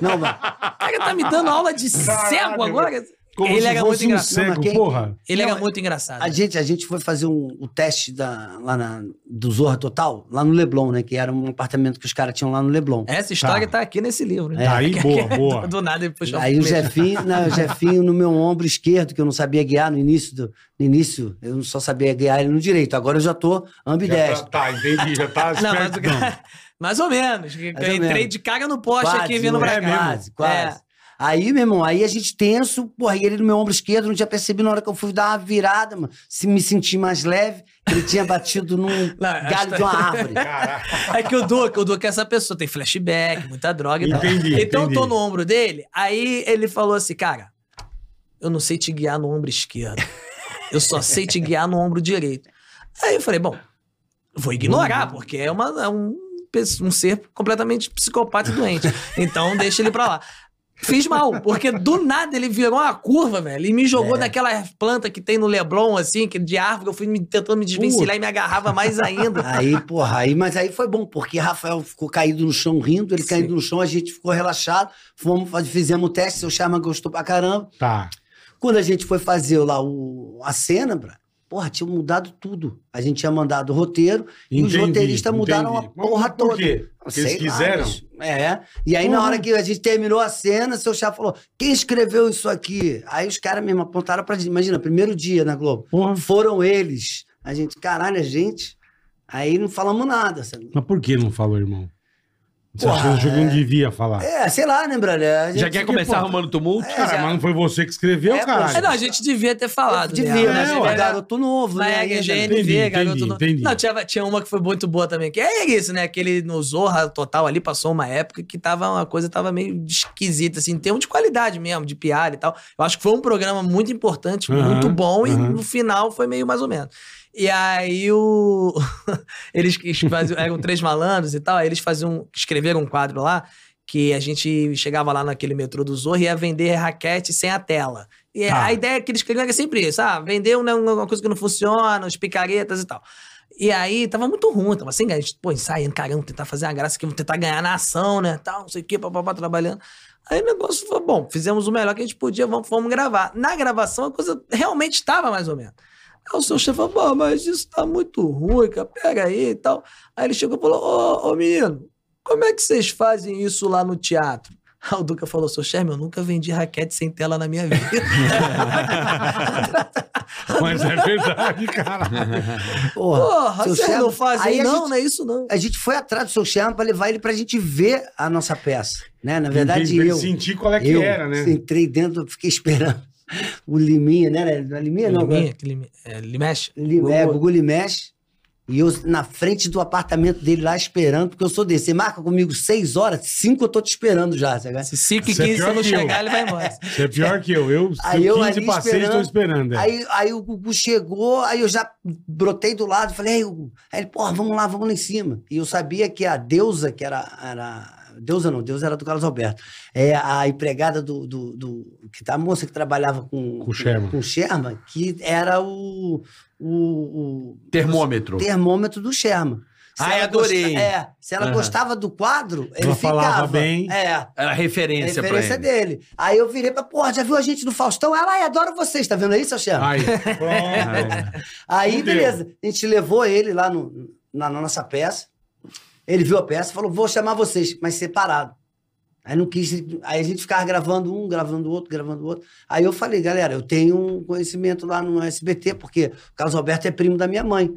Speaker 1: Não, mas...
Speaker 5: O cara tá me dando aula de cego agora?
Speaker 3: Como
Speaker 5: ele
Speaker 3: se
Speaker 5: era muito
Speaker 3: fosse um
Speaker 5: engraçado.
Speaker 1: Não,
Speaker 3: cego,
Speaker 1: é mas quem-
Speaker 3: porra.
Speaker 5: Ele
Speaker 1: Não,
Speaker 5: era muito engraçado.
Speaker 1: A gente, a gente foi fazer um, o teste da, lá na, do Zorra Total, lá no Leblon, né? Que era um apartamento que os caras tinham lá no Leblon.
Speaker 5: Essa história
Speaker 3: Tá.
Speaker 5: tá, aqui nesse livro. né?
Speaker 3: Tá aí, boa, boa.
Speaker 5: Do, do nada ele puxou.
Speaker 1: Aí o Jefinho, né, o Jefinho no meu ombro esquerdo, que eu não sabia guiar no início, do, no início eu só sabia guiar ele no direito. Agora eu já
Speaker 3: Já
Speaker 1: tô ambidestro.
Speaker 3: tá, tá, entendi, já tá
Speaker 5: Não, mas o
Speaker 3: espertão.
Speaker 5: cara- mais ou menos. Eu
Speaker 1: Mais ou
Speaker 5: entrei
Speaker 1: menos.
Speaker 5: de cara no poste aqui vindo
Speaker 1: não
Speaker 5: pra
Speaker 1: é
Speaker 5: cá.
Speaker 1: Quase, quase. Aí, meu irmão, aí a gente tenso, porra, e ele no meu ombro esquerdo, não tinha percebido na hora que eu fui dar uma virada, mano. Se me senti mais leve, ele tinha batido num
Speaker 5: a
Speaker 1: galho de uma árvore.
Speaker 3: Caralho.
Speaker 5: É que o Duca, o Duca é essa pessoa, tem flashback, muita droga e tal.
Speaker 3: Entendi,
Speaker 5: Então eu tô
Speaker 3: entendi.
Speaker 5: no ombro dele, aí ele falou assim, cara, eu não sei te guiar no ombro esquerdo. Eu só sei te guiar no ombro direito. Aí eu falei, bom, vou
Speaker 3: Uhum.
Speaker 5: ignorar, porque é, uma, é um, pe- um ser completamente psicopata e doente. Então deixa ele pra lá. Fiz mal, porque do nada ele virou uma curva, velho, e me
Speaker 3: É.
Speaker 5: jogou naquela planta que tem no Leblon, assim, que de árvore, eu fui me- tentando me desvencilhar e me agarrava mais ainda.
Speaker 1: Aí, porra, aí, mas aí foi bom, porque Rafael ficou caído no chão rindo, ele caído no chão, a gente ficou relaxado, fomos, faz- fizemos o teste, seu Charma gostou pra caramba.
Speaker 3: Tá.
Speaker 1: Quando a gente foi fazer lá o, a cena, bra, porra, tinha mudado tudo. A gente tinha mandado o roteiro e os
Speaker 3: Entendi,
Speaker 1: roteiristas mudaram
Speaker 3: entendi.
Speaker 1: a porra
Speaker 3: Por
Speaker 1: toda.
Speaker 3: quê? Porque eles
Speaker 1: Sei lá,
Speaker 3: quiseram?
Speaker 1: mas- é. E aí, na
Speaker 3: Porra.
Speaker 1: hora que a gente terminou a cena, seu chefe falou: quem escreveu isso aqui? Aí os caras mesmo apontaram pra gente. Imagina, primeiro dia na Globo.
Speaker 3: Porra.
Speaker 1: Foram eles. A gente, caralho, a gente. Aí não falamos nada. sabe?
Speaker 3: Mas por que não falou, irmão? Você
Speaker 1: Porra,
Speaker 3: achou que o jogo não devia falar?
Speaker 1: É, sei lá, né, brother? A gente-
Speaker 4: Já quer começar arrumando tumulto?
Speaker 1: É,
Speaker 3: Cara,
Speaker 1: já-
Speaker 3: mas não foi você que escreveu,
Speaker 1: É, pô,
Speaker 5: É, não,
Speaker 3: caralho.
Speaker 5: a gente devia ter falado.
Speaker 1: Devia,
Speaker 5: né?
Speaker 1: né?
Speaker 3: É,
Speaker 1: Tipo,
Speaker 3: ué.
Speaker 1: garoto novo,
Speaker 5: Na
Speaker 1: né?
Speaker 5: EGNV,
Speaker 1: ainda.
Speaker 3: entendi,
Speaker 5: garoto.
Speaker 3: entendi,
Speaker 5: do-
Speaker 3: entendi.
Speaker 5: Não, tinha, tinha uma que foi muito boa também. Que é isso, né? Aquele no Zorra total ali passou uma época que tava uma coisa tava meio esquisita, assim, em termos de qualidade mesmo, de piada e tal. Eu acho que foi um programa muito importante,
Speaker 3: Aham,
Speaker 5: muito bom, e
Speaker 3: aham.
Speaker 5: no final foi meio mais ou menos. E aí o. eles que faziam, eram três malandros e tal, aí eles faziam. escreveram um quadro lá que a gente chegava lá naquele metrô do Zorro e ia vender raquete sem a tela. E
Speaker 3: Tá.
Speaker 5: a ideia que eles queriam era sempre isso, ah, vender uma, uma coisa que não funciona, os picaretas e tal. E aí tava muito ruim, tava sem ganhar. Pô, ensaiando, caramba, tentar fazer uma graça aqui, vamos tentar ganhar na ação, né? Tal, não sei o quê, papapá, trabalhando. Aí o negócio foi, bom, fizemos o melhor que a gente podia, vamos, vamos gravar. Na gravação a coisa realmente estava mais ou menos. Aí o seu chefe falou, pô, mas isso tá muito ruim, cara, pega aí e tal. Aí ele chegou e falou, ô, ô menino, como é que vocês fazem isso lá no teatro? Aí o Duca falou, seu Sherman, eu nunca vendi raquete sem tela na minha vida.
Speaker 3: Mas é verdade, cara.
Speaker 1: Porra,
Speaker 5: Porra,
Speaker 1: seu
Speaker 5: vocês
Speaker 1: Sherman-
Speaker 5: não fazem
Speaker 1: Aí a
Speaker 5: não,
Speaker 1: gente-
Speaker 5: não é isso não.
Speaker 1: A gente foi atrás do seu Sherman pra levar ele pra gente ver a nossa peça, né? Na verdade,
Speaker 3: Entendi, pra
Speaker 1: eu...
Speaker 3: ele sentir qual é que
Speaker 1: eu
Speaker 3: era, né?
Speaker 1: entrei dentro, fiquei esperando o Liminha, né? Não é Liminha, não.
Speaker 5: Liminha, que limi- é, limeche?
Speaker 1: Li- É, Gugu Limesh. E eu na frente do apartamento dele lá esperando, porque eu sou desse. Você marca comigo seis horas, cinco eu tô te esperando já, sabe?
Speaker 5: Se 5 e
Speaker 3: Isso é
Speaker 5: 15
Speaker 3: pior
Speaker 5: não
Speaker 3: que eu.
Speaker 5: chegar, ele vai embora.
Speaker 3: Você é pior que eu. Eu,
Speaker 1: Aí eu ali
Speaker 3: 15 passei, estou esperando. é.
Speaker 1: Aí, aí o Gugu chegou, aí eu já brotei do lado, falei, "Ei, Gugu." aí ele, porra, vamos lá, vamos lá em cima. E eu sabia que a deusa, que era. era- deusa não, deusa era do Carlos Alberto. É a empregada do. do, do- que tá, a moça que trabalhava com.
Speaker 3: Com o Sherman.
Speaker 1: Com o Sherman, que era o. o, o
Speaker 4: Termômetro.
Speaker 1: termômetro do Sherman. se
Speaker 4: Ai,
Speaker 1: ela
Speaker 4: adorei.
Speaker 1: gosta- é, se ela
Speaker 4: Aham.
Speaker 1: gostava do quadro, ele
Speaker 3: Ela
Speaker 1: ficava.
Speaker 3: falava bem.
Speaker 1: É.
Speaker 4: Era referência,
Speaker 1: Referência, referência
Speaker 4: pra ele.
Speaker 1: dele. Aí eu virei pra, porra, já viu a gente do Faustão? Ela, ai, adoro vocês, tá vendo aí, seu Xano?
Speaker 3: Aí, pronto.
Speaker 1: Aí,
Speaker 3: Fudeu.
Speaker 1: beleza. A gente levou ele lá no- na, na nossa peça. Ele viu a peça e falou: vou chamar vocês, mas separado. Aí não quis. Aí a gente ficava gravando um, gravando o outro, gravando o outro. Aí eu falei, galera, eu tenho um conhecimento lá no SBT, porque o Carlos Alberto é primo da minha mãe.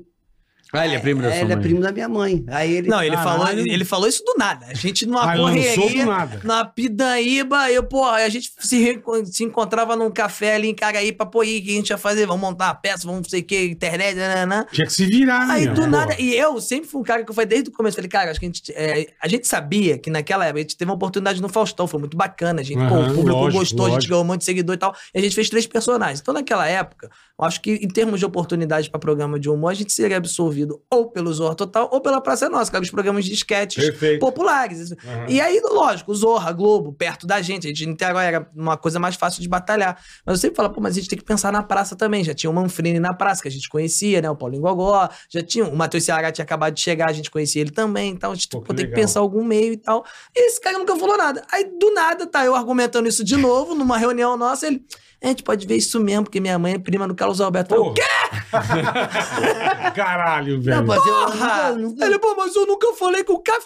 Speaker 4: Ah, ele é primo da sua
Speaker 1: ele é
Speaker 4: mãe.
Speaker 1: primo da minha mãe. Aí ele.
Speaker 5: Não, ele
Speaker 3: Caralho.
Speaker 5: falou, ele falou isso do nada. A gente numa
Speaker 3: Aí lançou do
Speaker 5: correria,
Speaker 3: nada.
Speaker 5: na Pidanhiba, eu, porra, a gente se, re- se encontrava num café ali em Caraíba, pô, e o que a gente ia fazer? Vamos montar uma peça, vamos não sei o que, internet, nananã.
Speaker 3: Tinha que se virar,
Speaker 5: Aí
Speaker 3: né,
Speaker 5: do
Speaker 3: meu?
Speaker 5: nada, e eu sempre fui um cara que eu falei desde o começo, falei, cara, acho que a gente, é, a gente sabia que naquela época a gente teve uma oportunidade no Faustão, foi muito bacana, a gente, pô,
Speaker 3: Aham,
Speaker 5: o público
Speaker 3: lógico,
Speaker 5: gostou, a
Speaker 3: lógico.
Speaker 5: gente ganhou um monte de seguidor e tal, e a gente fez três personagens. Então naquela época, eu acho que em termos de oportunidade pra programa de humor, a gente seria absorvido ou pelo Zorra Total ou pela Praça é Nossa, cara, os programas de esquetes
Speaker 3: Perfeito.
Speaker 5: populares.
Speaker 3: Aham.
Speaker 5: E aí, lógico, Zorra, Globo, perto da gente, a gente em Niterói era uma coisa mais fácil de batalhar. Mas eu sempre falo, pô, mas a gente tem que pensar na praça também. Já tinha o Manfrini na praça, que a gente conhecia, né? O Paulinho Gogó, já tinha. O Matheus Ceará tinha acabado de chegar, a gente conhecia ele também. Então, a gente
Speaker 3: Pô,
Speaker 5: pô,
Speaker 3: que
Speaker 5: tem que
Speaker 3: legal.
Speaker 5: pensar algum meio e tal. E esse cara nunca falou nada. Aí, do nada, tá eu argumentando isso de novo, numa reunião nossa, ele. A gente pode ver isso mesmo, porque minha mãe é prima do Carlos Alberto. Eu,
Speaker 3: Porra. Caralho, velho.
Speaker 1: Não, mas eu
Speaker 5: Porra!
Speaker 1: nunca, nunca,
Speaker 5: Ele, pô, mas eu nunca falei com o cara.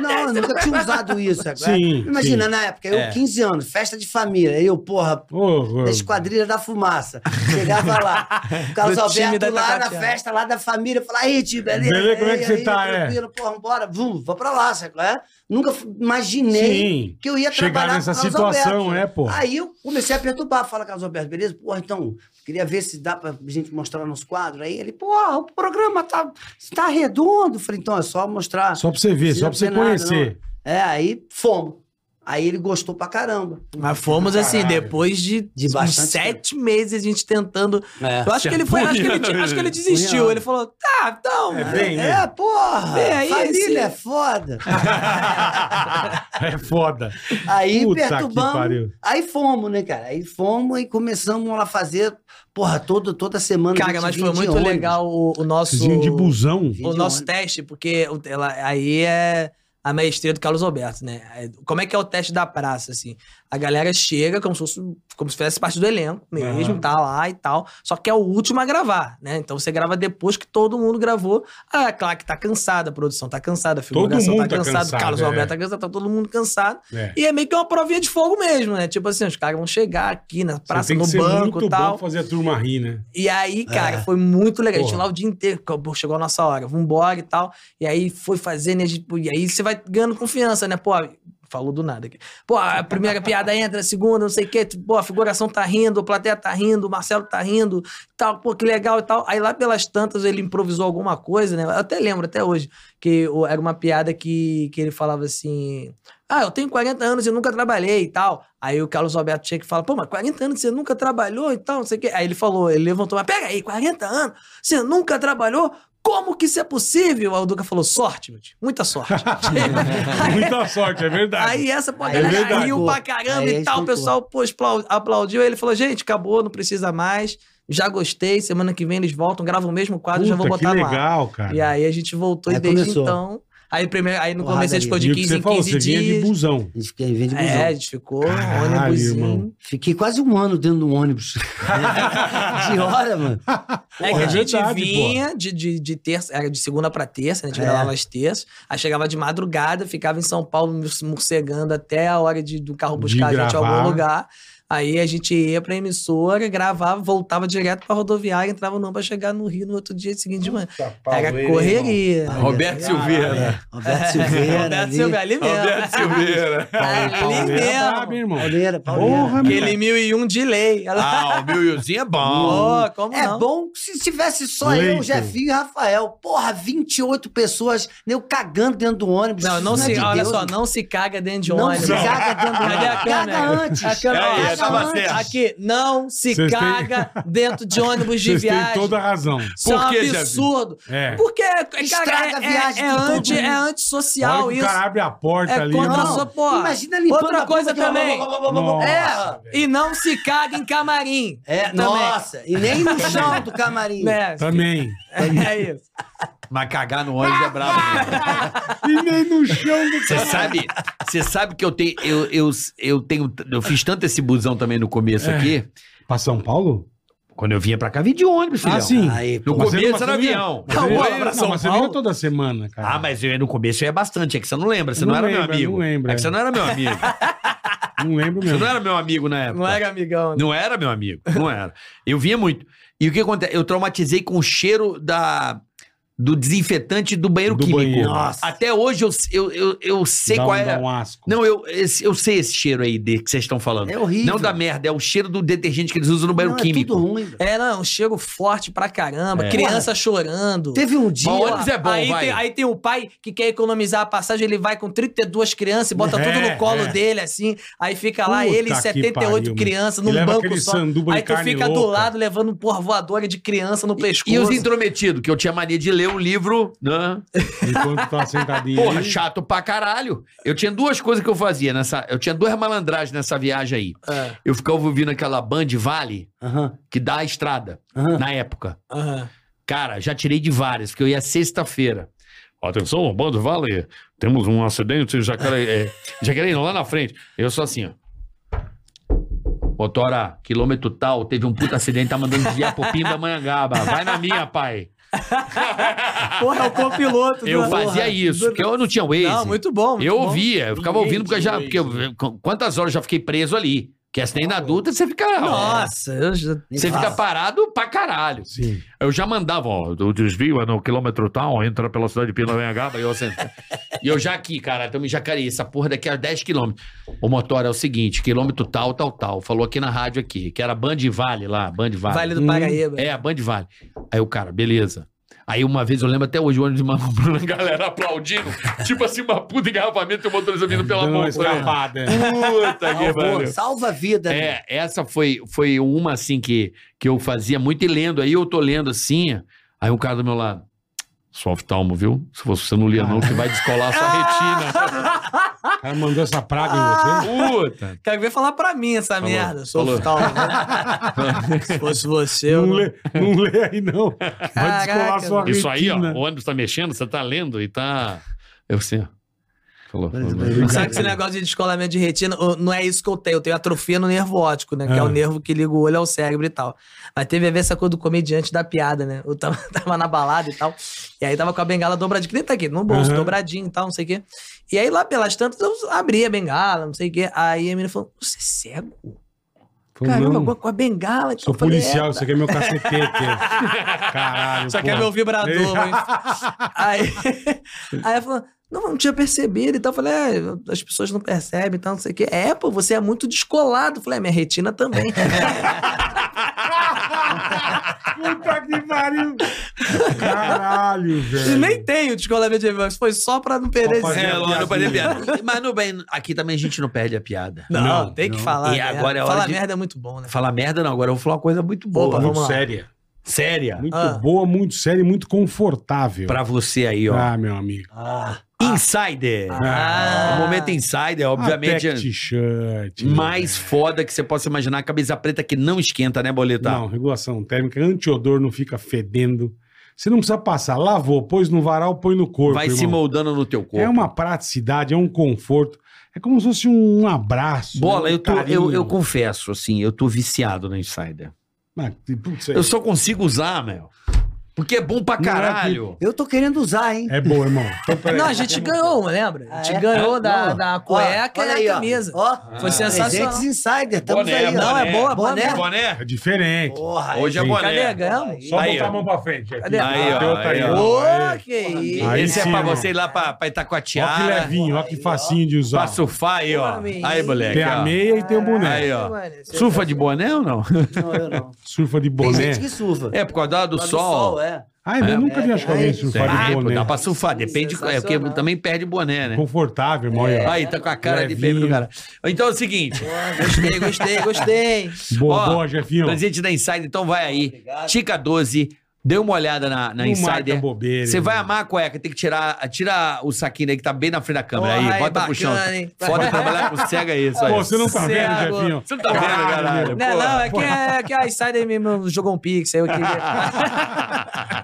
Speaker 1: não, eu nunca tinha usado isso. Agora.
Speaker 3: Sim,
Speaker 1: Imagina,
Speaker 3: sim.
Speaker 1: na época, eu,
Speaker 4: É.
Speaker 1: 15 anos, festa de família. Eu, porra,
Speaker 3: Ô, ô,
Speaker 1: da Esquadrilha da Fumaça. Chegava lá. O Carlos
Speaker 5: Do time da
Speaker 1: Alberto lá na
Speaker 5: Itacoatiara.
Speaker 1: festa lá da família. Falar, aí, tio, beleza?
Speaker 3: Beleza, como é que
Speaker 1: Ei,
Speaker 3: você
Speaker 1: aí,
Speaker 3: tá, é?"
Speaker 1: Tranquilo, porra, bora. Vum, vou pra lá, sabe qual é? Nunca f- imaginei
Speaker 3: Sim.
Speaker 1: que eu ia
Speaker 3: Chegar
Speaker 1: trabalhar
Speaker 3: nessa
Speaker 1: com o Carlos
Speaker 3: situação,
Speaker 1: Alberto.
Speaker 3: é, pô.
Speaker 1: Aí eu comecei a perturbar. Fala, Carlos Alberto, beleza? Porra, então, queria ver se dá pra gente mostrar nos quadros. Aí ele, porra, o programa tá, tá redondo. Falei, então, é só mostrar.
Speaker 3: Só pra você ver,
Speaker 1: Precisa
Speaker 3: só pra você
Speaker 1: ver nada,
Speaker 3: conhecer.
Speaker 1: não. É, aí fomos. Aí ele gostou pra caramba.
Speaker 5: Mas fomos assim,
Speaker 3: Caralho.
Speaker 5: depois de,
Speaker 1: De
Speaker 5: uns
Speaker 1: bastante
Speaker 5: sete meses a gente tentando.
Speaker 1: É.
Speaker 5: Eu acho que ele foi, acho que ele,
Speaker 4: Punhado.
Speaker 5: acho que ele desistiu.
Speaker 1: Punhado.
Speaker 5: Ele falou, tá, então.
Speaker 3: É bem,
Speaker 1: É,
Speaker 3: né?
Speaker 1: porra!
Speaker 5: É, aí esse-
Speaker 1: família é foda!
Speaker 3: É foda.
Speaker 1: Aí
Speaker 3: Puta que pariu.
Speaker 1: perturbamos. Aí fomos, né, cara? Aí fomos e começamos lá fazer, porra, todo, toda semana. a
Speaker 5: Cara,
Speaker 1: gente
Speaker 5: mas
Speaker 1: vinha
Speaker 5: foi
Speaker 1: de
Speaker 5: muito
Speaker 1: ônibus.
Speaker 5: legal o, o nosso.
Speaker 3: Vocês vinham de busão.
Speaker 1: Vinha
Speaker 5: o
Speaker 1: de
Speaker 5: nosso
Speaker 1: ônibus.
Speaker 5: teste, porque o- ela, aí é a maestria do Carlos Alberto, né? É, Como é que é o teste da praça, assim? A galera chega como se fosse, como se fizesse parte do elenco mesmo,
Speaker 3: Aham.
Speaker 5: tá lá e tal, só que é o último a gravar, né? Então você grava depois que todo mundo gravou. Ah, claro que tá cansada, a produção tá cansada, a figuração
Speaker 3: mundo
Speaker 5: tá
Speaker 3: tá
Speaker 5: cansada, o
Speaker 3: cansado,
Speaker 5: Carlos
Speaker 3: é.
Speaker 5: Alberto tá cansado, tá todo mundo cansado.
Speaker 3: É.
Speaker 5: E é meio que uma provinha de fogo mesmo, né? Tipo assim, os caras vão chegar aqui na
Speaker 3: Você
Speaker 5: praça,
Speaker 3: tem que
Speaker 5: no
Speaker 3: ser
Speaker 5: banco
Speaker 3: muito
Speaker 5: e tal.
Speaker 3: bom fazer a turma rir, né?
Speaker 5: E aí, cara,
Speaker 1: É.
Speaker 5: foi muito legal. A gente
Speaker 3: Porra.
Speaker 5: lá o dia inteiro, acabou, chegou a nossa hora, vambora e tal. E aí foi fazendo, e, a gente- e aí você vai ganhando confiança, né? Pô, falou do nada aqui. Pô, a primeira piada entra, a segunda, não sei o quê. tu- Pô, a figuração tá rindo, a plateia tá rindo, o Marcelo tá rindo, tal, pô, que legal e tal. Aí lá pelas tantas ele improvisou alguma coisa, né? Eu até lembro, até hoje, que o- era uma piada que, que ele falava assim. Ah, eu tenho 40 anos e nunca trabalhei e tal. Aí o Carlos Alberto chega e fala, pô, mas 40 anos você nunca trabalhou e tal, não sei o quê. Aí ele falou, ele levantou, mas pega aí, 40 anos, você nunca trabalhou? Como que isso é possível? Aí o Duca falou, sorte, meu tio, muita sorte.
Speaker 3: Muita sorte, é verdade.
Speaker 5: Aí essa, pô, a
Speaker 1: Aí
Speaker 5: galera
Speaker 3: verdade.
Speaker 5: riu pra caramba
Speaker 1: Aí
Speaker 5: e tal. O
Speaker 1: descontou.
Speaker 5: pessoal pô, esplau- aplaudiu. Aí ele falou, gente, acabou, não precisa mais. Já gostei, semana que vem eles voltam, gravam o mesmo quadro, já vou
Speaker 3: Puta,
Speaker 5: botar
Speaker 3: que
Speaker 5: no ar.
Speaker 3: legal, cara.
Speaker 5: E aí a gente voltou e
Speaker 1: Aí
Speaker 5: desde
Speaker 1: começou.
Speaker 5: então... Aí, primeiro, aí no
Speaker 1: Porrada
Speaker 5: começo a gente ficou
Speaker 1: ali.
Speaker 5: de
Speaker 3: E o que
Speaker 5: 15
Speaker 3: você
Speaker 5: em
Speaker 3: falou,
Speaker 5: 15
Speaker 3: você vinha de
Speaker 5: dias.
Speaker 3: busão.
Speaker 1: A gente fica- vem de busão.
Speaker 5: É, a gente ficou
Speaker 3: Caralho, irmão.
Speaker 5: ônibusinho.
Speaker 1: Fiquei quase um ano dentro de um ônibus. de hora, mano.
Speaker 5: É que
Speaker 3: Porra,
Speaker 5: a
Speaker 3: é
Speaker 5: gente
Speaker 3: verdade,
Speaker 5: vinha de, de, de terça, era de segunda pra terça, né? A gente
Speaker 1: É.
Speaker 5: gravava às terças. Aí chegava de madrugada, ficava em São Paulo me morcegando até a hora de, do carro
Speaker 3: De
Speaker 5: buscar a gente em
Speaker 3: gravar.
Speaker 5: algum lugar. Aí a gente ia pra emissora, gravava, voltava direto pra rodoviária, entrava no pra chegar no Rio no outro dia seguinte de manhã. Era correria.
Speaker 4: Roberto
Speaker 1: né?
Speaker 4: Silveira.
Speaker 1: Roberto É, Silveira.
Speaker 5: Roberto
Speaker 1: ali.
Speaker 5: É. Silveira, ali mesmo.
Speaker 4: Roberto Silveira.
Speaker 5: né? ali
Speaker 3: Ele é brabo,
Speaker 5: mesmo.
Speaker 3: irmão.
Speaker 1: Pauleira, É
Speaker 3: Porra,
Speaker 1: Pauleira.
Speaker 3: meu.
Speaker 5: Aquele mil e um delay. Ela...
Speaker 4: Ah, o Biliozinho é bom.
Speaker 5: Pô, como
Speaker 1: É
Speaker 5: não?
Speaker 1: bom se tivesse só eu,
Speaker 3: Leito.
Speaker 1: Jefinho e Rafael. Porra, 28 pessoas, né, eu cagando dentro do ônibus.
Speaker 5: Não, não
Speaker 1: Isso
Speaker 5: se,
Speaker 1: é de
Speaker 5: olha
Speaker 1: Deus,
Speaker 5: só,
Speaker 1: mano.
Speaker 5: não se caga dentro de um
Speaker 1: Não
Speaker 5: ônibus.
Speaker 1: se caga dentro do
Speaker 5: Cadê a
Speaker 1: ônibus.
Speaker 5: câmera?
Speaker 1: Caga antes.
Speaker 5: A câmera-
Speaker 4: Aí, É
Speaker 5: caga
Speaker 4: tava
Speaker 5: antes.
Speaker 4: certo.
Speaker 5: Aqui, não se
Speaker 3: Vocês têm-
Speaker 5: caga dentro de ônibus de
Speaker 3: Vocês têm
Speaker 5: viagem.
Speaker 3: toda a razão.
Speaker 5: Isso é um
Speaker 4: Por que, Javi?
Speaker 5: absurdo.
Speaker 3: É.
Speaker 5: Porque, cara,
Speaker 1: Estraga
Speaker 5: é,
Speaker 1: a viagem
Speaker 5: é, é,
Speaker 1: de todo
Speaker 5: anti,
Speaker 1: mundo.
Speaker 5: é
Speaker 3: A hora
Speaker 5: antissocial
Speaker 3: que
Speaker 5: isso.
Speaker 3: o cara abre a porta
Speaker 5: É
Speaker 3: ali.
Speaker 5: contra
Speaker 3: irmão.
Speaker 5: a sua porra.
Speaker 1: Imagina limpando
Speaker 5: Outra
Speaker 1: a boca
Speaker 5: coisa
Speaker 1: aqui, ó.
Speaker 5: também.
Speaker 3: Nossa,
Speaker 1: É.
Speaker 3: velho.
Speaker 5: E não se caga em camarim.
Speaker 1: É,
Speaker 5: Também.
Speaker 1: nossa, e nem no chão do camarim.
Speaker 5: Né?
Speaker 3: Também.
Speaker 5: É isso.
Speaker 6: Mas cagar no ônibus é brabo. né?
Speaker 3: E nem no chão do
Speaker 4: Você sabe, você sabe que eu tenho, eu, eu, eu tenho, eu fiz tanto esse busão também no
Speaker 3: É.
Speaker 4: começo aqui.
Speaker 3: Pra São Paulo?
Speaker 4: Quando eu vinha pra cá, vim de ônibus, filhão.
Speaker 3: Ah, sim.
Speaker 1: Aí,
Speaker 4: No
Speaker 1: pô.
Speaker 3: Mas você- mas
Speaker 4: começo
Speaker 3: você
Speaker 4: era
Speaker 3: vinha-
Speaker 4: avião.
Speaker 3: Mas você-
Speaker 4: Depois
Speaker 3: não,
Speaker 4: era São
Speaker 3: mas você
Speaker 4: Paulo.
Speaker 3: vinha toda semana, cara.
Speaker 4: Ah, mas eu, no começo eu ia bastante. É que você não lembra, você não,
Speaker 3: Não
Speaker 4: era meu
Speaker 3: lembra,
Speaker 4: amigo.
Speaker 3: não lembra.
Speaker 4: É que você não era meu amigo.
Speaker 3: Não lembro
Speaker 4: você
Speaker 3: mesmo.
Speaker 4: não era meu amigo na época.
Speaker 5: Não era amigão.
Speaker 4: Não era meu amigo, não era. Eu vinha muito. E o que acontece? Eu traumatizei com o cheiro da, do desinfetante do banheiro
Speaker 3: Do
Speaker 4: químico.
Speaker 3: banheiro.
Speaker 1: Nossa.
Speaker 4: Até hoje eu, eu, eu, eu sei
Speaker 3: Dá um-
Speaker 4: qual é.
Speaker 3: dá um asco.
Speaker 4: Não, eu, esse- eu sei esse cheiro aí de, que vocês estão falando.
Speaker 1: É horrível.
Speaker 4: Não da merda, é o cheiro do detergente que eles usam no banheiro
Speaker 1: Não, é
Speaker 4: químico.
Speaker 1: tudo ruim. velho.
Speaker 5: É, não, um cheiro forte pra caramba,
Speaker 4: É.
Speaker 5: criança chorando.
Speaker 1: Teve um dia.
Speaker 4: Bom, ônibus é bom,
Speaker 5: aí,
Speaker 4: vai.
Speaker 5: Tem, aí tem um pai que quer economizar a passagem, ele vai com 32 crianças e bota
Speaker 3: É,
Speaker 5: tudo no colo
Speaker 3: é.
Speaker 5: dele, assim. Aí fica lá,
Speaker 3: Puta
Speaker 5: ele e
Speaker 3: que
Speaker 5: 78
Speaker 3: pariu,
Speaker 5: crianças
Speaker 3: E
Speaker 5: num
Speaker 3: leva
Speaker 5: banco
Speaker 3: aquele
Speaker 5: só.
Speaker 3: sanduba de
Speaker 5: Aí tu
Speaker 3: carne
Speaker 5: fica do
Speaker 3: louca.
Speaker 5: lado levando porra voadora de criança no pescoço.
Speaker 4: E os intrometidos, que eu tinha mania de ler um livro, né?
Speaker 3: Enquanto tá sentadinho.
Speaker 4: Porra,
Speaker 3: aí.
Speaker 4: chato pra caralho. Eu tinha duas coisas que eu fazia nessa. Eu tinha duas malandragens nessa viagem aí.
Speaker 5: Ah,
Speaker 4: Eu ficava ouvindo aquela Band Vale
Speaker 1: Aham,
Speaker 4: que dá a estrada
Speaker 1: aham.
Speaker 4: na época.
Speaker 5: aham.
Speaker 4: Cara, já tirei de várias, porque eu ia sexta-feira. Atenção, Band Vale, temos um acidente em Jacaré, é, Jacareí, lá na frente. Eu sou assim, ó. Motora, quilômetro tal, teve um puta acidente, tá mandando desviar pro Pindamonhangaba. Vai na minha, pai.
Speaker 5: Porra, é o copiloto.
Speaker 4: Eu
Speaker 5: do-
Speaker 4: fazia
Speaker 5: porra.
Speaker 4: isso, porque eu não tinha um Waze.
Speaker 5: Não, muito bom. muito
Speaker 4: eu
Speaker 5: bom. um
Speaker 4: ouvia, eu ficava
Speaker 3: Ninguém
Speaker 4: ouvindo, porque, eu
Speaker 3: tinha
Speaker 4: já, porque eu- qu- quantas horas eu já fiquei preso ali. Porque acidente na adulta, você fica... ó,
Speaker 5: Nossa, eu já...
Speaker 4: Você fica parado pra caralho.
Speaker 3: Sim.
Speaker 4: Eu já mandava, ó, o desvio é no quilômetro tal, entra pela cidade de Pindamonhangaba e eu assim, E eu já aqui, cara, estamos em Jacareí, essa porra daqui é a 10 quilômetros. O motor é o seguinte, quilômetro tal, tal, tal. Falou aqui na rádio aqui, que era Band Vale lá, Band Vale.
Speaker 5: Vale do Paraíba.
Speaker 4: É, a Band Vale. Aí o cara, beleza. Aí uma vez eu lembro até hoje o ônibus manobrando, a galera aplaudindo, tipo assim, uma puta engarrafamento e o motorista vindo pela né?
Speaker 3: Dando uma
Speaker 4: montanha.
Speaker 3: escapada.
Speaker 4: Puta que
Speaker 1: Salvou,
Speaker 4: pariu.
Speaker 1: salva a vida. né?
Speaker 4: É, essa foi, foi uma assim que, que eu fazia muito e lendo. Aí eu tô lendo assim, aí um cara do meu lado. Só oftalmo, viu? Se você não lia, não, que vai descolar sua retina.
Speaker 3: O cara mandou essa praga
Speaker 4: Ah!
Speaker 3: em você.
Speaker 4: Puta!
Speaker 5: Quero ver falar pra mim essa
Speaker 4: Falou,
Speaker 5: merda. Sou
Speaker 4: falou.
Speaker 5: oftalmo. né? Se fosse você, eu
Speaker 3: Não
Speaker 5: não-
Speaker 3: lê, não lê aí, não. Vai descolar
Speaker 5: Caraca,
Speaker 3: sua
Speaker 5: mano.
Speaker 4: Isso aí, ó,
Speaker 3: retina.
Speaker 4: o ônibus tá mexendo, você tá lendo e tá. Eu assim, ó. Falou. falou.
Speaker 5: Sabe que esse negócio de descolamento de retina, ô, não é isso que eu tenho. Eu tenho atrofia no nervo óptico, né? Que é
Speaker 3: Ah.
Speaker 5: o nervo que liga o olho ao cérebro e tal. Mas teve a ver essa coisa do comediante da piada, né? Eu tava, tava na balada e tal. E aí tava com a bengala dobradinha, que nem tá aqui, no bolso,
Speaker 3: Aham.
Speaker 5: dobradinho e tal, não sei o quê. E aí lá pelas tantas eu abri a bengala, não sei o quê. Aí a menina falou: Você é cego?
Speaker 3: Falou,
Speaker 5: Caramba,
Speaker 3: não,
Speaker 5: com a bengala.
Speaker 3: Sou
Speaker 5: Eu falei, "É,
Speaker 3: policial, isso aqui é meu cacetete. Caralho.
Speaker 5: só que é
Speaker 3: porra.
Speaker 5: meu vibrador, hein? Aí, aí ela falou, não, não tinha percebido. Então eu falei, é, as pessoas não percebem, então não sei o quê. É, pô, você é muito descolado. Eu falei, é, minha retina também.
Speaker 3: Puta que pariu. Caralho,
Speaker 5: E
Speaker 3: velho.
Speaker 5: nem tenho descolamento de reverso, foi só pra não perder
Speaker 3: Só
Speaker 5: esse...
Speaker 3: fazer- É, não, não perde a
Speaker 4: piada. Mas no bem, aqui também a gente não perde a piada.
Speaker 5: Não,
Speaker 3: Não,
Speaker 5: tem que
Speaker 1: não.
Speaker 5: falar.
Speaker 4: E
Speaker 5: merda.
Speaker 4: agora é hora
Speaker 5: Falar
Speaker 4: de-
Speaker 5: merda é muito bom, né?
Speaker 4: Falar merda não, agora eu vou falar uma coisa muito boa.
Speaker 5: Opa,
Speaker 3: Muito
Speaker 5: vamos lá.
Speaker 3: séria.
Speaker 4: Séria.
Speaker 3: Muito
Speaker 5: Ah.
Speaker 3: boa, muito séria e muito confortável.
Speaker 4: Pra você aí, ó.
Speaker 3: Ah, meu amigo.
Speaker 4: Insider.
Speaker 5: Ah.
Speaker 4: O momento insider, obviamente.
Speaker 3: Até que t-shirt.
Speaker 4: mais foda que você possa imaginar. Camisa preta que não esquenta, né, Boleta?
Speaker 3: Não, regulação térmica, antiodor não fica fedendo. Você não precisa passar. Lavou, pôs no varal, põe no corpo.
Speaker 4: Vai se
Speaker 3: irmão.
Speaker 4: moldando no teu corpo.
Speaker 3: É uma praticidade, é um conforto. É como se fosse um abraço.
Speaker 4: Bola,
Speaker 3: né? Um
Speaker 4: eu, tô, eu,
Speaker 3: carinho.
Speaker 4: eu confesso, assim, eu tô viciado no Insider.
Speaker 3: Ah, putz,
Speaker 4: Eu só consigo usar, meu. Porque é bom pra
Speaker 3: Não é
Speaker 4: caralho.
Speaker 1: Eu tô querendo usar, hein?
Speaker 3: É bom, irmão. Então, peraí.
Speaker 5: Não, a gente ganhou uma, lembra? A gente
Speaker 1: Ah, é?
Speaker 5: ganhou da,
Speaker 1: Não.
Speaker 5: da cueca
Speaker 1: Ó, olha
Speaker 5: e
Speaker 1: aí,
Speaker 5: da
Speaker 1: ó.
Speaker 5: camisa.
Speaker 1: Ó,
Speaker 5: Foi sensacional.
Speaker 1: Presentes Insider, estamos
Speaker 4: Boné,
Speaker 1: aí. ó.
Speaker 5: Não, é
Speaker 4: boné.
Speaker 5: boa, boa
Speaker 1: Boné.
Speaker 5: merda.
Speaker 4: Boné?
Speaker 3: É diferente.
Speaker 1: Porra,
Speaker 4: Hoje é
Speaker 3: Sim.
Speaker 4: boné.
Speaker 5: Cadê? Ganhamos?
Speaker 3: Só
Speaker 4: Aí,
Speaker 3: botar
Speaker 4: ó.
Speaker 3: a mão pra frente. aqui.
Speaker 5: Cadê?
Speaker 4: Aí, ó,
Speaker 3: Deu outra
Speaker 4: aí, ó.
Speaker 5: Ô,
Speaker 3: ó.
Speaker 5: que isso.
Speaker 3: Aí
Speaker 4: Esse é
Speaker 3: sim,
Speaker 4: pra
Speaker 3: irmão.
Speaker 4: você ir lá pra, pra
Speaker 3: Ó que
Speaker 4: Itacoatiara.
Speaker 3: levinho, ó que facinho de usar.
Speaker 4: Pra surfar aí, ó.
Speaker 5: Porra,
Speaker 4: Aí,
Speaker 5: menino.
Speaker 4: moleque.
Speaker 3: Tem a
Speaker 4: ó.
Speaker 3: meia e tem o boné.
Speaker 4: Aí, ó.
Speaker 5: Mano, esse-
Speaker 4: Surfa de boné ou não?
Speaker 1: Não, eu não.
Speaker 3: Surfa de
Speaker 1: Tem
Speaker 3: boné.
Speaker 1: gente que surfa.
Speaker 4: É por causa do,
Speaker 1: Lá do
Speaker 4: sol.
Speaker 1: é.
Speaker 3: Ah, eu nunca vi acho que alguém
Speaker 1: é.
Speaker 3: surfar
Speaker 4: Ah,
Speaker 3: de
Speaker 4: pô,
Speaker 3: boné.
Speaker 4: dá pra surfar, depende. É porque
Speaker 5: Sensacional.
Speaker 4: também perde boné, né?
Speaker 3: Confortável, irmão. aí, ó.
Speaker 4: Aí, tá com a cara de
Speaker 3: Levinho.
Speaker 4: bêbado, cara. Então é o seguinte,
Speaker 5: Gostei, gostei, gostei.
Speaker 3: Boa,
Speaker 4: Ó,
Speaker 3: boa, Jefinho.
Speaker 4: presidente da Insider, então vai aí.
Speaker 1: Obrigado.
Speaker 4: Tica 12, dê uma olhada na, na
Speaker 3: Não marca
Speaker 4: Insider.
Speaker 3: bobeira,
Speaker 4: Você vai
Speaker 3: irmão.
Speaker 4: amar a cueca, tem que tirar, tira o saquinho aí que tá bem na frente da câmera.
Speaker 5: Porra,
Speaker 4: aí,
Speaker 5: aí,
Speaker 4: bota pro chão.
Speaker 5: bacana, hein?
Speaker 4: Foda trabalhar com cega é isso aí. é
Speaker 3: Pô, você não tá
Speaker 5: Cê
Speaker 3: vendo,
Speaker 5: agora-
Speaker 3: Jefinho?
Speaker 4: Você não tá vendo, caralho.
Speaker 5: é, Ah, Não, não, é que, é que a Insider mesmo jogou um pix, aí eu queria.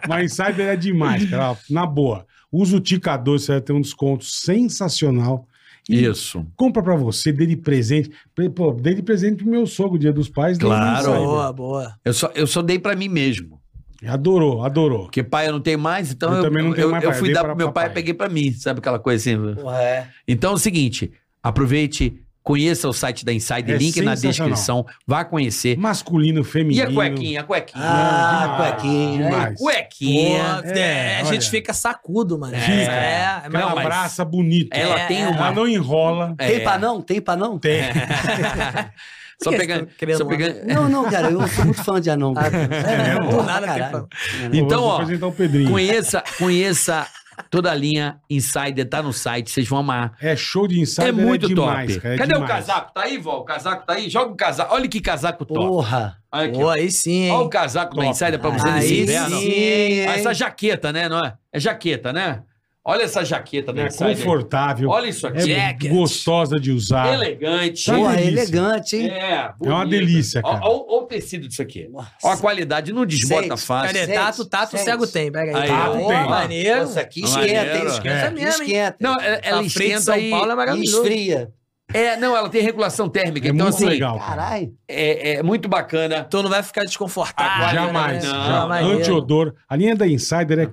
Speaker 3: Mas Insider é demais, cara. Ó, Na boa. Usa o Ticador, você vai ter um desconto sensacional.
Speaker 4: Isso.
Speaker 3: Compra pra você, dê de presente. Pre- Pô, dê de presente pro meu sogro, dia dos pais. dei no
Speaker 4: Claro.
Speaker 3: Insider.
Speaker 5: Boa, boa.
Speaker 4: Eu só, eu só dei pra mim mesmo.
Speaker 3: Adorou, adorou.
Speaker 4: Porque pai eu não tenho mais, então
Speaker 3: Eu
Speaker 4: eu,
Speaker 3: também não tenho
Speaker 4: eu-
Speaker 3: mais
Speaker 4: eu
Speaker 3: pai, eu
Speaker 4: fui
Speaker 3: dei
Speaker 4: dar
Speaker 3: pra
Speaker 4: pro meu pai
Speaker 3: papai.
Speaker 4: e peguei pra mim. Sabe aquela coisa assim?
Speaker 5: Porra, é.
Speaker 4: Então é o seguinte, aproveite, conheça o site da Inside,
Speaker 3: É
Speaker 4: link na
Speaker 3: sensacional.
Speaker 4: descrição, vá conhecer.
Speaker 3: Masculino,
Speaker 4: E a
Speaker 3: feminino.
Speaker 4: cuequinha, a cuequinha.
Speaker 1: Ah,
Speaker 3: demais,
Speaker 1: cuequinha. né?
Speaker 3: demais.
Speaker 4: Cuequinha.
Speaker 5: Porra, é,
Speaker 3: é,
Speaker 5: a
Speaker 3: olha. um
Speaker 5: gente fica sacudo, mano.
Speaker 3: Fica.
Speaker 5: É, é,
Speaker 3: Aquela
Speaker 4: mas-
Speaker 3: abraça bonita.
Speaker 4: Ela
Speaker 5: É,
Speaker 4: tem
Speaker 5: é.
Speaker 3: Ela
Speaker 4: uma.
Speaker 3: não enrola.
Speaker 1: Tem
Speaker 4: É.
Speaker 1: pra não? Tem pra não?
Speaker 3: Tem.
Speaker 4: Só
Speaker 5: Por que
Speaker 4: pegando.
Speaker 5: você tá querendo
Speaker 4: Só
Speaker 5: uma-
Speaker 4: pegando.
Speaker 1: Não, não, cara, eu sou muito fã de anão.
Speaker 5: Ah, é
Speaker 3: mesmo?
Speaker 5: do nada tem
Speaker 1: Caralho.
Speaker 3: Pô,
Speaker 4: Então,
Speaker 3: vou
Speaker 4: ó,
Speaker 3: apresentar o Pedrinho.
Speaker 4: Conheça, conheça toda a linha Insider, tá no site, vocês vão amar.
Speaker 3: É show de Insider.
Speaker 4: é muito
Speaker 3: demais,
Speaker 4: top.
Speaker 3: cara, é
Speaker 4: Cadê
Speaker 3: demais.
Speaker 4: o casaco? Tá aí, vó? O casaco tá aí? Joga o casaco. Olha que casaco top.
Speaker 1: Porra.
Speaker 4: Olha aqui, ó.
Speaker 5: Pô, aí sim,
Speaker 4: Olha o
Speaker 5: hein?
Speaker 4: casaco da
Speaker 3: Top.
Speaker 4: Insider pra você nesse
Speaker 5: Aí
Speaker 4: inverno.
Speaker 5: sim, hein?
Speaker 4: Ah, Essa jaqueta, né? Não é? é jaqueta, né? Olha essa jaqueta da
Speaker 3: É
Speaker 4: Insider.
Speaker 3: confortável.
Speaker 4: Olha isso
Speaker 3: É
Speaker 4: aqui.
Speaker 5: Jacket.
Speaker 3: gostosa de usar.
Speaker 4: Elegante.
Speaker 3: Tá
Speaker 1: Porra,
Speaker 3: delícia.
Speaker 1: elegante, hein?
Speaker 4: É,
Speaker 3: É uma
Speaker 4: bonito.
Speaker 3: delícia, cara.
Speaker 4: Ó, ó- ó o tecido disso aqui. Ó a
Speaker 1: Nossa,
Speaker 4: qualidade, não desbota
Speaker 1: Sente,
Speaker 4: fácil.
Speaker 5: Cadê?
Speaker 1: sete,
Speaker 5: Tato, tato,
Speaker 1: sete.
Speaker 5: cego tem. Pega aí.
Speaker 4: Aí, ó.
Speaker 5: Pô,
Speaker 3: Tem.
Speaker 5: tá Maneiro.
Speaker 1: Nossa, aqui esquenta, hein?
Speaker 4: Maneiro.
Speaker 5: É.
Speaker 1: Esquenta
Speaker 5: mesmo,
Speaker 1: mesmo.
Speaker 5: hein?
Speaker 1: Esquenta.
Speaker 4: Não, ela, ela
Speaker 5: Pra frente de
Speaker 4: esquenta
Speaker 5: São
Speaker 4: e-
Speaker 5: Paulo é maravilhoso.
Speaker 1: Esfria.
Speaker 4: É, não, ela tem regulação térmica.
Speaker 3: É
Speaker 4: então,
Speaker 3: muito
Speaker 4: assim,
Speaker 3: legal. cara.
Speaker 1: Caralho.
Speaker 4: É, é muito bacana.
Speaker 5: Tu Então não vai ficar desconfortável.
Speaker 4: Ah,
Speaker 3: Jamais.
Speaker 4: Não,
Speaker 3: já-
Speaker 5: Ah, maneiro.
Speaker 3: Antiodor. A linha da Insider é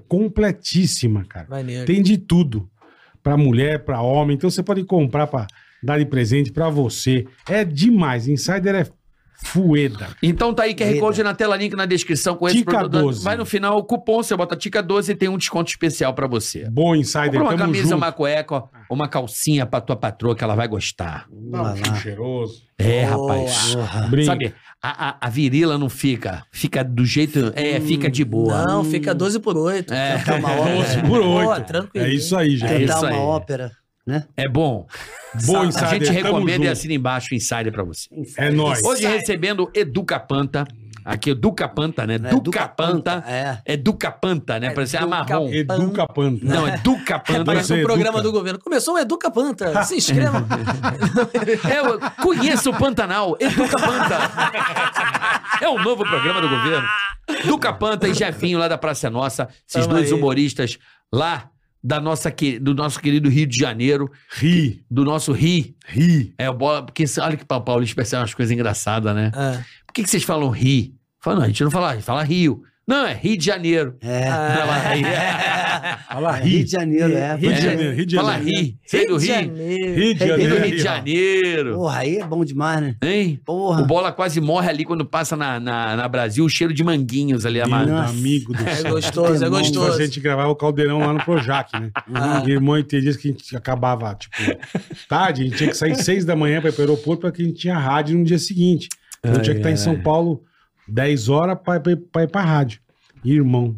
Speaker 3: completíssima, cara.
Speaker 5: Maneiro.
Speaker 3: Tem de tudo. Pra mulher, pra homem. Então você pode comprar pra dar de presente pra você. É demais. Insider é fueda.
Speaker 4: Então tá aí QR
Speaker 1: Vida.
Speaker 4: Code na tela, link na descrição com esse
Speaker 3: Tica 12.
Speaker 4: Vai no final, o cupom, você bota Tica 12 e tem um desconto especial pra você.
Speaker 3: Boa Insider.
Speaker 4: Compra uma
Speaker 3: Tamo
Speaker 4: camisa,
Speaker 3: junto.
Speaker 4: uma cueca, ó, uma calcinha pra tua patroa que ela vai gostar.
Speaker 3: Dá um
Speaker 1: Vamos
Speaker 3: fio
Speaker 1: lá.
Speaker 3: cheiroso.
Speaker 4: É,
Speaker 5: Boa.
Speaker 4: rapaz.
Speaker 1: Porra.
Speaker 3: Brinca.
Speaker 4: Sabe, a, a- a virila não fica. Fica do jeito. É, fica de boa.
Speaker 5: Não, fica 12 por 8.
Speaker 4: É.
Speaker 1: Cantar Tá uma
Speaker 3: Doze
Speaker 1: ópera.
Speaker 3: por
Speaker 5: Boa,
Speaker 3: oito.
Speaker 5: tranquilo.
Speaker 3: é isso aí,
Speaker 4: É
Speaker 3: gente.
Speaker 4: isso
Speaker 1: Cantar
Speaker 4: aí.
Speaker 1: uma ópera.
Speaker 4: É bom.
Speaker 3: Boa
Speaker 4: A
Speaker 3: Insider.
Speaker 4: gente
Speaker 3: tamo
Speaker 4: recomenda e
Speaker 3: junto.
Speaker 4: assina embaixo o Insider pra você.
Speaker 3: É nóis.
Speaker 4: Hoje recebendo Educa Panta. Aqui, Educa Panta, né?
Speaker 1: Né?
Speaker 4: Duca Panta.
Speaker 1: É.
Speaker 4: É Duca Panta, né?
Speaker 5: É
Speaker 4: Parece
Speaker 5: Duca
Speaker 4: marrom.
Speaker 3: Educa Panta.
Speaker 4: Não, é Duca Panta.
Speaker 3: Mas
Speaker 5: Parece um
Speaker 3: você
Speaker 5: programa
Speaker 3: educa.
Speaker 5: do governo. Começou o Educa Panta. Se inscreva.
Speaker 4: É, eu conheço o Pantanal, Educa Panta. É um novo programa do governo. Duca Panta e Jefinho, lá da Praça é Nossa, esses
Speaker 5: Tamo
Speaker 4: dois
Speaker 5: aí.
Speaker 4: humoristas lá da nossa, que- do nosso querido Rio de Janeiro,
Speaker 3: Ri,
Speaker 4: do nosso Ri.
Speaker 3: ri.
Speaker 4: É o bola, porque cê- olha que pa- paulista percebe umas coisas engraçadas, né?
Speaker 5: Ah,
Speaker 4: Por que, que vocês falam Ri? Fala, não, a gente não fala, a gente fala Rio. Não, é Rio de Janeiro.
Speaker 1: É.
Speaker 4: Vai lá, Ri.
Speaker 3: Fala
Speaker 1: Rio
Speaker 3: ri.
Speaker 1: de Janeiro, é.
Speaker 3: Ah, Rio de
Speaker 1: Pois é.
Speaker 3: Janeiro, Rio de
Speaker 4: Fala
Speaker 3: Janeiro.
Speaker 4: Ri. Vem é do
Speaker 5: de
Speaker 4: Rio.
Speaker 5: Janeiro.
Speaker 3: Rio de
Speaker 4: Vem do
Speaker 3: Janeiro.
Speaker 4: Rio de Janeiro.
Speaker 1: Porra, aí é bom demais, né?
Speaker 4: Hein? O
Speaker 1: Porra.
Speaker 4: Bola quase morre ali quando passa na, na, na Brasil, o cheiro de manguinhos ali,
Speaker 3: Meu
Speaker 4: amado.
Speaker 1: Não.
Speaker 3: amigo do
Speaker 5: É
Speaker 3: céu.
Speaker 5: gostoso, é
Speaker 1: Irmão,
Speaker 3: Antes de fazer,
Speaker 5: gostoso.
Speaker 3: A gente gravava o caldeirão lá no Projac, né?
Speaker 5: Ah.
Speaker 3: Meu irmão e tem dias que a gente acabava, tipo, tarde, a gente tinha que sair seis da manhã para ir pro aeroporto porque a gente tinha rádio no dia seguinte. Então tinha que estar em São Paulo 10 horas para ir pra, pra rádio. Irmão.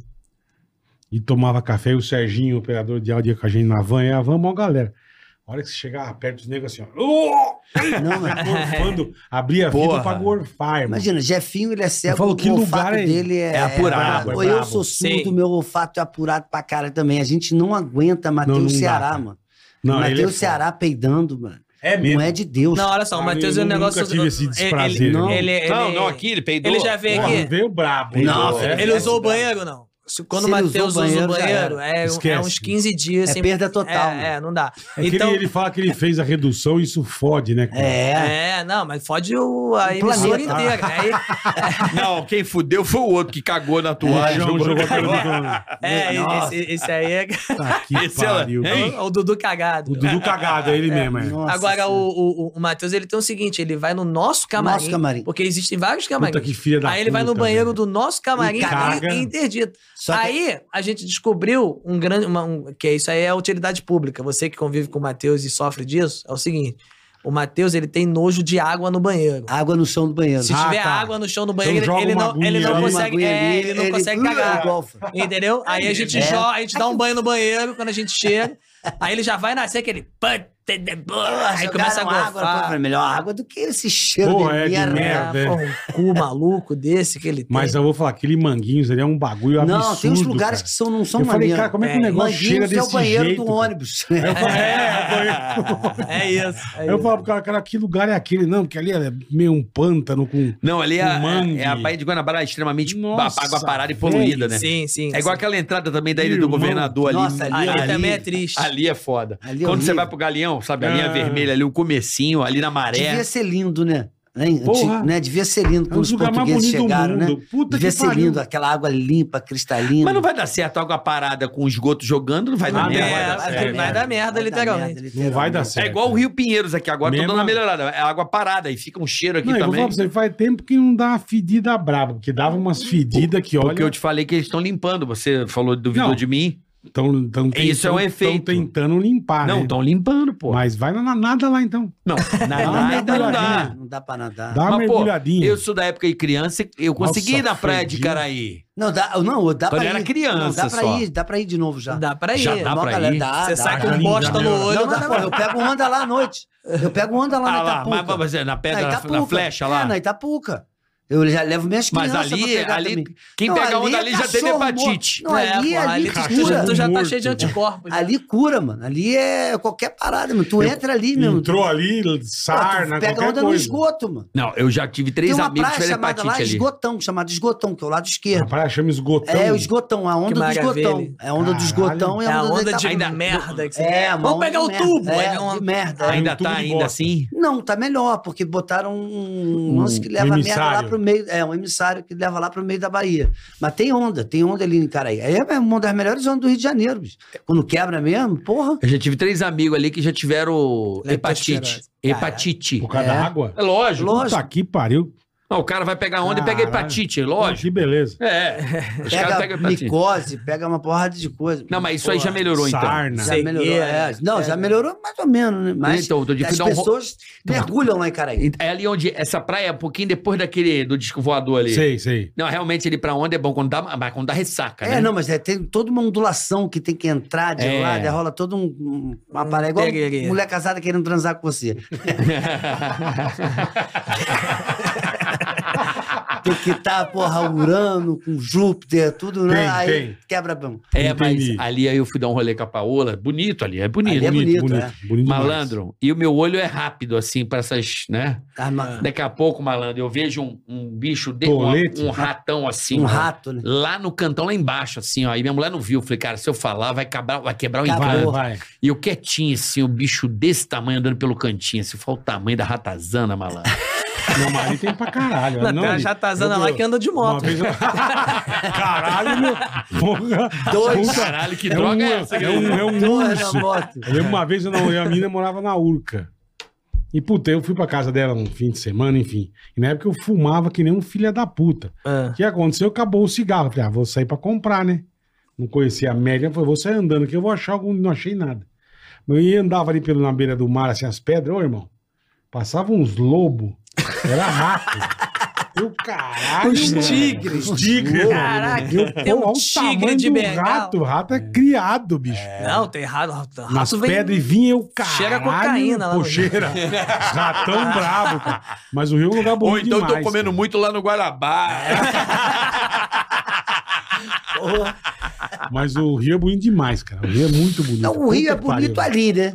Speaker 3: E tomava café, e o Serginho, operador de áudio com a gente na van, e a van, mó galera. A hora que você chegava perto dos negros assim, ó. "Ô!"
Speaker 1: Não, né? mas-
Speaker 3: Gorfando, abria a vida
Speaker 4: Porra.
Speaker 3: pra gorfar, irmão.
Speaker 1: Imagina, Jefinho, ele é cego,
Speaker 3: Eu falo, que
Speaker 1: o
Speaker 3: lugar
Speaker 1: olfato
Speaker 3: é-
Speaker 1: dele é,
Speaker 4: é apurado,
Speaker 3: é
Speaker 1: Pô, eu
Speaker 3: brabo.
Speaker 1: sou surdo,
Speaker 5: Sim.
Speaker 1: meu olfato é apurado pra cara também. A gente não aguenta
Speaker 3: Não, não
Speaker 1: Matheus
Speaker 3: dá,
Speaker 1: Ceará,
Speaker 3: cara.
Speaker 1: mano.
Speaker 3: Não, ele é
Speaker 1: Matheus
Speaker 3: foda.
Speaker 1: Ceará peidando, mano.
Speaker 3: É
Speaker 1: Não
Speaker 3: mesmo.
Speaker 1: é de Deus.
Speaker 5: Não, olha só, o
Speaker 3: Cara,
Speaker 5: Matheus é um
Speaker 3: eu nunca
Speaker 5: negócio...
Speaker 3: tive esse desprazer, né?
Speaker 5: Ele,
Speaker 1: irmão.
Speaker 5: É, ele, ele,
Speaker 4: Não, não, aqui ele peidou.
Speaker 5: Ele já veio
Speaker 3: Porra, um
Speaker 5: aqui.
Speaker 3: veio brabo. hein?
Speaker 1: Nossa,
Speaker 3: É.
Speaker 5: Ele usou o banheiro, não. Se- Quando
Speaker 1: Se
Speaker 5: o
Speaker 1: ele usou o
Speaker 5: Matheus usa o
Speaker 1: banheiro, já
Speaker 5: banheiro, é, um- é
Speaker 3: Esquece.
Speaker 5: uns 15 dias.
Speaker 1: É
Speaker 5: sem-
Speaker 1: perda total,
Speaker 5: É,
Speaker 1: né?
Speaker 5: é, não dá.
Speaker 3: É que
Speaker 5: então,
Speaker 3: ele, ele fala que ele fez a redução e isso fode, né? cara?
Speaker 1: É.
Speaker 5: é, não, mas fode o, a
Speaker 1: O
Speaker 5: emissora
Speaker 1: planeta.
Speaker 5: inteira. Aí,
Speaker 4: Não, quem fudeu foi o outro que cagou na toalha.
Speaker 3: João jogou a pergunta.
Speaker 5: é,
Speaker 1: Nossa.
Speaker 5: esse, esse aí é
Speaker 3: Tá aqui,
Speaker 4: Esse é-
Speaker 3: pariu.
Speaker 4: hein?
Speaker 5: o, o Dudu cagado.
Speaker 3: O Dudu cagado, é ele mesmo, é.
Speaker 1: Nossa
Speaker 5: Agora, o,
Speaker 1: Senhora.
Speaker 5: o, o Matheus, ele tem o seguinte, ele vai no nosso camarim.
Speaker 1: Nosso camarim.
Speaker 5: Porque existem vários camarins.
Speaker 3: Puta que filha da
Speaker 5: aí ele vai no
Speaker 3: puta,
Speaker 5: banheiro
Speaker 3: velho.
Speaker 5: do nosso camarim
Speaker 1: E
Speaker 3: caga.
Speaker 5: e- e interdito.
Speaker 1: Só que-
Speaker 5: Aí a gente descobriu um grande. uma- um- que isso aí é a utilidade pública. Você que convive com o Matheus e sofre disso, é o seguinte: o Matheus ele tem nojo de água no banheiro.
Speaker 1: Água no chão do banheiro.
Speaker 5: Se
Speaker 3: Ah,
Speaker 5: tiver
Speaker 3: tá.
Speaker 5: água no chão no banheiro,
Speaker 3: Então
Speaker 5: ele,
Speaker 3: joga uma
Speaker 5: não, ele não
Speaker 3: aguinha ali.
Speaker 5: consegue.
Speaker 1: Joga uma
Speaker 5: é,
Speaker 1: aguinha
Speaker 5: ele não
Speaker 1: ali,
Speaker 5: consegue
Speaker 1: ele-
Speaker 5: cagar.
Speaker 1: Golfa.
Speaker 5: Entendeu? Aí a gente
Speaker 1: É.
Speaker 5: joga, a gente dá um banho no banheiro quando a gente chega. Aí ele já vai nascer aquele. Puta Aí começa a gofar.
Speaker 1: Água, melhor água do que esse cheiro
Speaker 3: Porra, é de
Speaker 1: de merda.
Speaker 3: merda.
Speaker 5: Ah, pô, um cu maluco desse que ele tem.
Speaker 3: Mas eu vou falar, aquele manguinhos ali é um bagulho
Speaker 1: não,
Speaker 3: absurdo.
Speaker 1: tem uns lugares
Speaker 3: cara.
Speaker 1: que são, não são
Speaker 3: Eu falei,
Speaker 1: maneiros.
Speaker 3: cara, como é que o
Speaker 5: É,
Speaker 3: negócio chega
Speaker 1: Manguinhos é
Speaker 3: desse
Speaker 1: o banheiro
Speaker 3: jeito?
Speaker 1: do ônibus.
Speaker 3: cara? É, banheiro.
Speaker 5: É isso. é
Speaker 3: Eu
Speaker 5: isso.
Speaker 3: falo pro cara, cara, que lugar é aquele? Não, que ali é meio um pântano com...
Speaker 4: Não, ali é,
Speaker 3: O mangue.
Speaker 4: é, é a Baía de Guanabara extremamente
Speaker 3: Nossa,
Speaker 4: água parada e
Speaker 3: velho.
Speaker 4: poluída, né?
Speaker 5: Sim, sim.
Speaker 4: É igual
Speaker 5: sim.
Speaker 4: aquela entrada também da Ilha do
Speaker 3: Irmão,
Speaker 4: Governador ali.
Speaker 1: nossa,
Speaker 5: Ali,
Speaker 1: ali-
Speaker 5: também é triste.
Speaker 4: Ali é foda.
Speaker 1: Ali é
Speaker 4: Quando você
Speaker 1: horrível.
Speaker 4: vai pro Galeão, sabe? A linha
Speaker 3: É.
Speaker 4: vermelha ali, o comecinho, ali na maré.
Speaker 1: Devia ser lindo, né? Né? Anti-
Speaker 3: Porra.
Speaker 1: né? Devia ser lindo
Speaker 3: É um
Speaker 1: quando
Speaker 3: dos
Speaker 1: os
Speaker 3: lugares mais
Speaker 1: portugueses
Speaker 3: bonitos do
Speaker 1: chegaram, né?
Speaker 3: mundo. Puta
Speaker 1: Devia
Speaker 3: que
Speaker 1: ser
Speaker 3: pariu.
Speaker 1: lindo, aquela água limpa, cristalina.
Speaker 4: Mas não vai dar certo água parada com esgoto jogando, não vai dar
Speaker 3: Ah,
Speaker 5: É,
Speaker 4: merda.
Speaker 3: vai dar
Speaker 5: vai
Speaker 3: certo.
Speaker 5: dar merda, literalmente.
Speaker 3: Não vai dar certo.
Speaker 4: É igual o Rio Pinheiros aqui agora, tô
Speaker 3: Mesmo-
Speaker 4: dando uma melhorada. É água parada e fica um cheiro aqui
Speaker 3: Não, eu vou falar
Speaker 4: também.
Speaker 3: pra você, faz tempo que não dá uma fedida braba, porque dava umas fedidas que,
Speaker 4: Porque eu
Speaker 3: olha,
Speaker 4: te falei que eles estão limpando. Você falou, duvidou
Speaker 3: Não.
Speaker 4: de mim?
Speaker 3: estão tão,
Speaker 4: Isso é
Speaker 3: Estão
Speaker 4: um efeito.
Speaker 3: tentando limpar,
Speaker 4: não,
Speaker 3: né?
Speaker 4: estão limpando, pô.
Speaker 3: Mas vai na nada lá, então.
Speaker 4: Não,
Speaker 3: Dá uma
Speaker 4: nada ainda não
Speaker 3: mergulhadinha.
Speaker 4: dá.
Speaker 1: Não dá pra nadar.
Speaker 3: Dá uma
Speaker 4: Mas, pô,
Speaker 3: mergulhadinha.
Speaker 4: eu sou da época de criança, eu consegui
Speaker 3: Nossa,
Speaker 4: ir na praia de
Speaker 3: fedido.
Speaker 4: Caraí.
Speaker 1: Não, dá, não, dá
Speaker 4: Quando
Speaker 1: pra
Speaker 4: eu era
Speaker 1: ir.
Speaker 4: criança
Speaker 1: não, dá pra
Speaker 4: só.
Speaker 1: ir, dá pra ir de novo já.
Speaker 5: Dá pra ir.
Speaker 4: Já dá
Speaker 1: Mó
Speaker 4: pra
Speaker 1: galera,
Speaker 4: ir?
Speaker 1: dá,
Speaker 5: Você
Speaker 1: dá,
Speaker 5: sai
Speaker 1: dá.
Speaker 5: com
Speaker 3: Ainda
Speaker 5: bosta no
Speaker 3: não.
Speaker 5: olho.
Speaker 1: né? Não, mas
Speaker 5: dá-
Speaker 1: não, eu pego onda lá à noite. Eu pego onda lá
Speaker 4: Ah
Speaker 1: na
Speaker 4: lá,
Speaker 1: Itapuca.
Speaker 4: mas mas, na pedra,
Speaker 1: na
Speaker 4: na,
Speaker 1: Itapuca.
Speaker 4: flecha
Speaker 1: É,
Speaker 4: lá.
Speaker 1: na Itapuca. Eu já levo minhas
Speaker 4: Mas
Speaker 1: crianças pra
Speaker 4: ali,
Speaker 1: pegar
Speaker 4: ali
Speaker 1: também.
Speaker 4: quem
Speaker 1: Não,
Speaker 4: pega
Speaker 1: ali
Speaker 4: onda
Speaker 1: é
Speaker 4: ali já teve
Speaker 1: cachorro morto.
Speaker 4: hepatite.
Speaker 1: Não,
Speaker 5: É,
Speaker 1: ali,
Speaker 5: porra,
Speaker 1: ali,
Speaker 5: tu-
Speaker 3: cachorro
Speaker 1: cura.
Speaker 5: tu já tá
Speaker 3: morto.
Speaker 5: cheio de anticorpos. né?
Speaker 1: Ali cura, mano. Ali é qualquer parada, mano. Tu entra ali, meu.
Speaker 3: Entrou ali,
Speaker 1: Pô, tu
Speaker 3: sarna,
Speaker 1: Pega
Speaker 3: né, qualquer
Speaker 1: onda no
Speaker 3: coisa.
Speaker 1: esgoto, mano.
Speaker 4: Não, eu já tive
Speaker 1: Tem
Speaker 4: três
Speaker 1: uma
Speaker 4: amigos que
Speaker 1: praia
Speaker 4: tiveram
Speaker 1: chamada
Speaker 4: hepatite
Speaker 1: lá
Speaker 4: ali.
Speaker 1: esgotão, chamado esgotão, que é o lado
Speaker 3: A
Speaker 1: esquerdo.
Speaker 3: praia Ah, chama esgotão.
Speaker 1: É, o esgotão, a onda do
Speaker 5: maravilha.
Speaker 1: esgotão. É a onda do
Speaker 3: Caralho.
Speaker 1: esgotão e
Speaker 5: É a
Speaker 1: da
Speaker 5: onda de
Speaker 1: Itapuca.
Speaker 4: Ainda-
Speaker 5: merda. que você-
Speaker 1: É, uma
Speaker 5: Vamos
Speaker 1: onda
Speaker 5: pegar
Speaker 1: de
Speaker 5: o
Speaker 1: merda.
Speaker 5: tubo.
Speaker 1: É,
Speaker 5: aí uma-
Speaker 1: de merda.
Speaker 3: Aí-
Speaker 4: Ainda
Speaker 3: um tubo
Speaker 4: tá
Speaker 3: de
Speaker 4: ainda
Speaker 3: bosta.
Speaker 4: assim?
Speaker 1: Não, tá melhor, porque botaram um,
Speaker 3: Um-
Speaker 1: lance que
Speaker 3: um
Speaker 1: leva a merda lá
Speaker 3: emissário.
Speaker 1: pro meio. É, um emissário que leva lá pro meio da Bahia. Mas tem onda, tem onda ali em Caraí. Aí é uma das melhores ondas do Rio de Janeiro, bicho. Quando quebra mesmo, porra.
Speaker 4: Eu já tive três amigos ali que já tiveram hepatite.
Speaker 5: Leptospirose.
Speaker 4: Hepatite.
Speaker 3: Por causa
Speaker 1: É.
Speaker 3: da água?
Speaker 4: É lógico.
Speaker 1: Lógico.
Speaker 3: Puta que pariu.
Speaker 4: Não, o cara vai pegar onda e pega
Speaker 3: Caralho.
Speaker 4: hepatite,
Speaker 3: Olha
Speaker 4: lógico.
Speaker 3: Que beleza.
Speaker 4: É. Os caras
Speaker 1: Pega,
Speaker 4: pegam hepatite.
Speaker 1: micose, pega uma porrada de coisa.
Speaker 4: Não, mas isso aí
Speaker 1: Porra.
Speaker 4: já melhorou, então.
Speaker 3: Sarna.
Speaker 1: Já melhorou, é. Não, já melhorou mais ou menos, né? Mas
Speaker 4: Então, eu tive que
Speaker 1: as
Speaker 4: dar um ro-
Speaker 1: pessoas mergulham né, lá em Caraí.
Speaker 4: É ali onde. Essa praia é um pouquinho depois daquele do disco voador ali.
Speaker 3: Sei, sei.
Speaker 4: Não, realmente ele pra onda é bom quando dá, mas quando dá ressaca, né?
Speaker 1: É, não, mas é, tem toda uma ondulação que tem que entrar de
Speaker 4: É.
Speaker 1: lado, é, rola todo um, um uma parada, igual
Speaker 5: Peguei.
Speaker 1: mulher casada querendo transar com você. tem que estar, porra, Urano com Júpiter, tudo, né?
Speaker 3: Tem,
Speaker 1: Aí
Speaker 3: tem.
Speaker 1: quebra bom.
Speaker 4: é, mas
Speaker 3: Entendi.
Speaker 4: ali aí eu fui dar um rolê com a Paola. Bonito ali, é bonito.
Speaker 1: Ali é bonito,
Speaker 3: bonito, bonito demais.
Speaker 4: Malandro, e o meu olho é rápido, assim, pra essas, né?
Speaker 1: Ah, mas-
Speaker 4: Daqui a pouco, malandro, eu vejo um, um bicho, de, um,
Speaker 3: Tolete.
Speaker 4: um ratão assim.
Speaker 1: um
Speaker 4: ó,
Speaker 1: rato, né?
Speaker 4: Lá no cantão, lá embaixo, assim, ó. Aí minha mulher não viu. Eu falei, cara, se eu falar, vai quebrar, vai quebrar o
Speaker 1: Acabou.
Speaker 4: encanto.
Speaker 3: Vai,
Speaker 1: Porra.
Speaker 3: vai.
Speaker 4: E eu quietinho, assim, o bicho desse tamanho andando pelo cantinho. Se for o tamanho da ratazana, malandro.
Speaker 3: Meu marido tem pra caralho.
Speaker 5: Não, tem uma
Speaker 3: ele-
Speaker 5: jatazana
Speaker 3: eu-
Speaker 5: lá que anda de
Speaker 3: Uma
Speaker 5: moto.
Speaker 3: vez eu- Caralho, meu. Porra.
Speaker 1: Dois.
Speaker 3: Puta,
Speaker 4: Caralho, que
Speaker 3: é
Speaker 4: droga
Speaker 3: um-
Speaker 4: é essa?
Speaker 3: É um, é um
Speaker 1: Porra, na
Speaker 3: urso.
Speaker 1: moto.
Speaker 3: Eu lembro uma vez eu namorei uma menina morava na Urca. E, puta, eu fui pra casa dela um fim de semana, enfim. E na época eu fumava que nem um filho da puta.
Speaker 5: Ah.
Speaker 3: O que aconteceu? Acabou o cigarro. Eu Falei, ah, vou sair pra comprar, né? Não conhecia a média. Eu Falei, vou sair andando, que eu vou achar algum. Não achei nada. Mas eu andava ali pelo, na beira do mar, assim, as pedras. Ô, irmão, passava uns lobos. Era rato. Eu, caralho.
Speaker 5: Os
Speaker 3: mano.
Speaker 5: tigres.
Speaker 3: Os tigres.
Speaker 5: Caraca,
Speaker 3: mano. Eu,
Speaker 5: tem um
Speaker 3: pô, olha o
Speaker 5: tigre
Speaker 3: tamanho
Speaker 5: de
Speaker 3: do
Speaker 5: Bengala.
Speaker 3: rato. O rato é criado, bicho.
Speaker 5: Não, tem rato. rato
Speaker 3: Nas
Speaker 5: vem-
Speaker 3: pedras e vinha eu, caralho.
Speaker 5: Cheira cocaína lá
Speaker 3: Pô,
Speaker 5: no-
Speaker 3: cheira. Ratão brabo, cara. Mas o Rio é um lugar bonito
Speaker 4: Ou então eu
Speaker 3: demais,
Speaker 4: tô comendo
Speaker 3: cara.
Speaker 4: muito lá no Guarabá. É,
Speaker 3: Mas o Rio é bonito demais, cara. O Rio é muito bonito.
Speaker 1: Não, o Rio é
Speaker 3: Puta que pariu.
Speaker 1: bonito ali, né?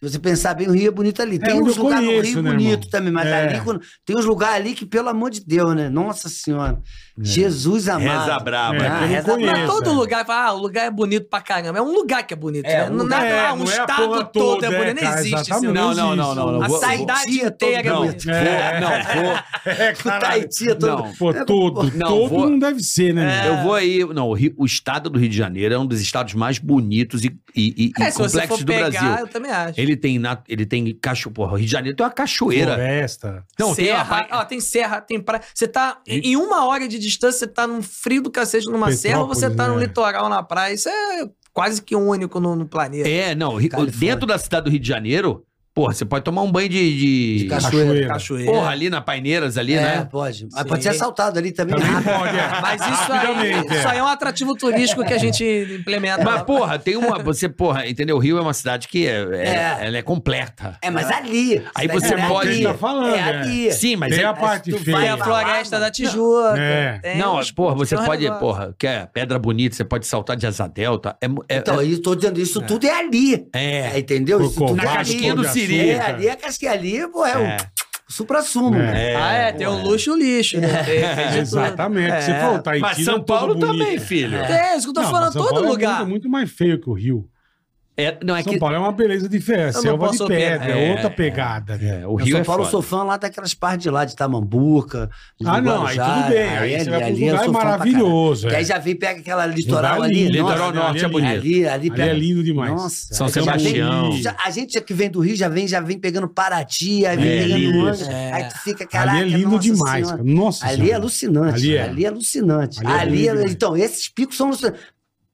Speaker 1: Se você pensar bem, o Rio é bonito ali. Tem
Speaker 3: onde
Speaker 1: uns
Speaker 3: eu
Speaker 1: lugares no
Speaker 3: conheço,
Speaker 1: Rio
Speaker 3: né,
Speaker 1: bonito
Speaker 3: irmão?
Speaker 1: também, mas
Speaker 3: É.
Speaker 1: ali quando- tem uns lugares ali que, pelo amor de Deus, né? Nossa Senhora. Jesus amado.
Speaker 4: Reza braba.
Speaker 3: É,
Speaker 1: Ah,
Speaker 3: eu não
Speaker 1: reza
Speaker 3: conheço.
Speaker 1: braba.
Speaker 5: Pra todo lugar, fala, ah, o lugar é bonito pra caramba. É um lugar que é bonito, né?
Speaker 1: É, um
Speaker 5: Não,
Speaker 1: lugar-
Speaker 5: nada,
Speaker 3: É,
Speaker 5: ah, um
Speaker 3: não é a
Speaker 5: estado
Speaker 3: porra
Speaker 5: todo
Speaker 3: toda,
Speaker 5: é bonito.
Speaker 3: é,
Speaker 5: não
Speaker 3: cara,
Speaker 5: existe isso.
Speaker 3: exatamente.
Speaker 4: Não,
Speaker 5: Não,
Speaker 4: não, não, não. não.
Speaker 5: A
Speaker 4: Vou- vou-
Speaker 5: cidade
Speaker 1: vou-
Speaker 5: inteira é
Speaker 4: Não,
Speaker 5: bonita.
Speaker 4: vou, não, vou.
Speaker 3: É,
Speaker 1: O
Speaker 3: caralho.
Speaker 1: Tahiti é todo.
Speaker 4: Não.
Speaker 3: Pô, todo.
Speaker 4: Não,
Speaker 3: todo
Speaker 4: vou- É,
Speaker 3: não deve ser, né, meu?
Speaker 4: Eu vou aí. Não, o, Rio- o estado do Rio de Janeiro é um dos estados mais bonitos e, e, e- e
Speaker 5: É, se você
Speaker 4: complexos
Speaker 5: for
Speaker 4: do
Speaker 5: pegar,
Speaker 4: Brasil.
Speaker 5: eu também acho.
Speaker 4: Ele tem, na, ele tem cacho, porra, o Rio de Janeiro tem uma cachoeira.
Speaker 3: Floresta.
Speaker 4: não, tem uma
Speaker 5: serra,
Speaker 4: praia-
Speaker 5: ó, tem serra, tem praia. Você tá em uma hora de distância, você tá num frio do cacete numa serra ou você tá
Speaker 3: Petrópolis,
Speaker 5: no
Speaker 3: né?
Speaker 5: litoral na praia. Isso é quase que único no, no planeta.
Speaker 4: É, não, Rio-
Speaker 1: Califórnia.
Speaker 4: dentro da cidade do Rio de Janeiro, Porra, você pode tomar um banho de. de-
Speaker 1: De cachoeira.
Speaker 3: Cachoeira.
Speaker 5: Cachoeira.
Speaker 4: Porra, ali na Paineiras, ali,
Speaker 1: é,
Speaker 4: né?
Speaker 1: pode. Mas
Speaker 5: Sim.
Speaker 1: pode ser assaltado ali também. Ah,
Speaker 3: Pode, é.
Speaker 5: Mas isso aí,
Speaker 3: Rapidamente, é.
Speaker 5: isso aí é um atrativo turístico que a gente
Speaker 1: É.
Speaker 5: implementa.
Speaker 4: Mas,
Speaker 5: lá.
Speaker 4: porra, tem uma. Você, porra, entendeu? Rio é uma cidade que é, é-
Speaker 1: É.
Speaker 4: Ela é completa.
Speaker 1: É, mas ali.
Speaker 4: Aí
Speaker 1: tá
Speaker 4: você
Speaker 1: entendendo?
Speaker 4: pode-
Speaker 1: É ali,
Speaker 4: Tá
Speaker 3: falando,
Speaker 1: é
Speaker 3: é.
Speaker 1: ali.
Speaker 4: Sim, mas
Speaker 3: Tem
Speaker 4: é-
Speaker 3: a parte
Speaker 1: tu vai
Speaker 5: Tem
Speaker 3: feia.
Speaker 5: a Floresta da Tijuca.
Speaker 3: É.
Speaker 5: tem
Speaker 4: Não,
Speaker 5: os
Speaker 4: porra,
Speaker 5: pontos,
Speaker 4: você
Speaker 5: tem um
Speaker 4: pode,
Speaker 5: negócio.
Speaker 4: porra, quer pedra bonita, você pode saltar de asa delta. É, mu- é,
Speaker 1: Então, eu tô dizendo, isso tudo é ali.
Speaker 4: é,
Speaker 1: É, entendeu? Isso tudo
Speaker 4: Na
Speaker 1: é
Speaker 4: casquinha do
Speaker 1: ali.
Speaker 4: Siri.
Speaker 1: É, ali é casquinha ali, pô, é,
Speaker 4: é.
Speaker 1: o supra-sumo.
Speaker 3: É.
Speaker 5: Ah, é, tem o luxo e o lixo. né? Tem-
Speaker 4: É,
Speaker 5: tem de tudo.
Speaker 3: Exatamente. Você
Speaker 5: É.
Speaker 3: falou, Tahiti
Speaker 4: Mas
Speaker 3: não é
Speaker 4: São
Speaker 3: todo
Speaker 4: Paulo
Speaker 3: bonito.
Speaker 4: também, filho. É,
Speaker 5: É, isso que eu tô
Speaker 3: Não, mas
Speaker 5: falando,
Speaker 3: São
Speaker 5: todo
Speaker 3: Paulo é
Speaker 5: lugar.
Speaker 3: muito- muito mais feio que o Rio.
Speaker 4: não é
Speaker 3: São
Speaker 4: que.
Speaker 3: Paulo é uma beleza diferente.
Speaker 5: Eu não
Speaker 3: Selva de
Speaker 5: posso
Speaker 3: pedra,
Speaker 4: opinar.
Speaker 3: é outra
Speaker 4: É,
Speaker 3: pegada, né?
Speaker 4: É, o
Speaker 1: Eu
Speaker 4: Rio
Speaker 1: São
Speaker 4: é
Speaker 1: Paulo,
Speaker 4: foda.
Speaker 1: sou fã lá daquelas partes de lá, de Tamambuca. de
Speaker 3: Ah, não, aí
Speaker 1: Guarujá, é
Speaker 3: tudo bem. Aí, você vai pra um
Speaker 1: eu
Speaker 3: lugar
Speaker 1: sou fã pra
Speaker 3: maravilhoso.
Speaker 1: caralho.
Speaker 3: é.
Speaker 1: Que aí já vem, pega aquela litoral
Speaker 3: Lugar
Speaker 1: ali.
Speaker 3: lindo,
Speaker 1: nossa,
Speaker 4: Litoral
Speaker 3: ali é
Speaker 4: Norte é
Speaker 3: lindo.
Speaker 4: bonito.
Speaker 1: Ali, ali,
Speaker 3: Ali é lindo demais.
Speaker 1: Nossa,
Speaker 4: São
Speaker 1: aí já
Speaker 4: Sebastião.
Speaker 1: vem- já- a gente que vem do Rio já vem, já vem pegando Paraty, aí vem
Speaker 4: É,
Speaker 1: pegando
Speaker 3: lindo
Speaker 1: Angra,
Speaker 5: isso. É.
Speaker 1: Aí tu fica, caraca,
Speaker 3: Ali é lindo
Speaker 1: nossa
Speaker 3: demais, cara.
Speaker 1: senhora.
Speaker 3: Nossa
Speaker 1: Ali é
Speaker 3: senhora.
Speaker 1: alucinante.
Speaker 3: Ali
Speaker 1: Ali
Speaker 3: é.
Speaker 1: é, alucinante.
Speaker 3: Ali é
Speaker 1: Ali, é-
Speaker 3: lindo, né?
Speaker 1: então, esses picos são alucinantes.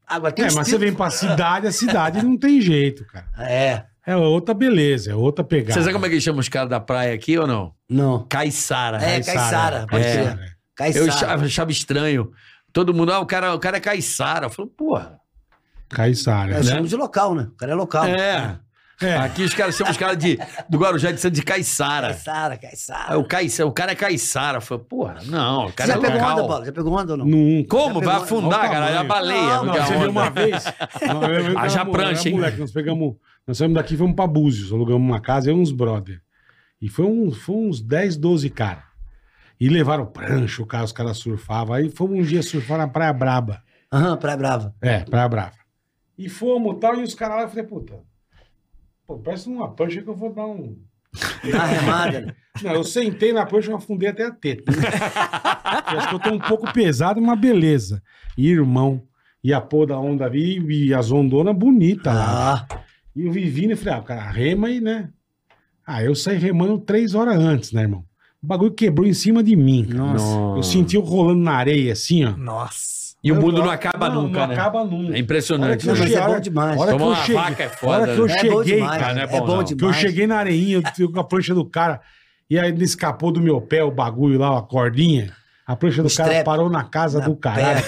Speaker 1: Agora tem
Speaker 3: É,
Speaker 1: uns
Speaker 3: mas você
Speaker 1: picos-
Speaker 3: vem pra cidade, a cidade não tem jeito, cara.
Speaker 1: É,
Speaker 3: É outra beleza, é outra pegada.
Speaker 4: Você sabe como é que chama os caras da praia aqui ou não?
Speaker 1: não.
Speaker 4: Caiçara.
Speaker 1: É, Caiçara, pode
Speaker 4: crer.
Speaker 3: é,
Speaker 4: Eu
Speaker 1: Caiçara.
Speaker 4: achava, achava estranho. Todo mundo, ah, o cara, o cara é caiçara. Eu falo, porra.
Speaker 3: Caiçara.
Speaker 1: É, chama de local, né? O cara é
Speaker 3: Tá
Speaker 1: local.
Speaker 4: É.
Speaker 3: É,
Speaker 4: Aqui os caras chamam os caras de, do Guarujá de Santos de caiçara.
Speaker 1: Caiçara,
Speaker 4: Aí
Speaker 1: Caiçara.
Speaker 4: o, caiçara, o cara é caiçara. Eu falo, porra, não, o
Speaker 1: Você
Speaker 4: cara
Speaker 1: já
Speaker 4: é
Speaker 1: pegou
Speaker 4: local.
Speaker 1: onda, Paulo? Já pegou onda ou não?
Speaker 3: nunca.
Speaker 4: Como?
Speaker 1: Já
Speaker 4: Vai
Speaker 1: pegou-
Speaker 4: afundar,
Speaker 3: Olha o
Speaker 4: cara. É a
Speaker 3: tamanho.
Speaker 4: baleia.
Speaker 1: Não,
Speaker 4: Não,
Speaker 3: Não,
Speaker 4: que a
Speaker 3: você viu
Speaker 4: onda.
Speaker 3: uma vez. Não, eu- eu-
Speaker 4: Haja
Speaker 3: eu- eu-
Speaker 4: prancha, hein?
Speaker 3: Moleque, nós pegamos. Nós saímos daqui, fomos pra Búzios, alugamos uma casa, eu e uns brother. E foi, um, foi uns 10, 12 caras. E levaram prancha, o cara, os caras surfavam. Aí fomos um dia surfar na Praia Braba.
Speaker 1: Aham, Praia Brava.
Speaker 3: É, Praia Brava. E fomos e tal, e os caras lá, eu falei, puta, pô, parece uma prancha que eu vou dar um.
Speaker 1: Na remada, né?
Speaker 3: Não, eu sentei na prancha e afundei até a teta. né? Eu acho que eu tô um pouco pesado, mas beleza. E, irmão, e a porra da onda ali, e as ondonas bonitas lá.
Speaker 1: Ah,
Speaker 3: E eu vi vindo e falei, ah, cara, rema aí, né? Ah, eu saí remando três horas antes, né, irmão? O bagulho quebrou em cima de mim. cara.
Speaker 4: Nossa.
Speaker 3: Eu senti eu rolando na areia, assim, ó.
Speaker 5: Nossa.
Speaker 4: E o
Speaker 3: Eu
Speaker 4: mundo não
Speaker 3: falo,
Speaker 4: acaba
Speaker 3: não,
Speaker 4: nunca,
Speaker 3: não
Speaker 4: né?
Speaker 3: acaba nunca.
Speaker 4: É impressionante.
Speaker 3: Olha que
Speaker 4: né?
Speaker 1: não, mas é
Speaker 3: Chegaram-
Speaker 1: bom demais.
Speaker 3: Olha que
Speaker 4: Tomar
Speaker 3: eu
Speaker 4: uma
Speaker 3: cheguei.
Speaker 4: vaca é
Speaker 3: a hora
Speaker 4: foda,
Speaker 3: que eu
Speaker 4: né?
Speaker 1: É bom
Speaker 3: cheguei,
Speaker 1: demais,
Speaker 3: cara.
Speaker 4: né?
Speaker 1: é
Speaker 4: É bom,
Speaker 1: bom
Speaker 4: não.
Speaker 1: demais.
Speaker 3: Que eu cheguei na areinha, eu fui com a prancha do cara, e aí ele escapou do meu pé o bagulho lá, a cordinha. A prancha do
Speaker 1: O
Speaker 3: cara
Speaker 1: strap.
Speaker 3: parou na casa
Speaker 1: Na
Speaker 3: do caralho.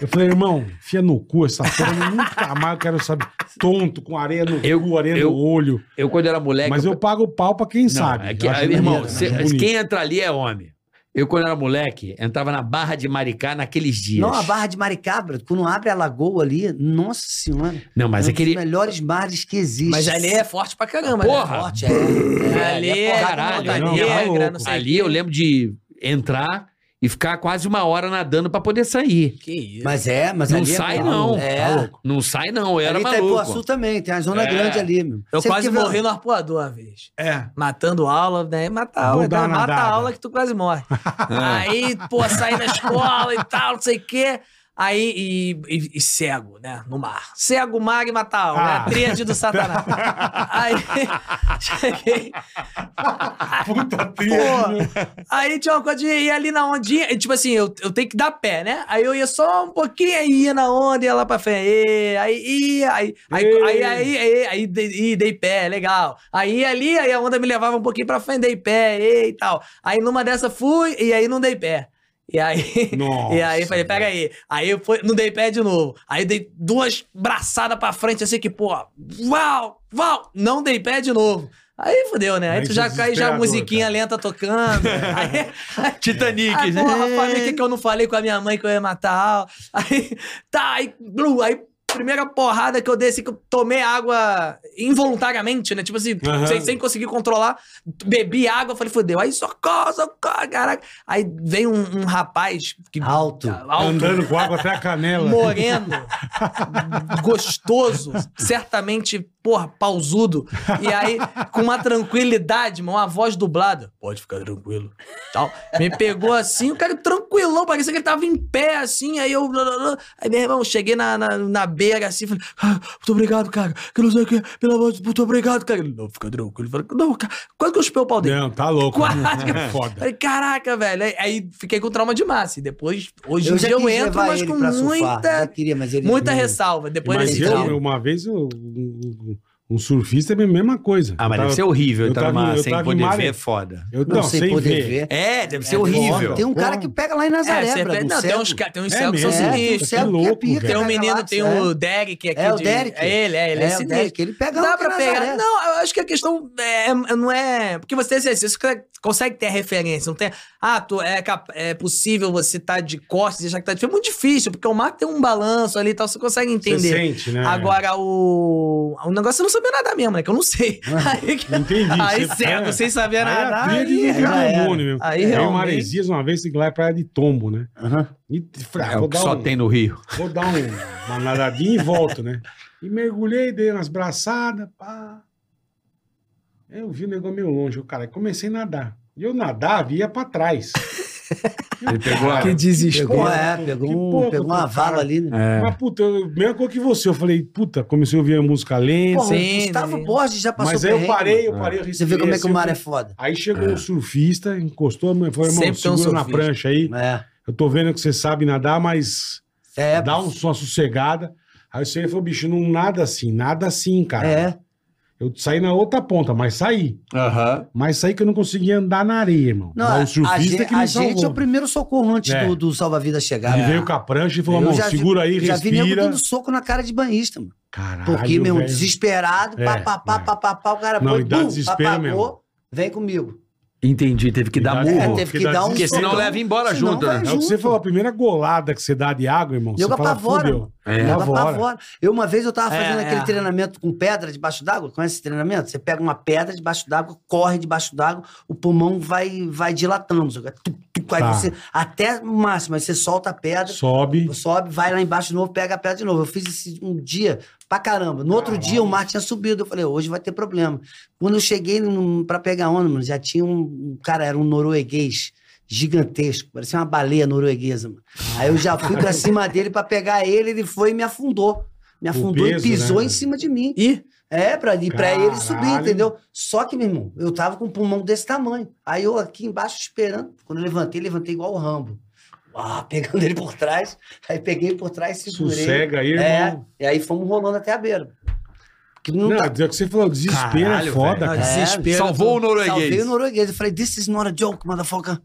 Speaker 3: Eu falei, irmão, fia no cu essa porra, eu nunca mais eu quero saber. Tonto, com areia no
Speaker 4: Eu-
Speaker 3: cu, areia
Speaker 4: eu-
Speaker 3: no olho.
Speaker 4: Eu, quando era moleque.
Speaker 3: Mas eu pago o pau pra quem
Speaker 4: Não,
Speaker 3: sabe.
Speaker 4: é que-
Speaker 3: Eu acho
Speaker 4: irmão,
Speaker 3: maneiro,
Speaker 4: cê-
Speaker 3: acho bonito.
Speaker 4: quem entra ali é homem. Eu, quando era moleque, entrava na Barra de Maricá naqueles dias.
Speaker 1: Não, a Barra de Maricabra, quando abre a lagoa ali, nossa senhora.
Speaker 4: Não, mas
Speaker 1: é um
Speaker 4: aquele.
Speaker 1: dos melhores mares que existe.
Speaker 5: Mas ali é forte pra caramba,
Speaker 4: Porra!
Speaker 5: né?
Speaker 1: forte, é. é,
Speaker 5: Ali
Speaker 1: é
Speaker 5: é
Speaker 1: forte.
Speaker 4: caralho,
Speaker 5: montanha
Speaker 3: não, tá
Speaker 5: negra,
Speaker 3: louco.
Speaker 5: não sei o
Speaker 4: Ali
Speaker 5: quê.
Speaker 4: eu lembro de entrar e ficar quase uma hora nadando pra poder sair.
Speaker 5: Que isso.
Speaker 1: Mas é, mas
Speaker 4: Não
Speaker 1: ali é
Speaker 4: sai,
Speaker 1: bom.
Speaker 4: não.
Speaker 1: É.
Speaker 3: Tá louco.
Speaker 4: Não sai, não. Eu era
Speaker 1: ali tá Itaipuaçu
Speaker 4: maluco.
Speaker 1: também, tem a zona
Speaker 4: É.
Speaker 1: grande ali, meu.
Speaker 5: eu
Speaker 1: Sempre
Speaker 5: quase
Speaker 1: que vem-
Speaker 5: morri no arpoador uma vez.
Speaker 3: É.
Speaker 5: Matando aula, né? Mata aula,
Speaker 3: Vou dar
Speaker 5: né?
Speaker 3: uma
Speaker 5: mata
Speaker 3: nadada.
Speaker 5: aula que tu quase morre. Aí, pô, saí da escola e tal, não sei o quê. Aí, e, e- e cego, né? No mar. Cego, mar e mata aula, né?
Speaker 3: Ah.
Speaker 5: Tríade do satanás. Aí, cheguei.
Speaker 3: Puta trilha. meu.
Speaker 5: Pô, aí tinha uma coisa de ir ali na ondinha. E, tipo assim, eu, eu tenho que dar pé, né? Aí eu ia só um pouquinho, aí ia na onda, ia lá pra frente. e, Aí ia, aí, aí,
Speaker 3: Ei.
Speaker 5: aí, aí, aí, aí dei, ih, dei pé, legal. Aí ia ali, aí a onda me levava um pouquinho pra frente, dei pé, e, e tal. Aí numa dessa fui, e aí não dei pé. E aí,
Speaker 3: Nossa,
Speaker 5: e aí falei, pega aí. Aí eu fui, não dei pé de novo. Aí dei duas braçadas pra frente, assim que, pô, uau, uau, não dei pé de novo. Aí fudeu, né? Aí
Speaker 3: Aí
Speaker 5: tu já
Speaker 3: foi
Speaker 5: cai já a
Speaker 3: é desesperador,
Speaker 5: musiquinha
Speaker 3: cara. É.
Speaker 5: lenta tocando. aí,
Speaker 4: Titanic,
Speaker 5: aí,
Speaker 4: né?
Speaker 5: porra, falei que, que eu não falei com a minha mãe que eu ia matar. Aí, tá, aí, blu, aí, primeira porrada que eu dei, assim, que eu tomei água involuntariamente, né? Tipo assim,
Speaker 3: Aham.
Speaker 5: sem, sem conseguir controlar, bebi água, falei, fudeu. Aí, socorro, socorro, caraca. Aí vem um, um rapaz que.
Speaker 1: Alto.
Speaker 5: alto
Speaker 3: Andando com água até a canela.
Speaker 5: moreno, gostoso, certamente, porra, pausudo. E aí, com uma tranquilidade, mano, uma voz dublada. Pode ficar tranquilo. Tal. Me pegou assim, o cara tranquilão, parecia que ele tava em pé, assim. Aí eu. Aí, meu irmão, cheguei na, na, na beira assim, falei, "Ah, muito obrigado, cara. Que não sei o que, pelo amor de Deus, muito obrigado, cara. Ele, não, fica tranquilo. Eu Falei, não, cara, quase que eu chupei o pau dele.
Speaker 3: Não, tá louco.
Speaker 5: Quase.
Speaker 3: É foda.
Speaker 5: Falei, caraca, velho. Aí- Aí fiquei com trauma de massa. E depois, hoje em
Speaker 1: Eu já
Speaker 5: dia eu
Speaker 1: quis
Speaker 5: entro,
Speaker 1: levar
Speaker 5: mas
Speaker 1: ele
Speaker 5: com
Speaker 1: pra
Speaker 5: muita.
Speaker 1: surfar. Já queria, mas ele...
Speaker 5: Muita ressalva. Depois
Speaker 3: Mas
Speaker 5: desse
Speaker 3: eu,
Speaker 5: trauma.
Speaker 3: uma vez, eu, um- um- Um surfista é a mesma coisa.
Speaker 4: Ah, mas
Speaker 3: Eu
Speaker 4: deve
Speaker 3: tava-
Speaker 4: ser horrível
Speaker 3: eu
Speaker 4: entrar
Speaker 3: tava-
Speaker 4: numa
Speaker 3: eu
Speaker 4: sem
Speaker 3: tava em
Speaker 4: poder
Speaker 3: Mare-
Speaker 4: ver, é foda.
Speaker 3: Eu,
Speaker 1: Não, sem poder ver.
Speaker 4: É, deve ser
Speaker 1: É
Speaker 4: horrível.
Speaker 1: foda. Tem um cara
Speaker 3: Porra.
Speaker 1: que pega lá em Nazaré,
Speaker 5: você
Speaker 1: é,
Speaker 5: pega- não, tem uns, ca- tem uns
Speaker 3: É
Speaker 5: cegos que são
Speaker 3: mesmo.
Speaker 1: é, tem
Speaker 5: sinistros.
Speaker 1: um cego
Speaker 3: Que
Speaker 1: que é
Speaker 3: louco,
Speaker 1: pica,
Speaker 3: velho.
Speaker 5: Tem um
Speaker 1: da
Speaker 5: menino,
Speaker 1: galáxia,
Speaker 5: tem o Derek que aqui
Speaker 1: É, o
Speaker 5: de-
Speaker 1: Derek.
Speaker 5: É ele, é, ele é,
Speaker 1: é, o
Speaker 5: sinistro.
Speaker 1: Derek, ele pega lá
Speaker 5: Dá
Speaker 1: em
Speaker 5: pra pegar.
Speaker 1: Nazaré.
Speaker 5: Não, eu acho que a questão é, é- não é. Porque você assim, você cre- consegue ter a referência, não tem. Ah, tu, é, cap- é possível você estar tá de costas e achar que tá de frente. É muito difícil, porque o mar tem um balanço ali e tal, você consegue entender.
Speaker 3: Você sente, né?
Speaker 5: Agora, o. O negócio é não saber nadar mesmo, né? Que eu não sei. Aí, que-
Speaker 3: Entendi.
Speaker 5: aí
Speaker 3: Você-
Speaker 5: cego,
Speaker 3: é.
Speaker 5: sem saber
Speaker 3: Aí a
Speaker 5: nadar.
Speaker 3: tríade
Speaker 5: Aí,
Speaker 3: do
Speaker 5: já era.
Speaker 3: demônio, meu.
Speaker 5: Aí
Speaker 3: Eu em
Speaker 5: realmente-
Speaker 3: Maresias, uma vez, tem que ir lá é praia de tombo, né?
Speaker 1: Aham.
Speaker 3: E fra-
Speaker 4: É o
Speaker 3: vou,
Speaker 4: que
Speaker 3: dar
Speaker 4: só
Speaker 3: um-
Speaker 4: tem no Rio.
Speaker 3: vou dar um- uma nadadinha e volto, né? E mergulhei, dei umas braçadas, pá. Eu vi o negócio meio longe, eu, cara. e Comecei a nadar. E eu nadava e ia pra trás.
Speaker 4: Ele pegou a...
Speaker 5: Que desespero.
Speaker 1: Pegou, é,
Speaker 3: Que
Speaker 1: pegou, um-
Speaker 3: pouco,
Speaker 1: pegou uma
Speaker 3: cara.
Speaker 1: vala ali, né?
Speaker 4: É.
Speaker 3: Mas, puta, eu, mesma coisa que você. Eu falei, puta, comecei a ouvir a música lenta.
Speaker 1: Pô, o
Speaker 5: Sim,
Speaker 1: Gustavo
Speaker 5: né?
Speaker 1: Borges já passou
Speaker 3: Mas aí eu
Speaker 1: perrengue, mano.
Speaker 3: parei, eu parei, eu
Speaker 1: Você vê
Speaker 3: respirei,
Speaker 1: como é que
Speaker 3: assim,
Speaker 1: o mar
Speaker 3: eu
Speaker 1: é foda.
Speaker 3: Aí chegou um surfista, encostou, falou, irmão,
Speaker 5: Sempre tem um
Speaker 3: segura na
Speaker 5: surfista.
Speaker 3: prancha aí.
Speaker 1: É.
Speaker 3: Eu tô vendo que você sabe nadar, mas
Speaker 1: É,
Speaker 3: dá um, uma sossegada. Aí você falou, bicho, não nada assim, nada assim, cara.
Speaker 1: é.
Speaker 3: Eu saí na outra ponta, mas saí.
Speaker 4: Aham.
Speaker 3: Mas saí que eu não conseguia andar na areia, irmão.
Speaker 1: Não,
Speaker 3: Mas
Speaker 1: a,
Speaker 3: o surfista
Speaker 1: gente,
Speaker 3: que me
Speaker 1: a gente é
Speaker 3: salvou.
Speaker 1: o primeiro socorro antes
Speaker 3: É.
Speaker 1: do, do salva-vida chegar.
Speaker 3: Ele
Speaker 1: É.
Speaker 3: veio com a prancha e falou,
Speaker 1: Eu
Speaker 3: irmão,
Speaker 1: já vi-
Speaker 3: segura aí,
Speaker 1: Já vi nego
Speaker 3: respira.
Speaker 1: dando soco na cara de banhista, mano.
Speaker 3: Caralho,
Speaker 1: Porque, meu,
Speaker 3: velho.
Speaker 1: desesperado,
Speaker 3: É,
Speaker 1: pá, pá, pá,
Speaker 3: é.
Speaker 1: pá, pá, pá, o cara
Speaker 3: Não,
Speaker 1: põe,
Speaker 3: e dá
Speaker 1: bum,
Speaker 3: desespero
Speaker 1: papagou,
Speaker 3: mesmo.
Speaker 1: Vem comigo.
Speaker 4: Entendi, teve que dar
Speaker 3: Verdade.
Speaker 1: É,
Speaker 3: Porra,
Speaker 4: murro.
Speaker 1: teve
Speaker 3: que
Speaker 1: que
Speaker 3: dá
Speaker 1: dar um...
Speaker 4: Porque senão
Speaker 1: soco.
Speaker 4: leva embora
Speaker 1: Senão
Speaker 4: junto,
Speaker 1: vai
Speaker 4: né?
Speaker 3: É o que você
Speaker 1: junto.
Speaker 3: falou, a primeira golada que você dá de água, irmão,
Speaker 1: Joga
Speaker 3: você fala,
Speaker 1: pra fora,
Speaker 3: fudeu.
Speaker 1: mano.
Speaker 4: É.
Speaker 1: Ela
Speaker 3: Apavora.
Speaker 1: apavora. Eu uma vez eu tava
Speaker 5: É,
Speaker 1: fazendo aquele
Speaker 5: é.
Speaker 1: treinamento com pedra debaixo d'água. Conhece esse treinamento? Você pega uma pedra debaixo d'água, corre debaixo d'água, o pulmão vai, vai dilatando. sabe? Tu, tu, aí
Speaker 3: Tá.
Speaker 1: você, até o máximo, aí você solta a pedra,
Speaker 3: Sobe.
Speaker 1: sobe, vai lá embaixo de novo, pega a pedra de novo. Eu fiz isso um dia pra caramba. No outro
Speaker 3: Caralho.
Speaker 1: dia o mar tinha subido. Eu falei, hoje vai ter problema. Quando eu cheguei num- pra pegar onda, mano, já tinha um, um cara, era um norueguês gigantesco, parecia uma baleia norueguesa. Mano. Aí eu já fui pra cima dele pra pegar ele, ele foi e me afundou. Me afundou
Speaker 3: peso,
Speaker 1: e pisou
Speaker 3: né,
Speaker 1: em
Speaker 3: velho?
Speaker 1: cima de mim.
Speaker 5: Ih,
Speaker 1: É, pra, ali, pra ele subir,
Speaker 3: Caralho.
Speaker 1: entendeu? Só que, meu irmão, eu tava com um pulmão desse tamanho. Aí eu aqui embaixo esperando. Quando eu levantei, levantei igual o Rambo. Ah, pegando ele por trás. Aí peguei por trás, segurei.
Speaker 3: Sossega aí,
Speaker 1: É,
Speaker 3: irmão.
Speaker 1: e aí fomos rolando até a beira. Porque não,
Speaker 3: Não,
Speaker 1: dá-
Speaker 3: é o que você falou, desespero é
Speaker 4: Caralho,
Speaker 3: foda,
Speaker 5: não,
Speaker 1: É,
Speaker 3: cara.
Speaker 5: desespero.
Speaker 4: Salvou o
Speaker 1: Salvei o
Speaker 4: norueguês.
Speaker 1: norueguês. Eu falei, this is not a joke, motherfucker.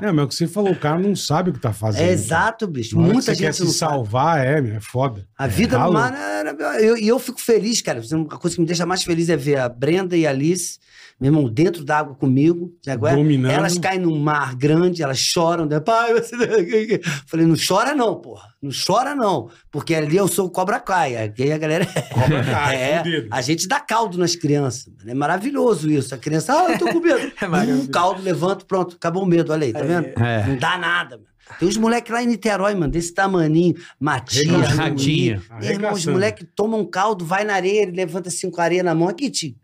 Speaker 3: Não, mas é o que você falou, o cara não sabe o que tá fazendo.
Speaker 1: É exato, bicho.
Speaker 3: Na hora que
Speaker 1: Muita
Speaker 3: você quer
Speaker 1: gente
Speaker 3: se
Speaker 1: não sabe.
Speaker 3: salvar, é, meu, é foda.
Speaker 1: A vida
Speaker 3: Tá
Speaker 1: do
Speaker 3: louco.
Speaker 1: mar era. eu- E eu, fico feliz, cara. A coisa que me deixa mais feliz é ver a Brenda e a Alice, meu irmão, dentro da água comigo. sabe qual é?
Speaker 3: Dominando.
Speaker 1: Elas caem num mar grande, elas choram. Né? Pai, você. Falei, não chora não, porra. Não chora não. Porque ali eu sou o Cobra Kai. Aí a galera.
Speaker 3: Cobra Kai,
Speaker 1: é,
Speaker 3: fudido.
Speaker 1: a gente dá caldo nas crianças. mano. É maravilhoso isso. A criança, ah, eu tô com medo.
Speaker 5: É maravilhoso.
Speaker 1: Um caldo, levanto, pronto, acabou o medo. Olha aí, tá vendo?
Speaker 4: É.
Speaker 1: Não dá nada, mano. Tem uns moleques lá em Niterói, mano, desse tamaninho, Matias,
Speaker 4: Ratinho.
Speaker 1: Luiz. Meu irmão, os
Speaker 3: Arregaçando.
Speaker 1: moleques tomam um caldo, vai na areia, ele levanta assim com a areia na mão. Aqui, tio,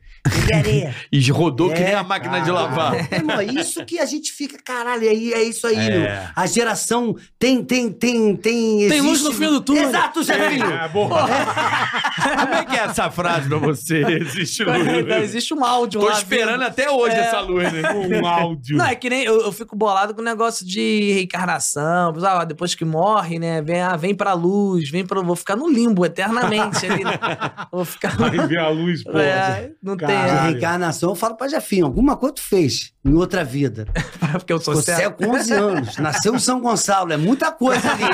Speaker 1: pega a areia.
Speaker 4: E rodou que
Speaker 1: É,
Speaker 4: nem a máquina de
Speaker 3: cara.
Speaker 4: lavar.
Speaker 1: Meu irmão, é isso que a gente fica, caralho, aí é isso aí,
Speaker 4: É.
Speaker 1: meu. A geração tem, tem, tem, tem...
Speaker 5: Tem luz no fim do túnel. É.
Speaker 1: Exato, Jefinho.
Speaker 3: Ah, boa.
Speaker 4: Como é que é essa frase pra você? Existe
Speaker 1: tá
Speaker 5: Não,
Speaker 4: luz.
Speaker 5: é, existe um áudio
Speaker 4: Tô
Speaker 5: lá
Speaker 4: esperando
Speaker 5: vindo.
Speaker 4: até hoje
Speaker 5: É.
Speaker 4: essa luz, né?
Speaker 3: Um áudio.
Speaker 5: Não, é que nem eu, eu fico bolado com o negócio de reencarnação. pessoal, ah, depois que morre, né? Vem, ah, vem pra luz, vem pra. Vou ficar no limbo eternamente ali. né? Vou ficar.
Speaker 3: Vai ver a luz, pô.
Speaker 5: É, não tem.
Speaker 1: De
Speaker 3: Caralho.
Speaker 1: reencarnação, eu falo pra Jefinho, alguma coisa tu fez em outra vida.
Speaker 5: Porque eu sou
Speaker 1: Você é
Speaker 5: cego.
Speaker 1: com 11 anos, nasceu em São Gonçalo, é muita coisa ali. hein?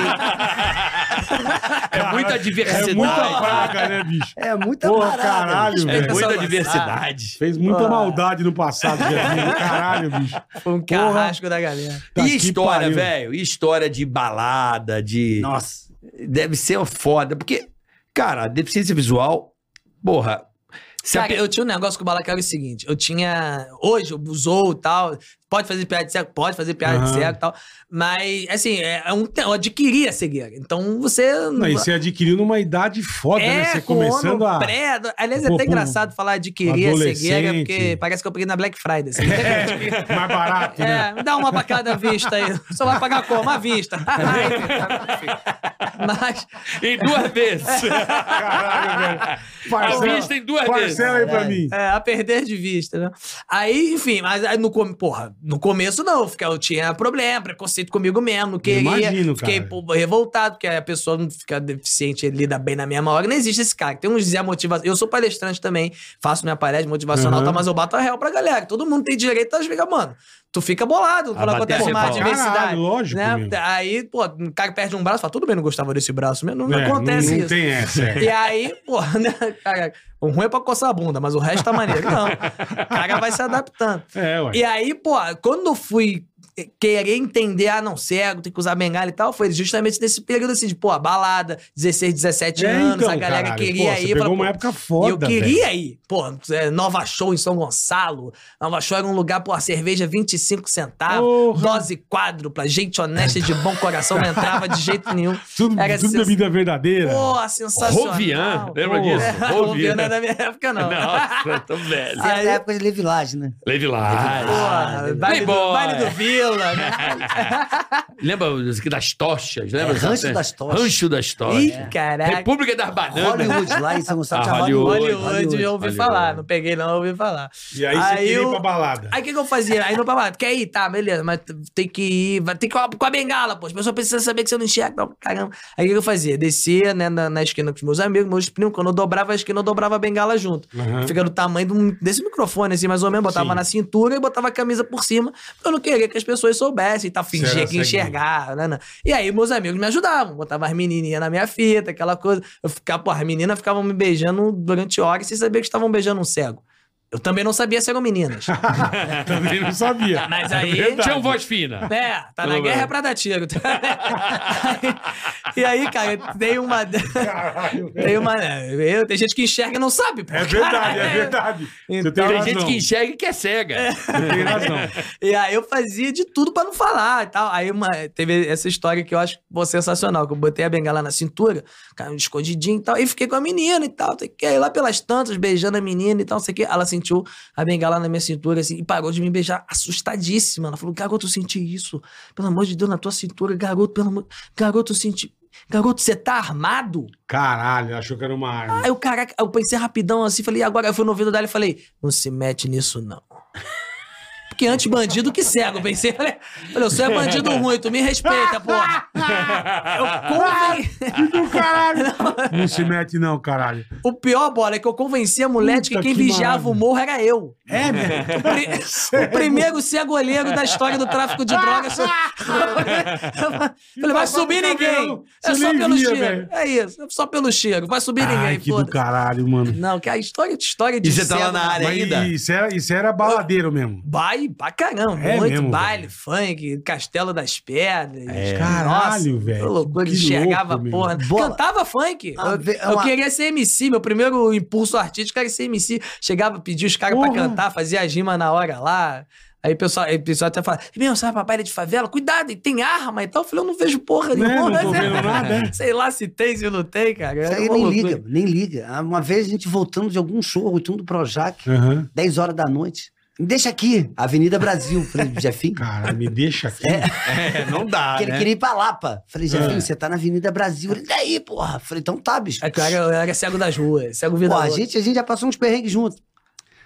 Speaker 4: É muita diversidade.
Speaker 3: É muita praga, né, bicho?
Speaker 1: É muita
Speaker 3: Pô,
Speaker 1: parada.
Speaker 3: caralho,
Speaker 4: É
Speaker 3: velho.
Speaker 5: pessoal-
Speaker 4: muita
Speaker 5: Só
Speaker 4: diversidade.
Speaker 3: Fez muita
Speaker 5: Ah.
Speaker 3: maldade no passado, Jefinho. Caralho, bicho.
Speaker 5: Foi um carrasco da galera.
Speaker 3: Tá
Speaker 4: e
Speaker 3: que
Speaker 4: história,
Speaker 3: pariu.
Speaker 4: velho? E história de balada, de.
Speaker 1: Nossa.
Speaker 4: Deve ser foda. Porque, cara, deficiência visual, porra. Se a
Speaker 5: Cara,
Speaker 4: pe-
Speaker 5: eu tinha um negócio com o Balaca que era o seguinte: eu tinha. Hoje, usou e tal. Pode fazer piada de cego? Pode fazer piada de
Speaker 3: Aham.
Speaker 5: cego e tal. Mas, assim, é é um, te- eu adquiri a cegueira. Então você.
Speaker 3: Não, e você adquiriu numa idade foda,
Speaker 1: É,
Speaker 3: né? Você
Speaker 5: com
Speaker 3: começando
Speaker 5: ano
Speaker 3: a.
Speaker 5: Pré, ado- aliás, é
Speaker 3: Pô,
Speaker 5: até
Speaker 3: com
Speaker 5: engraçado falar adquirir a
Speaker 3: adolescente.
Speaker 5: cegueira, porque parece que eu peguei na Black Friday. assim.
Speaker 3: Mais barato, né?
Speaker 5: É, dá uma pra cada vista aí. Só vai pagar como? Uma vista. Mas,
Speaker 4: Em duas vezes.
Speaker 3: Caralho, velho.
Speaker 1: É
Speaker 4: a
Speaker 3: Parcela,
Speaker 4: vista em duas vezes.
Speaker 3: parcela aí pra
Speaker 1: Caralho.
Speaker 3: mim.
Speaker 5: é, a perder de vista, né? Aí, enfim, mas aí no come, porra, No começo, não. Eu, ficava, eu tinha problema, preconceito comigo mesmo. Não queria.
Speaker 3: Imagino,
Speaker 5: fiquei
Speaker 3: cara.
Speaker 5: pô, revoltado, porque a pessoa não fica deficiente, ele lida bem na mesma hora. Não existe esse cara. Tem uns Zé motivação. Eu sou palestrante também, faço minha palestra motivacional,
Speaker 3: Aham.
Speaker 5: tá, mas eu bato a real pra galera. Todo mundo tem direito às vezes, mano. Tu fica bolado
Speaker 3: Ah,
Speaker 5: quando
Speaker 4: bater
Speaker 5: acontece
Speaker 4: é
Speaker 5: uma
Speaker 4: bom.
Speaker 5: adversidade.
Speaker 3: lógico.
Speaker 5: Né?
Speaker 3: meu.
Speaker 5: Aí, pô, o cara perde um braço, fala, tudo bem, não gostava desse braço mesmo. Não, não
Speaker 3: É,
Speaker 5: acontece
Speaker 3: não,
Speaker 5: isso.
Speaker 3: Não tem essa. é.
Speaker 5: E aí, porra, né, cara, o ruim é pra coçar a bunda, mas o resto tá maneiro. Não, o cara vai se adaptando.
Speaker 3: É, ué.
Speaker 5: E aí, pô, quando eu fui querer entender, ah, não, cego, tem que usar bengala e tal, foi justamente nesse período assim, de, pô, balada, 16, 17
Speaker 3: É,
Speaker 5: anos,
Speaker 3: então,
Speaker 5: a galera
Speaker 3: caralho,
Speaker 5: queria
Speaker 3: pô,
Speaker 5: ir.
Speaker 3: Você
Speaker 5: eu
Speaker 3: pegou
Speaker 5: falei,
Speaker 3: uma
Speaker 5: pô,
Speaker 3: época
Speaker 5: e
Speaker 3: foda,
Speaker 5: eu queria ir. Pô, é, Nova Show em São Gonçalo. Nova Show era um lugar, pô, a cerveja 25 centavos,
Speaker 3: Porra.
Speaker 5: dose quádrupla, gente honesta de bom coração, não entrava de jeito nenhum.
Speaker 3: Tudo,
Speaker 5: Era
Speaker 3: tudo
Speaker 5: sens-
Speaker 3: bebida verdadeira.
Speaker 5: Pô, sensacional.
Speaker 4: Rovian, lembra
Speaker 3: Pô.
Speaker 4: disso?
Speaker 5: É, Rovian não é
Speaker 4: Rovian.
Speaker 5: da minha época, não.
Speaker 4: né? Nossa, tô velho.
Speaker 1: Era
Speaker 5: Aí-
Speaker 1: na época de Levilage, né?
Speaker 4: Leve
Speaker 5: Porra,
Speaker 4: lá.
Speaker 5: baile, do,
Speaker 4: Playboy.
Speaker 5: baile do Vila. né?
Speaker 4: Lembra os- das tochas? Lembra?
Speaker 1: É, Rancho das Tochas.
Speaker 4: Rancho das tochas.
Speaker 5: Ih, caraca.
Speaker 4: República das Bananas.
Speaker 1: É Hollywood, lá em São Gonçalo,
Speaker 4: Ah,
Speaker 1: tinha
Speaker 4: Hollywood,
Speaker 5: Hollywood,
Speaker 1: Hollywood.
Speaker 5: eu ouvi
Speaker 4: Hollywood.
Speaker 5: falar. Não peguei, não, eu ouvi falar.
Speaker 3: E aí você
Speaker 5: Aí
Speaker 3: queria ir
Speaker 5: eu-
Speaker 3: pra balada.
Speaker 5: Aí o que, que eu fazia? Aí no babado, quer ir? Tá, beleza, mas tem que ir, vai- tem que ir com a bengala, pô. As pessoas precisam saber que você não enxerga, não, caramba. Aí o que, que eu fazia? Descia, né, na, na esquina com os meus amigos, meus primos, quando eu dobrava a esquina, eu dobrava a bengala junto.
Speaker 3: Aham.
Speaker 5: Fica do tamanho de um- desse microfone, assim, mais ou menos. Botava
Speaker 3: Sim.
Speaker 5: na cintura e botava a camisa por cima. porque Eu não queria que as pessoas soubessem, tá?
Speaker 3: Você
Speaker 5: Fingia
Speaker 3: era
Speaker 5: que
Speaker 3: ceguinho.
Speaker 5: enxergava, né, né? E aí meus amigos me ajudavam. Botava as menininhas na minha fita, aquela coisa. Eu ficava, pô, as meninas ficavam me beijando durante horas sem saber que estavam beijando um cego. Eu também não sabia se eram meninas.
Speaker 3: Também não sabia.
Speaker 5: Mas
Speaker 3: É
Speaker 5: aí-
Speaker 3: verdade.
Speaker 4: Tinha um voz fina.
Speaker 5: É, tá na
Speaker 4: Pelo
Speaker 5: guerra
Speaker 4: menos.
Speaker 5: é pra dar tiro. e aí, cara, tem uma.
Speaker 3: Caralho,
Speaker 5: Tem uma. né, Eu, tem gente que enxerga e não sabe. pô.
Speaker 3: É verdade,
Speaker 5: Caralho.
Speaker 3: é verdade. Você
Speaker 5: Então,
Speaker 3: tem
Speaker 4: Tem
Speaker 3: razão.
Speaker 4: gente que enxerga e que é cega.
Speaker 3: Você tem razão.
Speaker 5: E aí eu fazia de tudo pra não falar e tal. Aí uma, teve essa história que eu acho pô, sensacional, que eu botei a bengala na cintura, cara, um escondidinho e tal, e fiquei com a menina e tal. não sei o quê. Aí lá pelas tantas, beijando a menina e tal, não sei o que. Ela sentiu a bengala na minha cintura, assim, e parou de me beijar, assustadíssima. Ela falou, garoto, eu senti isso. Pelo amor de Deus, na tua cintura, garoto, pelo amor... Garoto, eu senti... Garoto, você tá armado?
Speaker 3: Caralho, achou que era uma arma.
Speaker 5: Aí eu, caraca, eu pensei rapidão assim, falei, e agora eu fui no ouvido dela e falei, não se mete nisso, não. Porque antes bandido que cego, eu pensei, falei, eu sou é bandido ruim, tu me respeita, porra. Eu conven-
Speaker 3: Caralho. Não se mete não, caralho.
Speaker 5: O pior, bola, é que eu convenci a mulher de que
Speaker 3: Puta,
Speaker 5: quem
Speaker 3: que
Speaker 5: vigiava
Speaker 3: maravilha.
Speaker 5: o morro era eu.
Speaker 3: É, velho.
Speaker 5: O, pri- o primeiro ser goleiro da história do tráfico de drogas. Falei, vai subir
Speaker 3: Tá
Speaker 5: ninguém.
Speaker 3: vendo?
Speaker 5: É
Speaker 3: Você
Speaker 5: só
Speaker 3: nem
Speaker 5: pelo
Speaker 3: via,
Speaker 5: cheiro.
Speaker 3: velho.
Speaker 5: É isso, é só pelo cheiro. Vai subir
Speaker 3: Ai,
Speaker 5: ninguém,
Speaker 3: que do
Speaker 5: foda-se.
Speaker 3: caralho, mano.
Speaker 5: Não, que a história, história de
Speaker 4: E você tá lá
Speaker 5: cego-
Speaker 4: na área
Speaker 3: Mas
Speaker 4: ainda?
Speaker 3: Isso era, isso era baladeiro mesmo.
Speaker 5: Baile pra caramba,
Speaker 3: É
Speaker 5: muito
Speaker 3: mesmo,
Speaker 5: baile,
Speaker 3: velho.
Speaker 5: funk, Castelo das Pedras.
Speaker 4: É.
Speaker 3: Caralho,
Speaker 5: Nossa,
Speaker 3: velho,
Speaker 5: que loucura,
Speaker 3: que
Speaker 5: enxergava
Speaker 3: louco, meu.
Speaker 5: porra.
Speaker 1: Bola.
Speaker 5: Cantava funk.
Speaker 1: Ah,
Speaker 5: eu,
Speaker 1: ve-
Speaker 5: eu
Speaker 1: uma-
Speaker 5: queria ser MC, meu primeiro impulso artístico era ser MC. Chegava, pedia os caras pra
Speaker 3: Porra.
Speaker 5: cantar, fazia a rima na hora lá. Aí o pessoal, aí o pessoal até fala, meu, sabe pra baile de favela? Cuidado, e tem arma e tal. Eu falei, eu não vejo porra
Speaker 3: Né?
Speaker 5: nenhuma.
Speaker 3: Não tô vendo nada, é.
Speaker 5: Sei lá se tem, se não tem, cara.
Speaker 1: Isso
Speaker 5: Era
Speaker 1: aí
Speaker 5: é uma
Speaker 1: nem
Speaker 5: loucura.
Speaker 1: liga, nem liga. Uma vez a gente voltando de um algum show, retorno do Projac,
Speaker 3: Aham.
Speaker 1: 10 horas da noite. Me deixa aqui, Avenida Brasil. Falei, Jefinho,
Speaker 3: Cara, me deixa aqui.
Speaker 4: É, não dá,
Speaker 1: porque ele queria ir pra Lapa. Falei, Jefinho, você tá na Avenida Brasil. Ele, daí, porra? Falei, então tá, bicho.
Speaker 5: É que eu era, eu era cego das ruas, cego vida
Speaker 1: Pô, a
Speaker 5: louca.
Speaker 1: gente, a gente já passou uns perrengues juntos.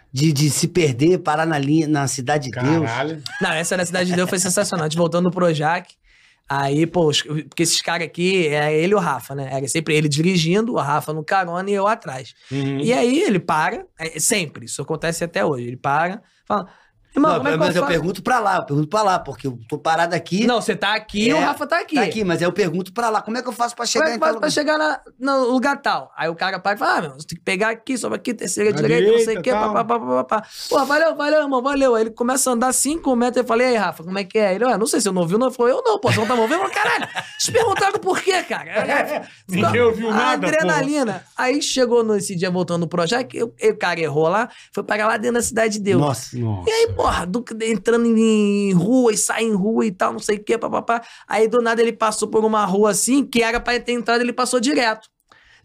Speaker 1: De, de se perder, parar na linha, na Cidade de Deus.
Speaker 3: Caralho.
Speaker 5: Não, essa da Cidade de Deus foi sensacional. A gente voltando no Projac. Aí, pô, os- porque esses caras aqui, é ele e o Rafa, né? Era sempre ele dirigindo, o Rafa no carona e eu atrás.
Speaker 3: Uhum.
Speaker 5: E aí ele para, é, sempre, isso acontece até hoje. Ele para, fala. Irmão,
Speaker 1: Não,
Speaker 5: como é que
Speaker 1: mas
Speaker 5: eu
Speaker 1: eu
Speaker 5: faço?"
Speaker 1: pergunto pra lá, eu pergunto pra lá, porque eu tô parado aqui,
Speaker 5: Não, você tá aqui e o
Speaker 1: É,
Speaker 5: Rafa tá aqui.
Speaker 1: tá aqui, mas aí eu pergunto pra lá, como é que eu faço pra
Speaker 5: Como
Speaker 1: chegar
Speaker 5: é que
Speaker 1: em
Speaker 5: faz
Speaker 1: tal
Speaker 5: pra
Speaker 1: lugar?
Speaker 5: chegar na- no lugar tal? Aí o cara para e fala: Ah, meu, você tem que pegar aqui, sobe aqui, terceira
Speaker 3: Na
Speaker 5: direita, não sei
Speaker 3: direita,
Speaker 5: o quê,
Speaker 3: tal.
Speaker 5: papá, papá, papá. Pô, valeu, valeu, irmão, valeu. Aí ele começa a andar 5 metros. Eu falei: E aí, Rafa, como é que é? Ele, "Ué, não sei se eu não ouviu, não. Eu falei: Eu não, pô, você não tava ouvindo? Eu falei, Caralho, te perguntaram por quê, cara.
Speaker 3: Ninguém ouviu
Speaker 5: A
Speaker 3: nada,
Speaker 5: Adrenalina. Aí chegou nesse dia voltando no Projac, eu- eu- o cara errou lá, foi parar lá dentro da Cidade de Deus.
Speaker 1: Nossa.
Speaker 3: Nossa.
Speaker 5: E aí, porra, do- entrando em, em rua e sai em rua e tal, não sei o quê, papapá. Aí do nada ele passou por uma rua assim, que era pra ter entrado, ele passou direto.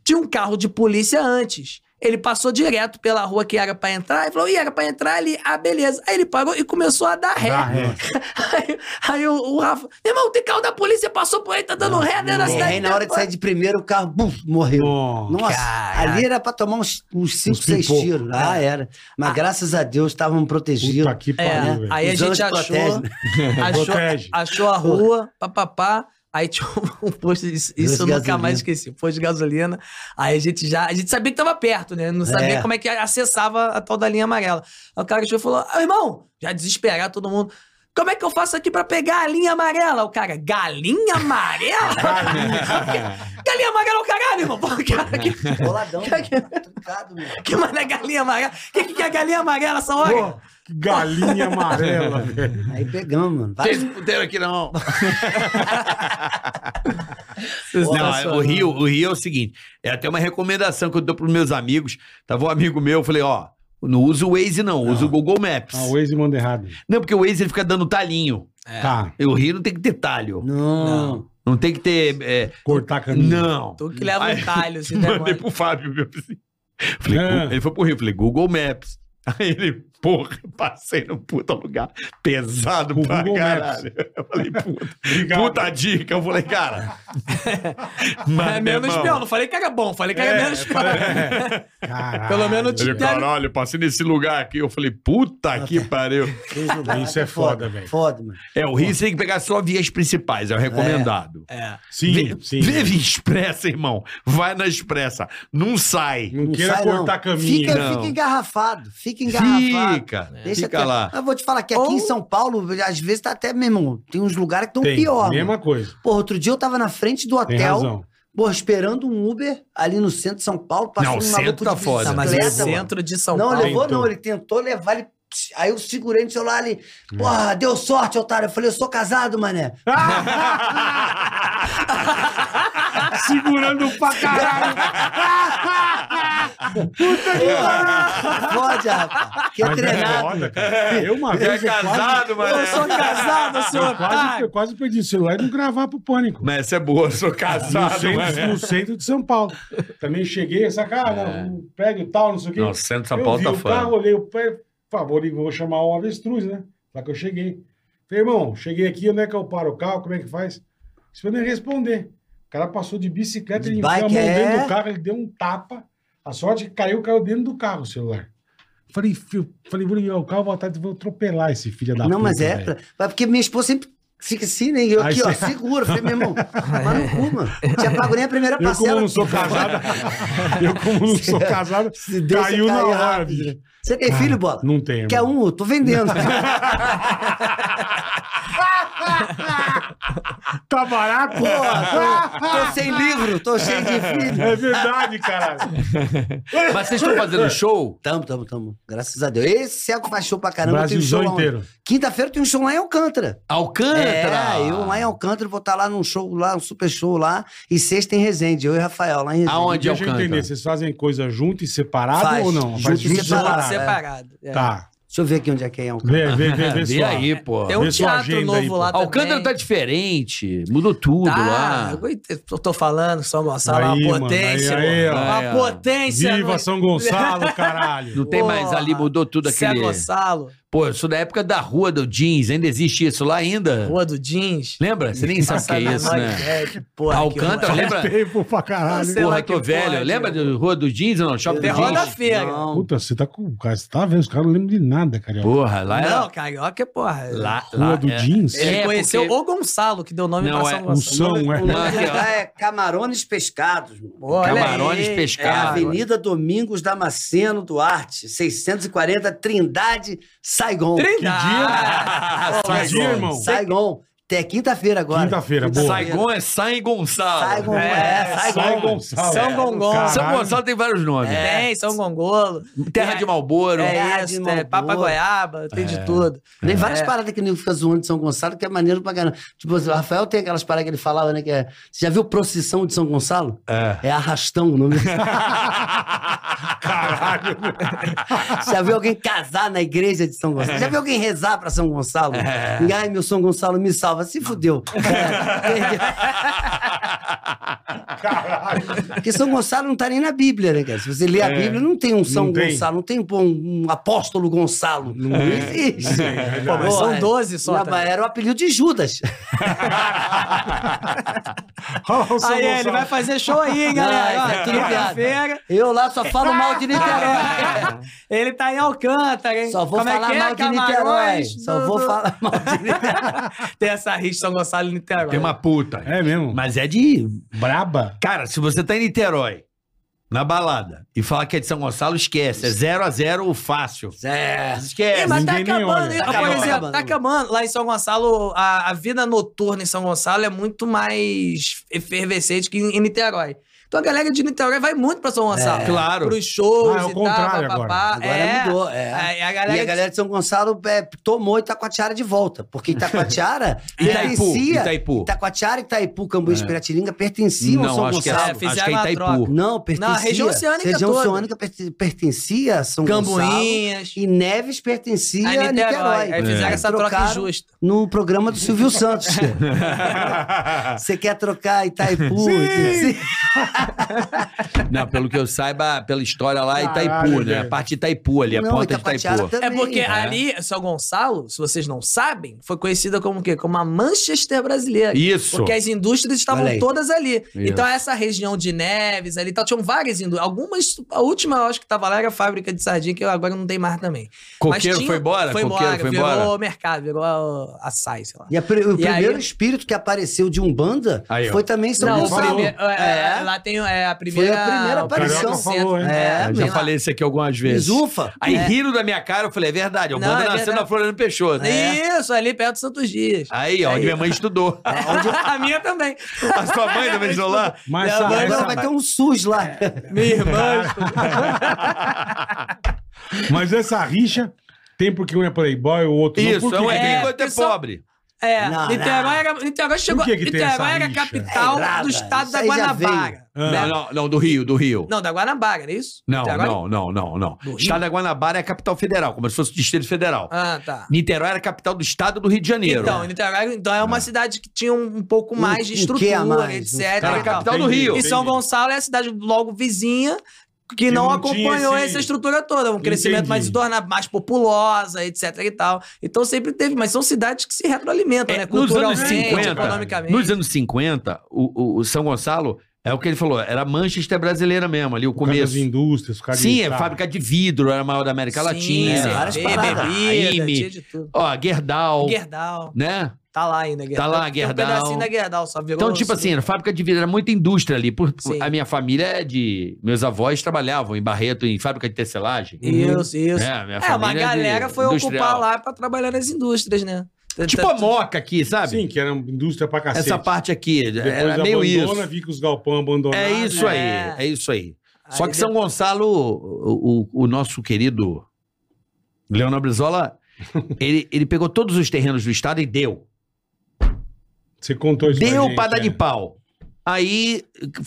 Speaker 5: Tinha um carro de polícia antes. Ele passou direto pela rua que era pra entrar e falou: e era pra entrar ali, ah, beleza. Aí ele parou e começou a dar ré.
Speaker 3: Dá ré.
Speaker 5: aí aí o, o Rafa, meu irmão, tem carro da polícia, passou por aí, tá dando ré dentro da
Speaker 1: É,
Speaker 5: cidade.
Speaker 1: aí na hora de sair de primeiro, o carro bum, morreu.
Speaker 3: Nossa.
Speaker 1: Nossa,
Speaker 5: Caraca.
Speaker 1: ali era pra tomar uns 5,
Speaker 3: Uns
Speaker 1: 6
Speaker 3: pipoco.
Speaker 1: tiros. Ah, era. Mas graças a Deus estavam protegidos.
Speaker 3: Puta que
Speaker 5: É,
Speaker 3: pariu, velho.
Speaker 5: aí a
Speaker 1: Os
Speaker 5: gente
Speaker 1: anos
Speaker 5: achou,
Speaker 1: protege, né?
Speaker 5: achou,
Speaker 3: Protege.
Speaker 5: achou a rua, papapá. Aí tinha um posto, de- isso,
Speaker 1: Posto de
Speaker 5: eu nunca
Speaker 1: gasolina.
Speaker 5: mais esqueci, posto de gasolina. Aí a gente já, a gente sabia que tava perto, né? Não sabia
Speaker 1: É.
Speaker 5: como é que acessava a tal da linha amarela. Aí o cara chegou e falou, ah, irmão, já desesperado todo mundo, como é que eu faço aqui pra pegar a linha amarela? O cara, galinha amarela? galinha amarela é o caralho, irmão. Pô, cara, que,
Speaker 1: Boladão. mano. Tá Truncado, meu.
Speaker 5: que mano é galinha amarela? O que, que é galinha amarela essa hora?
Speaker 3: Pô, que galinha amarela, velho.
Speaker 1: Aí pegamos, mano. Vai,
Speaker 6: Vocês não puderam aqui, não. Não,
Speaker 5: Sensacional.
Speaker 6: o Rio, o Rio é o seguinte: é até uma recomendação que eu dou pros meus amigos. Tava um amigo meu, eu falei, ó, não usa o Waze, não, usa o Google Maps.
Speaker 3: Ah, o Waze manda errado.
Speaker 6: Não, porque o Waze ele fica dando talinho.
Speaker 5: É.
Speaker 3: Tá,
Speaker 6: E o Rio não tem que ter talho.
Speaker 1: Não.
Speaker 6: Não tem que ter. é,
Speaker 3: cortar caminho.
Speaker 6: não.
Speaker 5: Tu que leva um
Speaker 6: Aí-
Speaker 5: talho, se der mole.
Speaker 6: Mandei pro Fábio, meu vizinho. Falei,
Speaker 3: Ah.
Speaker 6: "Gu- Ele foi pro Rio, falei, Google Maps. Aí ele, porra, passei num puta lugar pesado
Speaker 3: O
Speaker 6: pra
Speaker 3: Google
Speaker 6: caralho. Eu falei, puta,
Speaker 3: Obrigado.
Speaker 6: puta dica. Eu falei, cara. mas,
Speaker 5: É menos
Speaker 6: irmão, É,
Speaker 5: pior, não falei que era bom, falei que era menos pior.
Speaker 3: Caralho.
Speaker 5: Pelo menos
Speaker 6: Ele,
Speaker 4: tá
Speaker 6: caralho, eu passei nesse lugar aqui. Eu falei,
Speaker 5: Ah,
Speaker 6: puta
Speaker 5: tá.
Speaker 6: que pariu.
Speaker 1: Três lugares
Speaker 3: Isso
Speaker 1: lá
Speaker 3: é
Speaker 1: que
Speaker 3: foda, velho.
Speaker 1: Foda, mano.
Speaker 6: É, o Rio você tem que pegar só vias principais, é o recomendado.
Speaker 5: É.
Speaker 3: Sim,
Speaker 6: Vê,
Speaker 3: sim.
Speaker 6: vê via expressa, irmão. Vai na expressa. Não sai.
Speaker 3: Não queira
Speaker 1: sai, não.
Speaker 3: cortar caminho.
Speaker 1: Fica,
Speaker 6: não.
Speaker 1: fica engarrafado. Fica engarrafado.
Speaker 6: Fica.
Speaker 1: Deixa
Speaker 6: Fica
Speaker 1: até-
Speaker 6: lá.
Speaker 1: Eu vou te falar que aqui
Speaker 5: Ou-
Speaker 1: em São Paulo, às vezes tá até, meu irmão, tem uns lugares
Speaker 5: um
Speaker 1: que estão
Speaker 3: Tem,
Speaker 1: pior.
Speaker 3: mesma
Speaker 1: mano.
Speaker 3: coisa.
Speaker 1: Porra, outro dia eu tava na frente do
Speaker 3: Tem
Speaker 1: hotel,
Speaker 3: razão.
Speaker 1: porra, esperando um Uber ali no centro de São Paulo, passando
Speaker 6: Não, o
Speaker 1: um
Speaker 6: centro
Speaker 1: maluco
Speaker 6: tá
Speaker 1: de
Speaker 6: foda.
Speaker 5: Tá,
Speaker 1: bicicleta,
Speaker 5: mas
Speaker 1: mano.
Speaker 5: é centro de São
Speaker 1: Não,
Speaker 5: Paulo.
Speaker 1: levou
Speaker 3: Tentou.
Speaker 1: não, ele tentou levar, ele... aí eu segurei no celular ali.
Speaker 3: Hum.
Speaker 1: Porra, deu sorte, otário. Eu falei, eu sou casado, mané.
Speaker 3: Segurando pra caralho.
Speaker 1: Pode, rapaz. Que é
Speaker 3: Mas é
Speaker 1: treinado.
Speaker 3: foda, cara. Eu uma
Speaker 6: É
Speaker 3: vez. eu quase-
Speaker 6: casado, mano.
Speaker 5: é- Eu sou casado, seu
Speaker 3: Eu quase,
Speaker 5: otário.
Speaker 3: eu quase perdi o celular e não gravar pro pânico.
Speaker 6: Mas essa é boa, eu sou
Speaker 3: No
Speaker 6: casado,
Speaker 4: é
Speaker 6: mas...
Speaker 3: centro, no centro de São Paulo. Também cheguei, essa cara, um prédio e tal, não sei o quê.
Speaker 6: Não, o centro de São
Speaker 3: eu
Speaker 6: Paulo
Speaker 3: vi um
Speaker 6: tá
Speaker 3: o
Speaker 6: foda.
Speaker 3: carro, olhei o pé, por favor, eu vou chamar o avestruz, né? Lá que eu cheguei. Falei, irmão, cheguei aqui, onde é que eu paro o carro, como é que faz? Isso eu nem responder. O cara passou de bicicleta, ele
Speaker 1: De
Speaker 3: enfiou a mão
Speaker 1: bike, é?
Speaker 3: dentro do carro, ele deu um tapa. A sorte é que caiu, caiu dentro do carro o celular. Falei, filho, falei, vou ligar o carro, vou, atrás, vou atropelar esse filho da
Speaker 1: Não,
Speaker 3: puta,
Speaker 1: mas é.
Speaker 3: velho.
Speaker 1: pra- mas Porque minha esposa sempre fica assim, né? E Eu
Speaker 3: Aí
Speaker 1: aqui, ó,
Speaker 3: você-
Speaker 1: seguro. Eu Falei, meu irmão, vai no cu, mano. Tinha pago nem a primeira
Speaker 3: Eu, como
Speaker 1: parcela.
Speaker 3: não sou casado, eu, como não sou casado,
Speaker 1: Se deixa
Speaker 3: caiu na
Speaker 1: cair
Speaker 3: hora,
Speaker 1: rápido,
Speaker 3: bicho.
Speaker 1: né? Você tem filho, bola?
Speaker 3: Não tem.
Speaker 1: Quer
Speaker 3: irmão.
Speaker 1: um? Eu Tô vendendo.
Speaker 3: Tá barato?
Speaker 1: Pô, tô, tô sem livro, tô cheio de filho.
Speaker 3: É verdade, caralho.
Speaker 4: Mas vocês estão
Speaker 3: É.
Speaker 4: fazendo show?
Speaker 1: Tamo, tamo, tamo. Graças a Deus. Esse céu que faz show pra caramba. tem um
Speaker 3: Brasilzão
Speaker 1: show lá
Speaker 3: inteiro.
Speaker 1: onde? Quinta-feira tem um show lá em Alcântara.
Speaker 4: Alcântara!
Speaker 1: É, eu lá em Alcântara vou estar lá num show, lá, um super show lá. E sexta em Resende, eu e Rafael lá em Resende.
Speaker 3: Deixa
Speaker 4: Aonde
Speaker 3: eu entender,
Speaker 4: Alcântara?
Speaker 3: vocês fazem coisa junto e separado
Speaker 1: Faz,
Speaker 3: ou não?
Speaker 1: junto
Speaker 3: Faz
Speaker 1: e
Speaker 3: junto e
Speaker 1: separado.
Speaker 3: separado.
Speaker 5: Separado. Separado. é.
Speaker 3: Tá.
Speaker 1: Deixa eu ver aqui onde é que é Alcântara.
Speaker 3: Vê, vê, vê, vê,
Speaker 6: Vê
Speaker 3: só.
Speaker 6: aí, pô.
Speaker 5: Tem um
Speaker 3: Vê sua
Speaker 5: teatro
Speaker 3: agenda
Speaker 5: novo
Speaker 3: aí, pô.
Speaker 5: lá também.
Speaker 4: Alcântara tá diferente, mudou tudo
Speaker 5: Tá,
Speaker 4: lá.
Speaker 5: eu aguentei. Tô, tô falando, Só Gonçalo, é
Speaker 3: Aí,
Speaker 5: uma
Speaker 3: mano,
Speaker 5: potência.
Speaker 3: aí, aí, ó.
Speaker 5: uma
Speaker 4: Aí, ó.
Speaker 5: potência.
Speaker 3: Viva
Speaker 5: no-
Speaker 3: São Gonçalo,
Speaker 4: Não
Speaker 3: caralho.
Speaker 4: tem mais
Speaker 5: Porra.
Speaker 4: ali, mudou tudo
Speaker 5: Zé
Speaker 4: aquele.
Speaker 5: é Gonçalo,
Speaker 4: Pô, eu sou da época da rua do jeans, ainda existe isso lá ainda?
Speaker 5: Rua do Jeans.
Speaker 4: Lembra? É. Você nem sabe o que é isso, né?
Speaker 5: Ah, tá
Speaker 4: Alcântara, lembra?
Speaker 3: Tempo pra caralho.
Speaker 5: Sei
Speaker 4: Porra,
Speaker 5: lá
Speaker 4: eu tô
Speaker 5: que
Speaker 4: velho.
Speaker 5: pode. né? É
Speaker 4: Lembra da rua do jeans ou não? Shopping do
Speaker 5: Tem roda
Speaker 4: jeans?
Speaker 5: feira.
Speaker 1: Não,
Speaker 3: Puta, você tá com. cara, Você tá vendo? Os caras não lembram de nada, cara.
Speaker 4: Porra, lá era.
Speaker 5: Não, carioca é porra.
Speaker 4: Lá, lá
Speaker 3: Rua do
Speaker 4: é-
Speaker 3: jeans?
Speaker 5: Ele
Speaker 4: É,
Speaker 5: conheceu
Speaker 4: porque-
Speaker 5: o Gonçalo, que deu nome
Speaker 4: Não,
Speaker 5: pra
Speaker 4: é-
Speaker 5: São
Speaker 3: O
Speaker 5: Gonçalo.
Speaker 3: São,
Speaker 1: o
Speaker 3: é.
Speaker 1: nome
Speaker 4: Não,
Speaker 1: do lugar é Camarones Pescados. mano.
Speaker 5: Olha
Speaker 4: Camarones
Speaker 5: aí.
Speaker 1: É a
Speaker 4: pescados.
Speaker 1: Avenida Domingos Damasceno Duarte, 640 Trindade, Saigon.
Speaker 5: Trindade.
Speaker 3: Que dia, irmão?
Speaker 1: Saigon. Até quinta-feira agora.
Speaker 3: Quinta-feira, boa.
Speaker 4: Saigon é Sai Gonçalo.
Speaker 1: Saigon,
Speaker 5: É,
Speaker 1: é,
Speaker 3: Sai
Speaker 1: Saigon.
Speaker 3: Gonçalo.
Speaker 5: São Gonçalo.
Speaker 3: Caralho.
Speaker 4: São Gonçalo tem vários nomes.
Speaker 1: É.
Speaker 5: Tem, É, São Gongolo.
Speaker 4: Terra
Speaker 5: É.
Speaker 4: de Malboro.
Speaker 5: É
Speaker 1: Verdade,
Speaker 5: isso,
Speaker 1: irmão,
Speaker 5: é Papa
Speaker 1: boa.
Speaker 5: Goiaba, tem de tudo.
Speaker 1: Tem várias
Speaker 5: É.
Speaker 1: paradas que o nego fica zoando de São Gonçalo que é maneiro pra caramba. Tipo, o Rafael tem aquelas paradas que ele falava, né? Que é... Você já viu procissão de São Gonçalo? É. É arrastão o nome.
Speaker 3: Caralho.
Speaker 1: Você já viu alguém casar na igreja de São Gonçalo? Já viu alguém rezar pra São Gonçalo? E, Ai, meu São Gonçalo, me salva. Se fudeu. É, perdeu. Porque São Gonçalo não tá nem na Bíblia, né, cara? Se você ler a Bíblia, não tem um São
Speaker 3: Não tem.
Speaker 1: Gonçalo, não tem pô, um, apóstolo Gonçalo. Não existe.
Speaker 5: Pô, mas
Speaker 1: Porra,
Speaker 5: são 12 só.
Speaker 1: na-
Speaker 5: tá?
Speaker 1: Era o apelido de Judas.
Speaker 3: Olha o São
Speaker 5: Aí, ele
Speaker 3: Gonçalo.
Speaker 5: vai fazer show aí, hein, galera.
Speaker 1: Não,
Speaker 5: Ó,
Speaker 1: isso é tudo piada.
Speaker 5: Quinta-feira.
Speaker 1: Eu lá só
Speaker 5: É.
Speaker 1: falo mal de Niterói.
Speaker 5: Ele tá em Alcântara, hein?
Speaker 1: Só vou
Speaker 5: Como é
Speaker 1: falar
Speaker 5: que é?
Speaker 1: mal de
Speaker 5: Camarões,
Speaker 1: Niterói. Só
Speaker 5: do-
Speaker 1: vou
Speaker 5: do-
Speaker 1: falar mal de Niterói.
Speaker 5: Tem essa rixa de São Gonçalo e Niterói.
Speaker 4: Tem uma puta.
Speaker 3: É mesmo.
Speaker 4: Mas é de.
Speaker 3: Braba.
Speaker 4: Cara, se você tá em Niterói, na balada, e falar que é de São Gonçalo, esquece. É 0 a 0 fácil.
Speaker 1: Zé.
Speaker 5: Ih,
Speaker 4: Esquece.
Speaker 5: mas tá
Speaker 3: Ninguém nem
Speaker 5: acabando,
Speaker 3: olha.
Speaker 5: hein?
Speaker 1: Tá
Speaker 5: Por
Speaker 1: acabando,
Speaker 5: exemplo,
Speaker 1: acabando.
Speaker 5: tá acabando. Lá em São Gonçalo, a, a vida noturna em São Gonçalo é muito mais efervescente que em, em Niterói. Então a galera de Niterói vai muito pra São Gonçalo.
Speaker 1: É.
Speaker 4: Claro.
Speaker 5: Pros shows
Speaker 3: Ah, é o
Speaker 5: e
Speaker 3: contrário
Speaker 5: tal, papapá.
Speaker 1: Agora
Speaker 5: é,
Speaker 1: mudou. É.
Speaker 5: A, a
Speaker 1: E
Speaker 5: galera,
Speaker 1: a galera de São Gonçalo é, tomou Itacoatiara de volta, porque Itacoatiara pertencia...
Speaker 4: Itaipu.
Speaker 1: Itacoatiara, Itaipu, Cambuí
Speaker 5: É.
Speaker 1: e Piratininga pertenciam
Speaker 4: Não,
Speaker 1: ao São
Speaker 4: acho que, é,
Speaker 1: Gonçalo.
Speaker 4: acho que
Speaker 5: Gonçalo.
Speaker 4: é
Speaker 5: Fizeram a
Speaker 4: Itaipu.
Speaker 5: troca.
Speaker 1: Não, pertencia.
Speaker 5: Na região oceânica
Speaker 1: região
Speaker 5: toda.
Speaker 1: oceânica perte- pertencia a São Gonçalo.
Speaker 5: Cambuinhas,
Speaker 1: E Neves pertencia
Speaker 5: aí
Speaker 1: a
Speaker 5: Niterói.
Speaker 1: Niterói.
Speaker 5: Aí fizeram
Speaker 1: Aí
Speaker 5: essa troca
Speaker 1: trocaram
Speaker 5: injusta.
Speaker 1: No programa do Silvio Santos. Você quer trocar Itaipu? Sim.
Speaker 4: Não, pelo que eu saiba, pela história lá, é Itaipu,
Speaker 3: Caralho,
Speaker 4: né?
Speaker 3: velho.
Speaker 4: A parte de Itaipu ali, a
Speaker 1: Não,
Speaker 4: ponta de
Speaker 1: Itacoatiara
Speaker 4: Itaipu.
Speaker 5: É
Speaker 1: também.
Speaker 5: porque ali, São Gonçalo, se vocês não sabem, foi conhecida como o quê? Como a Manchester brasileira.
Speaker 4: Isso.
Speaker 5: Porque as indústrias
Speaker 1: Olha
Speaker 5: estavam
Speaker 1: aí.
Speaker 5: todas ali. Então, essa região de Neves ali e tal, tinham várias indústrias. Algumas, a última, eu acho que tava lá, era a fábrica de sardinha, que agora não tem mais também.
Speaker 4: Coqueiro
Speaker 5: tinha-
Speaker 4: foi embora?
Speaker 5: Foi
Speaker 4: Coqueiro
Speaker 5: embora,
Speaker 4: foi
Speaker 5: virou
Speaker 4: embora?
Speaker 5: mercado, virou a- açaí, sei lá.
Speaker 1: E a pri- o
Speaker 5: E aí-
Speaker 1: primeiro espírito que apareceu de Umbanda
Speaker 4: Aí, ó.
Speaker 1: foi também São
Speaker 5: Não, o
Speaker 1: Gonçalo.
Speaker 5: primeiro, é,
Speaker 1: É.
Speaker 5: lá tem é, a primeira...
Speaker 1: primeira
Speaker 5: o primeiro
Speaker 1: aparição.
Speaker 5: centro. né?
Speaker 3: Carioca falou, hein?
Speaker 1: É,
Speaker 4: Eu
Speaker 1: meu.
Speaker 4: já falei isso aqui algumas vezes.
Speaker 1: Bizufa.
Speaker 4: Aí riram da minha cara, eu falei, é verdade, eu
Speaker 5: Não,
Speaker 4: mando
Speaker 5: é
Speaker 4: nascer
Speaker 5: verdade.
Speaker 4: na Floriano Peixoto. né?
Speaker 5: Isso, ali perto de Santos Dias.
Speaker 4: É. Aí, ó, onde minha mãe estudou.
Speaker 5: a minha também.
Speaker 4: A sua mãe também estudou lá?
Speaker 3: Mas
Speaker 5: Não,
Speaker 3: essa,
Speaker 5: mas
Speaker 1: Agora
Speaker 3: essa-
Speaker 1: vai ter um SUS lá.
Speaker 5: Minha irmã.
Speaker 3: mas essa rixa tem porque um é playboy, o outro não.
Speaker 4: Isso,
Speaker 3: Por
Speaker 4: é um
Speaker 3: que que tem?
Speaker 4: é enquanto é
Speaker 5: Isso-
Speaker 4: pobre.
Speaker 5: É,
Speaker 1: Não,
Speaker 5: Niterói,
Speaker 1: não.
Speaker 5: Era, Niterói chegou.
Speaker 3: Por que que tem essa
Speaker 5: Niterói era a
Speaker 3: rixa?
Speaker 5: capital
Speaker 1: É errado,
Speaker 5: do estado
Speaker 1: isso
Speaker 5: da
Speaker 1: aí já
Speaker 5: Guanabara.
Speaker 3: veio.
Speaker 5: né?
Speaker 4: Não, não, não, do Rio, do Rio.
Speaker 5: Não, da Guanabara, é isso?
Speaker 4: Não,
Speaker 5: Niterói?
Speaker 4: não, não, não, não.
Speaker 5: Do Rio?
Speaker 4: Estado da Guanabara é a capital federal, como se fosse o Distrito Federal.
Speaker 5: Ah, tá.
Speaker 4: Niterói era a capital do estado do Rio de Janeiro.
Speaker 5: Então, Niterói então, é uma cidade que tinha um, um pouco
Speaker 1: Um-
Speaker 5: mais de
Speaker 1: um quê a
Speaker 5: estrutura,
Speaker 1: mais?
Speaker 5: etc.
Speaker 4: Era
Speaker 5: e
Speaker 4: a
Speaker 5: tal.
Speaker 4: capital do
Speaker 3: Entendi.
Speaker 4: Rio.
Speaker 5: E São
Speaker 3: Entendi.
Speaker 5: Gonçalo é a cidade logo vizinha que não,
Speaker 3: não tinha
Speaker 5: acompanhou
Speaker 3: esse-
Speaker 5: essa estrutura toda, um crescimento
Speaker 3: Entendi.
Speaker 5: mais se torna mais populosa, etc e tal. Então sempre teve, mas são cidades que se retroalimentam,
Speaker 4: É,
Speaker 5: né?
Speaker 4: nos anos
Speaker 5: Culturalmente,
Speaker 4: 50,
Speaker 5: economicamente.
Speaker 4: nos anos 50, o, o- o São Gonçalo, é o que ele falou, era Manchester brasileira mesmo, ali o
Speaker 3: Por causa das
Speaker 4: começo.
Speaker 3: indústrias, por causa de-
Speaker 4: Sim, é
Speaker 3: tá.
Speaker 4: fábrica de vidro, era a maior da América Latina.
Speaker 1: é,
Speaker 5: várias
Speaker 1: várias
Speaker 5: be
Speaker 1: paradas.
Speaker 5: bebida,
Speaker 4: AIME.
Speaker 5: tinha de tudo.
Speaker 4: Ó, Gerdau,
Speaker 5: Guerdal.
Speaker 4: né?
Speaker 5: Tá lá ainda, Guerdal.
Speaker 4: lá, Gerdau.
Speaker 5: Tem um pedacinho da Guerdal, só virou...
Speaker 4: Então, tipo assim, era fábrica de vidro, era muita indústria ali. Por,
Speaker 5: Sim.
Speaker 4: a minha família é de. Meus avós trabalhavam em Barreto, em fábrica de tecelagem.
Speaker 5: Isso, isso.
Speaker 4: É, minha
Speaker 5: É, uma
Speaker 4: família de
Speaker 5: galera foi
Speaker 4: industrial.
Speaker 5: ocupar lá pra trabalhar nas indústrias, né?
Speaker 4: Tipo a moca aqui, sabe?
Speaker 3: Sim, que era indústria pra cacete.
Speaker 4: Essa parte aqui, é,
Speaker 3: Depois
Speaker 4: era meio isso.
Speaker 3: abandona, fica os galpão abandonados.
Speaker 4: É isso aí,
Speaker 5: É.
Speaker 4: é isso aí. Só
Speaker 5: Aí
Speaker 4: que São Gonçalo, o, o- o nosso querido Leonel Brizola, ele, ele pegou todos os terrenos do estado e deu.
Speaker 3: Você contou isso pra
Speaker 4: Deu
Speaker 3: gente,
Speaker 4: pra dar
Speaker 3: é.
Speaker 4: de pau. Aí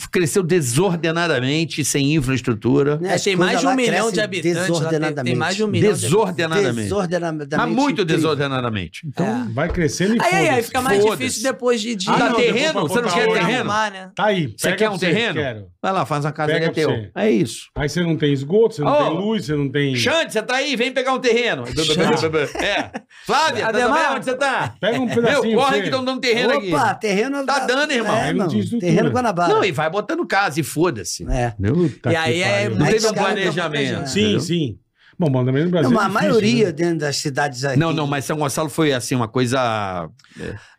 Speaker 4: cresceu desordenadamente, sem infraestrutura.
Speaker 1: Né?
Speaker 5: Achei
Speaker 1: As coisas
Speaker 5: mais de um
Speaker 1: lá
Speaker 5: milhão
Speaker 1: crescem
Speaker 5: de habitantes. lá, tem-
Speaker 1: Desordenadamente.
Speaker 5: Tem mais de um milhão de habitantes.
Speaker 4: Desordenadamente.
Speaker 1: Desordenadamente.
Speaker 4: Mas muito
Speaker 1: incrível.
Speaker 4: desordenadamente.
Speaker 5: É.
Speaker 3: Então, Vai crescendo e
Speaker 5: Aí, aí, aí,
Speaker 3: foda-se.
Speaker 5: fica mais
Speaker 4: Foda-se.
Speaker 5: difícil depois de... de
Speaker 3: Ah,
Speaker 4: Tá
Speaker 3: não,
Speaker 4: terreno?
Speaker 3: depois
Speaker 4: Você não
Speaker 3: pra
Speaker 4: quer
Speaker 3: botar
Speaker 5: de
Speaker 4: terreno?
Speaker 5: arrumar, né?
Speaker 3: Tá aí.
Speaker 4: Você
Speaker 3: pega
Speaker 4: quer um
Speaker 3: pra
Speaker 4: terreno?
Speaker 3: Quero.
Speaker 4: Vai lá, faz uma casa que
Speaker 3: Pega
Speaker 4: é
Speaker 3: pra
Speaker 4: teu.
Speaker 3: você.
Speaker 4: É isso.
Speaker 3: Aí você não tem esgoto, você não
Speaker 4: Ô,
Speaker 3: tem luz, você não tem...
Speaker 4: Xande, você tá aí? Vem pegar um terreno. É. Flávia, tá
Speaker 5: Ademar?
Speaker 4: também? onde você tá?
Speaker 3: Pega um pedacinho.
Speaker 4: Meu, corre
Speaker 3: você-
Speaker 4: que estão dando terreno aqui.
Speaker 1: Opa, terreno...
Speaker 4: Tá dando, irmão.
Speaker 1: É,
Speaker 3: Aí não
Speaker 1: irmão.
Speaker 3: tinha estrutura.
Speaker 1: Terreno Guanabara.
Speaker 4: Não, e vai botando casa e foda-se.
Speaker 1: É.
Speaker 4: Tá
Speaker 3: Puta
Speaker 5: E
Speaker 3: que
Speaker 5: aí é
Speaker 3: pariu.
Speaker 4: Não
Speaker 1: Mas
Speaker 4: teve um
Speaker 1: cara,
Speaker 4: planejamento.
Speaker 3: Sim,
Speaker 4: entendeu?
Speaker 3: sim. Bom, mas também no Brasil
Speaker 1: Não,
Speaker 3: é
Speaker 1: mas a
Speaker 3: difícil,
Speaker 1: maioria
Speaker 3: né?
Speaker 1: dentro das cidades aqui...
Speaker 4: Não, não, mas São Gonçalo foi assim, uma coisa.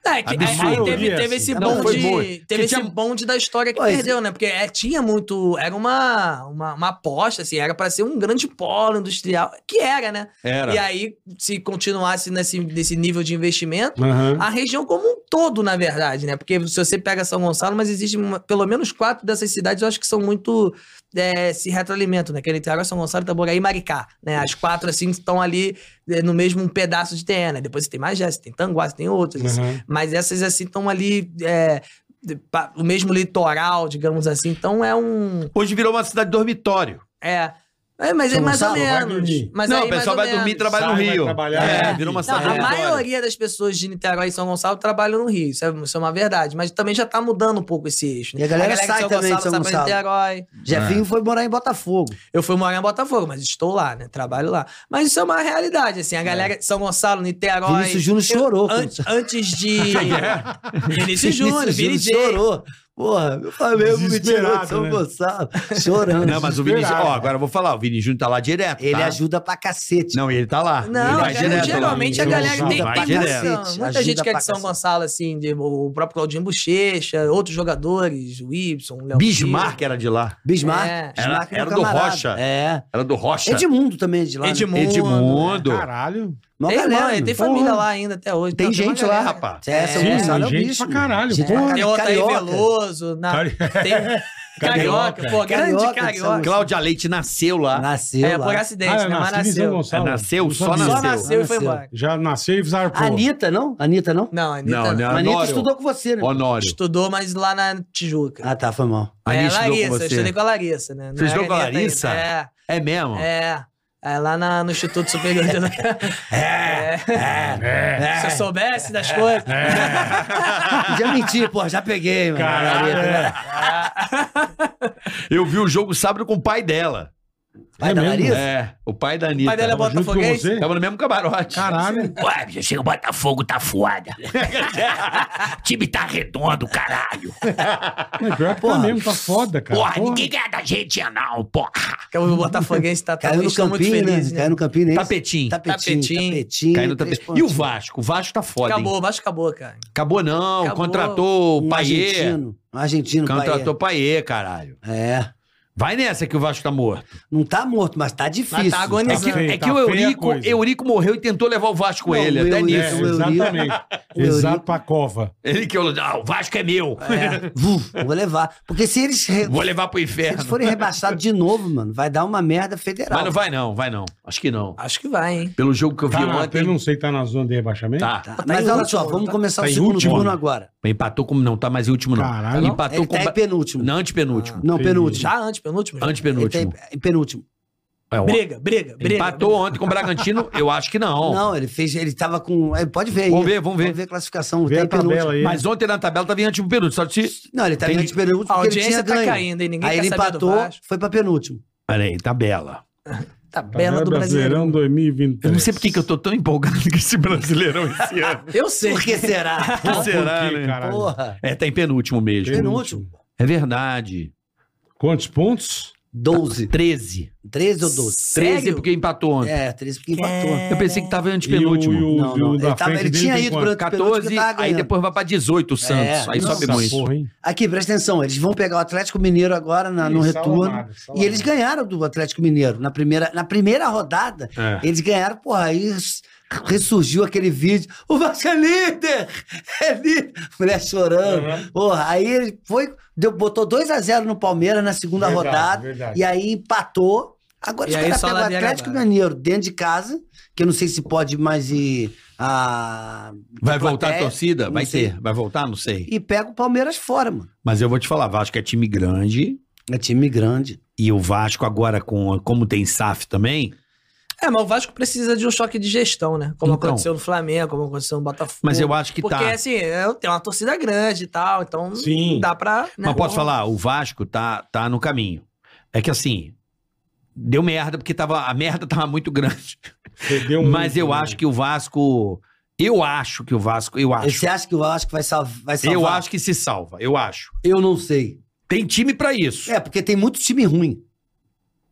Speaker 5: Não, é que, aí-
Speaker 4: Absurdo.
Speaker 5: aí teve, teve
Speaker 3: Assim,
Speaker 5: esse
Speaker 4: não, foi
Speaker 5: bonde,
Speaker 4: boa.
Speaker 5: teve
Speaker 4: Porque
Speaker 5: esse
Speaker 4: tinha-
Speaker 5: bonde da história que
Speaker 1: Pois.
Speaker 5: perdeu, né? Porque é, tinha muito, era uma, uma, uma aposta, assim, era pra ser um grande polo industrial, que era, né?
Speaker 4: Era.
Speaker 5: E aí, se continuasse nesse, nesse nível de investimento,
Speaker 3: né? Aham.
Speaker 4: Ah,
Speaker 5: a região como um todo, na verdade, né? Porque se você pega São Gonçalo, mas existem uma- pelo menos quatro dessas cidades, eu acho que são muito. é, se retroalimentam, né? Que é Niterói, São Gonçalo, Itaboraí e Maricá, né? As quatro, assim, estão ali é, no mesmo pedaço de terra, né? Depois você tem Magé, você tem Tanguá, você tem outras, assim.
Speaker 3: Aham.
Speaker 1: Uhum.
Speaker 5: Mas essas, assim, estão ali. é, de- pa- o mesmo litoral, digamos assim. Então é um.
Speaker 4: Hoje virou uma cidade dormitório.
Speaker 5: É. É, mas é
Speaker 1: São
Speaker 5: mais ou
Speaker 1: Gonçalo, vai
Speaker 5: menos.
Speaker 3: dormir.
Speaker 5: Mas
Speaker 4: não,
Speaker 5: aí,
Speaker 4: o pessoal vai
Speaker 5: mais ou
Speaker 4: dormir e
Speaker 5: menos.
Speaker 4: trabalha no
Speaker 3: Sai, vai
Speaker 4: Rio.
Speaker 3: trabalhar.
Speaker 4: É, vira uma
Speaker 5: Não, a
Speaker 4: sarjeta.
Speaker 5: maioria das pessoas de Niterói e São Gonçalo trabalham no Rio, isso é, isso é uma verdade. Mas também já tá mudando um pouco esse eixo.
Speaker 1: E a galera sai também de
Speaker 5: sai
Speaker 1: São
Speaker 5: pra
Speaker 1: Gonçalo.
Speaker 5: Niterói.
Speaker 4: É.
Speaker 1: Jefinho foi morar em Botafogo.
Speaker 5: Eu fui morar em Botafogo, mas estou lá, né? Trabalho lá. Mas isso é uma realidade, assim. A galera de São Gonçalo, Niterói...
Speaker 1: Vinícius Júnior
Speaker 5: Eu-
Speaker 1: chorou.
Speaker 5: an-
Speaker 1: quando-
Speaker 5: antes de... Vinícius Júnior, Vini J.
Speaker 1: chorou. Porra, meu Flamengo me tirou
Speaker 3: Desesperado,
Speaker 1: de São
Speaker 3: né?
Speaker 1: Gonçalo. Chorando.
Speaker 4: Não, mas o Vini.
Speaker 3: Desesperado.
Speaker 4: Ó, agora eu vou falar, o Vini Júnior tá lá direto.
Speaker 1: Ele
Speaker 4: tá?
Speaker 1: ajuda pra cacete.
Speaker 4: Não, ele tá lá.
Speaker 5: é Não,
Speaker 4: ele
Speaker 5: a galera-
Speaker 4: direto lá.
Speaker 5: geralmente a
Speaker 3: São
Speaker 5: galera que tem
Speaker 1: Gonçalo.
Speaker 5: que
Speaker 1: Vai
Speaker 5: ter
Speaker 1: direto.
Speaker 5: noção. Muita
Speaker 1: Ajuda
Speaker 5: gente que é
Speaker 1: pra
Speaker 5: de São
Speaker 1: cacete.
Speaker 5: Gonçalo, assim, de- o próprio Claudinho Bochecha, outros jogadores, o Y, o Léo
Speaker 4: Bismarck era de lá.
Speaker 1: Bismarck.
Speaker 5: É.
Speaker 4: Era-
Speaker 1: Bismarck meu
Speaker 4: era do
Speaker 1: camarada.
Speaker 4: Rocha.
Speaker 1: É.
Speaker 4: Era do Rocha.
Speaker 1: Edmundo também é de lá. né?
Speaker 5: Edmundo.
Speaker 4: Edmundo.
Speaker 3: Caralho.
Speaker 1: Mó
Speaker 5: Tem,
Speaker 1: galera,
Speaker 5: irmão, ele tem
Speaker 1: porra.
Speaker 5: família lá ainda até hoje.
Speaker 1: Tem
Speaker 5: Não,
Speaker 1: gente
Speaker 5: uma
Speaker 1: lá,
Speaker 5: galera.
Speaker 4: rapaz.
Speaker 1: É, São
Speaker 5: Sim,
Speaker 1: Gonçalo é o
Speaker 3: gente
Speaker 1: bicho.
Speaker 3: pra caralho.
Speaker 1: Gente
Speaker 3: porra.
Speaker 1: pra
Speaker 5: Tem o Otaí
Speaker 1: Carioca.
Speaker 5: Veloso. Na...
Speaker 3: Cari-
Speaker 5: Tem... um Carioca, pô, grande
Speaker 1: Carioca de São
Speaker 5: carioca.
Speaker 1: Gonçalo.
Speaker 4: Cláudia Leite nasceu lá.
Speaker 1: Nasceu
Speaker 5: É,
Speaker 1: lá.
Speaker 5: por
Speaker 3: Ah,
Speaker 5: acidente,
Speaker 3: eu
Speaker 5: né? Mas
Speaker 3: nasci em São
Speaker 5: nasceu.
Speaker 3: Gonçalo.
Speaker 4: É, nasceu,
Speaker 3: Não
Speaker 4: só
Speaker 3: sabia.
Speaker 5: Só
Speaker 4: nasceu.
Speaker 5: nasceu e foi
Speaker 1: Nasceu.
Speaker 5: embora.
Speaker 3: Já nasceu e
Speaker 1: A
Speaker 3: zarpou.
Speaker 1: Anitta, não? Anitta, não?
Speaker 5: Não, a Anitta
Speaker 4: Não, é
Speaker 5: não.
Speaker 4: não.
Speaker 1: A Anitta
Speaker 4: Honório.
Speaker 1: estudou com você, né?
Speaker 4: Honório.
Speaker 5: Estudou, mas lá na Tijuca.
Speaker 1: Ah, tá, foi mal.
Speaker 4: A
Speaker 5: é,
Speaker 4: Anitta estudou
Speaker 5: Larissa,
Speaker 4: com
Speaker 5: eu estudei
Speaker 4: você.
Speaker 5: com a Larissa, né? Não
Speaker 4: Você estudou com
Speaker 5: era
Speaker 4: a
Speaker 5: Anitta
Speaker 4: Larissa?
Speaker 5: ainda.
Speaker 4: É mesmo?
Speaker 5: É, é. É lá na- no Instituto Superior de Educação.
Speaker 4: é.
Speaker 5: É. Se eu soubesse das coisas.
Speaker 4: É.
Speaker 1: Podia mentir, pô, já peguei, mano.
Speaker 3: Caralho,
Speaker 1: Anitta,
Speaker 3: é.
Speaker 1: né?
Speaker 4: Eu vi o jogo sábado com o pai dela.
Speaker 1: Vai
Speaker 3: É
Speaker 1: da
Speaker 3: mesmo?
Speaker 1: Larissa?
Speaker 4: É, o pai da
Speaker 5: O
Speaker 4: Anitta.
Speaker 5: pai dela é
Speaker 3: Tava junto com
Speaker 5: botafoguense.
Speaker 3: você?
Speaker 4: Tava no mesmo camarote.
Speaker 3: Caralho.
Speaker 7: Ué, meu, chega o Botafogo, tá foda. o time tá redondo, caralho.
Speaker 5: Tá
Speaker 3: Mas pior que tá
Speaker 1: Porra.
Speaker 3: mesmo, tá foda, cara.
Speaker 7: Porra,
Speaker 3: Porra.
Speaker 7: ninguém ganha da gente, não, porra.
Speaker 5: Que o botafoguense tá
Speaker 1: Caiu no
Speaker 5: tá muito
Speaker 1: campinho,
Speaker 5: feliz,
Speaker 1: né? Caiu no campinho, né?
Speaker 4: Tapetinho.
Speaker 1: Tapetinho,
Speaker 5: Tapetinho.
Speaker 1: tapetinho.
Speaker 4: Caindo
Speaker 1: três
Speaker 4: tapete. E o
Speaker 1: pontinhos.
Speaker 4: Vasco? O Vasco tá foda. hein?
Speaker 5: Acabou, o Vasco acabou, cara.
Speaker 4: Acabou não.
Speaker 5: Acabou.
Speaker 4: Contratou o
Speaker 1: Um
Speaker 4: Paier.
Speaker 1: argentino. Um argentino,
Speaker 4: Contratou o Paier, caralho.
Speaker 1: Paier. É.
Speaker 4: Vai nessa que o Vasco tá morto.
Speaker 1: Não tá morto, mas tá difícil.
Speaker 5: Mas tá
Speaker 3: Tá
Speaker 5: agonizando.
Speaker 3: feio,
Speaker 4: é que
Speaker 3: tá
Speaker 4: o
Speaker 3: feia a
Speaker 4: Eurico,
Speaker 3: coisa.
Speaker 4: Eurico morreu e tentou levar o Vasco com
Speaker 1: Não,
Speaker 4: ele.
Speaker 1: o
Speaker 4: Até
Speaker 1: Eurico-
Speaker 3: É,
Speaker 4: nisso.
Speaker 1: Isso, o Eurico.
Speaker 3: exatamente.
Speaker 1: O Eurico.
Speaker 3: Exato pra cova.
Speaker 4: Ele que olhou, ah, o Vasco é meu.
Speaker 1: É. Vu, vou levar. Porque se eles, re-
Speaker 4: Vou levar pro
Speaker 1: se
Speaker 4: inferno.
Speaker 1: eles forem rebaixados de novo, mano, vai dar uma merda federal.
Speaker 4: Mas não vai não, vai não. Acho que
Speaker 1: Ah,
Speaker 4: não.
Speaker 5: Acho que vai, hein?
Speaker 4: Pelo jogo que eu vi
Speaker 3: Tá na-
Speaker 4: ontem,
Speaker 3: eu não sei, tá na zona de rebaixamento?
Speaker 4: tá.
Speaker 1: Tá,
Speaker 5: Tá
Speaker 1: Mas
Speaker 5: em
Speaker 1: olha
Speaker 5: último,
Speaker 1: só, vamos
Speaker 5: tá-
Speaker 1: começar
Speaker 3: tá
Speaker 1: o
Speaker 3: em
Speaker 1: segundo
Speaker 3: último.
Speaker 1: turno agora.
Speaker 4: Empatou como não, tá mais em último não.
Speaker 3: Caralho.
Speaker 4: Empatou
Speaker 1: Ele
Speaker 4: com...
Speaker 1: tá em penúltimo. Ah,
Speaker 4: Não, antepenúltimo.
Speaker 1: Não,
Speaker 3: Entendi.
Speaker 1: penúltimo.
Speaker 5: Já antes, penúltimo? já.
Speaker 1: Ele tá
Speaker 4: Antepenúltimo.
Speaker 1: em- em penúltimo.
Speaker 4: É, ontem.
Speaker 5: Briga, briga, briga.
Speaker 4: Empatou ontem com o Bragantino? Eu acho que não.
Speaker 1: Não, ele fez. Ele tava com. é, Pode ver aí.
Speaker 4: Vamos ver, vamos ver.
Speaker 1: Vamos ver a classificação.
Speaker 3: Vê
Speaker 1: tá
Speaker 3: a
Speaker 1: em penúltimo.
Speaker 3: tabela aí.
Speaker 4: Mas ontem na tabela tava em antepenúltimo. Só se...
Speaker 1: Não, ele tá em
Speaker 4: Tem-
Speaker 1: antepenúltimo
Speaker 5: A
Speaker 1: porque ele tinha
Speaker 5: audiência tá
Speaker 1: ganho.
Speaker 5: caindo, hein? Ninguém
Speaker 1: Aí
Speaker 5: quer
Speaker 1: ele
Speaker 5: saber do
Speaker 1: empatou,
Speaker 5: Vasco.
Speaker 1: foi pra penúltimo.
Speaker 4: Peraí, tabela.
Speaker 5: Tabela do
Speaker 3: Tá, é Brasileirão
Speaker 5: Brasileirão.
Speaker 3: 2023.
Speaker 4: Eu não sei porque que eu tô tão empolgado com esse Brasileirão esse ano.
Speaker 5: Eu sei.
Speaker 1: Por que será?
Speaker 4: Por
Speaker 3: Por
Speaker 4: Será,
Speaker 3: quê,
Speaker 4: né?
Speaker 3: caralho?
Speaker 1: Porra.
Speaker 4: É, tá em penúltimo mesmo.
Speaker 1: Penúltimo.
Speaker 4: É verdade.
Speaker 3: Quantos pontos?
Speaker 1: 12.
Speaker 4: 13.
Speaker 1: 13 ou 12?
Speaker 5: Sério?
Speaker 4: 13 porque empatou ontem.
Speaker 1: É, 13 porque empatou.
Speaker 4: Eu pensei que tava em antepenúltimo.
Speaker 3: E o- e o-
Speaker 1: Não, não.
Speaker 3: o da
Speaker 1: Ele, tava-
Speaker 3: frente
Speaker 1: ele
Speaker 3: dele
Speaker 1: tinha
Speaker 3: tem
Speaker 1: ido
Speaker 3: quanto?
Speaker 1: pro antepenúltimo porque
Speaker 4: 14,
Speaker 1: tava
Speaker 4: aí
Speaker 1: ganhando.
Speaker 4: depois vai pra 18 o Santos.
Speaker 1: É,
Speaker 4: aí
Speaker 1: nossa,
Speaker 4: sobe
Speaker 3: Essa
Speaker 4: muito.
Speaker 3: porra, hein?
Speaker 1: Aqui, presta atenção. Eles vão pegar o Atlético Mineiro agora na- no
Speaker 3: Ih,
Speaker 1: retorno.
Speaker 3: salamada,
Speaker 1: E
Speaker 3: salamada.
Speaker 1: eles ganharam do Atlético Mineiro. Na primeira, na primeira rodada,
Speaker 3: É.
Speaker 1: eles ganharam, porra, aí res- ressurgiu aquele vídeo. O Vasco é líder! É líder! Mulher chorando.
Speaker 3: Uhum.
Speaker 1: Porra, aí ele foi, deu, botou 2x0 no Palmeiras na segunda
Speaker 3: Verdade,
Speaker 1: rodada.
Speaker 3: verdade.
Speaker 1: E aí empatou.
Speaker 5: E
Speaker 1: Agora os
Speaker 5: aí
Speaker 1: caras
Speaker 5: só
Speaker 1: pegam o
Speaker 5: ladeira
Speaker 1: Atlético
Speaker 5: abaixo.
Speaker 1: Mineiro dentro de casa, que eu não sei se pode mais ir a.
Speaker 4: Vai voltar a
Speaker 1: plateia,
Speaker 4: torcida?
Speaker 1: É, não
Speaker 4: Vai
Speaker 1: sei.
Speaker 4: ter. Vai voltar? Não sei.
Speaker 1: E pega o Palmeiras fora, mano.
Speaker 4: Mas eu vou te falar, Vasco é time grande.
Speaker 1: É time grande.
Speaker 4: E o Vasco agora, com, como tem SAF também,
Speaker 5: É, mas o Vasco precisa de um choque de gestão, né? Como
Speaker 4: Então.
Speaker 5: aconteceu no Flamengo, como aconteceu no Botafogo.
Speaker 4: mas eu acho que
Speaker 5: Porque,
Speaker 4: tá.
Speaker 5: assim, é- tem uma torcida grande e tal, então
Speaker 3: Sim.
Speaker 5: dá pra... né?
Speaker 4: Mas posso falar, o Vasco tá, tá no caminho. É que assim, deu merda porque tava, a merda tava muito grande.
Speaker 3: Perdeu muito,
Speaker 4: Mas eu
Speaker 3: né?
Speaker 4: acho que o Vasco. Eu acho que o Vasco. Eu acho.
Speaker 3: é
Speaker 1: Você acha que o Vasco vai, sal... vai salvar?
Speaker 4: Eu acho que se salva. Eu acho.
Speaker 1: Eu não sei.
Speaker 4: Tem time pra isso.
Speaker 1: É, porque tem muito time ruim.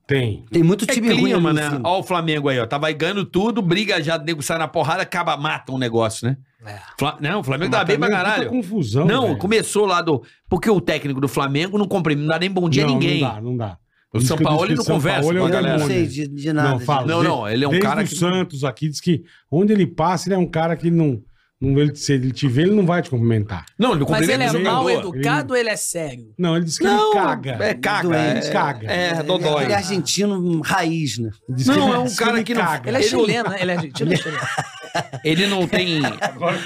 Speaker 3: Tem.
Speaker 1: Tem muito
Speaker 4: É
Speaker 1: time ruim.
Speaker 4: clima,
Speaker 1: ali em
Speaker 4: né?
Speaker 1: cima.
Speaker 4: Olha o Flamengo aí, ó. Tava aí ganhando tudo, briga já, nego sai na porrada, acaba, mata um negócio, né?
Speaker 5: É.
Speaker 4: Fla- Não, o Flamengo
Speaker 3: Mas
Speaker 4: tá bem pra
Speaker 3: também puta
Speaker 4: caralho.
Speaker 3: confusão.
Speaker 4: Não,
Speaker 3: velho.
Speaker 4: começou lá do. Porque o técnico do Flamengo não comprime, não dá nem bom um dia a
Speaker 3: Não,
Speaker 4: ninguém.
Speaker 3: Não dá, não dá.
Speaker 4: O
Speaker 3: Diz
Speaker 4: São
Speaker 3: que o
Speaker 4: Paulo
Speaker 3: Distrito
Speaker 4: não
Speaker 3: São
Speaker 4: conversa
Speaker 3: Paulo é
Speaker 4: com a
Speaker 3: o
Speaker 1: Eu
Speaker 4: galera.
Speaker 1: não
Speaker 3: demônio.
Speaker 1: sei de, de nada.
Speaker 3: não,
Speaker 1: gente.
Speaker 3: fala.
Speaker 4: Não,
Speaker 3: Desde-
Speaker 4: não, ele é um
Speaker 3: desde
Speaker 4: cara
Speaker 3: o
Speaker 4: que-
Speaker 3: Santos aqui diz que onde ele passa, ele é um cara que não. não ele, se ele te vê, ele não vai te cumprimentar.
Speaker 4: Não, ele não
Speaker 5: Mas ele é
Speaker 3: Ele-
Speaker 5: mal
Speaker 3: ele-
Speaker 5: educado ou ele é sério?
Speaker 3: Não, ele diz que
Speaker 4: Não,
Speaker 3: ele caga.
Speaker 4: É caga.
Speaker 1: Doente.
Speaker 4: é,
Speaker 3: Caga.
Speaker 4: É,
Speaker 1: Ele é
Speaker 4: dodói.
Speaker 1: argentino hum, raiz, né?
Speaker 3: Diz
Speaker 4: Não,
Speaker 3: que ele-
Speaker 4: é um
Speaker 3: diz que
Speaker 4: cara
Speaker 3: ele
Speaker 4: que não-
Speaker 3: caga.
Speaker 5: Ele é
Speaker 4: Ele-
Speaker 5: chileno, né? Ele é argentino ou chileno?
Speaker 4: Ele não tem.
Speaker 1: Agora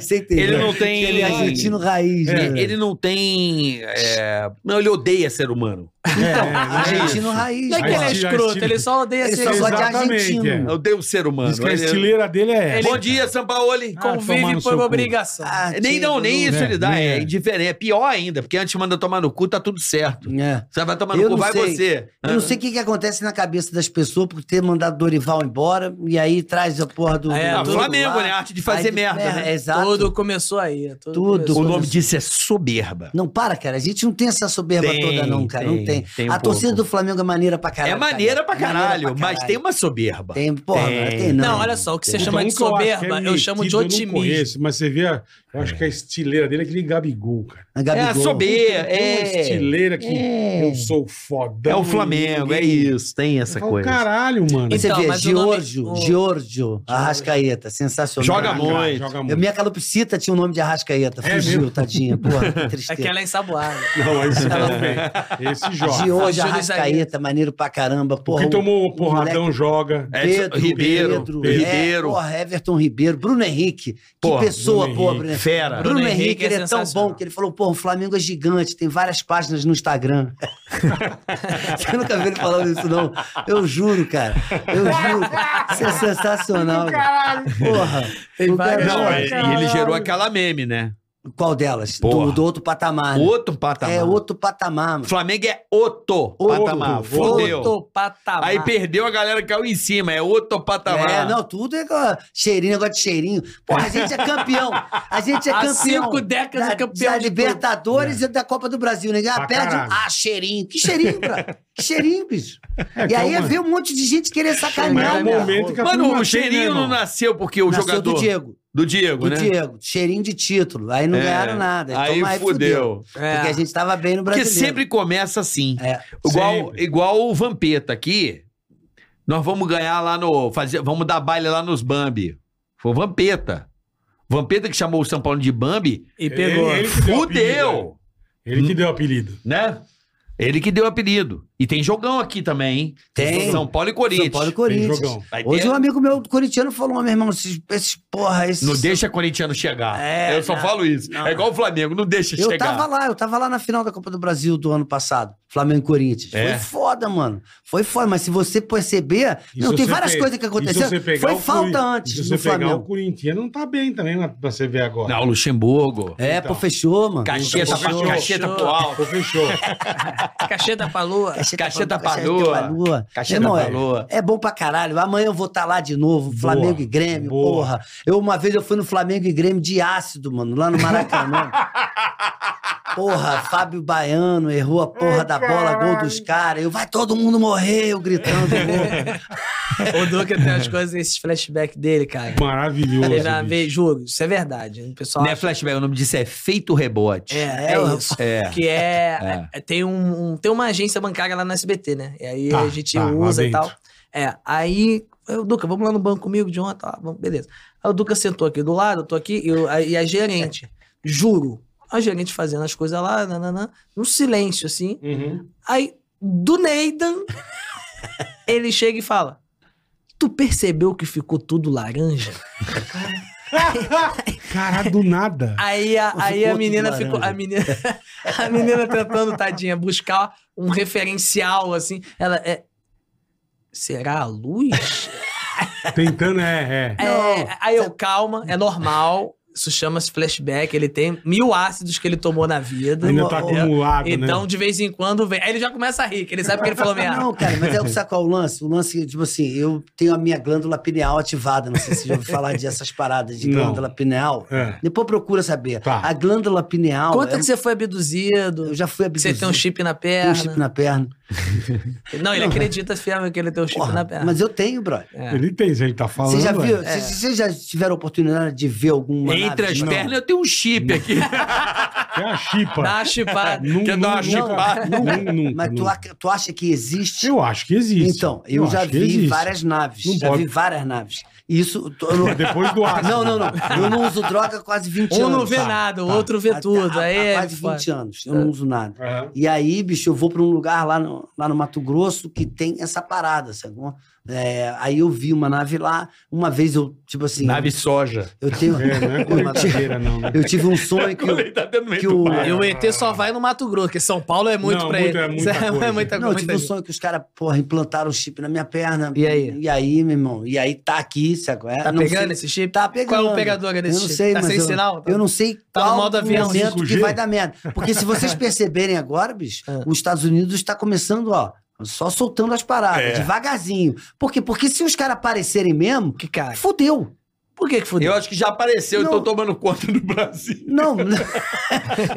Speaker 1: você entendeu.
Speaker 4: Ele não tem.
Speaker 1: Ele é argentino raiz, né?
Speaker 4: Ele não tem. é, Não, ele odeia ser humano.
Speaker 3: né?
Speaker 1: Argentino raiz.
Speaker 5: Não é que ele é
Speaker 3: Argentino,
Speaker 5: escroto,
Speaker 3: argentino.
Speaker 5: ele só odeia
Speaker 1: Ele
Speaker 5: ser
Speaker 1: só gosta de
Speaker 3: Exatamente,
Speaker 1: argentino.
Speaker 3: é.
Speaker 1: mano.
Speaker 4: Eu dei o ser humano.
Speaker 3: Diz que a
Speaker 4: Ele-
Speaker 3: estileira dele é essa.
Speaker 4: Bom dia, Sampaoli.
Speaker 3: Ah, tomar
Speaker 5: Convive
Speaker 3: no
Speaker 5: por
Speaker 3: seu cu.
Speaker 5: obrigação.
Speaker 4: Ah,
Speaker 1: Ah,
Speaker 4: nem não, nem isso
Speaker 3: É,
Speaker 4: ele dá.
Speaker 3: nem
Speaker 4: É,
Speaker 3: é.
Speaker 4: indiferente. É pior ainda, porque antes manda tomar no cu, tá tudo certo.
Speaker 1: É.
Speaker 4: Você vai tomar no
Speaker 1: Eu
Speaker 4: cu,
Speaker 1: não
Speaker 4: vai
Speaker 1: sei.
Speaker 4: você.
Speaker 1: Eu não sei o que, que acontece na cabeça das pessoas por ter mandado Dorival embora e aí traz a porra do.
Speaker 5: É,
Speaker 1: do-
Speaker 4: Ah,
Speaker 1: do-
Speaker 4: Flamengo,
Speaker 1: lá.
Speaker 4: né? A arte de fazer
Speaker 1: Aí-
Speaker 4: merda,
Speaker 1: é,
Speaker 4: né?
Speaker 1: é, exato.
Speaker 5: Tudo começou aí. Tudo.
Speaker 1: Tudo.
Speaker 4: O
Speaker 5: começou
Speaker 4: nome
Speaker 5: aí.
Speaker 4: disso é soberba.
Speaker 1: Não, para, cara. A gente não tem essa soberba
Speaker 4: Tem,
Speaker 1: toda, não, cara.
Speaker 4: tem,
Speaker 1: não tem.
Speaker 4: tem um
Speaker 1: a torcida
Speaker 4: pouco.
Speaker 1: do Flamengo é maneira pra caralho.
Speaker 4: é maneira pra
Speaker 1: cara. É
Speaker 4: caralho,
Speaker 1: maneira pra
Speaker 4: mas tem uma soberba.
Speaker 1: Tem, porra,
Speaker 4: Tem.
Speaker 1: mas tem, não.
Speaker 5: Não, olha só, o que você
Speaker 3: Puta,
Speaker 5: chama
Speaker 3: um
Speaker 5: de
Speaker 3: que eu acho que é
Speaker 5: soberba, eu chamo de
Speaker 3: metido, eu não
Speaker 5: otimismo.
Speaker 3: conheço, mas você vê, a- eu acho que a estileira dele é aquele Gabigol, cara.
Speaker 1: A
Speaker 4: É
Speaker 1: Gabigol.
Speaker 4: a soberba,
Speaker 3: Tem um uma
Speaker 4: é.
Speaker 3: estileira que
Speaker 4: É.
Speaker 3: eu sou fodão.
Speaker 4: É
Speaker 1: um
Speaker 4: o Flamengo, é isso, tem essa
Speaker 3: Eu falo,
Speaker 4: coisa.
Speaker 3: Caralho, mano.
Speaker 1: E você
Speaker 5: Então,
Speaker 1: vê,
Speaker 5: mas o nome-
Speaker 1: Giorgio,
Speaker 5: o-
Speaker 1: Giorgio, Arrascaeta, sensacional.
Speaker 4: Joga muito. É
Speaker 3: Joga
Speaker 1: Eu,
Speaker 3: muito.
Speaker 1: minha calopsita tinha o nome de Arrascaeta.
Speaker 3: É
Speaker 1: Fugiu,
Speaker 3: mesmo?
Speaker 1: tadinha. Porra, que tristeza.
Speaker 5: Aquela é ensaboada.
Speaker 3: Não, esse
Speaker 4: Tá
Speaker 3: joga bem. Esse
Speaker 1: De
Speaker 3: joga.
Speaker 1: hoje,
Speaker 5: Fugiu do
Speaker 1: Arrascaeta, maneiro pra caramba.
Speaker 3: O
Speaker 1: Porra,
Speaker 3: que tomou o porradão
Speaker 1: moleque-
Speaker 3: joga.
Speaker 4: Edson- Ribeiro, Ribeiro.
Speaker 1: É, porra, Everton Ribeiro, Bruno Henrique. Que
Speaker 4: Porra,
Speaker 1: pessoa,
Speaker 3: Bruno
Speaker 1: porra,
Speaker 3: Henrique.
Speaker 1: Bruno Henrique.
Speaker 4: Fera.
Speaker 1: Bruno,
Speaker 5: Bruno
Speaker 1: Henrique,
Speaker 5: Henrique é
Speaker 1: ele é tão
Speaker 5: sensacional.
Speaker 1: bom que ele falou, porra, o Flamengo é gigante, tem várias páginas no Instagram. Você nunca viu ele falando isso, não. Eu juro, cara. Eu juro. Isso é sensacional. cara. Porra.
Speaker 5: Tem
Speaker 1: o cara-
Speaker 5: várias-
Speaker 4: Não,
Speaker 5: Não,
Speaker 4: é, e ele gerou aquela meme, né?
Speaker 1: Qual delas? Do,
Speaker 4: Porra.
Speaker 1: do outro patamar. né?
Speaker 4: Outro patamar.
Speaker 1: É outro patamar, mano.
Speaker 4: Flamengo é outro, patamar.
Speaker 3: outro.
Speaker 4: Fodeu.
Speaker 5: Outro patamar.
Speaker 4: Aí perdeu a galera que caiu em cima. É outro patamar.
Speaker 1: É, não, tudo é aquela- cheirinho, negócio de cheirinho. Porra, a gente é campeão. A gente é
Speaker 5: Há
Speaker 1: campeão.
Speaker 5: cinco décadas é
Speaker 1: da,
Speaker 5: campeão
Speaker 1: Da
Speaker 5: de
Speaker 1: Libertadores e da Copa do Brasil. Ninguém
Speaker 3: Pra
Speaker 1: perde.
Speaker 3: caralho.
Speaker 1: Ah, cheirinho. Que cheirinho, bra? Que cheirinho, bicho.
Speaker 3: É,
Speaker 1: e aí
Speaker 3: calma.
Speaker 1: vê um monte de gente querer
Speaker 3: Mas é
Speaker 1: sacanear.
Speaker 3: o
Speaker 1: cara.
Speaker 3: momento que a
Speaker 4: Mano,
Speaker 3: turma tem,
Speaker 4: o cheirinho
Speaker 3: né,
Speaker 4: não
Speaker 3: irmão?
Speaker 4: nasceu porque o
Speaker 1: Nasceu
Speaker 4: jogador.
Speaker 1: do Diego.
Speaker 4: do Diego,
Speaker 1: Do
Speaker 4: né?
Speaker 1: Diego. Cheirinho de título. Aí não
Speaker 4: É,
Speaker 1: ganharam nada.
Speaker 4: Aí
Speaker 1: Então,
Speaker 4: fudeu.
Speaker 5: É.
Speaker 1: Porque a gente tava bem no
Speaker 4: Porque
Speaker 1: Brasileiro.
Speaker 4: sempre começa assim.
Speaker 1: É.
Speaker 4: Igual,
Speaker 3: Sempre.
Speaker 4: igual o Vampeta aqui. Nós vamos ganhar lá no. Fazer, vamos dar baile lá nos Bambi. Foi o Vampeta. Vampeta que chamou o São Paulo de Bambi.
Speaker 5: E pegou.
Speaker 3: Ele, ele que deu o apelido, né?
Speaker 4: Fudeu!
Speaker 3: Ele que deu o apelido.
Speaker 4: Né? Ele que deu o apelido. E tem jogão aqui também, hein?
Speaker 1: Tem.
Speaker 4: São Paulo e
Speaker 1: São
Speaker 4: Corinthians.
Speaker 1: Paulo e
Speaker 3: Tem
Speaker 1: Corinthians.
Speaker 3: jogão.
Speaker 4: Vai ter-
Speaker 1: Hoje um amigo meu corintiano falou, "Ah, meu irmão, esses, esses porra, esses...
Speaker 4: Não deixa corintiano chegar.
Speaker 1: É,
Speaker 4: eu só
Speaker 1: não,
Speaker 4: falo isso.
Speaker 1: não.
Speaker 4: É igual o Flamengo, não deixa
Speaker 1: Eu
Speaker 4: chegar.
Speaker 1: tava lá, eu tava lá na final da Copa do Brasil do ano passado, Flamengo e Corinthians.
Speaker 4: É.
Speaker 1: Foi foda, mano. Foi foda, mas se você perceber,
Speaker 3: E
Speaker 1: não
Speaker 3: se
Speaker 1: tem
Speaker 3: você
Speaker 1: várias
Speaker 3: pe-
Speaker 1: coisas que
Speaker 3: e se
Speaker 1: aconteceram.
Speaker 3: você pegar
Speaker 1: Foi
Speaker 3: o
Speaker 1: falta
Speaker 3: Cori-
Speaker 1: antes
Speaker 3: e Se
Speaker 1: do
Speaker 3: você pegar
Speaker 1: Flamengo.
Speaker 3: o Corinthians, não tá bem também, mas pra você ver agora.
Speaker 4: Não, Luxemburgo.
Speaker 1: É,
Speaker 3: Então.
Speaker 1: pô, fechou, mano.
Speaker 4: Cacheta,
Speaker 3: Fechou.
Speaker 4: cacheta pro alto.
Speaker 3: Pô, Fechou.
Speaker 5: Cacheta pra lua.
Speaker 1: tá
Speaker 4: Cacheta pra
Speaker 1: Cacheta
Speaker 4: lua.
Speaker 1: pra lua.
Speaker 4: Cacheta
Speaker 1: Irmão, é-
Speaker 4: pra lua.
Speaker 1: É bom pra caralho. Amanhã eu vou estar lá de novo, Flamengo e Grêmio,
Speaker 3: boa.
Speaker 1: porra. Eu uma vez eu fui no Flamengo e Grêmio de ácido, mano, lá no Maracanã. porra, Fábio Baiano errou a porra da bola, gol dos caras. Eu vai todo mundo morrer, eu gritando.
Speaker 5: O Duca tem as coisas, esses flashbacks dele, cara.
Speaker 3: Maravilhoso.
Speaker 5: Teve uma
Speaker 3: bicho.
Speaker 5: vez, juro, isso é verdade. hein? O pessoal
Speaker 4: Não é flashback, o nome disso é feito rebote.
Speaker 5: É, é,
Speaker 1: É,
Speaker 5: isso.
Speaker 4: É.
Speaker 5: Que é. é- tem, um, um- tem uma agência bancária lá no SBT, né? E aí
Speaker 3: Tá,
Speaker 5: a gente
Speaker 3: tá, lá
Speaker 5: usa e
Speaker 3: dentro.
Speaker 5: tal. É, aí. Eu, Duca, vamos lá no banco comigo de ontem? Tá, vamos, beleza. Aí o Duca sentou aqui do lado, eu tô aqui, e eu- a- e a gerente, juro, a gerente fazendo as coisas lá, nananã, no silêncio, assim.
Speaker 3: Uhum.
Speaker 5: Aí, do Neidan, ele chega e fala: Tu percebeu que ficou tudo laranja?
Speaker 3: Cara, do nada.
Speaker 5: Aí a,
Speaker 1: Ficou
Speaker 5: aí a
Speaker 1: tudo
Speaker 5: menina
Speaker 1: laranja.
Speaker 5: ficou. A menina, a menina tentando, tadinha, buscar um referencial, assim. Ela é. Será a luz?
Speaker 3: Tentando, é, é.
Speaker 5: É, aí eu, calma, é normal. Isso chama-se flashback. Ele tem mil ácidos que ele tomou na vida.
Speaker 3: Ainda tá acumulado,
Speaker 5: Então,
Speaker 3: né?
Speaker 5: de vez em quando vem. Aí ele já começa a rir, que ele sabe que ele falou merda.
Speaker 1: Não, cara, mas é o que sabe qual é o lance? O lance, tipo assim, eu tenho a minha glândula pineal ativada. Não sei se você já ouviu falar dessas paradas de
Speaker 3: Não.
Speaker 1: glândula pineal.
Speaker 3: É.
Speaker 1: Depois procura saber.
Speaker 3: Tá.
Speaker 1: A glândula pineal.
Speaker 5: Conta
Speaker 1: é-
Speaker 5: que você foi abduzido.
Speaker 1: Eu já fui
Speaker 5: que Você
Speaker 1: abduzido.
Speaker 5: tem um chip na
Speaker 1: Tem
Speaker 5: perna.
Speaker 1: um chip na perna.
Speaker 5: Não, ele acredita firme que ele tem um chip
Speaker 1: Porra,
Speaker 5: na perna.
Speaker 1: Mas eu tenho, bro.
Speaker 5: É.
Speaker 3: Ele tem, se ele tá falando.
Speaker 1: Vocês já,
Speaker 3: é.
Speaker 1: viu- vocês- vocês já tiveram a oportunidade de ver alguma
Speaker 4: Entre
Speaker 1: nave
Speaker 4: as
Speaker 1: de-
Speaker 4: pernas eu tenho um chip aqui.
Speaker 3: É a chipa.
Speaker 5: Dá uma chipada.
Speaker 3: Nun-
Speaker 4: Quer dar uma
Speaker 3: nunca-
Speaker 4: chipada?
Speaker 3: Nunca, nunca,
Speaker 1: Mas tu,
Speaker 3: nunca.
Speaker 1: ac- tu acha que existe?
Speaker 3: Eu acho que existe.
Speaker 1: Então, eu, já
Speaker 3: acho que
Speaker 1: vi
Speaker 3: existe.
Speaker 1: várias naves.
Speaker 3: Não
Speaker 1: já
Speaker 3: pode.
Speaker 1: vi várias naves. E Isso. eu não-
Speaker 3: Depois do ácido.
Speaker 1: não, não, não. Eu não uso droga há quase 20
Speaker 5: Um
Speaker 1: anos.
Speaker 5: não vê
Speaker 3: Tá,
Speaker 5: nada, o
Speaker 3: tá.
Speaker 5: outro vê
Speaker 1: Há-
Speaker 5: tudo.
Speaker 1: há-
Speaker 5: Aí
Speaker 1: há
Speaker 5: é
Speaker 1: quase
Speaker 5: foda.
Speaker 1: 20 anos. Eu não uso nada.
Speaker 3: Aham.
Speaker 1: E aí, bicho, eu vou pra um lugar lá, no- no, lá no Mato Grosso que tem essa parada, sabe? É, aí eu vi uma nave lá, uma vez eu, tipo assim,
Speaker 4: Nave soja.
Speaker 1: eu tenho.
Speaker 3: É, não é coletiveira, não. né?
Speaker 1: Eu tive um sonho que. Eu,
Speaker 4: tá dentro
Speaker 1: que o,
Speaker 5: E o ET só
Speaker 1: um
Speaker 5: vai no Mato Grosso, porque São Paulo é muito
Speaker 3: Não,
Speaker 5: pra
Speaker 3: muito-
Speaker 5: ele.
Speaker 3: é muita coisa.
Speaker 5: É muita
Speaker 1: Não, eu
Speaker 5: coisa.
Speaker 1: tive um sonho que os caras, porra, implantaram o chip na minha perna.
Speaker 5: E aí?
Speaker 1: E aí, meu irmão? E aí tá aqui, sabe? qual é?
Speaker 5: Tá
Speaker 1: Não
Speaker 5: pegando
Speaker 1: sei-
Speaker 5: esse chip?
Speaker 1: Tá pegando.
Speaker 5: Qual é o pegador desse
Speaker 1: Eu não
Speaker 5: chip?
Speaker 1: sei,
Speaker 5: tá
Speaker 1: mas
Speaker 5: sem
Speaker 1: eu,
Speaker 5: sinal?
Speaker 1: eu não sei
Speaker 5: Tá no
Speaker 1: qual
Speaker 5: modo avião,
Speaker 1: momento
Speaker 3: 5G?
Speaker 1: que vai dar merda. Porque se vocês perceberem agora, bicho,
Speaker 5: Ah.
Speaker 1: os Estados Unidos está começando, ó, só soltando as paradas,
Speaker 3: É.
Speaker 1: devagarzinho. Por quê? Porque se os caras aparecerem mesmo,
Speaker 5: Que cara?
Speaker 1: fudeu.
Speaker 5: Por que que fudeu?
Speaker 6: Eu acho que já apareceu,
Speaker 4: então
Speaker 1: Não.
Speaker 6: estão tomando conta do Brasil.
Speaker 1: Não,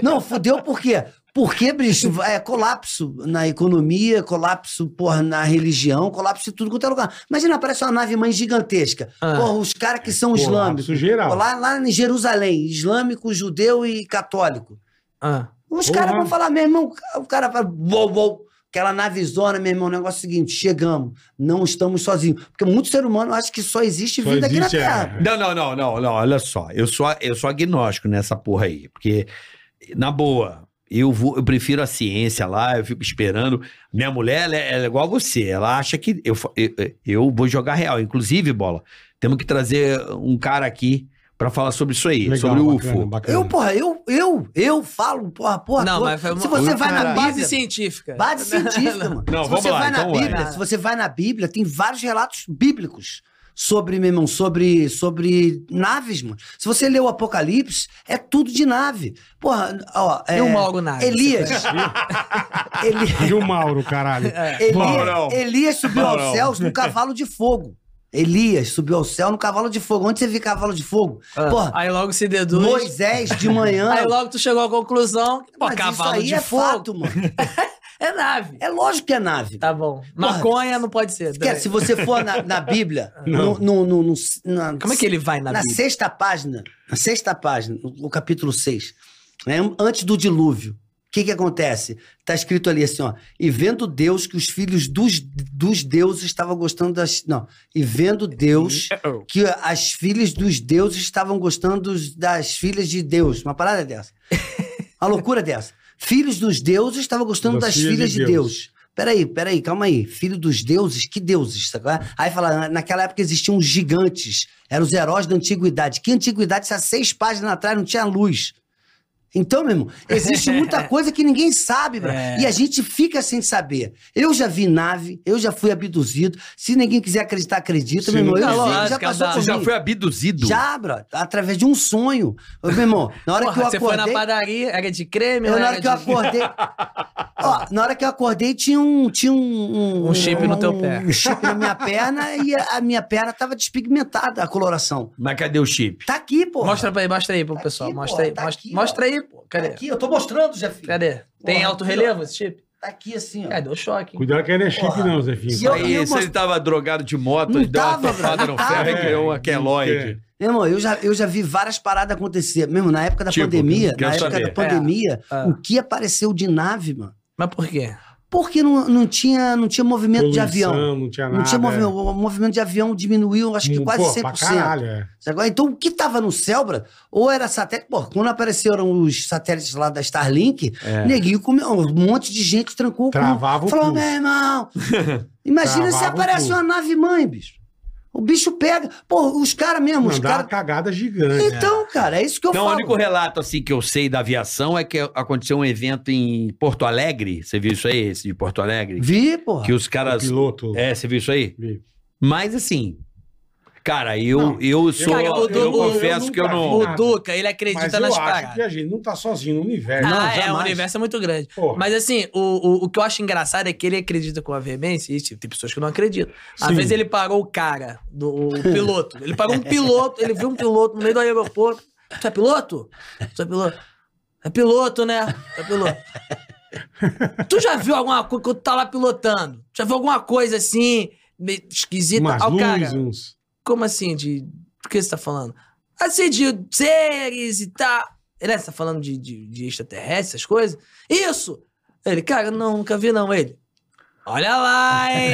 Speaker 1: não, fudeu por quê? Porque, bicho, é colapso na economia, colapso, porra, na religião, colapso em tudo quanto é lugar. Imagina, aparece uma nave mãe gigantesca.
Speaker 5: Ah.
Speaker 1: Porra, os caras que são
Speaker 3: Colapso
Speaker 1: islâmicos.
Speaker 3: geral.
Speaker 1: Pô, Lá, lá em Jerusalém, islâmico, judeu e católico.
Speaker 5: Ah.
Speaker 1: Os
Speaker 3: Porra.
Speaker 1: caras vão falar, meu irmão, o cara fala, uou, uou, aquela navezona, meu irmão, o negócio é o seguinte, chegamos, não estamos sozinhos. Porque muito ser humano acha que só existe
Speaker 3: Só
Speaker 1: vida aqui
Speaker 3: existe,
Speaker 1: na
Speaker 3: é.
Speaker 1: Terra.
Speaker 6: Não, não, não, não, não, olha só. Eu sou, eu sou agnóstico nessa porra aí. Porque, na boa, eu, vou, eu prefiro a ciência lá, eu fico esperando. Minha mulher, ela é, ela é igual a você. Ela acha que. Eu, fa- eu, eu vou jogar real. Inclusive, bola, temos que trazer um cara aqui pra falar sobre isso aí,
Speaker 3: é. Legal,
Speaker 6: sobre o
Speaker 3: bacana,
Speaker 6: UFO.
Speaker 3: bacana.
Speaker 1: Eu, porra, eu, eu, eu falo, porra, porra.
Speaker 5: Não,
Speaker 1: toda.
Speaker 5: mas foi uma-
Speaker 1: Se você vai na
Speaker 5: Cara, base
Speaker 1: Bíblia,
Speaker 5: científica.
Speaker 1: Base científica, mano.
Speaker 6: Não,
Speaker 1: se
Speaker 6: vamos
Speaker 1: você
Speaker 6: lá,
Speaker 1: vai na
Speaker 6: então vai.
Speaker 1: Bíblia, se você vai na Bíblia, tem vários relatos bíblicos sobre, meu irmão, sobre, sobre naves, mano. Se você lê o Apocalipse, é tudo de nave. Porra, ó, é,
Speaker 5: Eu Mauro um Nave.
Speaker 1: Elias. Eli-
Speaker 3: E o Mauro, caralho?
Speaker 1: Elias,
Speaker 6: Maurão.
Speaker 1: Elias subiu
Speaker 6: Maurão.
Speaker 1: aos céus num cavalo de fogo. Elias subiu ao céu no cavalo de fogo. Onde você viu cavalo de fogo?
Speaker 5: Ah.
Speaker 1: Porra,
Speaker 5: Aí logo se deduz.
Speaker 1: Moisés de manhã.
Speaker 5: Aí logo tu chegou à conclusão. que, Pô,
Speaker 1: Mas
Speaker 5: cavalo
Speaker 1: isso aí
Speaker 5: de
Speaker 1: é
Speaker 5: fogo.
Speaker 1: fato, mano.
Speaker 5: É nave.
Speaker 1: É lógico que é nave.
Speaker 5: Tá bom.
Speaker 1: Porra.
Speaker 5: Maconha não pode ser.
Speaker 1: Porque se você for na, na Bíblia,
Speaker 3: Não.
Speaker 1: no, no- no- no- na,
Speaker 5: Como é que ele vai na,
Speaker 1: na,
Speaker 5: Bíblia?
Speaker 1: sexta página, na sexta página, no, no capítulo 6, né, antes do dilúvio, o que que acontece? Tá escrito ali assim, ó, e vendo Deus que os filhos dos, dos deuses estavam gostando das... Não, e vendo Deus que as filhas dos deuses estavam gostando dos- das filhas de Deus. Uma parada dessa. Uma loucura dessa. Filhos dos deuses estavam gostando
Speaker 3: Das
Speaker 1: das,
Speaker 3: filhas
Speaker 1: filhas,
Speaker 3: de
Speaker 1: de Deus. Peraí, peraí, calma aí. Filho dos deuses? Que deuses? sabe qual é? Aí fala, na- naquela época existiam os gigantes. Eram os heróis da antiguidade. Que antiguidade se há seis páginas atrás não tinha luz? Então, meu irmão, existe muita coisa que ninguém sabe, bro.
Speaker 5: É.
Speaker 1: E a gente fica sem saber. Eu já vi nave, eu já fui abduzido. Se ninguém quiser acreditar, acredita,
Speaker 3: Sim,
Speaker 1: meu irmão.
Speaker 3: não
Speaker 1: Eu
Speaker 5: tem
Speaker 1: vi,
Speaker 5: lógica,
Speaker 1: já passou
Speaker 5: dá.
Speaker 1: por
Speaker 5: Você
Speaker 6: Ah, Já
Speaker 1: mim.
Speaker 6: foi abduzido?
Speaker 1: Já, bro, através de um sonho. Ô, meu irmão, na hora
Speaker 5: Porra,
Speaker 1: que eu
Speaker 5: você foi na né?
Speaker 1: acordei.
Speaker 5: padaria, era de creme
Speaker 1: eu,
Speaker 5: ou
Speaker 1: na
Speaker 5: era
Speaker 1: hora que eu
Speaker 5: de...
Speaker 1: acordei. ó, na hora que eu acordei, tinha um. Tinha um,
Speaker 5: Um chip no teu pé.
Speaker 1: Um chip na minha perna e a, a minha perna tava despigmentada, a coloração.
Speaker 6: Mas cadê o chip?
Speaker 1: Tá aqui, pô.
Speaker 5: Mostra pra aí, mostra aí pro
Speaker 1: Tá
Speaker 5: pessoal.
Speaker 1: aqui,
Speaker 5: mostra
Speaker 1: porra,
Speaker 5: aí,
Speaker 1: tá
Speaker 5: mostra,
Speaker 1: aqui, ó.
Speaker 5: mostra aí, pô.
Speaker 1: Tá
Speaker 5: Cadê?
Speaker 1: aqui, eu tô mostrando, Zé Filho.
Speaker 5: Cadê? Tem
Speaker 1: Porra,
Speaker 5: alto
Speaker 1: aqui,
Speaker 5: relevo esse chip?
Speaker 1: Tá aqui assim, ó.
Speaker 5: É, deu choque. hein?
Speaker 3: Cuidado que ele é chip,
Speaker 1: Porra.
Speaker 3: não, Zefinho.
Speaker 1: E eu-
Speaker 6: aí,
Speaker 1: eu
Speaker 6: se
Speaker 1: mostro-
Speaker 6: ele tava drogado de moto,
Speaker 1: Não
Speaker 6: ele deu
Speaker 1: tava, Ah,
Speaker 6: uma topada
Speaker 1: não
Speaker 6: no ferro e
Speaker 1: tava.
Speaker 6: criou um
Speaker 3: É.
Speaker 6: queloide.
Speaker 1: Meu irmão, eu já, eu já vi várias paradas acontecer. Mesmo na época da
Speaker 6: Tipo,
Speaker 1: pandemia,
Speaker 6: quero
Speaker 1: na época
Speaker 6: saber.
Speaker 1: da pandemia,
Speaker 5: É, é.
Speaker 1: o que apareceu de nave, mano?
Speaker 5: Mas por quê?
Speaker 1: Porque não, não, tinha, não tinha movimento de
Speaker 3: Poluição,
Speaker 1: avião.
Speaker 3: Não tinha nada.
Speaker 1: Não tinha movimento,
Speaker 3: é. Hum,
Speaker 1: o movimento de avião diminuiu, acho que
Speaker 3: Pô,
Speaker 1: quase
Speaker 3: pra
Speaker 1: 100%.
Speaker 3: caralho, é.
Speaker 1: Agora, então, o que estava no céu, bro, ou era satélite. Pô, quando apareceram os satélites lá da Starlink, neguinho comeu, um monte de gente trancou o
Speaker 3: É. Travava o
Speaker 1: cu. Falou,
Speaker 3: cu.
Speaker 1: meu irmão, imagina se
Speaker 3: Travava o
Speaker 1: aparece
Speaker 3: cu.
Speaker 1: uma nave-mãe, bicho. O bicho pega. Pô, os caras mesmo, os
Speaker 3: Não, dá uma
Speaker 1: caras.
Speaker 3: cagada gigante.
Speaker 1: Então, cara, é isso que eu
Speaker 6: Não, o
Speaker 1: falo.
Speaker 6: único relato assim que eu sei da aviação é que aconteceu um evento em Porto Alegre. Você viu isso aí, esse de Porto Alegre?
Speaker 1: Vi, porra.
Speaker 6: Que os
Speaker 3: né, O
Speaker 6: caras.
Speaker 3: piloto.
Speaker 6: É, você viu isso aí?
Speaker 3: Vi.
Speaker 6: Mas assim, cara, eu,
Speaker 3: Não,
Speaker 6: eu sou.
Speaker 5: cara, o
Speaker 6: eu,
Speaker 5: do- o-
Speaker 6: confesso
Speaker 3: eu
Speaker 6: que eu
Speaker 3: nunca
Speaker 6: não.
Speaker 3: vi.
Speaker 5: O
Speaker 3: nada.
Speaker 5: Duca, ele
Speaker 3: Mas
Speaker 5: acredita
Speaker 3: eu
Speaker 5: nas
Speaker 3: acho
Speaker 5: paradas.
Speaker 3: que a gente não tá sozinho no universo.
Speaker 1: Não,
Speaker 5: é- ah, é, o
Speaker 1: jamais.
Speaker 5: universo é muito grande.
Speaker 3: Porra.
Speaker 5: Mas assim, o, o, o que eu acho engraçado é que ele acredita com a veemência, e isso, tem pessoas que não acreditam. Às
Speaker 3: Sim.
Speaker 5: vezes ele parou o cara, do, o piloto. Ele parou um piloto, ele viu um piloto no meio do aeroporto. Tu é piloto? Tu é piloto? É piloto, né? Tu é piloto. tu já viu alguma coisa quando tu tá lá pilotando? Já viu alguma coisa assim, meio esquisita?
Speaker 3: Umas
Speaker 5: Ah, o cara,
Speaker 3: luzes, uns...
Speaker 5: como assim? De. Do que você tá falando? Assim, de seres e tal. Ele, "Ah, você tá falando de, de, de extraterrestre, essas coisas? Isso! Ele, cara, não, nunca vi não. Ele, olha lá, hein?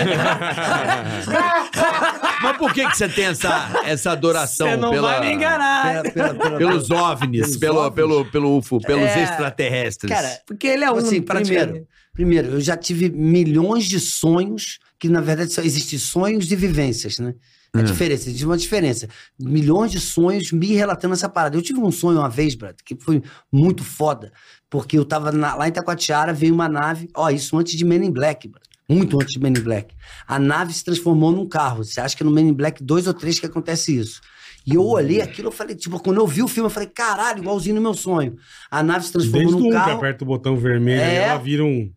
Speaker 6: Mas por que, que você tem essa, essa adoração?
Speaker 5: Você não
Speaker 6: pela-
Speaker 5: vai me enganar.
Speaker 1: Pela- pela- pela-
Speaker 6: Pelos ovnis,
Speaker 1: Pelos
Speaker 6: pelo,
Speaker 1: ovnis?
Speaker 6: pelo, pelo UFO, pelos
Speaker 5: É.
Speaker 6: extraterrestres.
Speaker 1: Cara,
Speaker 5: Porque ele é um,
Speaker 1: Assim,
Speaker 5: praticamente.
Speaker 1: Primeiro, eu já tive milhões de sonhos, que na verdade só existem sonhos e vivências, né? É
Speaker 6: Hum.
Speaker 1: diferença, existe uma diferença. Milhões de sonhos me relatando essa parada. Eu tive um sonho uma vez, brother, que foi muito foda, porque eu tava na- lá em Taquatiara, veio uma nave, ó, isso antes de Men in Black, brother. Muito antes de Men in Black. A nave se transformou num carro. Você acha que é no Men in Black 2 ou 3 que acontece isso? E eu olhei aquilo, eu falei, tipo, quando eu vi o filme, eu falei, caralho, igualzinho no meu sonho. A nave se transformou
Speaker 3: Desde
Speaker 1: num
Speaker 3: um que
Speaker 1: carro.
Speaker 3: aperta o botão vermelho, aí
Speaker 1: É.
Speaker 3: ela vira um.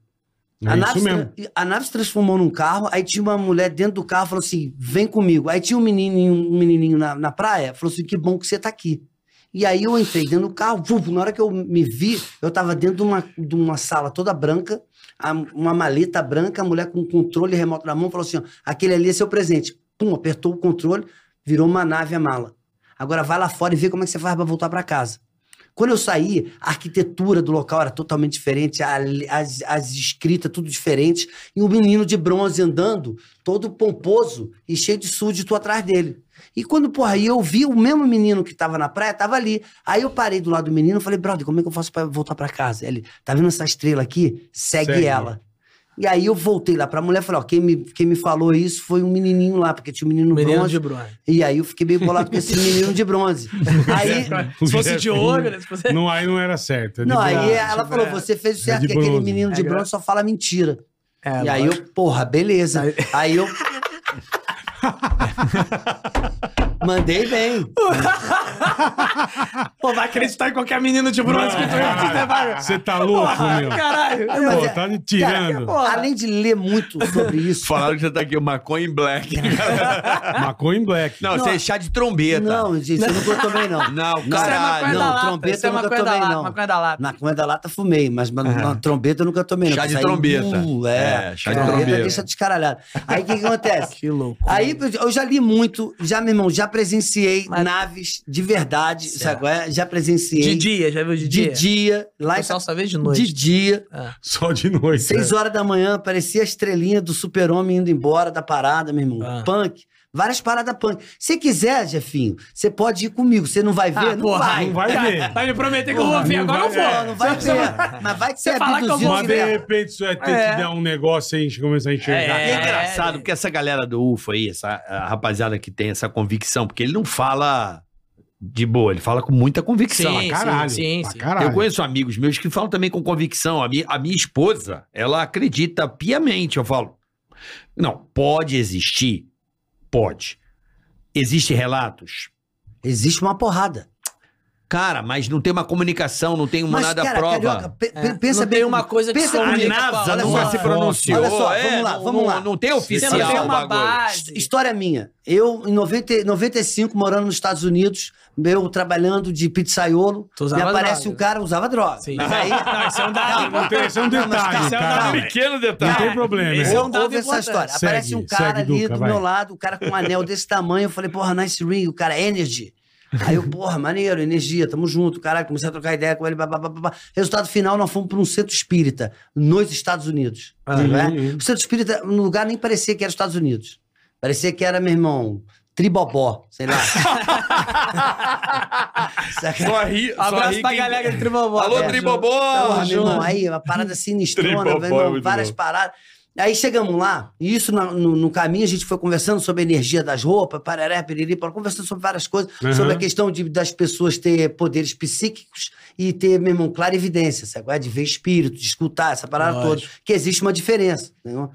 Speaker 3: É
Speaker 1: A
Speaker 3: isso
Speaker 1: nave, se
Speaker 3: mesmo.
Speaker 1: tra- a nave se transformou num carro, aí tinha uma mulher dentro do carro, falou assim, vem comigo. Aí tinha um menininho, um menininho na, na praia, falou assim, que bom que você tá aqui. E aí eu entrei dentro do carro, vum, na hora que eu me vi, eu tava dentro de uma, de uma sala toda branca, a- uma maleta branca, a mulher com um controle remoto na mão, falou assim, ó, aquele ali é seu presente. Pum, apertou o controle, virou uma nave a mala. Agora vai lá fora e vê como é que você faz pra voltar pra casa. Quando eu saí, a arquitetura do local era totalmente diferente, a- as, as escritas tudo diferente, e um menino de bronze andando, todo pomposo e cheio de súdito atrás dele. E quando, porra, aí eu vi o mesmo menino que tava na praia, tava ali. Aí eu parei do lado do menino e falei, brother, como é que eu faço pra voltar pra casa? Ele, tá vendo essa estrela aqui? Segue,
Speaker 3: Segue.
Speaker 1: ela. E aí eu voltei lá pra mulher e falei, ó, quem me, quem me falou isso foi um menininho lá, porque tinha um menino,
Speaker 5: Menino
Speaker 1: bronze.
Speaker 5: de bronze.
Speaker 1: E aí eu fiquei meio bolado com esse menino de bronze. Aí...
Speaker 5: Se fosse de ouro, né? Se fosse-
Speaker 3: assim. Não, aí não era certo. é de
Speaker 1: Não, aí
Speaker 3: bronze.
Speaker 1: ela falou,
Speaker 5: é.
Speaker 1: você fez o certo,
Speaker 3: de
Speaker 1: que aquele
Speaker 3: bronze.
Speaker 1: menino de
Speaker 5: É,
Speaker 1: bronze só fala mentira.
Speaker 5: É,
Speaker 1: e aí eu, porra, beleza.
Speaker 5: Aí-
Speaker 1: Aí eu... Mandei bem.
Speaker 5: Pô, vai acreditar em qualquer menino de bronze que
Speaker 3: Não,
Speaker 5: tu é, vai.
Speaker 3: Você tá louco,
Speaker 5: Porra,
Speaker 3: meu?
Speaker 5: Caralho.
Speaker 1: mas
Speaker 3: Pô,
Speaker 1: é-
Speaker 3: tá me tirando.
Speaker 5: porra.
Speaker 1: Além de ler muito sobre isso...
Speaker 6: Falaram que você tá aqui, o maconha em black.
Speaker 3: Maconha em black.
Speaker 6: Não, você é chá de trombeta.
Speaker 1: Não, gente, eu nunca tomei, não.
Speaker 6: Não,
Speaker 1: Isso é
Speaker 6: caralho.
Speaker 1: maconha da
Speaker 6: Não,
Speaker 1: lata, trombeta
Speaker 5: isso é
Speaker 1: eu nunca
Speaker 5: maconha da
Speaker 1: tomei,
Speaker 5: lata,
Speaker 1: não.
Speaker 5: maconha da lata.
Speaker 1: Na comida da lata fumei, mas na, na trombeta eu nunca tomei. não,
Speaker 6: Chá de
Speaker 1: porque saiu-
Speaker 6: trombeta.
Speaker 1: Uh, é.
Speaker 6: É, chá de trombeta.
Speaker 1: Trombeta deixa descaralhado. Aí o que, que acontece?
Speaker 5: Que louco.
Speaker 1: Aí eu já li muito, já, meu irmão, já presenciei
Speaker 5: Mas-
Speaker 1: naves de verdade, sabe qual é? Já presenciei.
Speaker 5: De dia, já viu de
Speaker 1: De
Speaker 5: dia?
Speaker 1: dia,
Speaker 5: O
Speaker 1: lá em
Speaker 5: pessoal só vê de
Speaker 1: São-
Speaker 5: noite.
Speaker 1: de dia,
Speaker 3: Só de noite.
Speaker 1: seis horas da manhã, parecia a estrelinha do super-homem indo embora da parada, meu irmão.
Speaker 5: Ah.
Speaker 1: Punk. Várias paradas punk. Se quiser, Jefinho, você pode ir comigo. Você não vai ver?
Speaker 5: Ah,
Speaker 1: não,
Speaker 5: porra,
Speaker 1: vai.
Speaker 3: Não vai ver.
Speaker 5: Vai me tá prometer que eu vou ver,
Speaker 3: Não
Speaker 5: agora eu
Speaker 3: vai-
Speaker 5: vou.
Speaker 1: Não, não vai ver. Mas vai que você é
Speaker 5: Você falar que eu vou
Speaker 1: abduzido
Speaker 3: Mas de
Speaker 1: direto.
Speaker 3: repente você vai ter
Speaker 5: É.
Speaker 3: que dar um negócio aí, a gente começa a enxergar.
Speaker 6: E é
Speaker 5: É.
Speaker 6: engraçado, porque essa galera do UFO aí, essa a rapaziada que tem essa convicção, porque ele não fala de boa, ele fala com muita convicção.
Speaker 5: Sim,
Speaker 3: Caralho.
Speaker 5: É, sim,
Speaker 3: pra
Speaker 5: sim.
Speaker 3: caralho.
Speaker 6: Eu conheço amigos meus que falam também com convicção. A minha, a minha esposa, ela acredita piamente. Eu falo, não, pode existir? Pode. Existem relatos?
Speaker 1: Existe uma porrada.
Speaker 6: Cara, mas não tem uma comunicação, não tem uma
Speaker 1: Mas,
Speaker 6: nada
Speaker 1: cara,
Speaker 6: prova.
Speaker 1: carioca, pe-
Speaker 5: É.
Speaker 1: pe- pensa
Speaker 5: não
Speaker 1: bem.
Speaker 5: tem uma coisa que
Speaker 1: pensa
Speaker 5: só
Speaker 1: comigo.
Speaker 6: a
Speaker 5: comunica com
Speaker 6: NASA
Speaker 5: outra.
Speaker 6: nunca
Speaker 1: só,
Speaker 6: se pronunciou.
Speaker 1: olha só,
Speaker 6: é,
Speaker 1: vamos lá,
Speaker 6: não-
Speaker 1: vamos lá.
Speaker 6: Não, não tem
Speaker 5: Você
Speaker 6: oficial
Speaker 5: não tem
Speaker 6: o
Speaker 5: uma
Speaker 6: bagulho.
Speaker 5: base.
Speaker 1: História minha. Eu, em 90, 95, morando nos Estados Unidos, eu trabalhando de pizzaiolo,
Speaker 5: Tu
Speaker 1: me
Speaker 5: usava
Speaker 1: aparece
Speaker 5: droga.
Speaker 1: um cara usava droga.
Speaker 5: Sim.
Speaker 1: Mas aí,
Speaker 5: Não, isso é um dado
Speaker 3: Não tem, esse é um detalhe,
Speaker 5: mas tá
Speaker 3: cara.
Speaker 5: certo.
Speaker 6: um Pequeno
Speaker 3: Não
Speaker 6: detalhe.
Speaker 3: tem problema.
Speaker 5: esse
Speaker 3: é.
Speaker 5: é um- dado
Speaker 1: Ouve essa
Speaker 5: importante.
Speaker 1: história.
Speaker 3: Segue,
Speaker 1: Aparece um cara
Speaker 3: segue,
Speaker 1: ali
Speaker 3: Duca,
Speaker 1: do
Speaker 3: vai.
Speaker 1: meu lado, o cara com um anel desse tamanho. Eu falei, porra, nice ring. O cara, energy. Aí eu, porra, maneiro, energia, tamo junto, caralho. Comecei a trocar ideia com ele, babá, babá. Resultado final, nós fomos pra um centro espírita nos Estados Unidos.
Speaker 5: Ah,
Speaker 1: né?
Speaker 3: uhum.
Speaker 1: O centro espírita, no lugar, nem parecia que era Estados Unidos. Parecia que era, meu irmão, tribobó, sei lá. Saca?
Speaker 6: Só ri, só
Speaker 5: Um Abraço
Speaker 6: ri
Speaker 5: pra
Speaker 6: quem-
Speaker 5: galera do
Speaker 6: Alô,
Speaker 5: Tribobó. É.
Speaker 1: Porra,
Speaker 4: Tá
Speaker 6: Tribobó!
Speaker 1: meu irmão, aí, uma parada sinistrona,
Speaker 6: Tripopó,
Speaker 1: meu irmão,
Speaker 6: muito
Speaker 1: várias
Speaker 6: bom.
Speaker 1: paradas. Aí chegamos lá, e isso na- no, no caminho a gente foi conversando sobre a energia das roupas, pararé, piriri, pará, conversando sobre várias coisas,
Speaker 3: Uhum.
Speaker 1: sobre a questão de, das pessoas ter poderes psíquicos e ter, meu irmão, clara evidência, sabe? De ver espírito, de escutar, essa parada toda. Que existe uma diferença entendeu?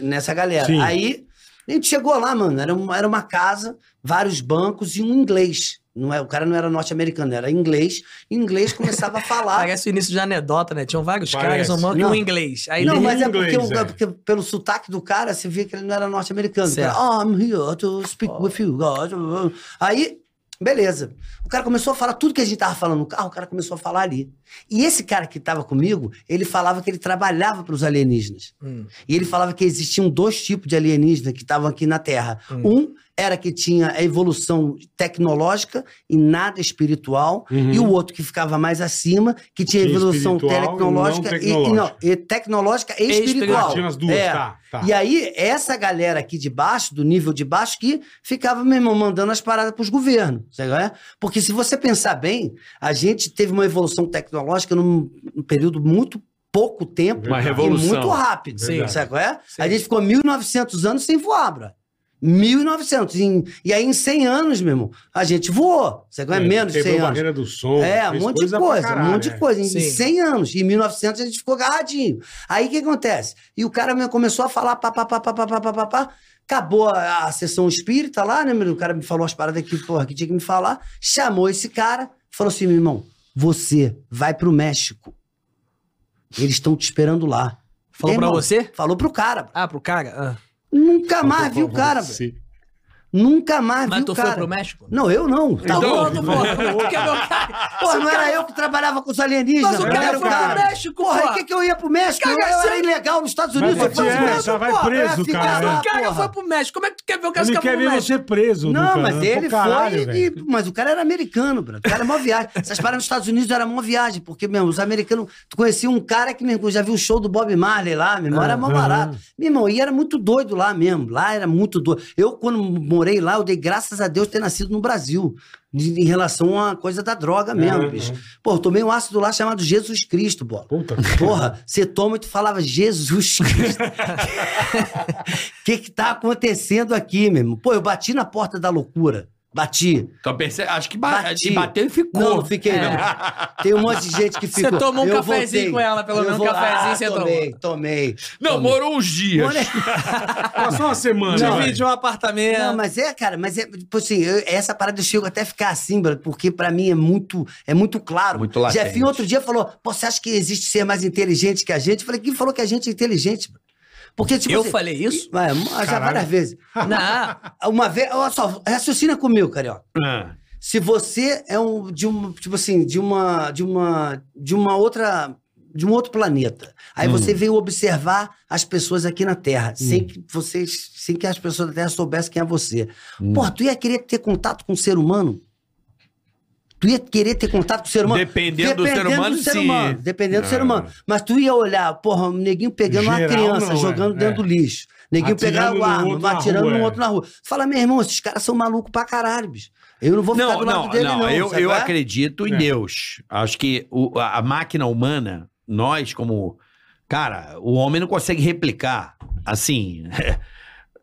Speaker 1: nessa galera.
Speaker 3: Sim.
Speaker 1: Aí a gente chegou lá, mano, era uma, era uma casa, vários bancos e um inglês. Não é, o cara não era norte-americano, era inglês. Em inglês começava a falar.
Speaker 5: Parece o início de anedota, né? Tinham vários
Speaker 3: Parece.
Speaker 5: caras, um mano e um
Speaker 1: Não.
Speaker 5: inglês. Aí
Speaker 1: não,
Speaker 5: tem-
Speaker 1: mas é
Speaker 3: inglês,
Speaker 1: porque, o-
Speaker 3: é.
Speaker 1: é porque pelo sotaque do cara, você via que ele não era norte-americano. O
Speaker 5: Certo.
Speaker 1: Cara, oh, I'm here to speak with you. God." Aí, beleza. O cara começou a falar tudo que a gente tava falando no carro, o cara começou a falar ali. E esse cara que tava comigo, ele falava que ele trabalhava para os alienígenas.
Speaker 5: Hum.
Speaker 3: Hum.
Speaker 1: E ele falava que existiam dois tipos de alienígenas que estavam aqui na Terra. Um era que tinha a evolução tecnológica e nada espiritual, e o outro que ficava mais acima, que tinha
Speaker 3: E
Speaker 1: evolução
Speaker 3: Uhum. espiritual e
Speaker 1: tecnológica
Speaker 3: não
Speaker 1: e, e não, e tecnológica e espiritual.
Speaker 3: Tinha as duas,
Speaker 1: É.
Speaker 3: tá, tá.
Speaker 1: E aí, essa galera aqui de baixo, do nível de baixo, que ficava, meu irmão, mandando as paradas pros governos. Sabe qual é? Porque se você pensar bem, a gente teve uma evolução tecnológica num, num período muito pouco tempo
Speaker 4: Uma
Speaker 3: Verdade.
Speaker 1: e muito
Speaker 4: revolução.
Speaker 1: rápido.
Speaker 3: Sim.
Speaker 1: Sabe qual é?
Speaker 5: Sim.
Speaker 1: A gente ficou 1.900 anos sem voar, bro. 1.900. Em- E aí, em 100 anos, meu irmão, a gente voou. Sabe qual é? Menos de
Speaker 3: Quebrou
Speaker 1: 100
Speaker 3: a
Speaker 1: anos.
Speaker 3: barreira do som.
Speaker 1: É, um
Speaker 3: fez
Speaker 1: monte de
Speaker 3: pra
Speaker 1: coisa, um
Speaker 3: caralho,
Speaker 1: monte
Speaker 3: é.
Speaker 1: de coisa. Em
Speaker 5: Sim.
Speaker 1: 100 anos, em 1900 a gente ficou agarradinho. Aí o que acontece? E o cara me começou a falar pá, pá, pá, pá, pá, pá, pá, pá, pá. Acabou a, a sessão espírita lá, né, meu? O cara me falou as paradas que, porra, que tinha que me falar. Chamou esse cara, falou assim, meu irmão, você vai pro México. Eles estão te esperando lá.
Speaker 5: Falou pra
Speaker 1: Irmão,
Speaker 5: você?
Speaker 1: Falou pro cara.
Speaker 5: Ah, pro cara? Ah.
Speaker 1: Nunca mais viu o cara. bro.
Speaker 3: Sim.
Speaker 1: Nunca mais
Speaker 5: Mas
Speaker 1: Ah, viu
Speaker 5: tu
Speaker 1: o
Speaker 5: foi
Speaker 1: cara.
Speaker 5: pro México?
Speaker 1: Não, eu não. Tá
Speaker 5: Tá
Speaker 1: louco?
Speaker 5: louco, porra. Como é que quebrou o cara?
Speaker 1: Pô, não era eu que trabalhava com os alienígenas.
Speaker 5: Mas o
Speaker 1: não
Speaker 5: cara
Speaker 1: era
Speaker 5: foi pro México,
Speaker 1: Porra,
Speaker 5: porra.
Speaker 1: o que, que eu ia pro México? Eu, eu era
Speaker 5: Cagaceiro.
Speaker 1: ilegal nos Estados
Speaker 3: Mas
Speaker 1: Unidos.
Speaker 3: vai
Speaker 1: eu fui
Speaker 3: te-
Speaker 1: preso.
Speaker 3: é, já vai
Speaker 1: Pô, eu ia
Speaker 3: preso,
Speaker 1: ficar
Speaker 3: cara.
Speaker 1: lá,
Speaker 5: O cara
Speaker 1: É. porra.
Speaker 5: foi pro México. Como é que tu quer ver o cara
Speaker 3: Ele quer
Speaker 5: escapou
Speaker 3: ver
Speaker 5: pro México?
Speaker 3: você preso.
Speaker 1: Não,
Speaker 3: nunca,
Speaker 1: mas
Speaker 3: né?
Speaker 1: ele
Speaker 3: Pô, caralho,
Speaker 1: foi. e-
Speaker 3: velho.
Speaker 1: mas o cara era americano, bro. O cara era uma viagem. Essas paradas nos Estados Unidos era uma viagem, porque, meu, os americanos. Tu conhecia um cara que, meu irmão, já viu o show do Bob Marley lá, meu irmão, era mó
Speaker 3: Aham.
Speaker 1: barato. Meu irmão, e era muito doido lá mesmo. Lá era muito doido. Eu, quando morei lá, eu dei graças a Deus ter nascido no Brasil. de- Em relação a coisa da droga mesmo,
Speaker 3: Aham.
Speaker 1: bicho. Pô, eu tomei um ácido lá chamado Jesus Cristo, bola.
Speaker 3: Puta.
Speaker 1: Porra, você toma e tu falava, Jesus Cristo. O que que tá acontecendo aqui, meu irmão? Pô, eu bati na porta da loucura. Bati.
Speaker 4: Então, perce- acho que
Speaker 1: Bati.
Speaker 4: bate, bateu e ficou.
Speaker 1: Não, não fiquei, não. Tem um monte de gente que
Speaker 5: É. Você
Speaker 1: ficou.
Speaker 5: tomou um
Speaker 1: Eu
Speaker 5: cafezinho
Speaker 1: voltei.
Speaker 5: com ela, pelo
Speaker 1: Eu
Speaker 5: menos um
Speaker 1: vou-
Speaker 5: cafezinho
Speaker 1: ah,
Speaker 5: você
Speaker 1: tomei, tomei.
Speaker 4: Não,
Speaker 1: tomei.
Speaker 4: morou uns dias.
Speaker 1: Morei-
Speaker 3: Passou uma semana.
Speaker 1: Não,
Speaker 3: velho.
Speaker 5: Dividiu um apartamento.
Speaker 1: Não, mas é, cara, mas é, tipo assim, eu- essa parada eu chego até a ficar assim, brother, porque pra mim é muito, é muito claro.
Speaker 6: Muito latente.
Speaker 1: Jefinho outro dia falou, pô, você acha que existe ser mais inteligente que a gente? Eu falei, quem falou que a gente é inteligente, brother? Porque, tipo
Speaker 5: Eu
Speaker 1: assim,
Speaker 5: falei isso?
Speaker 1: Vai, já
Speaker 3: Caralho.
Speaker 1: várias vezes.
Speaker 5: Não.
Speaker 1: Uma vez, olha só, raciocina comigo, carioca.
Speaker 4: Ah.
Speaker 1: Se você é um de um, tipo assim, de uma de uma de uma outra de um outro planeta. Aí você veio observar as pessoas aqui na Terra, sem que vocês, sem que as pessoas da Terra soubessem quem é você. Porra, tu ia querer ter contato com um ser humano? Tu ia querer ter contato com o ser humano?
Speaker 4: Dependendo do ser humano,
Speaker 1: ser
Speaker 4: sim.
Speaker 1: humano, Dependendo do ser
Speaker 4: Ah.
Speaker 1: humano. Mas tu ia olhar, porra, um neguinho pegando uma
Speaker 3: É. Geral,
Speaker 1: criança,
Speaker 3: não, é.
Speaker 1: jogando
Speaker 3: É.
Speaker 1: dentro do lixo. Neguinho
Speaker 3: Atirando
Speaker 1: pegar
Speaker 3: no
Speaker 1: o arma,
Speaker 3: outro na
Speaker 1: atirando
Speaker 3: rua,
Speaker 1: no
Speaker 3: é.
Speaker 1: outro na rua. Tu Fala, meu irmão, esses caras são malucos pra caralho, bicho. Eu não vou ficar
Speaker 4: Não,
Speaker 1: do lado
Speaker 4: não,
Speaker 1: dele,
Speaker 4: não.
Speaker 1: não.
Speaker 4: eu,
Speaker 1: sabe
Speaker 4: eu
Speaker 1: qual é?
Speaker 4: acredito em
Speaker 3: É.
Speaker 4: Deus. Acho que o- a, a máquina humana, nós como. Cara, o homem não consegue replicar. Assim.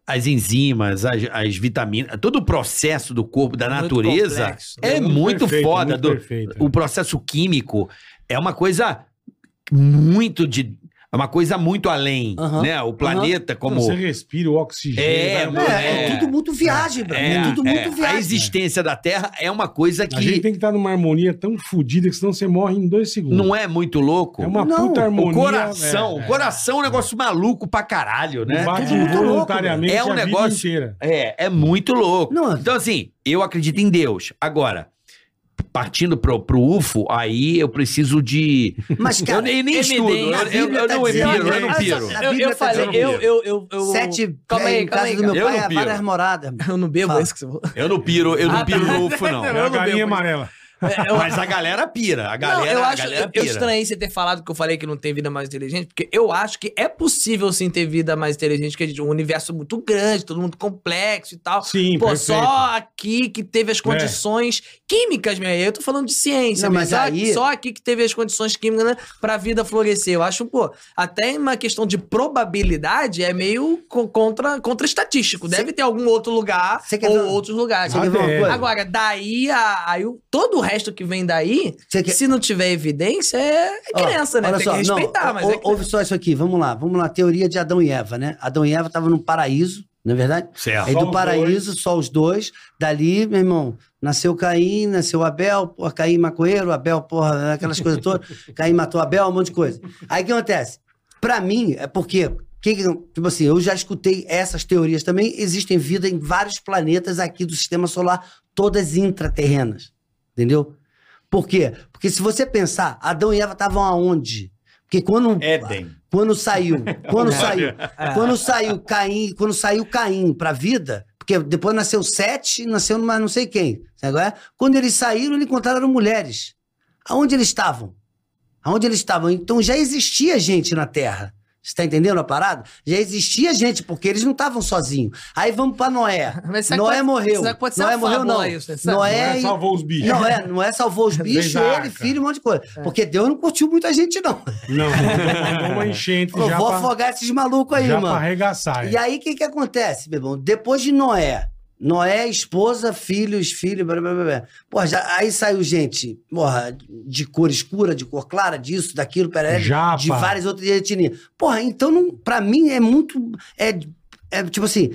Speaker 4: As enzimas, as, as vitaminas, todo o processo do corpo,
Speaker 1: É
Speaker 4: da
Speaker 5: Muito
Speaker 4: natureza,
Speaker 5: complexo, né?
Speaker 4: é muito
Speaker 3: perfeito,
Speaker 4: foda.
Speaker 3: muito
Speaker 4: do-
Speaker 3: perfeito.
Speaker 4: o processo químico é uma coisa muito de. É uma coisa muito além,
Speaker 1: Aham,
Speaker 4: né? O planeta, como.
Speaker 3: Você respira o oxigênio.
Speaker 4: É,
Speaker 3: vai-
Speaker 4: mano,
Speaker 1: É, é
Speaker 4: É.
Speaker 1: tudo muito viagem, bro. É, tudo
Speaker 4: é.
Speaker 1: muito viagem.
Speaker 4: A existência da Terra é uma coisa
Speaker 3: A gente
Speaker 4: que
Speaker 3: tem que estar numa harmonia tão fodida que senão você morre em dois segundos.
Speaker 4: não é muito louco.
Speaker 3: É uma
Speaker 1: Não,
Speaker 3: puta
Speaker 1: o
Speaker 3: harmonia.
Speaker 4: o coração,
Speaker 3: é,
Speaker 4: o coração é um negócio maluco pra caralho,
Speaker 3: é.
Speaker 4: né?
Speaker 3: Bate
Speaker 1: Tudo muito louco,
Speaker 3: voluntariamente
Speaker 4: mano. É um
Speaker 3: a vida
Speaker 4: negócio-
Speaker 3: inteira.
Speaker 4: É, é muito louco.
Speaker 1: Não,
Speaker 4: Então, assim, eu acredito em Deus. Agora, partindo pro, pro UFO, aí eu preciso de.
Speaker 1: mas,
Speaker 4: eu
Speaker 1: cara,
Speaker 4: nem, nem
Speaker 5: evidência,
Speaker 4: estudo, eu,
Speaker 1: a
Speaker 4: eu,
Speaker 1: Bíblia
Speaker 4: eu
Speaker 1: tá
Speaker 4: não
Speaker 1: dizendo,
Speaker 4: empiro, eu
Speaker 1: olha
Speaker 4: não
Speaker 1: só,
Speaker 4: piro.
Speaker 1: na
Speaker 5: Eu,
Speaker 1: Bíblia
Speaker 5: eu
Speaker 1: tá
Speaker 5: falei,
Speaker 1: dizendo
Speaker 5: eu,
Speaker 1: isso.
Speaker 5: eu, eu, eu.
Speaker 1: sete
Speaker 5: Calma aí,
Speaker 1: em
Speaker 5: calma
Speaker 1: casa
Speaker 5: aí,
Speaker 1: do meu
Speaker 4: calma.
Speaker 1: pai,
Speaker 4: Eu não
Speaker 1: é
Speaker 4: piro.
Speaker 1: várias moradas. irmão.
Speaker 5: Eu não bebo
Speaker 1: Fala.
Speaker 5: esse que você falou.
Speaker 4: Eu não piro, eu não
Speaker 5: Ah, tá.
Speaker 4: piro no UFO, não.
Speaker 5: Eu
Speaker 3: É a
Speaker 5: não
Speaker 3: galinha
Speaker 5: bebo.
Speaker 3: amarela.
Speaker 5: É, eu-
Speaker 4: Mas a galera pira. A galera,
Speaker 5: não, eu
Speaker 4: a
Speaker 5: acho.
Speaker 4: galera
Speaker 5: Eu, eu
Speaker 4: pira.
Speaker 5: estranhei você ter falado que eu falei que não tem vida mais inteligente, porque eu acho que é possível sim ter vida mais inteligente, que a gente, um universo muito grande, todo mundo complexo e tal.
Speaker 3: Sim,
Speaker 5: Pô,
Speaker 3: perfeito.
Speaker 5: só aqui que teve as
Speaker 4: É.
Speaker 5: condições químicas, meu. Eu tô falando de ciência,
Speaker 1: Não,
Speaker 5: meu.
Speaker 1: mas
Speaker 5: só,
Speaker 1: aí-
Speaker 5: só aqui que teve as condições químicas né, pra vida florescer. Eu acho, pô, até uma questão de probabilidade é meio co- contra, contra estatístico. Deve ter algum outro lugar
Speaker 1: Cê quer
Speaker 5: ou
Speaker 1: ver-
Speaker 5: outros lugares.
Speaker 1: Você quer ver uma
Speaker 3: Até.
Speaker 1: coisa?
Speaker 5: Agora, daí, a, aí o- todo o resto que vem daí,
Speaker 1: Você quer-
Speaker 5: se não tiver evidência, é é
Speaker 1: Ó,
Speaker 5: crença, né?
Speaker 1: olha
Speaker 5: Tem
Speaker 1: só,
Speaker 5: que respeitar,
Speaker 1: não,
Speaker 5: mas
Speaker 1: ou-
Speaker 5: é que...
Speaker 1: Ouve só isso aqui, vamos lá. Vamos lá, teoria de Adão e Eva, né? Adão e Eva estavam num paraíso, não é verdade?
Speaker 4: Certo.
Speaker 1: Aí
Speaker 3: Só
Speaker 1: do
Speaker 3: os
Speaker 1: paraíso, só os dois. Dali, meu irmão, nasceu Caim, nasceu Abel, porra, Caim maconheiro, Abel, porra, aquelas coisas todas. Caim matou Abel, um monte de coisa. Aí o que acontece? Pra mim, é porque. que que- tipo assim, eu já escutei essas teorias também. Existem vida em vários planetas aqui do sistema solar, todas intraterrenas. Entendeu? Por quê? Porque se você pensar, Adão e Eva estavam aonde? Porque quando.
Speaker 4: Éden.
Speaker 1: Quando saiu, quando saiu, quando saiu Caim, quando saiu Caim pra vida, porque Porque depois nasceu sete, nasceu mais não sei quem. Sabe qual é? Quando eles saíram, eles encontraram mulheres. Aonde eles estavam? Aonde eles estavam? Então já existia gente na Terra. Você tá entendendo a parada? Já existia gente, porque eles não estavam sozinhos. Aí vamos pra Noé.
Speaker 5: Mas é será que
Speaker 1: Noé
Speaker 5: pode-
Speaker 1: morreu.
Speaker 5: será que pode ser
Speaker 1: Noé
Speaker 5: uma
Speaker 1: morreu,
Speaker 5: fábula
Speaker 1: não.
Speaker 5: isso, né? Sabe?
Speaker 1: Noé, é
Speaker 3: Noé
Speaker 1: e-
Speaker 3: é, salvou os bichos.
Speaker 1: não, é, Noé salvou os bichos,
Speaker 3: Desde a
Speaker 1: ele,
Speaker 3: arca.
Speaker 1: filho, um monte de coisa.
Speaker 3: É.
Speaker 1: Porque Deus não curtiu muita gente, não.
Speaker 3: Não, mandou uma enchente
Speaker 1: Falou,
Speaker 3: já
Speaker 1: vou
Speaker 3: pra,
Speaker 1: afogar esses malucos aí,
Speaker 3: já pra
Speaker 1: mano.
Speaker 3: arregaçar.
Speaker 1: E aí, o que que acontece, bebão? Depois de Noé, Noé, esposa, filhos, filho, blá, blá, blá, blá. Porra, já, aí saiu gente, porra, de cor escura, de cor clara, disso, daquilo, peraí,
Speaker 3: Japa.
Speaker 1: de várias outras etnias. Porra, então, não, pra mim, é muito... É, é tipo assim,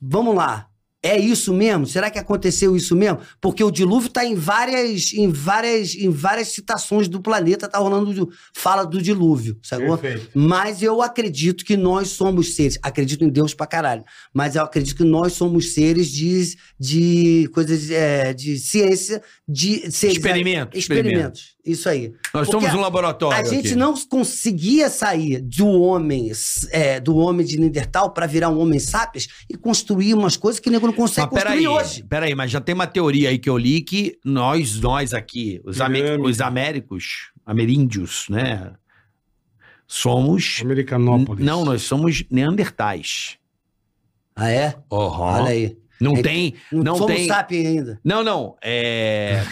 Speaker 1: vamos lá. É isso mesmo? Será que aconteceu isso mesmo? Porque o dilúvio tá em várias, em várias, em várias citações do planeta, tá rolando fala do dilúvio, sacou?
Speaker 3: Perfeito.
Speaker 1: Mas eu acredito que nós somos seres. Acredito em Deus pra caralho. Mas eu acredito que nós somos seres de, de coisas é, de ciência, de seres-
Speaker 4: Experimento,
Speaker 1: experimentos. Isso aí.
Speaker 4: Nós
Speaker 1: Porque
Speaker 4: somos um
Speaker 1: A
Speaker 4: laboratório.
Speaker 1: gente
Speaker 4: aqui.
Speaker 1: não conseguia sair do homem é, do homem de Neandertal pra virar um homem sapiens e construir umas coisas que o nego não consegue
Speaker 4: Mas
Speaker 1: construir
Speaker 4: peraí,
Speaker 1: hoje.
Speaker 4: peraí, mas já tem uma teoria aí que eu li que nós, nós aqui, os, ame-
Speaker 3: Pirâmide.
Speaker 4: os américos, ameríndios, né? Somos.
Speaker 3: Americanópolis.
Speaker 4: Não, nós somos neandertais.
Speaker 1: Ah, é? Olha aí.
Speaker 4: Não
Speaker 1: É-
Speaker 4: tem.
Speaker 1: Não,
Speaker 4: Não
Speaker 1: somos
Speaker 4: tem-
Speaker 1: sapiens ainda.
Speaker 4: Não, não. É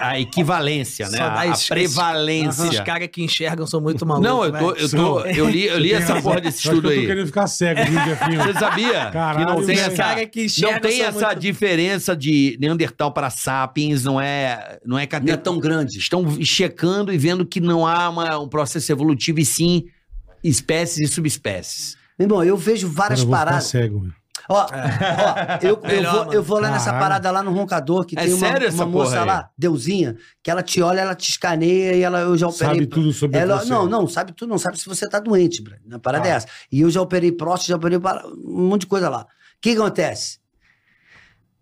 Speaker 4: a equivalência, né?
Speaker 5: Só dá
Speaker 4: A, a
Speaker 5: esses- Esses
Speaker 4: prevalência.
Speaker 5: caras que enxergam são muito malucos. né?
Speaker 4: Não, eu tô,
Speaker 5: velho.
Speaker 4: eu
Speaker 1: é
Speaker 4: tô,
Speaker 1: né?
Speaker 4: eu li, eu li
Speaker 3: Tem
Speaker 4: essa
Speaker 3: razão.
Speaker 4: porra desse
Speaker 3: Eu acho que
Speaker 4: estudo
Speaker 3: Eu tô
Speaker 4: aí.
Speaker 3: querendo ficar cego, viu, Jefinho?
Speaker 4: Você sabia
Speaker 3: Caralho,
Speaker 4: que não tem
Speaker 3: velho.
Speaker 5: Esses
Speaker 4: essa
Speaker 5: caras que enxergam
Speaker 4: não tem
Speaker 5: são
Speaker 4: essa
Speaker 5: muito-
Speaker 4: diferença de Neandertal para sapiens, não é, não é
Speaker 1: Não é
Speaker 4: categoria.
Speaker 1: tão grande.
Speaker 4: Estão checando e vendo que não há uma- um processo evolutivo e sim espécies e subespécies.
Speaker 1: Meu irmão, eu vejo
Speaker 3: Cara,
Speaker 1: várias
Speaker 3: eu vou ficar
Speaker 1: paradas.
Speaker 3: cego. meu.
Speaker 1: Ó, ó, eu, eu
Speaker 5: Melhor,
Speaker 1: vou,
Speaker 5: mano.
Speaker 1: eu vou lá
Speaker 3: É.
Speaker 1: nessa
Speaker 3: Caralho.
Speaker 1: parada lá no Roncador, que
Speaker 4: É
Speaker 1: tem uma,
Speaker 4: sério essa
Speaker 1: uma moça
Speaker 4: porra aí?
Speaker 1: lá, Deusinha, que ela te olha, ela te escaneia e ela, eu já operei.
Speaker 3: Sabe tudo sobre
Speaker 1: ela,
Speaker 3: você.
Speaker 1: É,
Speaker 3: Tá.
Speaker 1: não, não, sabe tu não sabe se você tá doente, Brad, na parada dessa. E eu já operei próstata, já operei para- um monte de coisa lá. O que que acontece?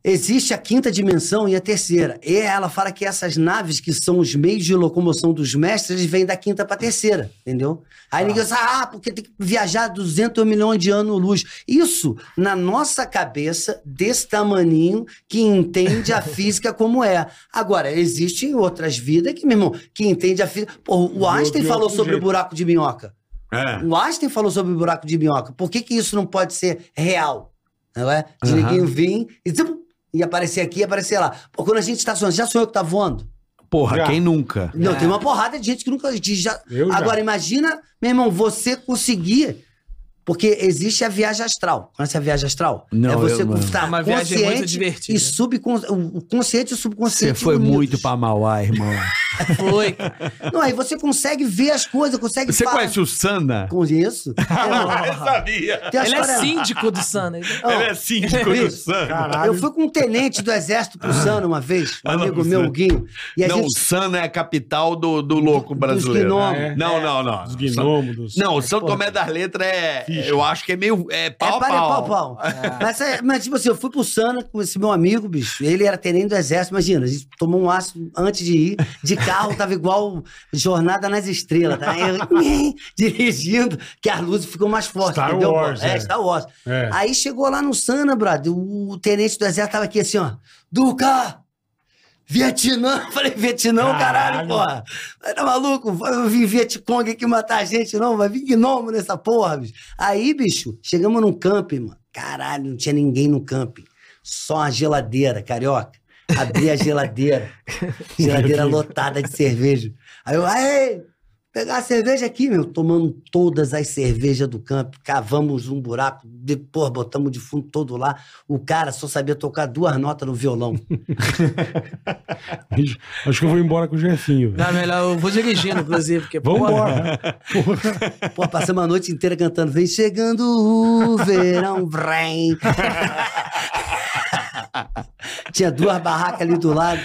Speaker 1: Existe a quinta dimensão e a terceira. E ela fala que essas naves que são os meios de locomoção dos mestres, eles vêm da quinta pra terceira, entendeu? Aí ninguém fala, ah, porque tem que viajar 200 milhões de anos-luz. Isso, na nossa cabeça, desse tamaninho, que entende a física como é. Agora, existem outras vidas que, meu irmão, que entende a física... Pô, o Einstein
Speaker 3: de
Speaker 1: falou
Speaker 3: outro
Speaker 1: sobre o
Speaker 3: jeito.
Speaker 1: buraco de minhoca.
Speaker 4: É.
Speaker 1: O Einstein falou sobre o buraco de minhoca. Por que, que isso não pode ser real? Não é? De
Speaker 4: Aham.
Speaker 1: ninguém vir e, zum, e aparecer aqui e aparecer lá. Pô, quando a gente tá sonhando, já sonhou que tá voando?
Speaker 4: Porra,
Speaker 3: Já.
Speaker 4: quem nunca?
Speaker 1: Não,
Speaker 5: É.
Speaker 1: tem uma porrada de gente que nunca. de já-
Speaker 3: Eu já.
Speaker 1: Agora, imagina, meu irmão, você conseguir. Porque existe a viagem astral. Conhece a viagem astral?
Speaker 4: Não,
Speaker 1: é você
Speaker 4: eu não.
Speaker 1: estar
Speaker 5: É uma viagem muito divertida.
Speaker 1: E subcon... o consciente e o subconsciente.
Speaker 4: Você foi
Speaker 1: unidos.
Speaker 4: muito pra Mauá, irmão.
Speaker 5: Foi, cara.
Speaker 1: Não, aí você consegue ver as coisas, consegue
Speaker 4: Você
Speaker 1: falar
Speaker 4: conhece o Sana?
Speaker 1: com isso.
Speaker 4: Eu sabia. é
Speaker 1: Tem a
Speaker 5: Ele é
Speaker 1: história-
Speaker 5: síndico do Sana. ele-
Speaker 1: Não,
Speaker 4: síndico
Speaker 1: Isso.
Speaker 4: Sana.
Speaker 3: Caralho.
Speaker 1: Eu fui com um tenente do exército pro Sana uma vez, um amigo meu, o Guinho. E a
Speaker 4: Não,
Speaker 1: gente.
Speaker 4: Sana é a capital do, do louco brasileiro.
Speaker 1: gnomos.
Speaker 3: Ah, é?
Speaker 4: Não, não, não.
Speaker 3: Os gnomos dos...
Speaker 4: Não, São Tomé das Letras é.
Speaker 3: Ficha.
Speaker 4: Eu acho que é meio. É
Speaker 1: É
Speaker 4: pau a
Speaker 1: pare-
Speaker 4: pau.
Speaker 1: pau, pau. Mas, é- mas, tipo assim, eu fui pro Sana com esse meu amigo, bicho. Ele era tenente do exército, imagina. A gente tomou um ácido antes de ir. De carro, tava igual Jornada nas Estrelas. Tá? Eu- dirigindo, que as luzes ficam mais fortes,
Speaker 3: Star
Speaker 1: entendeu?
Speaker 3: Wars,
Speaker 1: é,
Speaker 3: é.
Speaker 1: Star Wars.
Speaker 3: É.
Speaker 1: Aí chegou lá no Sana, brother, o tenente do exército tava aqui assim, ó. Duca! Vietnã! Eu Falei, Vietnã,
Speaker 3: Caralho.
Speaker 1: caralho, porra! Vai Tá maluco? Vai vir Vietcong aqui matar a gente, não? Vai vir gnomo nessa porra, bicho. Aí, bicho, chegamos num camping, mano. Caralho, não tinha ninguém no camping. Só uma geladeira, carioca. Abri a geladeira. geladeira lotada de cerveja. Aí eu, aê! Pegar a cerveja aqui, meu. Tomamos todas as cervejas do campo, cavamos um buraco, depois botamos de fundo todo lá. O cara só sabia tocar duas notas no violão.
Speaker 3: Bicho, Acho que eu vou embora com o Jefinho. velho.
Speaker 5: Não, melhor, eu vou dirigindo, inclusive, porque, pô,
Speaker 3: Vambora.
Speaker 1: Pô, passamos a noite inteira cantando. Vem chegando o verão, vrem. Tinha duas barracas ali do lado.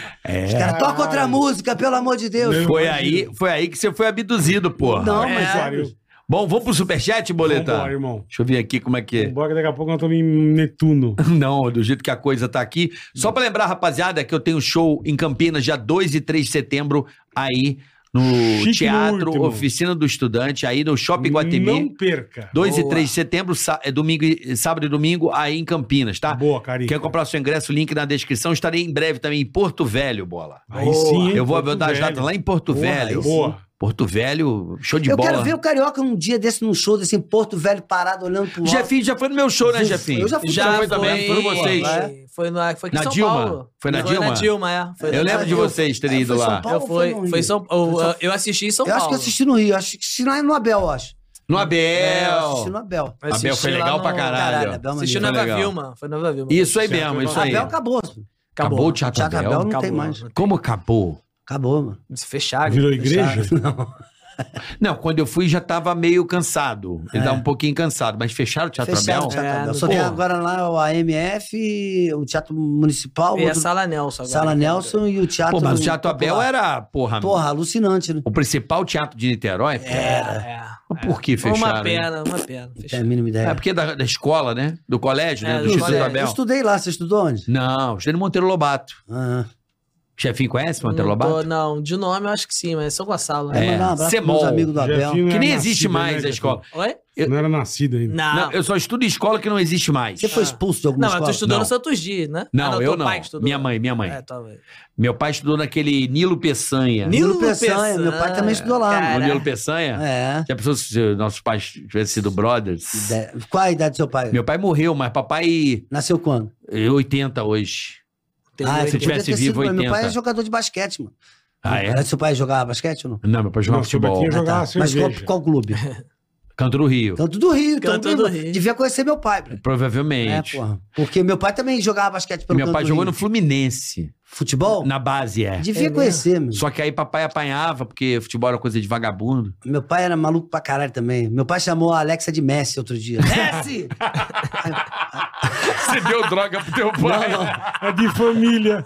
Speaker 1: Os caras, toca outra música, pelo amor de Deus.
Speaker 3: Meu
Speaker 4: Foi aí, foi aí que você foi abduzido, porra.
Speaker 1: Não,
Speaker 3: Puta
Speaker 1: mas é.
Speaker 3: que pariu.
Speaker 4: Bom, vamos pro superchat, boletão?
Speaker 3: Vambora, irmão.
Speaker 4: Deixa eu ver aqui como é que.
Speaker 3: Vambora, que daqui a pouco eu tô em Netuno.
Speaker 4: Não, do jeito que a coisa tá aqui. Só pra lembrar, rapaziada, que eu tenho show em Campinas, dia 2 e 3 de setembro, aí no
Speaker 3: Chique no
Speaker 4: Teatro
Speaker 3: último.
Speaker 4: Oficina do Estudante, aí no Shopping Guatemi.
Speaker 3: Não perca.
Speaker 4: 2 e
Speaker 5: Boa.
Speaker 4: 3 de setembro, sá- é domingo, e- sábado e domingo, aí em Campinas, tá?
Speaker 3: Boa, Carica.
Speaker 4: Quer comprar seu ingresso? Link na descrição. Estarei em breve também em Porto Velho, bola.
Speaker 3: Aí sim, hein,
Speaker 4: Eu vou
Speaker 3: Porto
Speaker 4: aventar as
Speaker 3: Velho.
Speaker 4: datas lá em Porto
Speaker 1: Porra,
Speaker 4: Velho.
Speaker 1: aí sim.
Speaker 3: Boa.
Speaker 4: Porto Velho, show de
Speaker 1: eu
Speaker 4: bola.
Speaker 1: quero ver o Carioca um dia desse num show desse em Porto Velho parado olhando pro alto.
Speaker 4: Jefinho já foi no meu show, né,
Speaker 1: Eu-
Speaker 4: Jefinho?
Speaker 1: eu já fui
Speaker 5: Então
Speaker 4: já foi também, foram vocês.
Speaker 5: Foi, né? foi, no, foi aqui
Speaker 4: Na
Speaker 5: em São
Speaker 4: Dilma?
Speaker 5: Paulo.
Speaker 4: Foi na
Speaker 5: Foi
Speaker 4: Dilma?
Speaker 5: na Dilma, é. Foi
Speaker 4: Eu
Speaker 5: na-
Speaker 4: lembro de vocês terem
Speaker 1: Aí
Speaker 4: ido
Speaker 1: É, foi São
Speaker 4: lá.
Speaker 1: Paulo
Speaker 5: eu
Speaker 1: ou
Speaker 5: fui,
Speaker 1: foi
Speaker 5: foi
Speaker 1: no
Speaker 5: em
Speaker 1: Rio?
Speaker 5: São Paulo.
Speaker 1: Foi em São-
Speaker 5: Eu, assisti em São
Speaker 1: Eu acho
Speaker 5: Paulo.
Speaker 1: que eu assisti no Rio, eu acho que assisti lá no Abel, eu acho.
Speaker 4: No
Speaker 1: É, eu
Speaker 4: Abel.
Speaker 1: assisti no Abel.
Speaker 5: Eu assisti
Speaker 4: Abel foi
Speaker 5: lá
Speaker 4: legal
Speaker 5: no-
Speaker 4: pra caralho.
Speaker 1: Abel
Speaker 5: Assisti
Speaker 1: maneiro.
Speaker 5: na
Speaker 4: Foi legal.
Speaker 5: Vilma. Foi na Vilma.
Speaker 4: Isso aí
Speaker 3: Certo,
Speaker 4: mesmo,
Speaker 3: irmão.
Speaker 4: isso aí.
Speaker 1: Abel acabou. mano.
Speaker 4: Acabou, o Teatro
Speaker 1: Teatro
Speaker 4: Abel.
Speaker 1: Abel não tem mais.
Speaker 4: Como acabou?
Speaker 1: Acabou, mano.
Speaker 5: Se fecharam.
Speaker 3: Virou igreja?
Speaker 4: Não, quando eu fui já tava meio cansado. Ele tava um pouquinho cansado, mas fecharam o Teatro
Speaker 1: É. Fecharam
Speaker 4: Abel?
Speaker 1: o Teatro
Speaker 5: É,
Speaker 1: Abel.
Speaker 5: não
Speaker 1: Só
Speaker 4: tem.
Speaker 1: tem agora lá o AMF, o Teatro Municipal,
Speaker 5: E a
Speaker 1: outro- Sala,
Speaker 5: É, Sala Nelson agora. né?
Speaker 1: Nelson e o Teatro...
Speaker 4: Pô, mas o Teatro Abel é
Speaker 1: Popular.
Speaker 4: era, porra,
Speaker 1: Porra, alucinante, né?
Speaker 4: o principal teatro de Niterói.
Speaker 5: É,
Speaker 4: Era.
Speaker 5: é.
Speaker 4: Por que
Speaker 5: Foi
Speaker 4: fecharam?
Speaker 5: uma
Speaker 4: hein?
Speaker 5: pena, uma pena.
Speaker 1: Não tem a
Speaker 5: Fecharam.
Speaker 1: mínima ideia.
Speaker 4: É porque da, da escola, né? Do colégio,
Speaker 5: É,
Speaker 4: né? Do
Speaker 5: do
Speaker 4: Instituto
Speaker 5: colégio.
Speaker 1: eu
Speaker 4: Abel.
Speaker 1: estudei lá, você estudou onde?
Speaker 4: Não, Jânio Monteiro Lobato.
Speaker 1: Ah,
Speaker 4: Chefinho conhece Monteiro
Speaker 5: Não tô-
Speaker 4: Lobato?
Speaker 5: Não, de nome eu acho que sim, mas São Gonçalo.
Speaker 1: é,
Speaker 5: né?
Speaker 1: mandar um abraço pros meus
Speaker 4: Semol.
Speaker 1: amigos do Abel.
Speaker 3: Jefinho
Speaker 4: Que
Speaker 3: era
Speaker 4: nem
Speaker 3: nascido,
Speaker 4: existe mais
Speaker 3: né,
Speaker 4: a escola.
Speaker 5: Oi?
Speaker 4: Eu-
Speaker 3: Não era nascido ainda.
Speaker 5: É. Não.
Speaker 4: Não, eu só estudo escola que não existe mais.
Speaker 1: Ah. Você foi expulso de alguma
Speaker 5: Ah. Não, mas tu
Speaker 1: escola?
Speaker 5: estudou
Speaker 4: Não.
Speaker 5: no Santos Dias, né?
Speaker 4: Não,
Speaker 5: Ah,
Speaker 4: eu
Speaker 5: teu
Speaker 4: não.
Speaker 5: pai que estudou.
Speaker 4: Minha mãe, minha mãe.
Speaker 5: É, tua mãe.
Speaker 4: Meu pai estudou naquele Nilo Peçanha.
Speaker 5: Nilo
Speaker 1: É. Nilo Peçanha,
Speaker 5: Peçanha.
Speaker 1: meu pai também estudou lá.
Speaker 5: Cara.
Speaker 1: mano.
Speaker 4: O Nilo Peçanha?
Speaker 1: É.
Speaker 4: Já pensou se nossos pais tivessem sido brothers?
Speaker 1: De- Qual a idade do seu pai?
Speaker 4: Meu pai morreu, mas papai
Speaker 1: Nasceu quando?
Speaker 4: é 80 hoje.
Speaker 5: Tem
Speaker 1: eu
Speaker 5: dois-
Speaker 4: se
Speaker 1: podia
Speaker 4: tivesse
Speaker 1: ter sido,
Speaker 4: vivo,
Speaker 1: mas Meu pai
Speaker 4: 80.
Speaker 1: é jogador de basquete, mano.
Speaker 4: Ah, é?
Speaker 1: Era seu pai jogava basquete ou não?
Speaker 4: Não, meu pai
Speaker 3: Não,
Speaker 4: jogava
Speaker 3: seu
Speaker 4: futebol.
Speaker 3: Betinho
Speaker 1: Ah,
Speaker 3: jogava
Speaker 1: Mas qual,
Speaker 3: cerveja.
Speaker 1: qual clube?
Speaker 4: Canto do Rio.
Speaker 1: Canto do Rio. então
Speaker 5: Canto do
Speaker 1: mesmo.
Speaker 5: Rio.
Speaker 1: Devia conhecer meu pai, bro. É,
Speaker 4: Provavelmente.
Speaker 1: porra. Porque meu pai também jogava basquete pelo
Speaker 4: meu
Speaker 1: Canto
Speaker 4: pai
Speaker 1: do
Speaker 4: jogou
Speaker 1: Rio.
Speaker 4: no Fluminense.
Speaker 1: Futebol?
Speaker 4: Na base, é.
Speaker 1: Devia
Speaker 5: É
Speaker 1: conhecer, meu.
Speaker 4: Só que aí papai apanhava, porque futebol era coisa de vagabundo.
Speaker 1: Meu pai era maluco pra caralho também. Meu pai chamou a Alexa de Messi outro dia. Messi!
Speaker 4: Você deu droga pro teu
Speaker 1: não, não.
Speaker 3: É de família.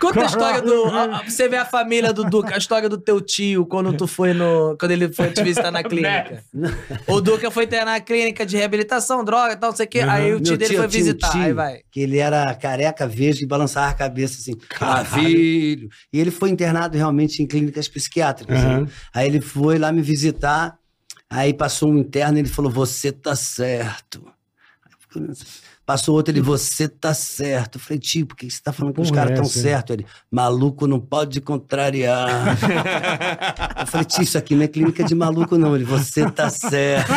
Speaker 5: Conta a história do. a- a- Você vê a família do Duca, a história do teu tio quando tu foi no. Quando ele foi te visitar na clínica. o Duca foi ter na clínica de reabilitação, droga e tal, não sei o quê. Aí o
Speaker 1: Meu
Speaker 5: tio dele foi
Speaker 1: tinha um
Speaker 5: visitar.
Speaker 1: tio
Speaker 5: Aí vai.
Speaker 1: Que ele era careca, vejo, e balançava a cabeça assim. Filho. E ele foi internado realmente em clínicas psiquiátricas. né?
Speaker 3: Aham.
Speaker 1: Aí ele foi lá me visitar, aí passou um interno e ele falou: Você tá certo. Passou outro, ele, você tá certo. Eu falei, tio, por que você tá falando que os
Speaker 3: Porra,
Speaker 1: caras
Speaker 3: é
Speaker 1: tão
Speaker 3: essa, hein?
Speaker 1: certo? Ele, maluco não pode contrariar. Eu falei, tio, isso aqui não é clínica de maluco, não. Ele, você tá certo.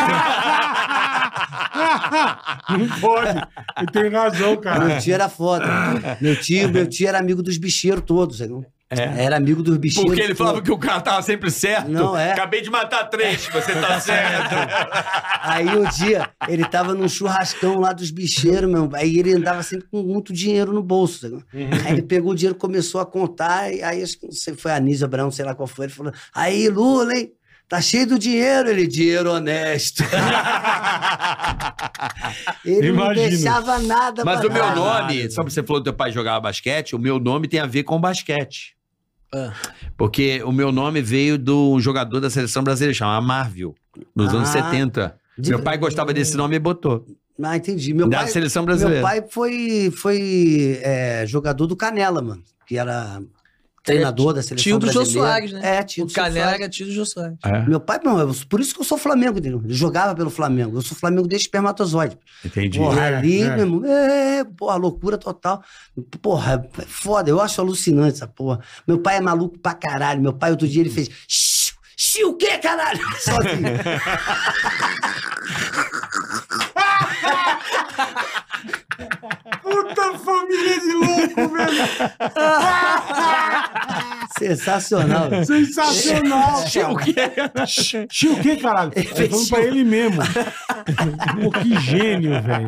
Speaker 3: Não pode. Ele tem razão,
Speaker 1: Meu
Speaker 3: cara.
Speaker 1: tio era foda. Meu tio, meu tio era amigo dos bicheiros todos. sabe? Era amigo dos bicheiros.
Speaker 4: É? Porque ele falava
Speaker 1: todos.
Speaker 4: que o cara tava sempre certo.
Speaker 1: Não, é.
Speaker 4: Acabei de matar três, você tá certo.
Speaker 1: Aí um dia, ele tava num churrascão lá dos bicheiros, meu. Aí ele andava sempre com muito dinheiro no bolso. sabe?
Speaker 4: Uhum.
Speaker 1: Aí ele pegou o dinheiro, começou a contar. E aí, acho que não sei, foi a Anísio Abraão, sei lá qual foi. Ele falou: Aí, Lula, hein? Tá cheio do dinheiro. Ele, dinheiro honesto. ele
Speaker 3: Imagino.
Speaker 1: não deixava nada
Speaker 4: Mas
Speaker 1: pra
Speaker 4: o meu
Speaker 1: nada.
Speaker 4: nome, só que você falou que teu pai jogava basquete, o meu nome tem a ver com basquete.
Speaker 5: Ah.
Speaker 4: Porque o meu nome veio do jogador da seleção brasileira, chamado Marvel, nos anos
Speaker 1: Ah.
Speaker 4: 70.
Speaker 1: De-
Speaker 4: Meu pai gostava desse nome e botou.
Speaker 1: Ah, entendi. Meu
Speaker 4: da
Speaker 1: pai,
Speaker 4: seleção
Speaker 1: meu
Speaker 4: brasileira.
Speaker 1: pai foi, foi é, jogador do Canela, mano. Que era treinador da seleção
Speaker 5: É, tio do Jô
Speaker 1: brasileira.
Speaker 5: Soares, né?
Speaker 1: É, tio
Speaker 5: O
Speaker 1: do Jô
Speaker 5: Canela
Speaker 1: Soares.
Speaker 5: era tio do Jô Soares.
Speaker 4: É,
Speaker 1: Meu pai, não, eu- por isso que eu sou Flamengo, entendeu? Ele jogava pelo Flamengo. Eu sou Flamengo desde espermatozoide.
Speaker 4: entendi.
Speaker 1: Porra,
Speaker 3: É,
Speaker 1: ali,
Speaker 3: é.
Speaker 1: meu irmão, é, porra, loucura total. Porra, é foda, eu acho alucinante essa porra. Meu pai é maluco pra caralho. Meu pai, outro dia, ele fez. "Xiu, Xiu, o quê, caralho? Sozinho.
Speaker 3: Puta família de louco, velho.
Speaker 1: Sensacional.
Speaker 3: Sensacional.
Speaker 4: O quê?
Speaker 3: Tio, o que, caralho? Tá falando pra ele mesmo. Pô, que gênio, velho.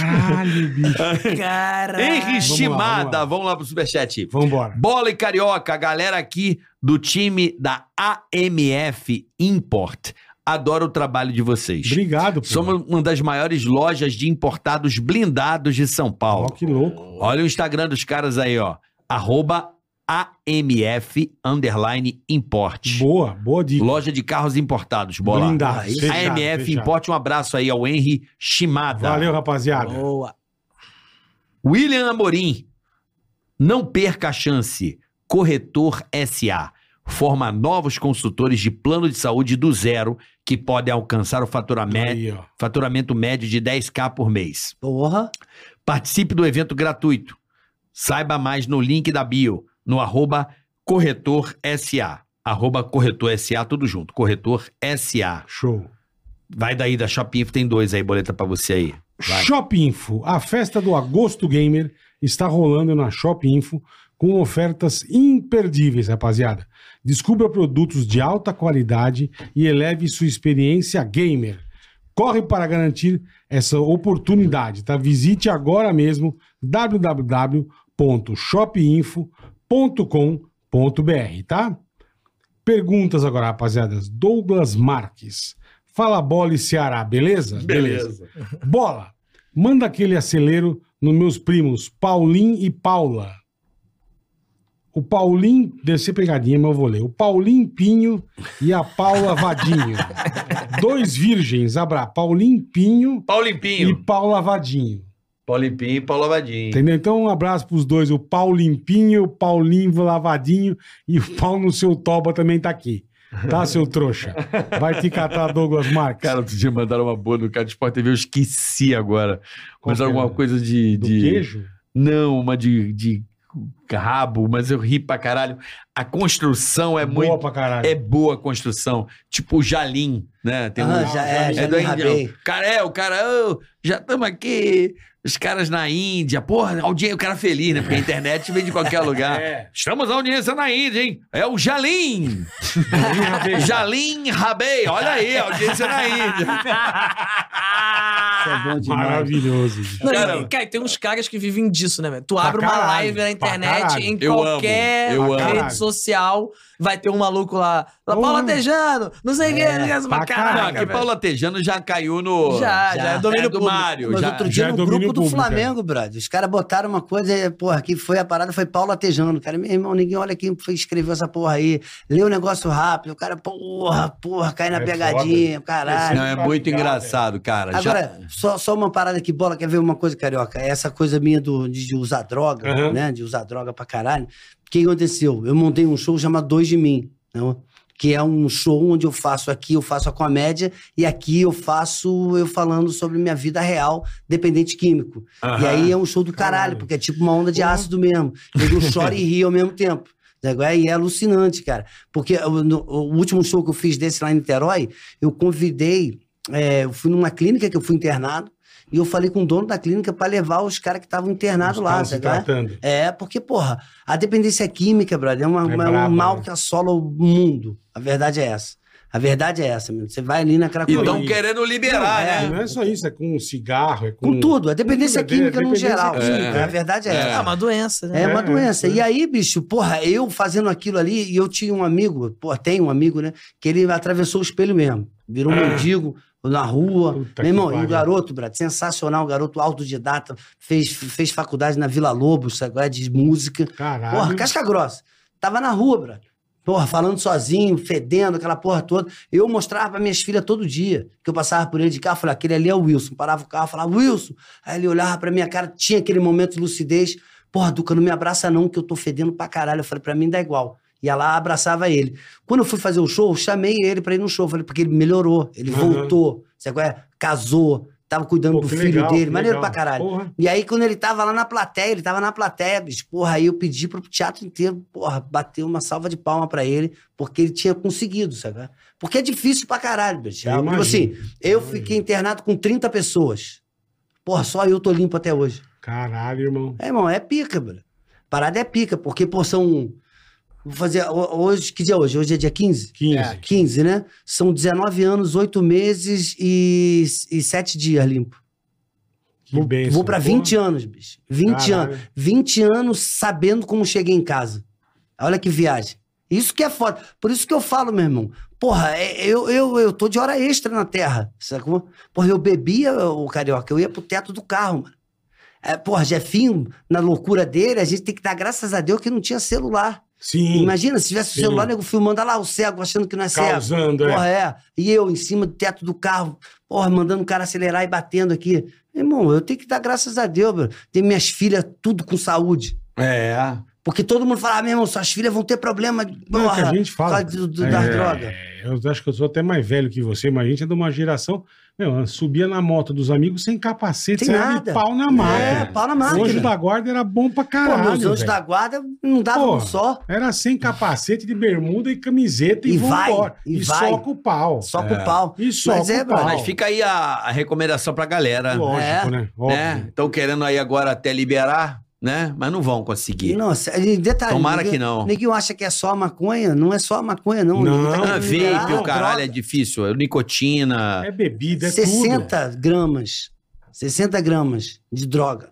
Speaker 3: Caralho, bicho.
Speaker 5: Caralho.
Speaker 4: Henri
Speaker 3: vamos lá.
Speaker 4: Shimada, vamos lá pro superchat.
Speaker 3: Vambora.
Speaker 4: Bola e Carioca, a galera aqui do time da AMF Import. Adoro o trabalho de vocês.
Speaker 3: Obrigado, pô.
Speaker 4: Somos uma das maiores lojas de importados blindados de São
Speaker 3: Ó,
Speaker 4: Paulo.
Speaker 3: que louco.
Speaker 4: Olha o Instagram dos caras aí, ó. Arroba AMF underline import.
Speaker 3: Boa, boa dica.
Speaker 4: Loja de carros importados, bola.
Speaker 3: Blindado,
Speaker 1: Aí,
Speaker 3: fechado,
Speaker 4: AMF
Speaker 3: fechado.
Speaker 4: Import, um abraço aí ao Henry Shimada.
Speaker 3: Valeu, rapaziada.
Speaker 5: Boa.
Speaker 4: William Amorim, não perca a chance.
Speaker 6: Corretor SA. Forma novos consultores de plano de saúde do zero que podem alcançar o faturamento,
Speaker 3: Aí, ó.
Speaker 6: faturamento médio de 10k por mês.
Speaker 1: Porra.
Speaker 6: Participe do evento gratuito. Saiba mais no link da bio, no arroba corretor SA. Arroba corretor SA, tudo junto. Corretor SA.
Speaker 3: Show.
Speaker 6: Vai daí da Shopify, tem dois aí, boleta pra você aí. Vai.
Speaker 3: Shop Info. A festa do Agosto Gamer está rolando na Shop Info com ofertas imperdíveis, rapaziada. Descubra produtos de alta qualidade e eleve sua experiência gamer. Corre para garantir essa oportunidade, tá? Visite agora mesmo www.shopinfo.com.br, tá? Perguntas agora, rapaziadas. Douglas Marques. Fala bola e Ceará, beleza? Bola, manda aquele acelero nos meus primos, Paulim e Paula. O Paulim, deve ser pegadinha, mas eu vou ler. O Paulim Pinho e a Paula Vadinho. Dois virgens, abra. Paulim Pinho e
Speaker 4: Paulimpinho.
Speaker 3: Paula Vadinho.
Speaker 4: Paulimpinho e Paulo Lavadinho.
Speaker 3: Entendeu? Então, um abraço pros dois, o Paulim Pinho, o Paulinho Lavadinho e o pau no seu toba também tá aqui. Tá, seu trouxa? Vai te catar, Douglas Marques.
Speaker 4: Cara, outro dia mandaram uma boa no cara de Sport TV, eu esqueci agora.
Speaker 3: Qual
Speaker 4: Mas
Speaker 3: que
Speaker 4: alguma
Speaker 3: era?
Speaker 4: coisa de.
Speaker 3: Do
Speaker 4: de-
Speaker 3: queijo?
Speaker 4: Não, uma de, de rabo, mas eu ri pra caralho. A construção é
Speaker 3: Boa
Speaker 4: muito.
Speaker 3: pra caralho.
Speaker 4: É boa a construção. Tipo o Jalim, né? Tem um-
Speaker 1: Ah, já, é, já
Speaker 4: é
Speaker 1: me
Speaker 4: da Índia.
Speaker 1: rabei.
Speaker 4: O cara é, o cara, "Ô, já estamos aqui. Os caras na Índia, porra, audiência, o cara feliz, né? Porque a internet vem de qualquer lugar.
Speaker 3: É.
Speaker 4: Estamos na audiência na Índia, hein? É o Jalim. Jalim Rabei, olha aí, audiência na Índia.
Speaker 1: Isso é bom demais.
Speaker 3: Maravilhoso.
Speaker 5: Não, e-
Speaker 4: Cara,
Speaker 5: e, cara, tem uns caras que vivem disso, né, velho? Tu abre uma
Speaker 3: é. caralho,
Speaker 5: live na
Speaker 3: pra
Speaker 5: internet,
Speaker 3: caralho.
Speaker 5: em
Speaker 4: Eu amo,
Speaker 5: qualquer
Speaker 4: eu
Speaker 5: rede
Speaker 3: amo.
Speaker 5: social, vai ter um maluco lá. lá
Speaker 3: Porra. É,
Speaker 5: Paula Tejano, não sei o que, não sei o que,
Speaker 3: pra caralho,
Speaker 5: mas caraca,
Speaker 4: Não, que
Speaker 5: velho.
Speaker 4: Paulo Tejano já caiu no.
Speaker 1: Ah,
Speaker 5: Já, já, é domínio
Speaker 4: é do
Speaker 5: público.
Speaker 4: Mário.
Speaker 1: Mas
Speaker 4: já-
Speaker 3: já
Speaker 1: outro
Speaker 3: é
Speaker 1: dia no grupo
Speaker 3: domínio
Speaker 1: do
Speaker 3: público,
Speaker 1: Flamengo, brother, os caras botaram uma coisa, e, porra, que foi a parada, foi Paulo Atejano. Cara, meu irmão, ninguém olha quem foi, escreveu essa porra aí. Lê o negócio rápido, o cara, porra, porra, cai na
Speaker 3: É
Speaker 1: pegadinha, caralho.
Speaker 4: Não, é muito engraçado, cara. Já-
Speaker 1: Agora, só, só uma parada que bola, quer ver uma coisa, carioca? É Essa coisa minha do, de, de usar droga,
Speaker 3: Aham.
Speaker 1: né? De usar droga pra caralho. O que aconteceu? Eu montei um show chamado Dois de Mim, né? que é um show onde eu faço aqui, eu faço a comédia, e aqui eu faço eu falando sobre minha vida real, dependente químico. E aí é um show do caralho,
Speaker 3: Caralho.
Speaker 1: porque é tipo uma onda de ácido mesmo. Nego chora e ri ao mesmo tempo. né? E é alucinante, cara. Porque o, no- o último show que eu fiz desse lá em Niterói, eu convidei é, eu fui numa clínica que eu fui internado e eu falei com o dono da clínica pra levar os caras que estavam internados
Speaker 3: Os
Speaker 1: lá,
Speaker 3: caras se
Speaker 1: sabe? qual é?
Speaker 3: tratando.
Speaker 1: É, porque, porra, a dependência química, brother, é, uma-
Speaker 3: É
Speaker 1: uma- um
Speaker 3: brabo,
Speaker 1: mal
Speaker 3: né?
Speaker 1: que assola o mundo. A verdade é essa. A verdade é essa, meu. Você vai ali na
Speaker 4: E
Speaker 1: Cracolândia.
Speaker 3: Então,
Speaker 4: estão querendo liberar,
Speaker 1: É.
Speaker 4: né?
Speaker 3: Não é só isso, é com cigarro, é com.
Speaker 1: com tudo, a dependência
Speaker 3: Com tudo,
Speaker 1: química
Speaker 3: é
Speaker 1: no
Speaker 3: dependência
Speaker 1: geral.
Speaker 3: química,
Speaker 1: A verdade é,
Speaker 4: É.
Speaker 5: É
Speaker 1: essa.
Speaker 5: uma doença, né?
Speaker 1: É uma
Speaker 3: É,
Speaker 1: doença.
Speaker 3: é.
Speaker 1: E aí, bicho, porra, eu fazendo aquilo ali, e eu tinha um amigo, porra, tem um amigo, né? Que ele atravessou o espelho mesmo. Virou um mendigo na rua.
Speaker 3: Ah. Puta que
Speaker 1: Meu irmão, e
Speaker 3: pariu.
Speaker 1: o garoto, Brad, sensacional, garoto autodidata, fez, fez faculdade na Vila Lobos, agora de música.
Speaker 3: Caralho.
Speaker 1: Porra, casca grossa. Tava na rua, Brad. Porra, falando sozinho, fedendo, aquela porra toda. Eu mostrava pra minhas filhas todo dia, que eu passava por ele de carro, falava, aquele ali é o Wilson. Parava o carro, falava, Wilson. Aí ele olhava pra minha cara, tinha aquele momento de lucidez. Porra, Duca, não me abraça não, que eu tô fedendo pra caralho. Eu falei, pra mim dá igual. Ia lá, abraçava ele. Quando eu fui fazer o show, eu chamei ele pra ir no show. Falei, porque ele melhorou, ele
Speaker 3: Aham.
Speaker 1: voltou. Sabe qual é? Casou, tava
Speaker 3: Pô,
Speaker 1: cuidando do
Speaker 3: que
Speaker 1: filho
Speaker 3: legal,
Speaker 1: dele.
Speaker 3: que
Speaker 1: Maneiro
Speaker 3: legal.
Speaker 1: pra caralho.
Speaker 3: Porra.
Speaker 1: E aí, quando ele tava lá na plateia, ele tava na plateia, bicho, porra, aí eu pedi pro teatro inteiro, porra, bater uma salva de palma pra ele, porque ele tinha conseguido, sabe? Porque é difícil pra caralho, bicho.
Speaker 3: Eu
Speaker 1: Eu, tipo
Speaker 3: imagino.
Speaker 1: assim, eu
Speaker 3: Imagino.
Speaker 1: fiquei internado com 30 pessoas. Porra, só eu tô limpo até hoje.
Speaker 3: Caralho, irmão.
Speaker 1: É, irmão, é pica, bro. Parada é pica, porque, pô, são. Vou fazer. ho- Hoje, que dia é hoje? Hoje é dia 15?
Speaker 3: 15.
Speaker 1: É, 15, né? São 19 anos, 8 meses e, e 7 dias limpo.
Speaker 3: Que
Speaker 1: vou,
Speaker 3: bênção,
Speaker 1: vou pra
Speaker 3: porra.
Speaker 1: 20 anos, bicho. 20 anos.
Speaker 3: Caralho.
Speaker 1: 20 anos sabendo como cheguei em casa. Olha que viagem. Isso que é foda. Por isso que eu falo, meu irmão. Porra, é- eu, eu, eu tô de hora extra na terra, sacou? Porra, eu bebia, o carioca, eu ia pro teto do carro, mano. É, porra, Jefinho, na loucura dele, a gente tem que dar graças a Deus que não tinha celular.
Speaker 3: Sim.
Speaker 1: Imagina, se tivesse
Speaker 3: Sim.
Speaker 1: o celular, nego filmando, olha lá o cego, achando que não é cego.
Speaker 3: Causando, é.
Speaker 1: Porra, é. E eu em cima do teto do carro, porra, mandando o cara acelerar e batendo aqui. Irmão, eu tenho que dar graças a Deus, bro. Tem minhas filhas tudo com saúde.
Speaker 8: É.
Speaker 1: Porque todo mundo fala, ah, meu irmão, suas filhas vão ter problema
Speaker 3: Não, é o que a
Speaker 1: porra,
Speaker 3: gente fala.
Speaker 1: só do- do- da
Speaker 3: É.
Speaker 1: droga.
Speaker 3: Eu acho que eu sou até mais velho que você, mas a gente é de uma geração. Meu, subia na moto dos amigos sem capacete,
Speaker 1: Sem
Speaker 3: sem nada.
Speaker 1: nada.
Speaker 3: pau na
Speaker 1: É,
Speaker 3: máquina.
Speaker 1: pau na máquina.
Speaker 3: Hoje da guarda era bom pra
Speaker 1: Pô,
Speaker 3: caralho.
Speaker 1: meus anjos
Speaker 3: velho.
Speaker 1: da guarda não dava um
Speaker 3: Porra.
Speaker 1: só.
Speaker 3: Era sem capacete de bermuda e camiseta e,
Speaker 1: E vai,
Speaker 3: vambora.
Speaker 1: e
Speaker 3: E,
Speaker 1: vai.
Speaker 3: soca o pau.
Speaker 1: Só com o pau.
Speaker 3: E soca
Speaker 1: Mas é,
Speaker 3: o pau.
Speaker 1: Mas
Speaker 4: Mas fica aí a, a recomendação pra galera.
Speaker 3: Lógico, né?
Speaker 1: É,
Speaker 4: né?
Speaker 3: Óbvio.
Speaker 4: Estão querendo aí agora até liberar, né? Mas não vão conseguir.
Speaker 1: Nossa, e detalhe.
Speaker 4: Tomara que
Speaker 1: ninguém-
Speaker 4: não.
Speaker 1: Ninguém acha que é só a maconha. Não é só a maconha, não.
Speaker 3: Não,
Speaker 1: Ninguém
Speaker 4: Ah,
Speaker 1: querendo
Speaker 4: vape,
Speaker 1: liberar
Speaker 4: o caralho,
Speaker 1: droga.
Speaker 4: é difícil. É Nicotina.
Speaker 3: É bebida, é
Speaker 1: 60 gramas. 60 gramas de droga.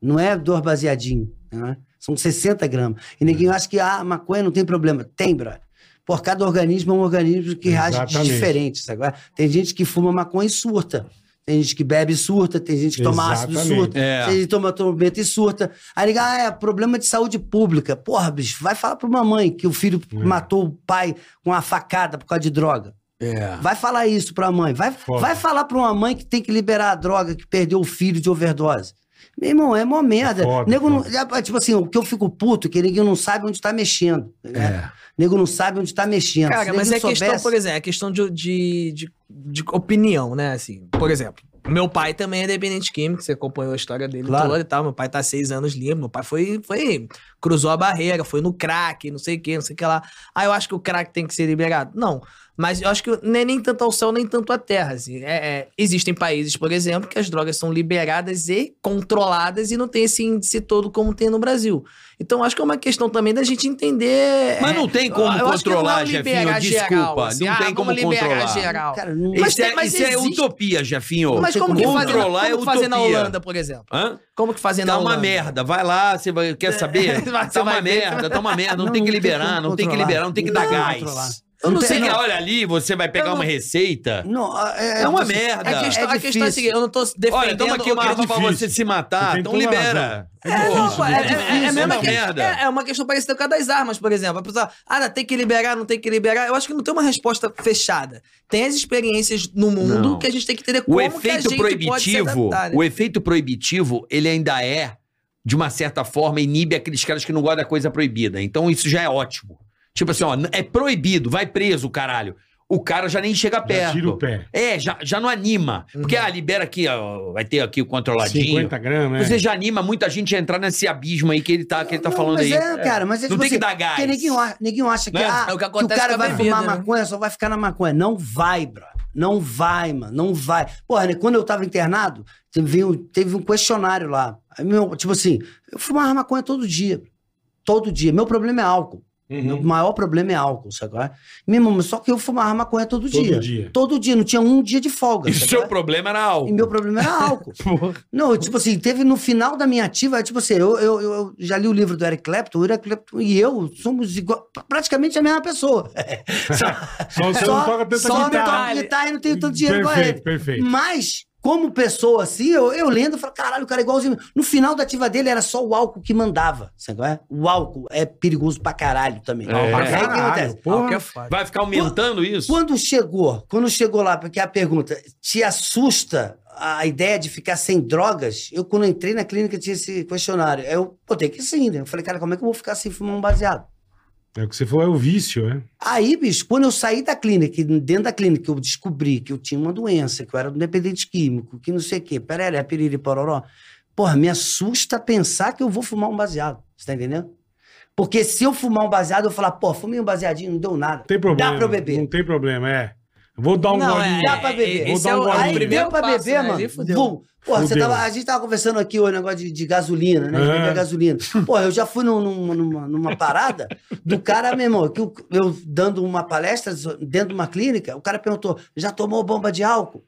Speaker 1: Não é dois baseadinhos. Né? São 60 gramas. E
Speaker 3: É.
Speaker 1: ninguém acha que ah, maconha não tem problema. Tem, brother. Por cada organismo é um organismo que reage de
Speaker 3: Exatamente.
Speaker 1: diferente. sabe? é? Tem gente que fuma maconha e surta. Tem gente que bebe e surta. Tem gente que toma ácido e
Speaker 3: Exatamente.
Speaker 1: surta.
Speaker 4: É.
Speaker 1: Tem gente que toma tormento e surta. Aí liga, ah, é problema de saúde pública. Porra, bicho, vai falar pra uma mãe que o filho
Speaker 3: É.
Speaker 1: matou o pai com uma facada por causa de droga.
Speaker 4: É.
Speaker 1: Vai falar isso pra mãe. Vai,
Speaker 3: Foda.
Speaker 1: vai falar pra uma mãe que tem que liberar a droga, que perdeu o filho de overdose. Meu irmão, é mó merda.
Speaker 3: Foda,
Speaker 1: nego não-
Speaker 3: foda.
Speaker 1: é, tipo assim, o que eu fico puto é que nego não sabe onde tá mexendo.
Speaker 3: É.
Speaker 1: né? Nego não sabe onde tá mexendo. Se
Speaker 5: Cara,
Speaker 1: nego
Speaker 5: mas é
Speaker 1: soubesse-
Speaker 5: questão, por exemplo, é questão de, de, de, de opinião, né? Assim, por exemplo, meu pai também é dependente químico, você acompanhou a história dele
Speaker 1: Claro.
Speaker 5: toda e tal. Meu pai tá há seis anos limpo, meu pai foi, foi, cruzou a barreira, foi no crack, não sei o que, não sei o que lá. Ah, eu acho que o crack tem que ser liberado. Não. Mas eu acho que não é nem tanto ao céu, nem tanto à terra. Assim. É, é, existem países, por exemplo, que as drogas são liberadas e controladas e não tem esse índice todo como tem no Brasil. Então, acho que é uma questão também da gente entender.
Speaker 4: Mas
Speaker 5: é,
Speaker 4: não tem como
Speaker 5: eu acho que
Speaker 4: controlar,
Speaker 5: não
Speaker 4: Jefinho,
Speaker 5: liberar
Speaker 4: desculpa,
Speaker 5: geral, assim,
Speaker 4: não
Speaker 5: ah,
Speaker 4: tem
Speaker 5: vamos
Speaker 4: como
Speaker 5: liberar
Speaker 4: controlar.
Speaker 5: Geral.
Speaker 1: Cara, não-
Speaker 5: Mas
Speaker 4: Isso,
Speaker 5: tem-
Speaker 4: é,
Speaker 5: mas
Speaker 4: isso é
Speaker 5: existe.
Speaker 4: utopia, Jefinho.
Speaker 5: Mas como que, faz,
Speaker 4: controlar
Speaker 5: como que
Speaker 4: é
Speaker 5: fazer na
Speaker 4: utopia.
Speaker 5: Holanda, por exemplo?
Speaker 4: Hã?
Speaker 5: Como que fazer na
Speaker 4: Tá
Speaker 5: Holanda? É.
Speaker 4: uma merda, vai lá, você vai- quer saber?
Speaker 5: Vai- você
Speaker 4: tá uma
Speaker 5: vai ver.
Speaker 4: merda, tá uma merda, não, tem que
Speaker 1: como
Speaker 4: liberar, não tem que
Speaker 1: controlar.
Speaker 4: liberar, não tem que dar
Speaker 1: Não, controlar.
Speaker 4: gás.
Speaker 1: Eu
Speaker 5: não
Speaker 1: não
Speaker 5: sei
Speaker 4: Você
Speaker 1: tenho-
Speaker 4: que
Speaker 5: não.
Speaker 4: olha ali, você vai pegar
Speaker 5: Eu não-
Speaker 4: uma receita.
Speaker 1: não, é,
Speaker 4: É uma
Speaker 1: você-
Speaker 4: merda.
Speaker 5: A questão, a questão é a
Speaker 1: difícil.
Speaker 5: seguinte, eu não tô defendendo...
Speaker 4: Olha, estamos aqui uma
Speaker 5: o que-
Speaker 4: arma pra
Speaker 3: difícil.
Speaker 4: você se
Speaker 3: Você
Speaker 4: matar,
Speaker 3: tem
Speaker 4: então
Speaker 3: toda
Speaker 4: libera.
Speaker 3: razão.
Speaker 5: Ah, É, não,
Speaker 3: difícil,
Speaker 5: pô, é,
Speaker 3: né?
Speaker 5: é, é, é, a mesma
Speaker 4: É uma
Speaker 5: que-
Speaker 4: merda.
Speaker 5: é- é uma questão parecida com a das armas, por exemplo. A pessoa, ah, não, tem que liberar, não tem que liberar. Eu acho que não tem uma resposta fechada. Tem as experiências no mundo
Speaker 4: Não.
Speaker 5: que a gente tem que entender como
Speaker 4: O
Speaker 5: que a
Speaker 4: efeito
Speaker 5: gente pode se
Speaker 4: proibitivo,
Speaker 5: adaptar. né?
Speaker 4: o efeito proibitivo, ele ainda é, de uma certa forma, inibe aqueles caras que não gostam da coisa proibida. Então isso já é ótimo. Tipo assim, ó, é proibido, vai preso, caralho. O cara já nem chega
Speaker 3: Tudo. Já
Speaker 4: perto.
Speaker 3: tira o pé.
Speaker 4: É, já, já não anima. Porque,
Speaker 5: Uhum.
Speaker 4: ah, libera aqui, ó, vai ter aqui o controladinho.
Speaker 3: 50 gramas.
Speaker 4: Você
Speaker 3: é.
Speaker 4: já anima muita gente a entrar nesse abismo aí que ele tá, que ele tá
Speaker 1: Não,
Speaker 4: falando
Speaker 1: mas
Speaker 4: aí.
Speaker 1: É, cara, mas é
Speaker 4: não
Speaker 1: tipo
Speaker 4: tem que
Speaker 1: assim,
Speaker 4: dar gás.
Speaker 1: Porque ninguém, a- ninguém acha que,
Speaker 4: Né?
Speaker 1: ah,
Speaker 5: É o que
Speaker 1: que o
Speaker 5: acontece
Speaker 1: cara
Speaker 5: com a
Speaker 1: vai
Speaker 5: bebida,
Speaker 1: fumar
Speaker 5: né?
Speaker 1: maconha, só vai ficar na maconha. Não vai, bro. Não vai, mano. Não vai. Porra, né, quando eu tava internado, teve um, teve um questionário lá. Aí meu- tipo assim, eu fumava maconha todo dia. bro. Todo dia. Meu problema é álcool.
Speaker 3: Uhum.
Speaker 1: Meu maior problema é álcool, sabe? qual é? Meu irmão, mas só que eu fumava maconha todo,
Speaker 3: Todo
Speaker 1: dia.
Speaker 3: dia.
Speaker 1: Todo dia. Não tinha um dia de folga.
Speaker 4: E o
Speaker 1: sabe
Speaker 4: seu
Speaker 1: qual é?
Speaker 4: problema era álcool.
Speaker 1: E meu problema era álcool.
Speaker 3: Porra.
Speaker 1: Não, tipo assim, teve no final da minha ativa, tipo assim, eu, eu, eu já li o livro do Eric Clapton, o Eric Clapton e eu somos igual, praticamente a mesma pessoa.
Speaker 3: Só você não toca tanta
Speaker 1: só não
Speaker 3: guitarra.
Speaker 1: toco guitarra e não tenho tanto dinheiro Hum. igual a
Speaker 3: Perfeito,
Speaker 1: ele.
Speaker 3: perfeito.
Speaker 1: Mas, como pessoa assim, eu, eu lendo e falo, caralho, o cara é igualzinho. No final da ativa dele era só o álcool que mandava, sabe qual é? O álcool é perigoso pra caralho também.
Speaker 4: É.
Speaker 1: Mas aí o que
Speaker 3: Caralho,
Speaker 1: acontece?
Speaker 5: Ah, o que
Speaker 3: porra.
Speaker 5: é foda.
Speaker 4: Vai ficar aumentando isso?
Speaker 1: Quando chegou, quando chegou lá, porque a pergunta, te assusta a ideia de ficar sem drogas? Eu, quando entrei na clínica, tinha esse questionário. Aí Eu botei que sim, né? Eu falei, cara, como é que eu vou ficar sem fumar um baseado?
Speaker 3: É o que você falou, é o vício, é.
Speaker 1: Aí, bicho, quando eu saí da clínica, e dentro da clínica, eu descobri que eu tinha uma doença, que eu era um dependente químico, que não sei o quê, perere, piriri, pororó. Porra, me assusta pensar que eu vou fumar um baseado. Você tá entendendo? Porque se eu fumar um baseado, eu falar, pô, fumei um baseadinho, não deu nada.
Speaker 3: Não tem problema.
Speaker 1: Dá pra eu beber.
Speaker 3: Não tem problema, é. Vou dar um
Speaker 5: Não,
Speaker 3: golinho.
Speaker 5: é-
Speaker 1: Dá pra beber.
Speaker 5: Esse é
Speaker 3: Vou
Speaker 5: o,
Speaker 3: dar um
Speaker 5: é o
Speaker 3: golinho.
Speaker 1: Aí
Speaker 5: primeiro
Speaker 1: deu pra
Speaker 5: passo,
Speaker 1: beber,
Speaker 5: né?
Speaker 1: mano.
Speaker 5: Aí fudeu.
Speaker 1: Vum. Porra, você
Speaker 3: Fudeu.
Speaker 1: tava- a gente tava conversando aqui hoje, negócio de, de gasolina, né? De
Speaker 3: É.
Speaker 1: beber gasolina. Porra, eu já fui num- num- numa, numa parada do cara, meu irmão, que eu, eu dando uma palestra dentro de uma clínica, o cara perguntou: já tomou bomba de álcool?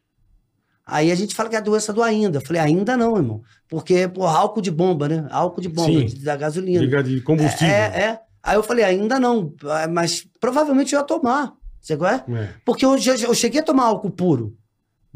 Speaker 1: Aí a gente fala que é a doença do ainda. Eu falei, ainda não, irmão. Porque, porra, álcool de bomba, né? Álcool de bomba,
Speaker 3: Sim.
Speaker 1: de- da gasolina.
Speaker 3: Diga de combustível.
Speaker 1: É, é. Aí eu falei, ainda não, mas provavelmente eu ia tomar. Você qual é?
Speaker 3: É.
Speaker 1: Porque eu, já- eu cheguei a tomar álcool puro.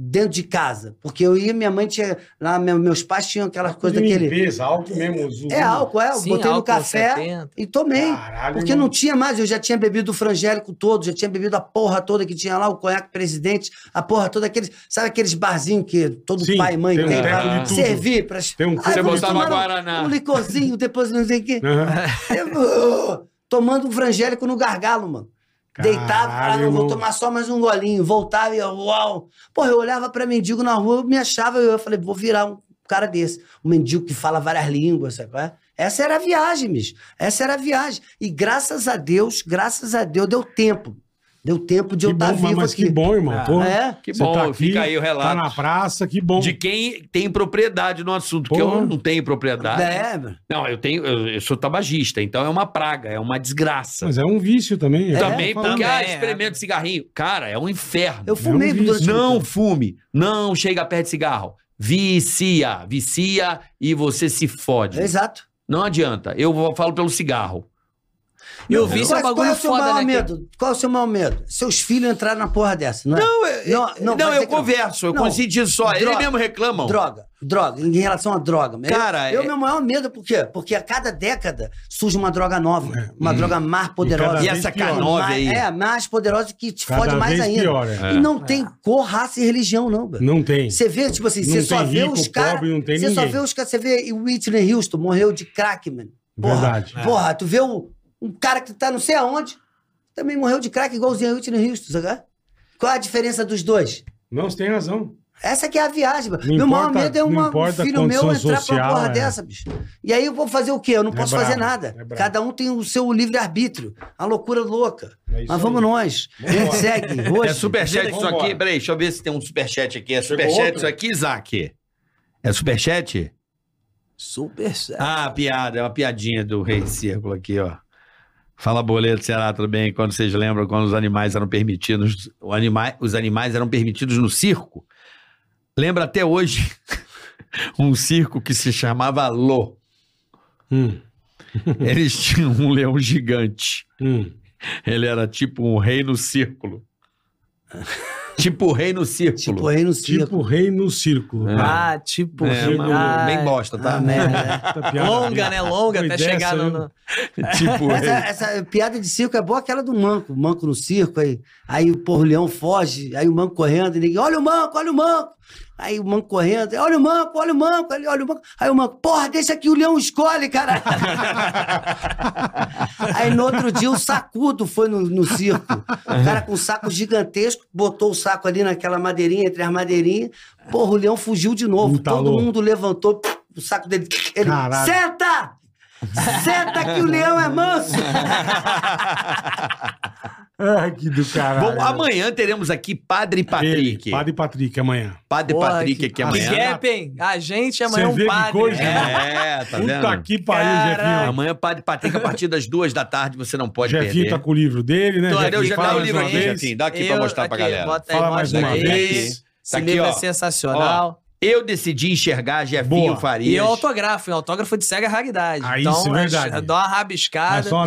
Speaker 1: dentro de casa. Porque eu ia, minha mãe tinha. Lá, meu- meus pais tinham aquela coisa daquele.
Speaker 3: limpeza, álcool mesmo. zoom.
Speaker 1: É álcool, é. Eu
Speaker 5: Sim,
Speaker 1: botei no
Speaker 5: álcool
Speaker 1: café
Speaker 5: 70.
Speaker 1: e tomei.
Speaker 3: Caralho,
Speaker 1: Porque
Speaker 3: irmão.
Speaker 1: não tinha mais, eu já tinha bebido o frangélico todo, já tinha bebido a porra toda que tinha lá, o conhaque presidente, a porra toda, aqueles, sabe aqueles barzinhos que todo
Speaker 3: Sim,
Speaker 1: pai e mãe
Speaker 3: tem
Speaker 1: tem,
Speaker 3: um
Speaker 1: pra
Speaker 3: teco de tudo.
Speaker 1: servir, pra...
Speaker 3: Tem um
Speaker 1: Ai,
Speaker 4: Você
Speaker 1: vamos
Speaker 4: botava
Speaker 1: tomar um-
Speaker 4: Guaraná.
Speaker 1: Um licorzinho, depois não sei o quê.
Speaker 3: Aham.
Speaker 1: Eu, uh, tomando um frangélico no gargalo, mano.
Speaker 3: Caralho,
Speaker 1: Deitava, falava, não vou
Speaker 3: irmão.
Speaker 1: tomar só mais um golinho. Voltava e eu, uau. Porra, eu olhava pra mendigo na rua, eu me achava, eu falei, vou virar um cara desse. Um mendigo que fala várias línguas, sabe qual é? Essa era a viagem, bicho. Essa era a viagem. E graças a Deus, graças a Deus, deu tempo. Deu tempo de
Speaker 3: Que
Speaker 1: eu estar
Speaker 3: bom, mas-
Speaker 1: vivo
Speaker 3: mas
Speaker 1: aqui.
Speaker 3: que bom, irmão. Pô,
Speaker 1: É?
Speaker 4: Ah, Que
Speaker 3: você
Speaker 4: bom,
Speaker 3: tá aqui,
Speaker 4: fica aí o
Speaker 3: Tá
Speaker 4: relato.
Speaker 3: na praça, que bom.
Speaker 4: De quem tem propriedade no assunto, porque
Speaker 3: Porra.
Speaker 4: eu não tenho propriedade.
Speaker 1: É, mano.
Speaker 4: Não, eu tenho, eu, eu sou tabagista, então é uma praga, é uma desgraça.
Speaker 3: Mas é um vício também. é.
Speaker 4: também
Speaker 3: Fala-
Speaker 4: porque, ah,
Speaker 5: também, é.
Speaker 4: experimenta cigarrinho. Cara, é um inferno.
Speaker 1: eu fumei
Speaker 3: vi
Speaker 1: durante
Speaker 3: isso.
Speaker 1: muito
Speaker 4: Não
Speaker 1: tempo.
Speaker 4: fume, não chega perto de cigarro. Vicia, vicia e você se fode.
Speaker 1: Exato.
Speaker 4: Não adianta. Eu vou- falo pelo cigarro.
Speaker 5: E o vício é um
Speaker 1: Mas qual é
Speaker 5: bagulho
Speaker 1: o seu
Speaker 5: foda,
Speaker 1: maior
Speaker 5: né? cara?
Speaker 1: medo? Qual é o seu maior medo? Seus filhos entrarem na porra dessa, não é? Não, não, vai dizer
Speaker 4: eu
Speaker 1: que não.
Speaker 4: converso, eu
Speaker 1: Não.
Speaker 4: conscientizo só. Ele
Speaker 1: Droga.
Speaker 4: mesmo reclamam.
Speaker 1: Droga, droga, em relação à droga.
Speaker 4: Cara,
Speaker 1: eu, eu
Speaker 4: é-
Speaker 1: meu maior medo, por quê? Porque a cada década surge uma droga nova, uma droga
Speaker 3: É,
Speaker 1: mais
Speaker 3: cada
Speaker 1: poderosa.
Speaker 4: E
Speaker 3: vez
Speaker 4: essa
Speaker 3: pior.
Speaker 4: K9
Speaker 1: Mais-
Speaker 4: aí?
Speaker 1: É, mais poderosa que te
Speaker 3: Cada
Speaker 1: fode mais
Speaker 3: vez
Speaker 1: ainda.
Speaker 3: pior, é.
Speaker 1: E não tem cor, raça e religião, não, bro.
Speaker 3: Não tem.
Speaker 1: Você vê, tipo assim,
Speaker 3: Não
Speaker 1: você só
Speaker 3: tem
Speaker 1: vê
Speaker 3: rico,
Speaker 1: os caras.
Speaker 3: pobre, não tem
Speaker 1: Você só
Speaker 3: ninguém.
Speaker 1: vê os caras. Você vê o Whitney Houston morreu de crack, mano. Porra,
Speaker 3: Verdade.
Speaker 1: Porra, tu vê o, um cara que tá não sei aonde, também morreu de crack igualzinho a Whitney Houston, sabe? Qual a diferença dos dois?
Speaker 3: Não, você tem razão.
Speaker 1: Essa que é a viagem. mano.
Speaker 3: Não
Speaker 1: meu maior
Speaker 3: importa-
Speaker 1: medo é
Speaker 3: não
Speaker 1: uma, um
Speaker 3: importa a
Speaker 1: filho meu
Speaker 3: condição
Speaker 1: entrar pra
Speaker 3: social,
Speaker 1: uma porra
Speaker 3: é.
Speaker 1: dessa, bicho. E aí eu vou fazer o quê? Eu não
Speaker 3: É
Speaker 1: posso
Speaker 3: brabo,
Speaker 1: fazer nada.
Speaker 3: é brabo.
Speaker 1: Cada um tem o seu livre-arbítrio. A loucura louca.
Speaker 3: É isso
Speaker 1: Mas vamos
Speaker 3: aí.
Speaker 1: nós. A gente segue. Hoje.
Speaker 6: É superchat isso
Speaker 3: Vambora.
Speaker 6: aqui. Peraí, deixa eu ver se tem um superchat aqui. É
Speaker 3: Chegou
Speaker 6: superchat
Speaker 3: outro?
Speaker 6: isso aqui, Isaac? É superchat?
Speaker 5: Super sério.
Speaker 6: Ah, piada. É uma piadinha do Rei Círculo aqui, ó. Fala, boleto, será tudo bem? Quando vocês lembram quando os animais eram permitidos, o anima- os animais eram permitidos no circo? Lembra até hoje um circo que se chamava Lô.
Speaker 3: Hum,
Speaker 6: Eles tinham um leão gigante.
Speaker 3: hum.
Speaker 6: Ele era tipo um rei no círculo. tipo o rei no círculo.
Speaker 1: Tipo, rei no circo.
Speaker 3: Tipo rei no círculo. Ah,
Speaker 5: Ah, tipo.
Speaker 6: É,
Speaker 3: Circo.
Speaker 6: uma- bem
Speaker 5: Ai.
Speaker 6: bosta, tá?
Speaker 1: Ah, merda.
Speaker 3: puta piada.
Speaker 5: Longa, né? Longa,
Speaker 3: Foi
Speaker 5: até
Speaker 3: dessa,
Speaker 5: chegar no.
Speaker 3: viu?
Speaker 5: no-
Speaker 6: tipo o
Speaker 1: Essa,
Speaker 6: rei.
Speaker 1: essa piada de circo é boa aquela do manco. O manco no circo, aí, aí porra, o leão foge, aí o manco correndo, e ninguém, olha o manco, olha o manco. Aí o manco correndo, olha o manco, olha o manco, ele olha o manco. Aí o manco, porra, deixa que o leão escolhe, cara. aí no outro dia o sacudo foi no, no circo. O cara com um saco gigantesco, botou o saco ali naquela madeirinha, entre as madeirinhas. Porra, o leão fugiu de novo.
Speaker 3: Entalou.
Speaker 1: Todo mundo levantou o saco dele. Ele,
Speaker 3: Caralho.
Speaker 1: senta! Senta que o leão é manso!
Speaker 3: Ai, que do caralho.
Speaker 6: Bom, amanhã teremos aqui Padre Patrick.
Speaker 3: Ele, Padre Patrick amanhã.
Speaker 6: Padre
Speaker 5: Porra,
Speaker 6: Patrick
Speaker 5: que-
Speaker 6: aqui
Speaker 4: Ah,
Speaker 5: Que
Speaker 6: amanhã.
Speaker 4: é?
Speaker 3: é?
Speaker 5: gap, hein? A gente amanhã é
Speaker 3: Você vê
Speaker 5: um
Speaker 3: que
Speaker 5: padre.
Speaker 3: coisa,
Speaker 5: É.
Speaker 3: né?
Speaker 6: É, tá
Speaker 3: Puta
Speaker 6: vendo?
Speaker 3: que pariu,
Speaker 5: Caralho.
Speaker 3: Jefinho.
Speaker 6: Amanhã Padre Patrick a partir das duas da tarde, você não pode
Speaker 3: Jefinho
Speaker 6: perder.
Speaker 3: tá com o livro dele, né?
Speaker 6: Tô,
Speaker 3: Jefinho?
Speaker 6: eu já
Speaker 3: Fala
Speaker 6: dá o
Speaker 3: mais
Speaker 6: livro
Speaker 3: uma
Speaker 6: aqui,
Speaker 3: vez.
Speaker 4: é
Speaker 6: Jefinho. Dá aqui pra
Speaker 5: Eu-
Speaker 6: mostrar pra
Speaker 5: aqui,
Speaker 6: galera.
Speaker 5: Bota aí,
Speaker 3: Fala mais
Speaker 5: mostra
Speaker 3: uma
Speaker 5: aí.
Speaker 6: vez.
Speaker 5: Esse
Speaker 6: Tá aqui,
Speaker 5: livro
Speaker 6: ó.
Speaker 5: é sensacional.
Speaker 6: Eu decidi enxergar Jefinho
Speaker 3: Boa.
Speaker 5: e eu
Speaker 6: Farias.
Speaker 5: autógrafo, hein? Autógrafo de cega raridade.
Speaker 3: Ah,
Speaker 5: então,
Speaker 3: isso, é verdade.
Speaker 5: acho- Dá uma
Speaker 3: É
Speaker 5: rabiscada.
Speaker 3: só uma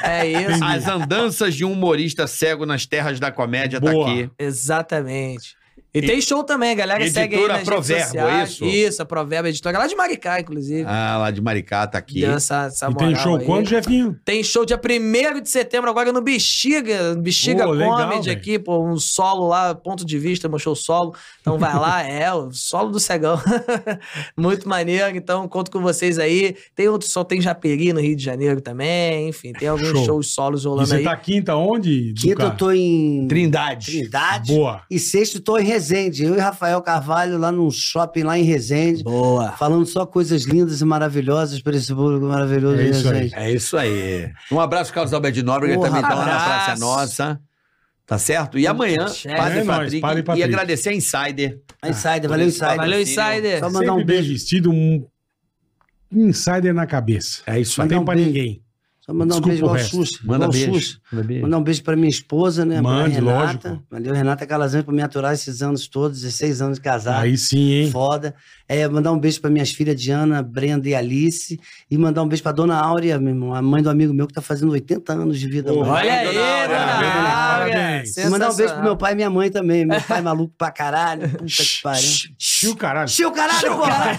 Speaker 5: É isso.
Speaker 3: Entendi.
Speaker 6: As andanças de um humorista cego nas terras da comédia
Speaker 3: Boa.
Speaker 6: tá aqui.
Speaker 5: Exatamente. E, tem show também, galera.
Speaker 6: Editora
Speaker 5: segue aí nas
Speaker 6: Proverbo, é
Speaker 5: redes sociais.
Speaker 6: isso?
Speaker 5: Isso, a Proverbo Editora. Lá de Maricá, inclusive.
Speaker 6: Ah, lá de Maricá tá aqui.
Speaker 5: Deu essa, essa
Speaker 3: E
Speaker 5: moral
Speaker 3: tem show
Speaker 5: aí.
Speaker 3: quando, Jefinho?
Speaker 5: Tem show dia 1 de setembro agora no Bexiga, Bexiga
Speaker 3: Pô, legal,
Speaker 5: Comedy
Speaker 3: velho.
Speaker 5: aqui, pô, um solo lá, ponto de vista, meu show solo. Então vai lá, é, o solo do cegão. Muito maneiro, então conto com vocês aí. Tem outro só tem Japeri no Rio de Janeiro também, enfim, tem alguns
Speaker 3: Show.
Speaker 5: shows solos
Speaker 3: E
Speaker 5: rolando
Speaker 3: você
Speaker 5: aí.
Speaker 3: tá quinta onde,
Speaker 1: Quinta
Speaker 3: Duca?
Speaker 1: eu tô em
Speaker 6: Trindade.
Speaker 1: Trindade.
Speaker 3: Boa.
Speaker 1: E sexto eu tô em Resende. Eu e Rafael Carvalho lá num shopping lá em Resende.
Speaker 5: Boa.
Speaker 1: Falando só coisas lindas e maravilhosas pra esse público maravilhoso
Speaker 3: É
Speaker 1: de
Speaker 3: isso aí.
Speaker 1: Resende.
Speaker 6: É isso aí. Um abraço, Carlos Alberto de Nóbrega,
Speaker 1: Porra,
Speaker 6: também tá lá na
Speaker 5: abraço.
Speaker 6: Praça Nossa. Tá certo? E amanhã,
Speaker 5: Chefe.
Speaker 6: Padre,
Speaker 3: É nóis,
Speaker 6: Patrick,
Speaker 3: Padre Patrick.
Speaker 6: e agradecer a Insider.
Speaker 1: Insider, valeu, Insider.
Speaker 5: Valeu,
Speaker 6: Patrocínio.
Speaker 5: Insider.
Speaker 1: Só mandar
Speaker 3: Sempre
Speaker 1: um
Speaker 3: bem
Speaker 1: beijo.
Speaker 3: vestido, um insider na cabeça.
Speaker 6: É isso
Speaker 3: Não
Speaker 6: aí.
Speaker 3: tem pra ninguém.
Speaker 1: Só mandar
Speaker 3: Desculpa
Speaker 1: um beijo
Speaker 3: o
Speaker 1: igual o
Speaker 3: resto.
Speaker 1: Xuxa.
Speaker 4: Manda
Speaker 1: igual o
Speaker 4: beijo.
Speaker 1: Xuxa.
Speaker 4: Manda beijo.
Speaker 1: Mandar um beijo pra minha esposa, né?
Speaker 3: Mande,
Speaker 1: pra Renata.
Speaker 3: lógico.
Speaker 1: Valeu, Renata Calazans, por me aturar esses anos todos, 16 anos de casado.
Speaker 3: Aí sim, hein?
Speaker 1: Tá. Foda. É, mandar um beijo pra minhas filhas, Diana, Brenda e Alice. E mandar um beijo pra dona Áurea, meu irmão, a mãe do amigo meu que tá fazendo 80 anos de vida.
Speaker 3: Porra,
Speaker 1: mano.
Speaker 5: Olha aí,
Speaker 4: Parabéns, dona
Speaker 5: dona
Speaker 3: Áurea.
Speaker 5: Áurea.
Speaker 3: Parabéns.
Speaker 1: E mandar um beijo pro meu pai e minha mãe também. Meu pai maluco pra caralho. Puta que pariu.
Speaker 3: Tio, caralho.
Speaker 1: Chiu, caralho, porra!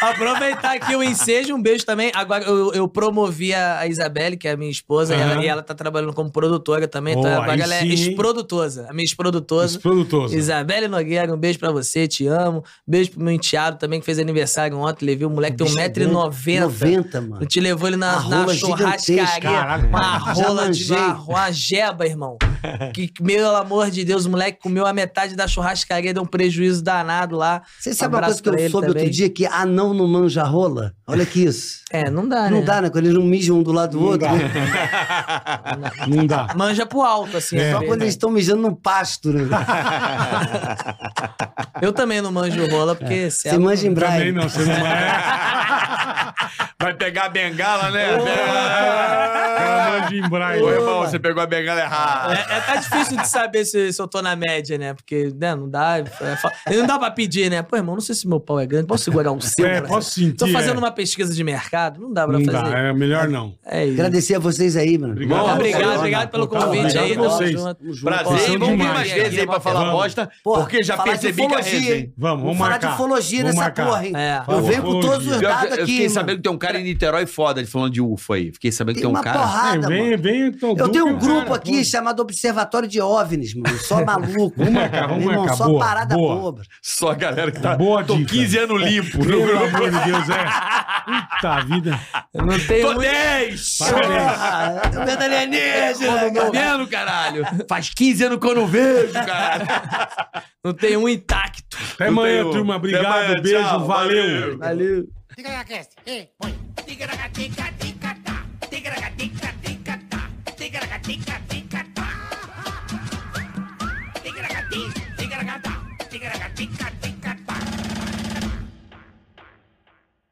Speaker 5: Aproveitar aqui o ensejo, um beijo também. Agora, eu, eu promovi a a Isabelle, que é a minha esposa, e,
Speaker 3: Aham.
Speaker 5: ela, e ela tá trabalhando como produtora também.
Speaker 3: Oh,
Speaker 5: então,
Speaker 3: aí
Speaker 5: agora ela é
Speaker 3: sim, hein?
Speaker 5: ex-produtora. A minha
Speaker 3: Esse
Speaker 5: ex-produtora.
Speaker 3: produtor.
Speaker 5: Isabelle Nogueira, um beijo pra você, te amo. Beijo pro meu enteado também, que fez aniversário ontem. Levei o moleque, tem
Speaker 1: Bicho é grande.
Speaker 5: 1,90m.
Speaker 1: 90, mano.
Speaker 5: Eu te levou ele na,
Speaker 1: Uma
Speaker 5: na
Speaker 1: rola gigantesca.
Speaker 5: churrascaria.
Speaker 3: Caralho,
Speaker 5: Uma
Speaker 3: mano.
Speaker 1: Já
Speaker 5: rola de
Speaker 1: manjei.
Speaker 5: uma, uma jeba, irmão. Que, que, meu amor de Deus, o moleque comeu a metade da churrascaria, deu um prejuízo danado lá.
Speaker 1: Você sabe uma
Speaker 5: Abraço
Speaker 1: coisa que
Speaker 5: pra
Speaker 1: eu
Speaker 5: ele
Speaker 1: soube
Speaker 5: também.
Speaker 1: outro dia? Que anão não manja rola? Olha que isso.
Speaker 5: É, não dá,
Speaker 1: Não
Speaker 5: né?
Speaker 1: dá, né? Quando eles não mijam um do lado do
Speaker 3: Não
Speaker 1: outro.
Speaker 3: dá.
Speaker 1: né?
Speaker 3: Não dá.
Speaker 5: Manja pro alto, assim. às
Speaker 1: Só
Speaker 5: vezes,
Speaker 1: quando
Speaker 5: né?
Speaker 1: eles estão mijando no pasto, né?
Speaker 5: Eu também não manjo rola, porque... é
Speaker 1: Você É. manja em
Speaker 3: Também
Speaker 1: braille.
Speaker 3: não, você não é.
Speaker 6: Vai pegar a bengala, né?
Speaker 3: Ela manja em braille.
Speaker 6: Ô, irmão, você pegou a bengala errada.
Speaker 5: É, é, tá difícil de saber se, se eu tô na média, né? Porque, né, não dá. é fa- não dá pra pedir, né? Pô, irmão, não sei se meu pau é grande. Posso segurar um seu?
Speaker 3: É,
Speaker 5: cara?
Speaker 3: posso sentir.
Speaker 5: Tô fazendo
Speaker 3: é.
Speaker 5: uma pesquisa de mercado. Não dá pra
Speaker 3: Não dá,
Speaker 5: fazer.
Speaker 3: é melhor não.
Speaker 5: É isso.
Speaker 1: Agradecer a vocês aí, mano.
Speaker 3: Obrigado.
Speaker 5: Bom, obrigado,
Speaker 6: Obrigado,
Speaker 5: obrigado pelo
Speaker 1: obrigado,
Speaker 5: convite
Speaker 3: obrigado
Speaker 5: aí.
Speaker 3: a
Speaker 5: tamo
Speaker 3: vocês.
Speaker 5: junto.
Speaker 6: Prazer,
Speaker 3: Vocês
Speaker 6: e
Speaker 3: são
Speaker 6: vamos vir
Speaker 3: demais.
Speaker 6: mais vezes aí pra falar
Speaker 3: Vamos.
Speaker 6: bosta,
Speaker 1: Porra,
Speaker 6: porque já
Speaker 1: falar de
Speaker 6: percebi que a
Speaker 1: ufologia,
Speaker 6: rede,
Speaker 1: hein?
Speaker 6: hein?
Speaker 3: Vamos, vamos
Speaker 1: falar
Speaker 3: marcar.
Speaker 1: de ufologia
Speaker 3: Vamos
Speaker 1: nessa
Speaker 3: marcar.
Speaker 1: porra, hein?
Speaker 5: É.
Speaker 1: Eu venho com
Speaker 3: Ufologia.
Speaker 1: todos os
Speaker 6: Eu,
Speaker 1: dados
Speaker 6: eu
Speaker 1: aqui,
Speaker 6: fiquei
Speaker 1: mano.
Speaker 6: sabendo que tem um cara em Niterói foda, ele falando de UFO aí. Fiquei sabendo que
Speaker 1: Tem
Speaker 6: tem um
Speaker 1: uma
Speaker 6: cara.
Speaker 1: porrada,
Speaker 3: vem,
Speaker 1: Ah, mano.
Speaker 3: vem, então, vem.
Speaker 1: Eu tenho um grupo aqui chamado Observatório de OVNIs, mano. Só maluco.
Speaker 3: Vamos marcar, vamos
Speaker 1: Meu irmão,
Speaker 3: marcar.
Speaker 1: Só
Speaker 3: Boa,
Speaker 1: parada
Speaker 3: boa.
Speaker 1: boba.
Speaker 6: Só a galera que tá.
Speaker 3: Boa
Speaker 6: tô
Speaker 3: dica.
Speaker 6: 15 anos limpo. no
Speaker 3: Pelo
Speaker 6: grupo.
Speaker 3: amor de Deus, é. Puta vida.
Speaker 5: Eu não tenho
Speaker 6: Tô
Speaker 5: muito-
Speaker 6: 10!
Speaker 3: Parabéns.
Speaker 1: Porra, eu tô vendo
Speaker 6: Tá
Speaker 1: alienígena, cara.
Speaker 6: vendo, caralho? Faz 15 anos que eu não vejo, cara.
Speaker 5: Não tem um intacto.
Speaker 3: Até amanhã,
Speaker 6: tenho-
Speaker 3: turma.
Speaker 6: até
Speaker 3: Obrigado,
Speaker 6: amanhã,
Speaker 3: beijo,
Speaker 6: tchau, valeu.
Speaker 3: valeu.
Speaker 5: Valeu.
Speaker 9: Tica-taca-tica-tica-tá. Tica-taca-tica-tica-tá. Tica-taca-tica-tica-tá.